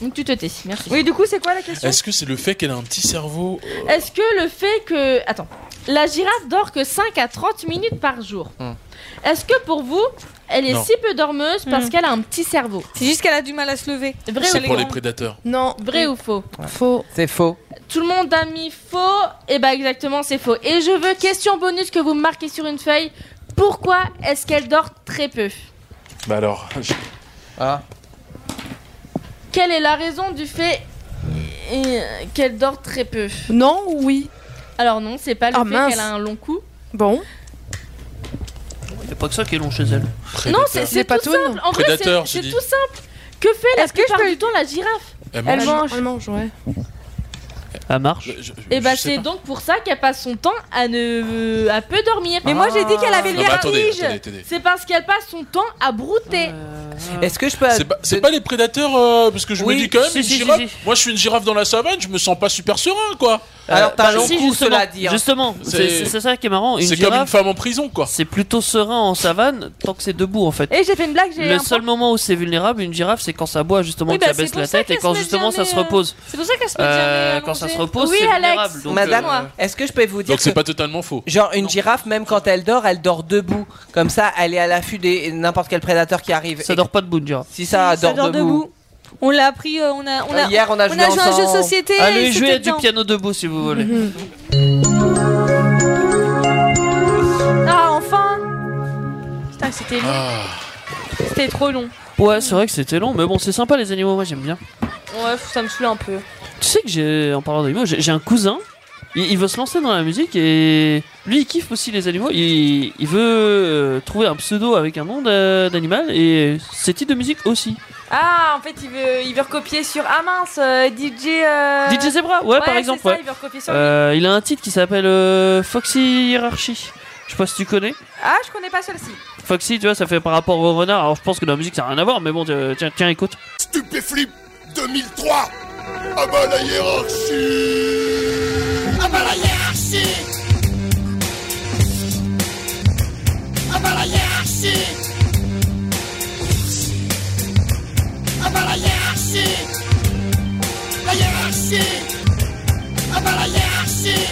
Speaker 4: Donc tu te tais, merci.
Speaker 2: Oui, du coup, c'est quoi la question
Speaker 10: Est-ce que c'est le fait qu'elle a un petit cerveau euh,
Speaker 4: Est-ce que le fait que. Attends. La girafe dort que 5 à 30 minutes par jour.
Speaker 3: Hmm.
Speaker 4: Est-ce que pour vous, elle est
Speaker 10: Non.
Speaker 4: si peu dormeuse parce
Speaker 31: Hmm.
Speaker 4: qu'elle a un petit cerveau
Speaker 30: C'est juste qu'elle a du mal à se lever.
Speaker 4: Vrai
Speaker 10: C'est
Speaker 4: ou
Speaker 10: pour les
Speaker 4: faux
Speaker 10: prédateurs.
Speaker 5: Non,
Speaker 4: Vrai ou faux
Speaker 5: faux.
Speaker 3: c'est faux.
Speaker 4: Tout le monde a mis faux. Et bah exactement, c'est faux. Et je veux question bonus que vous me marquez sur une feuille. Pourquoi est-ce qu'elle dort très peu
Speaker 10: Bah alors. je-
Speaker 3: Ah.
Speaker 4: Quelle est la raison du fait euh, qu'elle dort très peu
Speaker 5: Non, oui.
Speaker 4: Alors non, c'est pas le
Speaker 5: Ah,
Speaker 4: fait
Speaker 5: mince.
Speaker 4: qu'elle a un long cou.
Speaker 5: Bon.
Speaker 6: Il y a pas que ça qui est long chez elle.
Speaker 4: Non,
Speaker 10: prédateur.
Speaker 4: c'est
Speaker 5: Les
Speaker 4: c'est tout
Speaker 5: patounes.
Speaker 4: simple. En vrai, c'est-
Speaker 10: Prédateur,
Speaker 4: c'est
Speaker 10: je dis.
Speaker 4: tout simple. Que fait la
Speaker 2: Est-ce que je
Speaker 4: plupart
Speaker 2: peux-
Speaker 4: du temps la girafe
Speaker 10: Elle
Speaker 2: Elle
Speaker 10: mange.
Speaker 2: mange.
Speaker 5: Elle mange, ouais.
Speaker 6: à marche.
Speaker 4: Et bah c'est donc pour ça qu'elle passe son temps à ne à peu dormir.
Speaker 6: Mais moi, j'ai dit qu'elle avait le Non, mais attendez,
Speaker 4: vertige.
Speaker 10: Ah bah, attendez, attendez.
Speaker 4: C'est parce qu'elle passe son temps à brouter.
Speaker 6: Hmm.
Speaker 3: Est-ce que je peux.
Speaker 10: C'est pas, c'est pas les prédateurs, euh, parce que je
Speaker 6: Oui,
Speaker 10: me dis quand même,
Speaker 6: si,
Speaker 10: une
Speaker 6: si, si,
Speaker 10: girafe.
Speaker 6: si.
Speaker 10: Moi, je suis une girafe dans la savane, je me sens pas super serein, quoi.
Speaker 6: Euh, bah, si, justement,
Speaker 3: hein.
Speaker 6: Justement, c'est c'est- c'est ça qui est marrant.
Speaker 10: C'est comme une
Speaker 6: femme en prison, quoi. C'est plutôt serein en savane tant que c'est debout, en fait.
Speaker 5: Et j'ai fait une blague, j'ai
Speaker 6: Le
Speaker 5: un
Speaker 6: seul moment où c'est vulnérable, une girafe, c'est quand ça boit justement,
Speaker 5: Oui,
Speaker 6: que
Speaker 5: bah,
Speaker 6: ça
Speaker 5: c'est
Speaker 6: baisse
Speaker 5: pour
Speaker 6: la
Speaker 5: ça
Speaker 6: tête et
Speaker 5: qu'elle
Speaker 6: quand
Speaker 5: se met
Speaker 6: justement
Speaker 5: jamais,
Speaker 6: ça se
Speaker 5: euh,
Speaker 6: repose. Euh,
Speaker 5: c'est pour ça qu'elle se met jamais allongée.
Speaker 6: Quand ça se repose,
Speaker 5: Oui,
Speaker 6: c'est
Speaker 5: Alex.
Speaker 6: vulnérable. donc,
Speaker 3: Madame,
Speaker 6: euh,
Speaker 3: est-ce que je peux vous dire
Speaker 10: Donc, c'est
Speaker 3: que-
Speaker 10: pas totalement faux.
Speaker 3: Genre une girafe, même quand elle dort, elle dort debout. Comme ça, elle est à l'affût des n'importe quel prédateur qui arrive. Ça
Speaker 6: dort pas debout, une girafe.
Speaker 3: Si ça,
Speaker 2: Ça
Speaker 3: dort, debout.
Speaker 2: On l'a appris, euh, on a, on a,
Speaker 3: Hier, on a joué
Speaker 2: un jeu de
Speaker 3: ensemble.
Speaker 2: société.
Speaker 6: Allez
Speaker 2: et
Speaker 6: jouer
Speaker 2: c'était
Speaker 6: à du
Speaker 2: dedans.
Speaker 6: piano debout si vous voulez.
Speaker 5: Mhm.
Speaker 4: Ah enfin. Putain, c'était
Speaker 10: Ah.
Speaker 4: long. C'était trop long.
Speaker 6: Ah. Ouais, c'est vrai que c'était long, mais bon, c'est sympa les animaux, moi j'aime bien.
Speaker 4: Ouais, ça me saoulait un peu.
Speaker 6: Tu sais que j'ai, en parlant d'animaux, j'ai j'ai un cousin. Il, il veut se lancer dans la musique et lui il kiffe aussi les animaux. Il, il veut euh, trouver un pseudo avec un nom d'a- d'animal et ses titres de musique aussi.
Speaker 5: Ah, en fait, il veut, il veut recopier sur. Ah mince, euh, DJ. euh,
Speaker 6: DJ Zebra, ouais, par
Speaker 5: c'est
Speaker 6: exemple.
Speaker 5: ça,
Speaker 6: ouais.
Speaker 5: il veut recopier sur.
Speaker 6: Euh, il a un titre qui s'appelle euh, Foxy Hierarchy. Je sais pas si tu connais.
Speaker 5: Ah, je connais pas celle-ci.
Speaker 6: Foxy, tu vois, ça fait par rapport au renard. Alors je pense que dans la musique ça n'a rien à voir, mais bon, tiens, tiens, tiens, écoute.
Speaker 14: Stupéflip 2003 Ah bah la hiérarchie Ah bah la hiérarchie Ah bah la hiérarchie Ah bah la hiérarchie La hiérarchie Ah bah la hiérarchie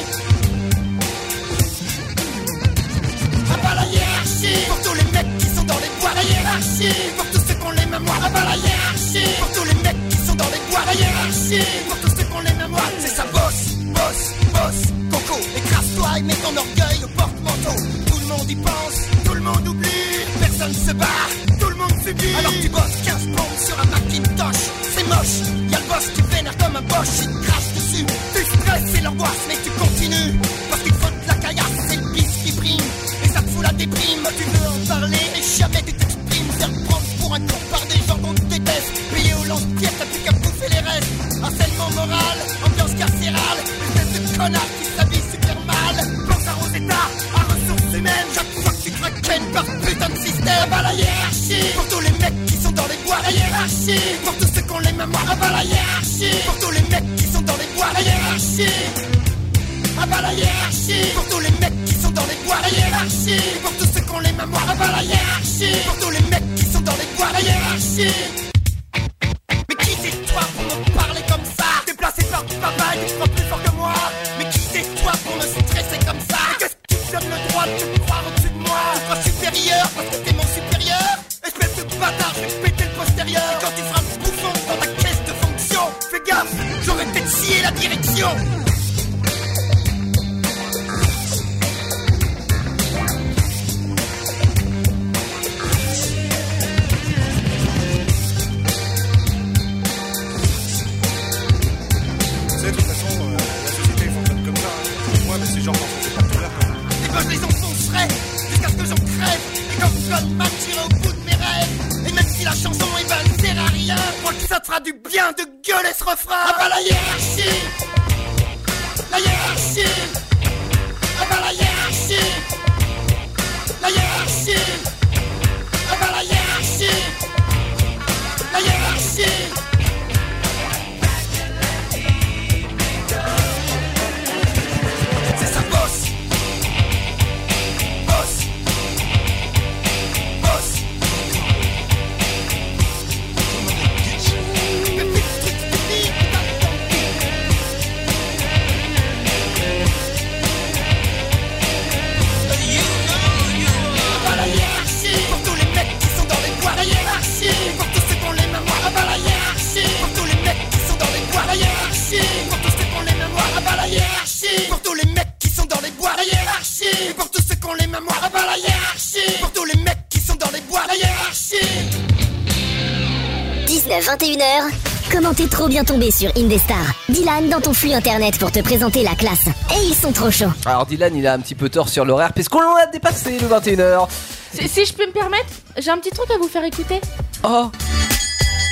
Speaker 14: Ah bah la hiérarchie Pour tous les mecs qui sont dans les bois La hiérarchie Pour tous ceux qui ont les mémoires Ah bah la hiérarchie Pour tous les mecs qui sont dans les bois La hiérarchie Pour tous ceux qui ont les mémoires C'est ça bosse, bosse, bosse Coco, écrase-toi et mets ton orgueil au porte-manteau Tout le monde y pense, tout le monde oublie Personne se barre, tout le monde subit Alors tu bosses 15 pompes sur un Macintosh C'est moche, y'a le boss qui vénère comme un boss Il te crache dessus, tu stresses et l'angoisse Mais tu continues, parce qu'il faut de la caillasse C'est le bis qui prime, et ça te fout la déprime Tu veux en parler, mais jamais tu t'exprimes Faire prendre pour un con par des gens qu'on déteste Payé au lance-pierre, t'as plus qu'à bouffer les restes Harcèlement moral, ambiance carcérale Espèce de connard qui s'habille super mal Pense à Rosetta, à ressources humaines Chaque fois que tu te raquettes par putain de système Ah bah la hiérarchie, pour tous les mecs qui sont dans les bois La hiérarchie, pour tous ceux qui ont les mémoires Ah bah la hiérarchie, pour tous les mecs qui sont dans les bois La hiérarchie ah bah la hiérarchie Pour tous les mecs qui sont dans les bois La hiérarchie Pour tous ceux qui ont les mémoires Ah bah la hiérarchie Pour tous les mecs qui sont dans les bois La hiérarchie Mais qui c'est toi pour me parler comme ça Déplacé par du papa et tu crois plus fort que moi Mais qui c'est toi pour me stresser comme ça Et Qu'est-ce qui te donne le droit de te croire au-dessus de moi Tu te crois supérieur parce que t'es mon supérieur Espèce de bâtard, je vais te péter le postérieur Et quand tu feras le bouffon dans ta caisse de fonction Fais gaffe, j'aurais peut-être scié la direction
Speaker 23: Tu sais, de toute façon, euh, la société fonctionne comme ça. hein. Pour moi, mais ces gens sont partout là.
Speaker 14: Et ben je les enfoncerai jusqu'à ce que j'en crève Et comme Goldman j'irai au bout de mes rêves Et même si la chanson est ben elle sert à rien Moi que ça te fera du bien de gueuler ce refrain Ah bah la hiérarchie La hiérarchie Ah bah la hiérarchie La hiérarchie Ah bah la hiérarchie La hiérarchie C'est
Speaker 12: 아,
Speaker 14: sa bosse Boss Boss Ah bah la hiérarchie Pour tous les mecs qui sont dans les bois La hiérarchie Pour tous ceux qui ont les mémoires Ah bah la hiérarchie Pour tous les mecs qui sont dans les bois La hiérarchie Pour tous ceux qui ont les mémoires Ah bah la hiérarchie Pour tous les mecs qui sont dans les bois La hiérarchie Pour tous ceux qui ont les mémoires Ah bah la hiérarchie Pour tous les mecs qui sont dans les bois La hiérarchie
Speaker 1: 19-21h. Comment t'es trop bien tombé sur Indestar Dylan dans ton flux internet pour te présenter la classe. Et ils sont trop chauds.
Speaker 3: Alors Dylan, il a un petit peu tort sur l'horaire, puisqu'on l'a dépassé le 21h.
Speaker 4: Si, si je peux me permettre, Oh. j'ai un petit truc à vous faire écouter.
Speaker 3: Oh.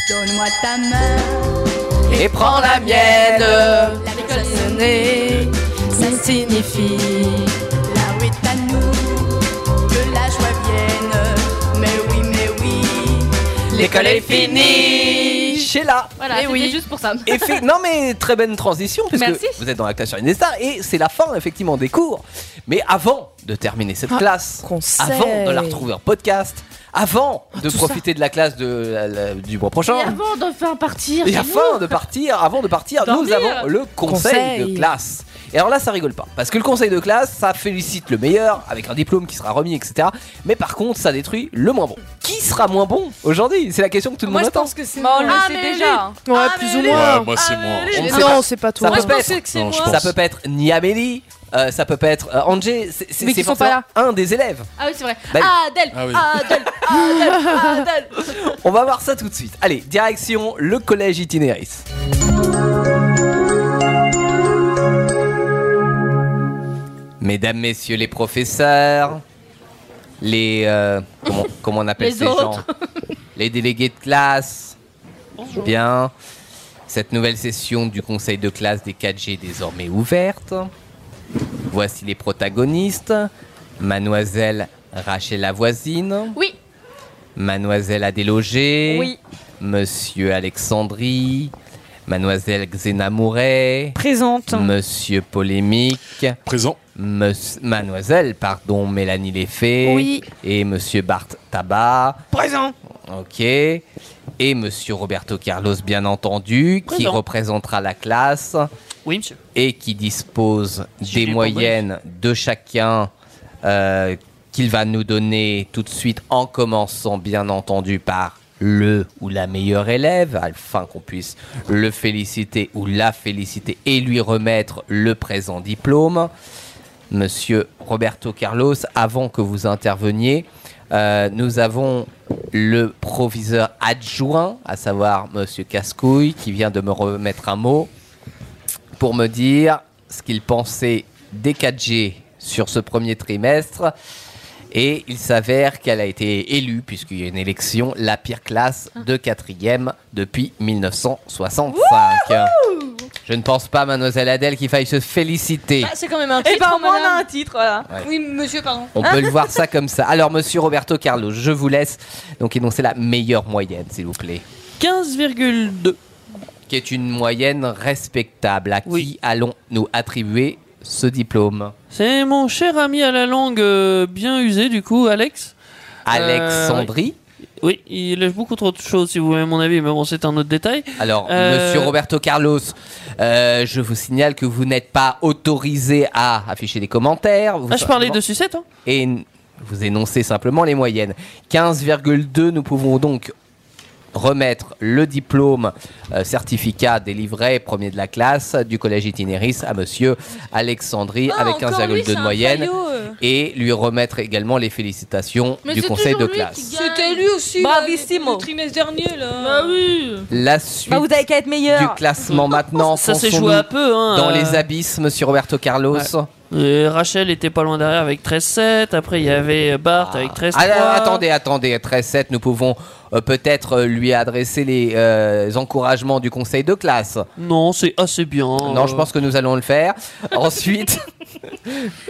Speaker 32: Donne-moi ta main
Speaker 5: et prends la mienne. La
Speaker 12: méthode
Speaker 4: Eh.
Speaker 5: sonnée, ça signifie
Speaker 12: Là où est à nous que la joie vienne. Mais oui, mais oui,
Speaker 5: l'école est finie.
Speaker 3: Sheila.
Speaker 8: Voilà, c'était juste pour ça.
Speaker 3: Et fait- non mais très bonne transition puisque
Speaker 8: Merci.
Speaker 3: vous êtes dans la classe sur Indestar et c'est la fin effectivement des cours. Mais avant de terminer cette
Speaker 5: Ah,
Speaker 3: classe,
Speaker 5: conseil.
Speaker 3: avant de la retrouver en podcast, avant de profiter de la classe de, la- la- du mois prochain,
Speaker 8: Ah, Et avant de faire partir.
Speaker 3: et
Speaker 8: chez
Speaker 3: afin
Speaker 8: nous.
Speaker 3: de partir, avant de partir, nous
Speaker 8: Dormir.
Speaker 3: avons le conseil,
Speaker 8: Conseil.
Speaker 3: de classe. Et alors là, ça rigole pas. Parce que le conseil de classe, ça félicite le meilleur, avec un diplôme qui sera remis, etc. Mais par contre, ça détruit le moins bon. Qui sera moins bon aujourd'hui C'est la question que tout le
Speaker 2: Moi,
Speaker 3: monde
Speaker 2: je
Speaker 3: attend.
Speaker 2: pense que c'est.
Speaker 4: Bah, on le
Speaker 2: Ah,
Speaker 4: sait
Speaker 2: mais
Speaker 4: déjà.
Speaker 2: lui.
Speaker 4: hein.
Speaker 5: Ouais, plus ou moins.
Speaker 3: Ouais, moi, c'est moi.
Speaker 5: On
Speaker 3: On
Speaker 5: ne
Speaker 3: sait
Speaker 5: sait
Speaker 3: pas.
Speaker 5: Non, c'est pas toi.
Speaker 3: Ça peut être- Ça peut pas être ni Amélie, euh, ça peut pas être euh, Angé, c'est- c'est
Speaker 8: Mais qui
Speaker 3: c'est
Speaker 8: sont pas
Speaker 3: forcément un des élèves.
Speaker 8: Ah oui, c'est vrai.
Speaker 3: Bah oui.
Speaker 8: Adèle,
Speaker 3: Ah oui.
Speaker 8: Adèle, Adèle, Adèle.
Speaker 3: On va voir ça tout de suite. Allez, direction le collège itinéris. Mesdames, messieurs les professeurs, les euh, comment, comment on appelle
Speaker 12: Les
Speaker 3: ces
Speaker 12: autres.
Speaker 3: gens Les délégués de classe. Bien. Cette nouvelle session du conseil de classe des 4G est désormais ouverte. Voici les protagonistes. Mademoiselle Rachel Lavoisine.
Speaker 8: Oui.
Speaker 3: Mademoiselle Adélogé.
Speaker 8: Oui.
Speaker 3: Monsieur Alexandrie. Mademoiselle Xena Mouret.
Speaker 2: Présente.
Speaker 3: Monsieur Polémique.
Speaker 10: Présent.
Speaker 3: Mademoiselle, pardon, Mélanie Léfé.
Speaker 2: Oui.
Speaker 3: Et Monsieur Bart Tabat.
Speaker 2: Présent.
Speaker 3: Ok. Et Monsieur Roberto Carlos, bien entendu, qui
Speaker 6: Présent.
Speaker 3: représentera la classe.
Speaker 6: Oui, monsieur.
Speaker 3: Et qui dispose des
Speaker 6: Gilles
Speaker 3: moyennes de chacun euh, qu'il va nous donner tout de suite en commençant, bien entendu, par le ou la meilleure élève, afin qu'on puisse le féliciter ou la féliciter et lui remettre le présent diplôme. Monsieur Roberto Carlos, avant que vous interveniez, euh, nous avons le proviseur adjoint, à savoir Monsieur Cascouille, qui vient de me remettre un mot pour me dire ce qu'il pensait des 4G sur ce premier trimestre. Et il s'avère qu'elle a été élue, puisqu'il y a une élection, la pire classe de quatrième depuis 1965. Je ne pense pas, mademoiselle Adèle, qu'il faille se
Speaker 2: Bah,
Speaker 3: féliciter.
Speaker 4: c'est quand même un
Speaker 2: titre,
Speaker 4: Et ben, au moins, on
Speaker 2: madame.
Speaker 4: a un titre, voilà.
Speaker 3: Ouais.
Speaker 2: Oui, monsieur, pardon. Hein
Speaker 3: On peut le voir ça comme ça. Alors, monsieur Roberto Carlos, je vous laisse donc énoncer la meilleure moyenne, s'il vous plaît.
Speaker 6: 15,2.
Speaker 3: Qui est une moyenne respectable. À qui allons-nous attribuer ce diplôme
Speaker 6: C'est mon cher ami à la langue euh, bien usée, du coup, Alex.
Speaker 3: Alexandrie.
Speaker 6: Euh, oui, il lèche beaucoup trop de choses, si vous voulez mon avis, mais bon, c'est un autre détail.
Speaker 3: Alors,
Speaker 6: Euh,
Speaker 3: monsieur Roberto Carlos, euh, je vous signale que vous n'êtes pas autorisé à afficher des commentaires. Vous
Speaker 6: Ah, je parlais
Speaker 3: simplement-
Speaker 6: de sucette, hein.
Speaker 3: Et n- vous énoncez simplement les moyennes. 15,2, nous pouvons donc remettre le diplôme euh, certificat délivré premier de la classe du collège itinéris à monsieur Alexandrie
Speaker 8: Ah,
Speaker 3: avec
Speaker 8: encore
Speaker 3: 15,2
Speaker 8: lui, c'est
Speaker 3: de
Speaker 8: un
Speaker 3: moyenne
Speaker 8: faillot, euh.
Speaker 3: et lui remettre également les félicitations
Speaker 2: Mais
Speaker 3: du
Speaker 2: c'est
Speaker 3: conseil de
Speaker 2: toujours lui
Speaker 3: classe.
Speaker 2: qui gagne. C'était lui aussi. là, Le trimestre dernier, là. Bah oui.
Speaker 3: La suite
Speaker 2: Bah, vous avez qu'à être meilleur.
Speaker 3: du classement maintenant.
Speaker 6: Ça s'est
Speaker 3: Fonçons-nous
Speaker 6: joué à peu, hein,
Speaker 3: Dans
Speaker 6: euh.
Speaker 3: les abysses, monsieur Roberto Carlos.
Speaker 6: Et Euh, Rachel était pas loin derrière avec 13,7. Après, il y avait Bart avec 13,3.
Speaker 3: Ah, là, attendez, attendez, 13-7, nous pouvons euh, peut-être euh, lui adresser les euh, encouragements du conseil de classe.
Speaker 6: Non, c'est assez bien.
Speaker 3: Non, je pense que nous allons le faire. Ensuite,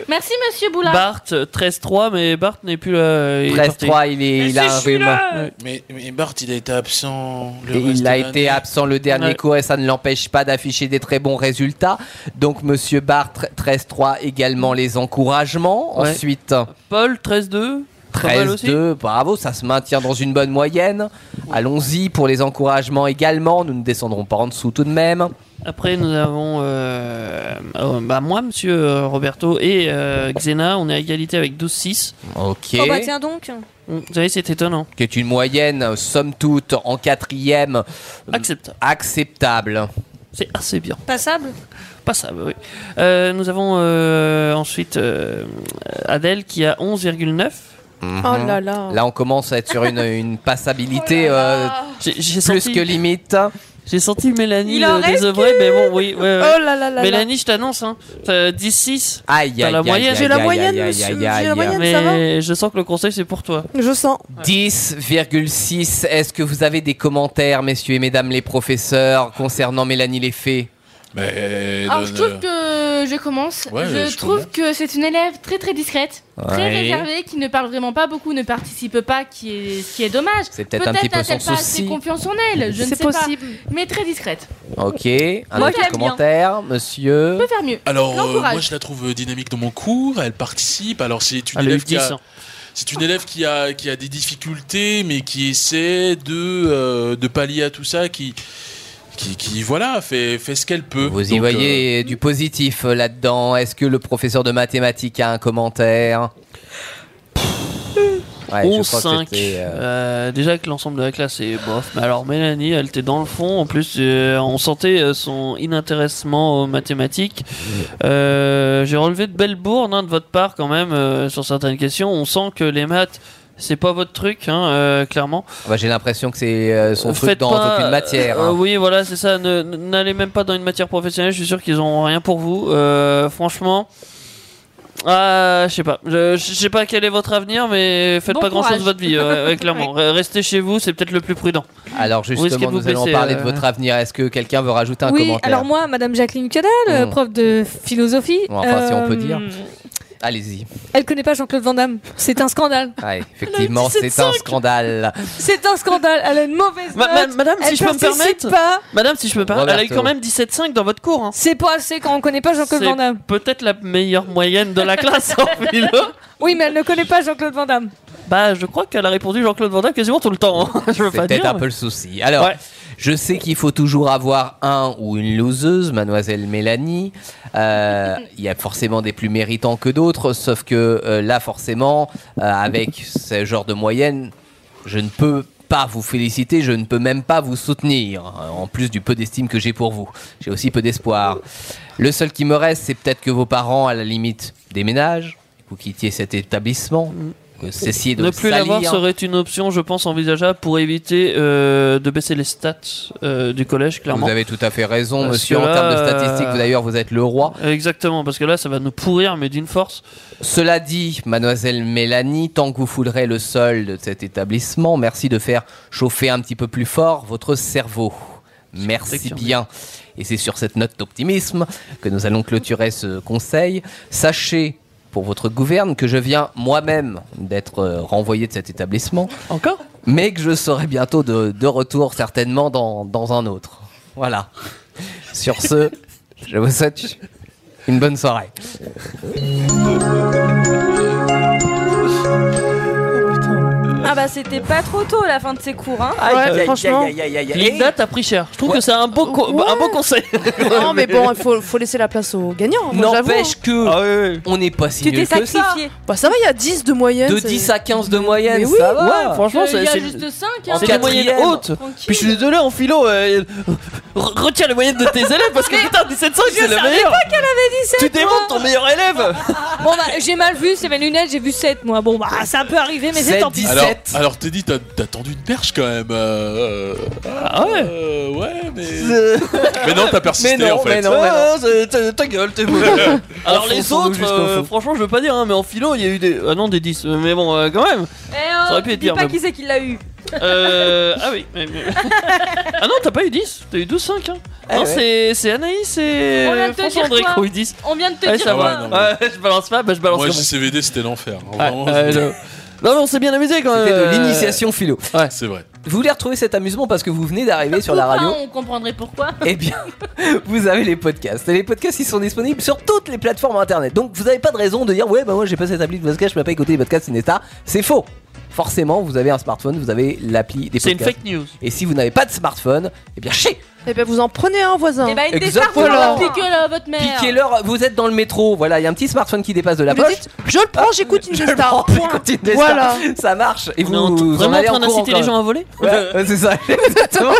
Speaker 8: Merci, monsieur Boulard.
Speaker 6: Bart, 13,3, mais Bart n'est plus là. euh, il est
Speaker 3: 13-3,
Speaker 6: parti.
Speaker 3: il, est- il a un rhume.
Speaker 15: Mais, mais Bart, il a été absent.
Speaker 3: Et
Speaker 15: Le reste
Speaker 3: il
Speaker 15: de
Speaker 3: a
Speaker 15: l'année.
Speaker 3: été absent le dernier
Speaker 15: Ouais.
Speaker 3: cours et ça ne l'empêche pas d'afficher des très bons résultats. Donc, monsieur Bartre, 13-3, également les encouragements.
Speaker 6: Ouais.
Speaker 3: Ensuite.
Speaker 6: Paul, 13,2. Pas mal aussi.
Speaker 3: 13-2, bravo, ça se maintient dans une bonne moyenne. Allons-y pour les encouragements également, nous ne descendrons pas en dessous tout de même.
Speaker 6: Après, nous avons euh, euh, bah, moi, monsieur euh, Roberto, et euh, Xena. On est à égalité avec 12,6.
Speaker 3: Ok.
Speaker 2: Oh bah tiens donc.
Speaker 6: Vous savez, c'est étonnant.
Speaker 3: Qui est une moyenne, euh, somme toute, en quatrième. Mm,
Speaker 6: Acceptable.
Speaker 3: Acceptable.
Speaker 6: C'est assez bien.
Speaker 2: Passable.
Speaker 6: Passable, oui. Euh, nous avons euh, ensuite euh, Adèle qui a 11,9.
Speaker 3: Mhm.
Speaker 2: Oh
Speaker 3: Là, on commence à être sur une, une passabilité euh,
Speaker 6: J'ai- j'ai
Speaker 3: plus
Speaker 6: senti-
Speaker 3: que limite.
Speaker 6: J'ai senti Mélanie
Speaker 4: Il en
Speaker 6: le
Speaker 4: reste
Speaker 6: désœuvrer, mais bon, oui. ouais, ouais.
Speaker 4: Oh là là là
Speaker 6: Euh, Mélanie, je t'annonce, hein. T'as 10-6.
Speaker 3: Aïe,
Speaker 6: T'as la
Speaker 3: aïe,
Speaker 6: moyenne.
Speaker 3: aïe, J'ai la aïe, moyenne, aïe, monsieur, aïe, j'ai la aïe, aïe. moyenne, ça va
Speaker 6: Mais je sens que le conseil, c'est pour toi.
Speaker 5: Je sens.
Speaker 3: 10,6. Est-ce que vous avez des commentaires, messieurs et mesdames les professeurs, concernant Mélanie les fées
Speaker 4: euh, Ah,
Speaker 8: Alors, je trouve que je commence.
Speaker 3: Ouais,
Speaker 8: je,
Speaker 3: je
Speaker 8: trouve que c'est une élève très très discrète, très
Speaker 3: Ouais.
Speaker 8: réservée, qui ne parle vraiment pas beaucoup, ne participe pas, qui est, ce qui est dommage.
Speaker 3: C'est peut-être un petit peu
Speaker 8: n'a-t-elle
Speaker 3: son
Speaker 8: pas
Speaker 3: souci.
Speaker 8: assez confiance en elle, je ne
Speaker 3: C'est
Speaker 8: sais pas.
Speaker 3: possible.
Speaker 8: Mais très discrète.
Speaker 3: Ok. Un
Speaker 8: Moi,
Speaker 3: autre
Speaker 8: j'aime bien.
Speaker 3: commentaire, monsieur.
Speaker 8: On peut faire mieux.
Speaker 10: Alors, euh,
Speaker 8: L'encourage.
Speaker 10: moi, je la trouve euh, dynamique dans mon cours. Elle participe. Alors, c'est une
Speaker 6: Elle a eu
Speaker 10: élève qui
Speaker 6: 10, hein.
Speaker 10: a. C'est une élève qui a, qui a des difficultés, mais qui essaie de, euh, de pallier à tout ça, qui, qui, qui, voilà, fait, fait ce qu'elle peut.
Speaker 3: Vous y voyez du positif euh, là-dedans. Est-ce que le professeur de mathématiques a un commentaire Ouais, je crois que
Speaker 6: 11-5.
Speaker 3: c'était, euh,
Speaker 6: Euh, déjà que l'ensemble de la classe est bof. Mais alors Mélanie, elle était dans le fond. En plus, euh, on sentait euh, son inintéressement aux mathématiques. Euh, J'ai relevé de belles bourdes hein, de votre part quand même euh, sur certaines questions. On sent que les maths, c'est pas votre truc, hein, euh, clairement.
Speaker 3: bah, J'ai l'impression que c'est euh, son truc
Speaker 6: Faites
Speaker 3: dans
Speaker 6: pas-
Speaker 3: aucune matière.
Speaker 6: euh,
Speaker 3: hein.
Speaker 6: oui, voilà, c'est ça. Ne- N'allez même pas dans une matière professionnelle. Je suis sûr qu'ils n'auront rien pour vous. Euh, franchement. Ah, je sais pas. Je je sais pas quel est votre avenir, mais faites
Speaker 3: Bon
Speaker 6: pas grand chose
Speaker 3: courage.
Speaker 6: de votre vie, euh, ouais, clairement. Re- Restez chez vous, c'est peut-être le plus prudent.
Speaker 3: Alors
Speaker 6: Vous risquez
Speaker 3: justement,
Speaker 6: de vous
Speaker 3: nous allons
Speaker 6: blesser,
Speaker 3: parler
Speaker 6: euh,
Speaker 3: de votre avenir. Est-ce que quelqu'un veut rajouter un
Speaker 2: oui,
Speaker 3: commentaire
Speaker 2: alors moi, Madame Jacqueline Cadal, euh,
Speaker 3: Mm.
Speaker 2: prof de philosophie.
Speaker 3: Bon, Enfin, si on peut
Speaker 2: euh,
Speaker 3: dire. Allez-y.
Speaker 2: Elle connaît pas Jean-Claude Van Damme. C'est un scandale.
Speaker 3: Ouais, effectivement, c'est
Speaker 2: 17,5.
Speaker 3: un scandale.
Speaker 2: C'est un scandale. Elle a une mauvaise
Speaker 6: Ma-
Speaker 2: note.
Speaker 6: ma- madame, si
Speaker 2: Elle
Speaker 6: je peux me
Speaker 2: participe
Speaker 6: permettre-
Speaker 2: pas.
Speaker 6: Madame, si je peux parler, elle a eu
Speaker 3: Roberto.
Speaker 6: quand même 17,5 dans votre cours. hein.
Speaker 2: C'est pas assez quand on connaît pas Jean-Claude
Speaker 6: C'est
Speaker 2: Van Damme.
Speaker 6: peut-être la meilleure moyenne de la classe en philo.
Speaker 2: Oui, mais elle ne connaît pas Jean-Claude Van Damme.
Speaker 6: Bah, je crois qu'elle a répondu Jean-Claude Van Damme quasiment tout le temps. hein. Je veux
Speaker 3: C'est
Speaker 6: pas
Speaker 3: peut-être
Speaker 6: dire.
Speaker 3: un peu le souci. Alors, je sais qu'il faut toujours avoir un ou une loseuse, mademoiselle Mélanie. Euh, Il y a forcément des plus méritants que d'autres, sauf que euh, là, forcément, euh, avec ce genre de moyenne, je ne peux pas vous féliciter, je ne peux même pas vous soutenir, euh, en plus du peu d'estime que j'ai pour vous. J'ai aussi peu d'espoir. Le seul qui me reste, c'est peut-être que vos parents, à la limite, déménagent, vous quittiez cet établissement, que cessiez de
Speaker 6: ne
Speaker 3: le
Speaker 6: plus l'avoir
Speaker 3: salir.
Speaker 6: serait une option, je pense, envisageable pour éviter euh, de baisser les stats euh, du collège, clairement.
Speaker 3: Vous avez tout à fait raison,
Speaker 6: Parce
Speaker 3: monsieur.
Speaker 6: que
Speaker 3: En
Speaker 6: là,
Speaker 3: termes de statistiques,
Speaker 6: euh,
Speaker 3: vous, d'ailleurs, vous êtes le roi.
Speaker 6: Exactement, parce que là, ça va nous pourrir, mais d'une force.
Speaker 3: Cela dit, mademoiselle Mélanie, tant que vous foulerez le sol de cet établissement, merci de faire chauffer un petit peu plus fort votre cerveau. Merci bien. Et c'est sur cette note d'optimisme que nous allons clôturer ce conseil. Sachez, pour votre gouverne, que je viens moi-même d'être euh, renvoyé de cet établissement.
Speaker 6: Encore
Speaker 3: Mais que je serai bientôt de, de retour, certainement, dans, dans un autre. Voilà. Sur ce, je vous souhaite une bonne soirée.
Speaker 4: Ah bah c'était pas trop tôt la fin de ses cours
Speaker 3: Ah,
Speaker 4: hein.
Speaker 5: Aïe, Ouais, aïe, franchement. aïe,
Speaker 6: Linda, t'as pris cher. Je trouve que c'est un beau, co-
Speaker 5: Ouais.
Speaker 6: un beau conseil.
Speaker 5: Non, mais bon, il faut, faut laisser la place aux gagnants. moi, j'avoue.
Speaker 3: N'empêche que
Speaker 10: Ah
Speaker 3: on n'est pas si
Speaker 5: Tu t'es
Speaker 3: nul que ça.
Speaker 5: sacrifié. Bah ça va, il y a 10 de moyenne.
Speaker 3: De 10 à 15 de moyenne,
Speaker 5: Mais oui,
Speaker 3: ça va.
Speaker 5: ouais, franchement,
Speaker 6: c'est- c'est-
Speaker 2: hein.
Speaker 3: En
Speaker 5: hein.
Speaker 6: C'est des moyennes
Speaker 3: quatrième.
Speaker 6: hautes. Puis je suis désolé, en philo, euh, re- retiens les moyennes de tes élèves parce que putain, 1700,
Speaker 2: Je
Speaker 6: c'est le
Speaker 2: savais
Speaker 6: meilleur.
Speaker 2: pas qu'elle avait 17
Speaker 6: Tu démontes ton meilleur élève.
Speaker 2: Bon bah j'ai mal vu, c'est mes lunettes, j'ai vu 7 moi. Bon bah ça peut arriver mais c'est tant pis.
Speaker 10: Alors, alors Teddy, t'as t'as tendu une perche quand même. euh,
Speaker 6: Ah ouais
Speaker 10: Ouais, mais. Mais non, t'as persisté
Speaker 6: Mais non,
Speaker 10: en fait.
Speaker 6: mais non, mais non. Hein, c'est- ta- ta gueule, t'es mauvais. Alors les
Speaker 10: Enfonçons-nous
Speaker 6: autres,
Speaker 10: jusqu'au
Speaker 6: euh,
Speaker 10: fond.
Speaker 6: franchement, je veux pas dire, hein, mais en philo, il y a eu des. Ah non, des 10, euh, mais bon, euh, quand même.
Speaker 4: Eh, oh,
Speaker 6: Ça aurait pu être
Speaker 4: dis
Speaker 6: pire,
Speaker 4: pas
Speaker 6: mais
Speaker 4: qui
Speaker 6: bon.
Speaker 4: c'est qui l'a eu.
Speaker 6: Euh. Ah oui, mais- mais- Ah non, t'as pas eu 10, t'as eu 12-5. Hein.
Speaker 4: Eh
Speaker 6: non,
Speaker 4: ouais.
Speaker 6: c'est- c'est Anaïs et
Speaker 4: On vient de te
Speaker 6: François
Speaker 4: dire
Speaker 6: André
Speaker 4: quoi
Speaker 6: qui ont eu 10.
Speaker 4: On vient de te
Speaker 6: Ouais,
Speaker 4: dire
Speaker 6: ça
Speaker 4: quoi
Speaker 6: va. Ouais, je balance pas, bah je balance
Speaker 10: Moi,
Speaker 6: comme-
Speaker 10: JCVD, c'était l'enfer.
Speaker 6: Ouais,
Speaker 10: Vraiment,
Speaker 6: euh,
Speaker 10: c'était-
Speaker 6: je- Non, mais on s'est bien amusé quand même.
Speaker 3: C'était de
Speaker 6: euh,
Speaker 3: l'initiation philo.
Speaker 10: C'est vrai.
Speaker 3: Vous voulez retrouver cet amusement parce que vous venez d'arriver sur la
Speaker 8: Pourquoi
Speaker 3: radio
Speaker 8: On comprendrait pourquoi.
Speaker 3: Eh bien, vous avez les podcasts. Et les podcasts, ils sont disponibles sur toutes les plateformes internet. Donc, vous n'avez pas de raison de dire Ouais, bah moi, j'ai pas cette appli de podcast, je peux pas écouter les podcasts, c'est Nesta. C'est faux. Forcément, vous avez un smartphone, vous avez l'appli des podcasts.
Speaker 6: C'est une fake news.
Speaker 3: Et si vous n'avez pas de smartphone, eh bien, chier
Speaker 5: Et ben vous en prenez un voisin. Et
Speaker 4: ben
Speaker 3: une Exactement. décharge,
Speaker 5: voilà.
Speaker 8: Piquez à votre mère.
Speaker 3: Piquez-leur, vous êtes dans le métro, voilà, il y a un petit smartphone qui dépasse de la
Speaker 5: Vous
Speaker 3: poche.
Speaker 5: dites, je le prends, j'écoute une
Speaker 3: Je le prends, j'écoute une Destar.
Speaker 5: Voilà.
Speaker 3: Ça marche. Et vous,
Speaker 6: en-
Speaker 3: vous
Speaker 6: vraiment
Speaker 3: en allez
Speaker 6: en train
Speaker 3: courant
Speaker 6: d'inciter
Speaker 3: quand même.
Speaker 6: les gens à voler
Speaker 3: Ouais, ouais, c'est ça, exactement.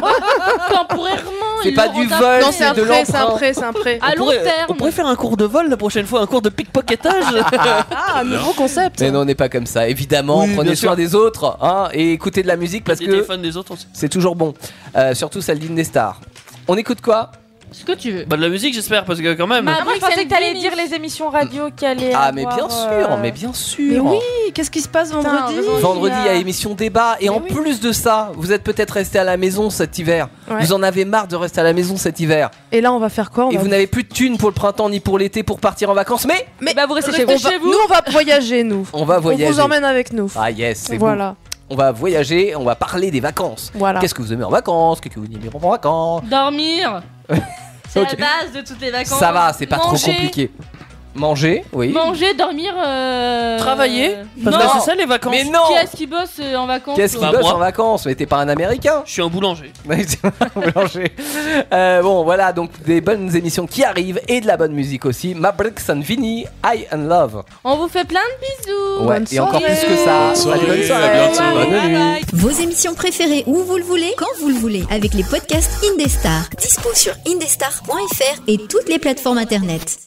Speaker 8: Temporairement.
Speaker 3: C'est
Speaker 8: ils
Speaker 3: pas
Speaker 8: l'auront
Speaker 3: du
Speaker 8: d'un
Speaker 3: vol,
Speaker 8: prêt.
Speaker 3: Non, c'est un c'est de prêt, c'est un l'emprunt. prêt, c'est un prêt.
Speaker 8: À
Speaker 6: On
Speaker 8: long
Speaker 6: pourrait- On
Speaker 8: terme.
Speaker 6: pourrait faire un cours de vol la prochaine fois, un cours de pickpocketage.
Speaker 5: Ah, un nouveau concept.
Speaker 3: Mais non, on n'est pas comme ça. Évidemment,
Speaker 6: Oui,
Speaker 3: prenez
Speaker 6: bien
Speaker 3: soin
Speaker 6: sûr.
Speaker 3: des autres hein, et écoutez de la musique parce
Speaker 6: Les
Speaker 3: que
Speaker 6: téléphones des autres aussi.
Speaker 3: c'est toujours bon. Euh, surtout celle d'Indestar. On écoute quoi
Speaker 4: Ce que tu veux.
Speaker 6: Bah de la musique j'espère parce que quand même.
Speaker 4: Ah, moi, je pensais que t'allais dire les émissions radio qui allaient.
Speaker 3: Ah, mais bien
Speaker 4: avoir,
Speaker 3: sûr,
Speaker 4: euh,
Speaker 3: mais bien sûr.
Speaker 5: Mais oui, qu'est-ce qui se passe vendredi
Speaker 3: Vendredi, il y a émission débat. Et en plus de ça, vous êtes peut-être resté à la maison cet hiver.
Speaker 5: Ouais. Oh, bah
Speaker 3: Vous en avez marre de rester à la maison cet hiver.
Speaker 5: Et là, on va faire quoi on
Speaker 3: Et
Speaker 5: va-
Speaker 3: vous n'avez plus de thunes pour le printemps ni pour l'été pour partir en vacances. Mais
Speaker 6: Eh
Speaker 5: Mais
Speaker 6: ben,
Speaker 4: vous restez
Speaker 3: chez vous.
Speaker 5: on va- Nous, on va voyager, nous.
Speaker 3: on va voyager.
Speaker 5: On vous emmène avec nous.
Speaker 3: Ah yes, c'est
Speaker 5: Voilà.
Speaker 3: bon. On va voyager, on va parler des vacances.
Speaker 5: Voilà.
Speaker 3: Qu'est-ce que vous aimez en vacances Qu'est-ce que vous n'aimez pas en vacances
Speaker 13: Dormir C'est
Speaker 3: Ok.
Speaker 13: la base de toutes les vacances.
Speaker 3: Ça va, c'est pas trop
Speaker 13: Manger.
Speaker 3: compliqué. Manger, oui.
Speaker 13: Manger, dormir. euh,
Speaker 6: Travailler Parce
Speaker 13: non.
Speaker 6: que c'est ça les vacances.
Speaker 3: Mais non
Speaker 13: Qui est-ce qui bosse euh, en vacances
Speaker 3: Qu'est-ce qui
Speaker 4: Bah,
Speaker 13: euh,
Speaker 3: bosse
Speaker 6: Bah,
Speaker 3: en vacances Mais t'es pas un américain
Speaker 6: Je suis un boulanger.
Speaker 3: boulanger. Euh, bon, voilà, donc des bonnes émissions qui arrivent et de la bonne musique aussi. Mabrik Sanvini, I and Love.
Speaker 13: On vous fait plein de bisous.
Speaker 3: Ouais, et encore plus que ça.
Speaker 13: Bonne
Speaker 3: Salut, bonne
Speaker 13: soirée.
Speaker 3: soirée.
Speaker 13: À bientôt.
Speaker 3: Bonne
Speaker 13: Bye
Speaker 3: nuit.
Speaker 13: bye.
Speaker 21: Vos émissions préférées où vous le voulez, quand vous le voulez, avec les podcasts Indestar. Dispo sur indestar.fr et toutes les plateformes internet.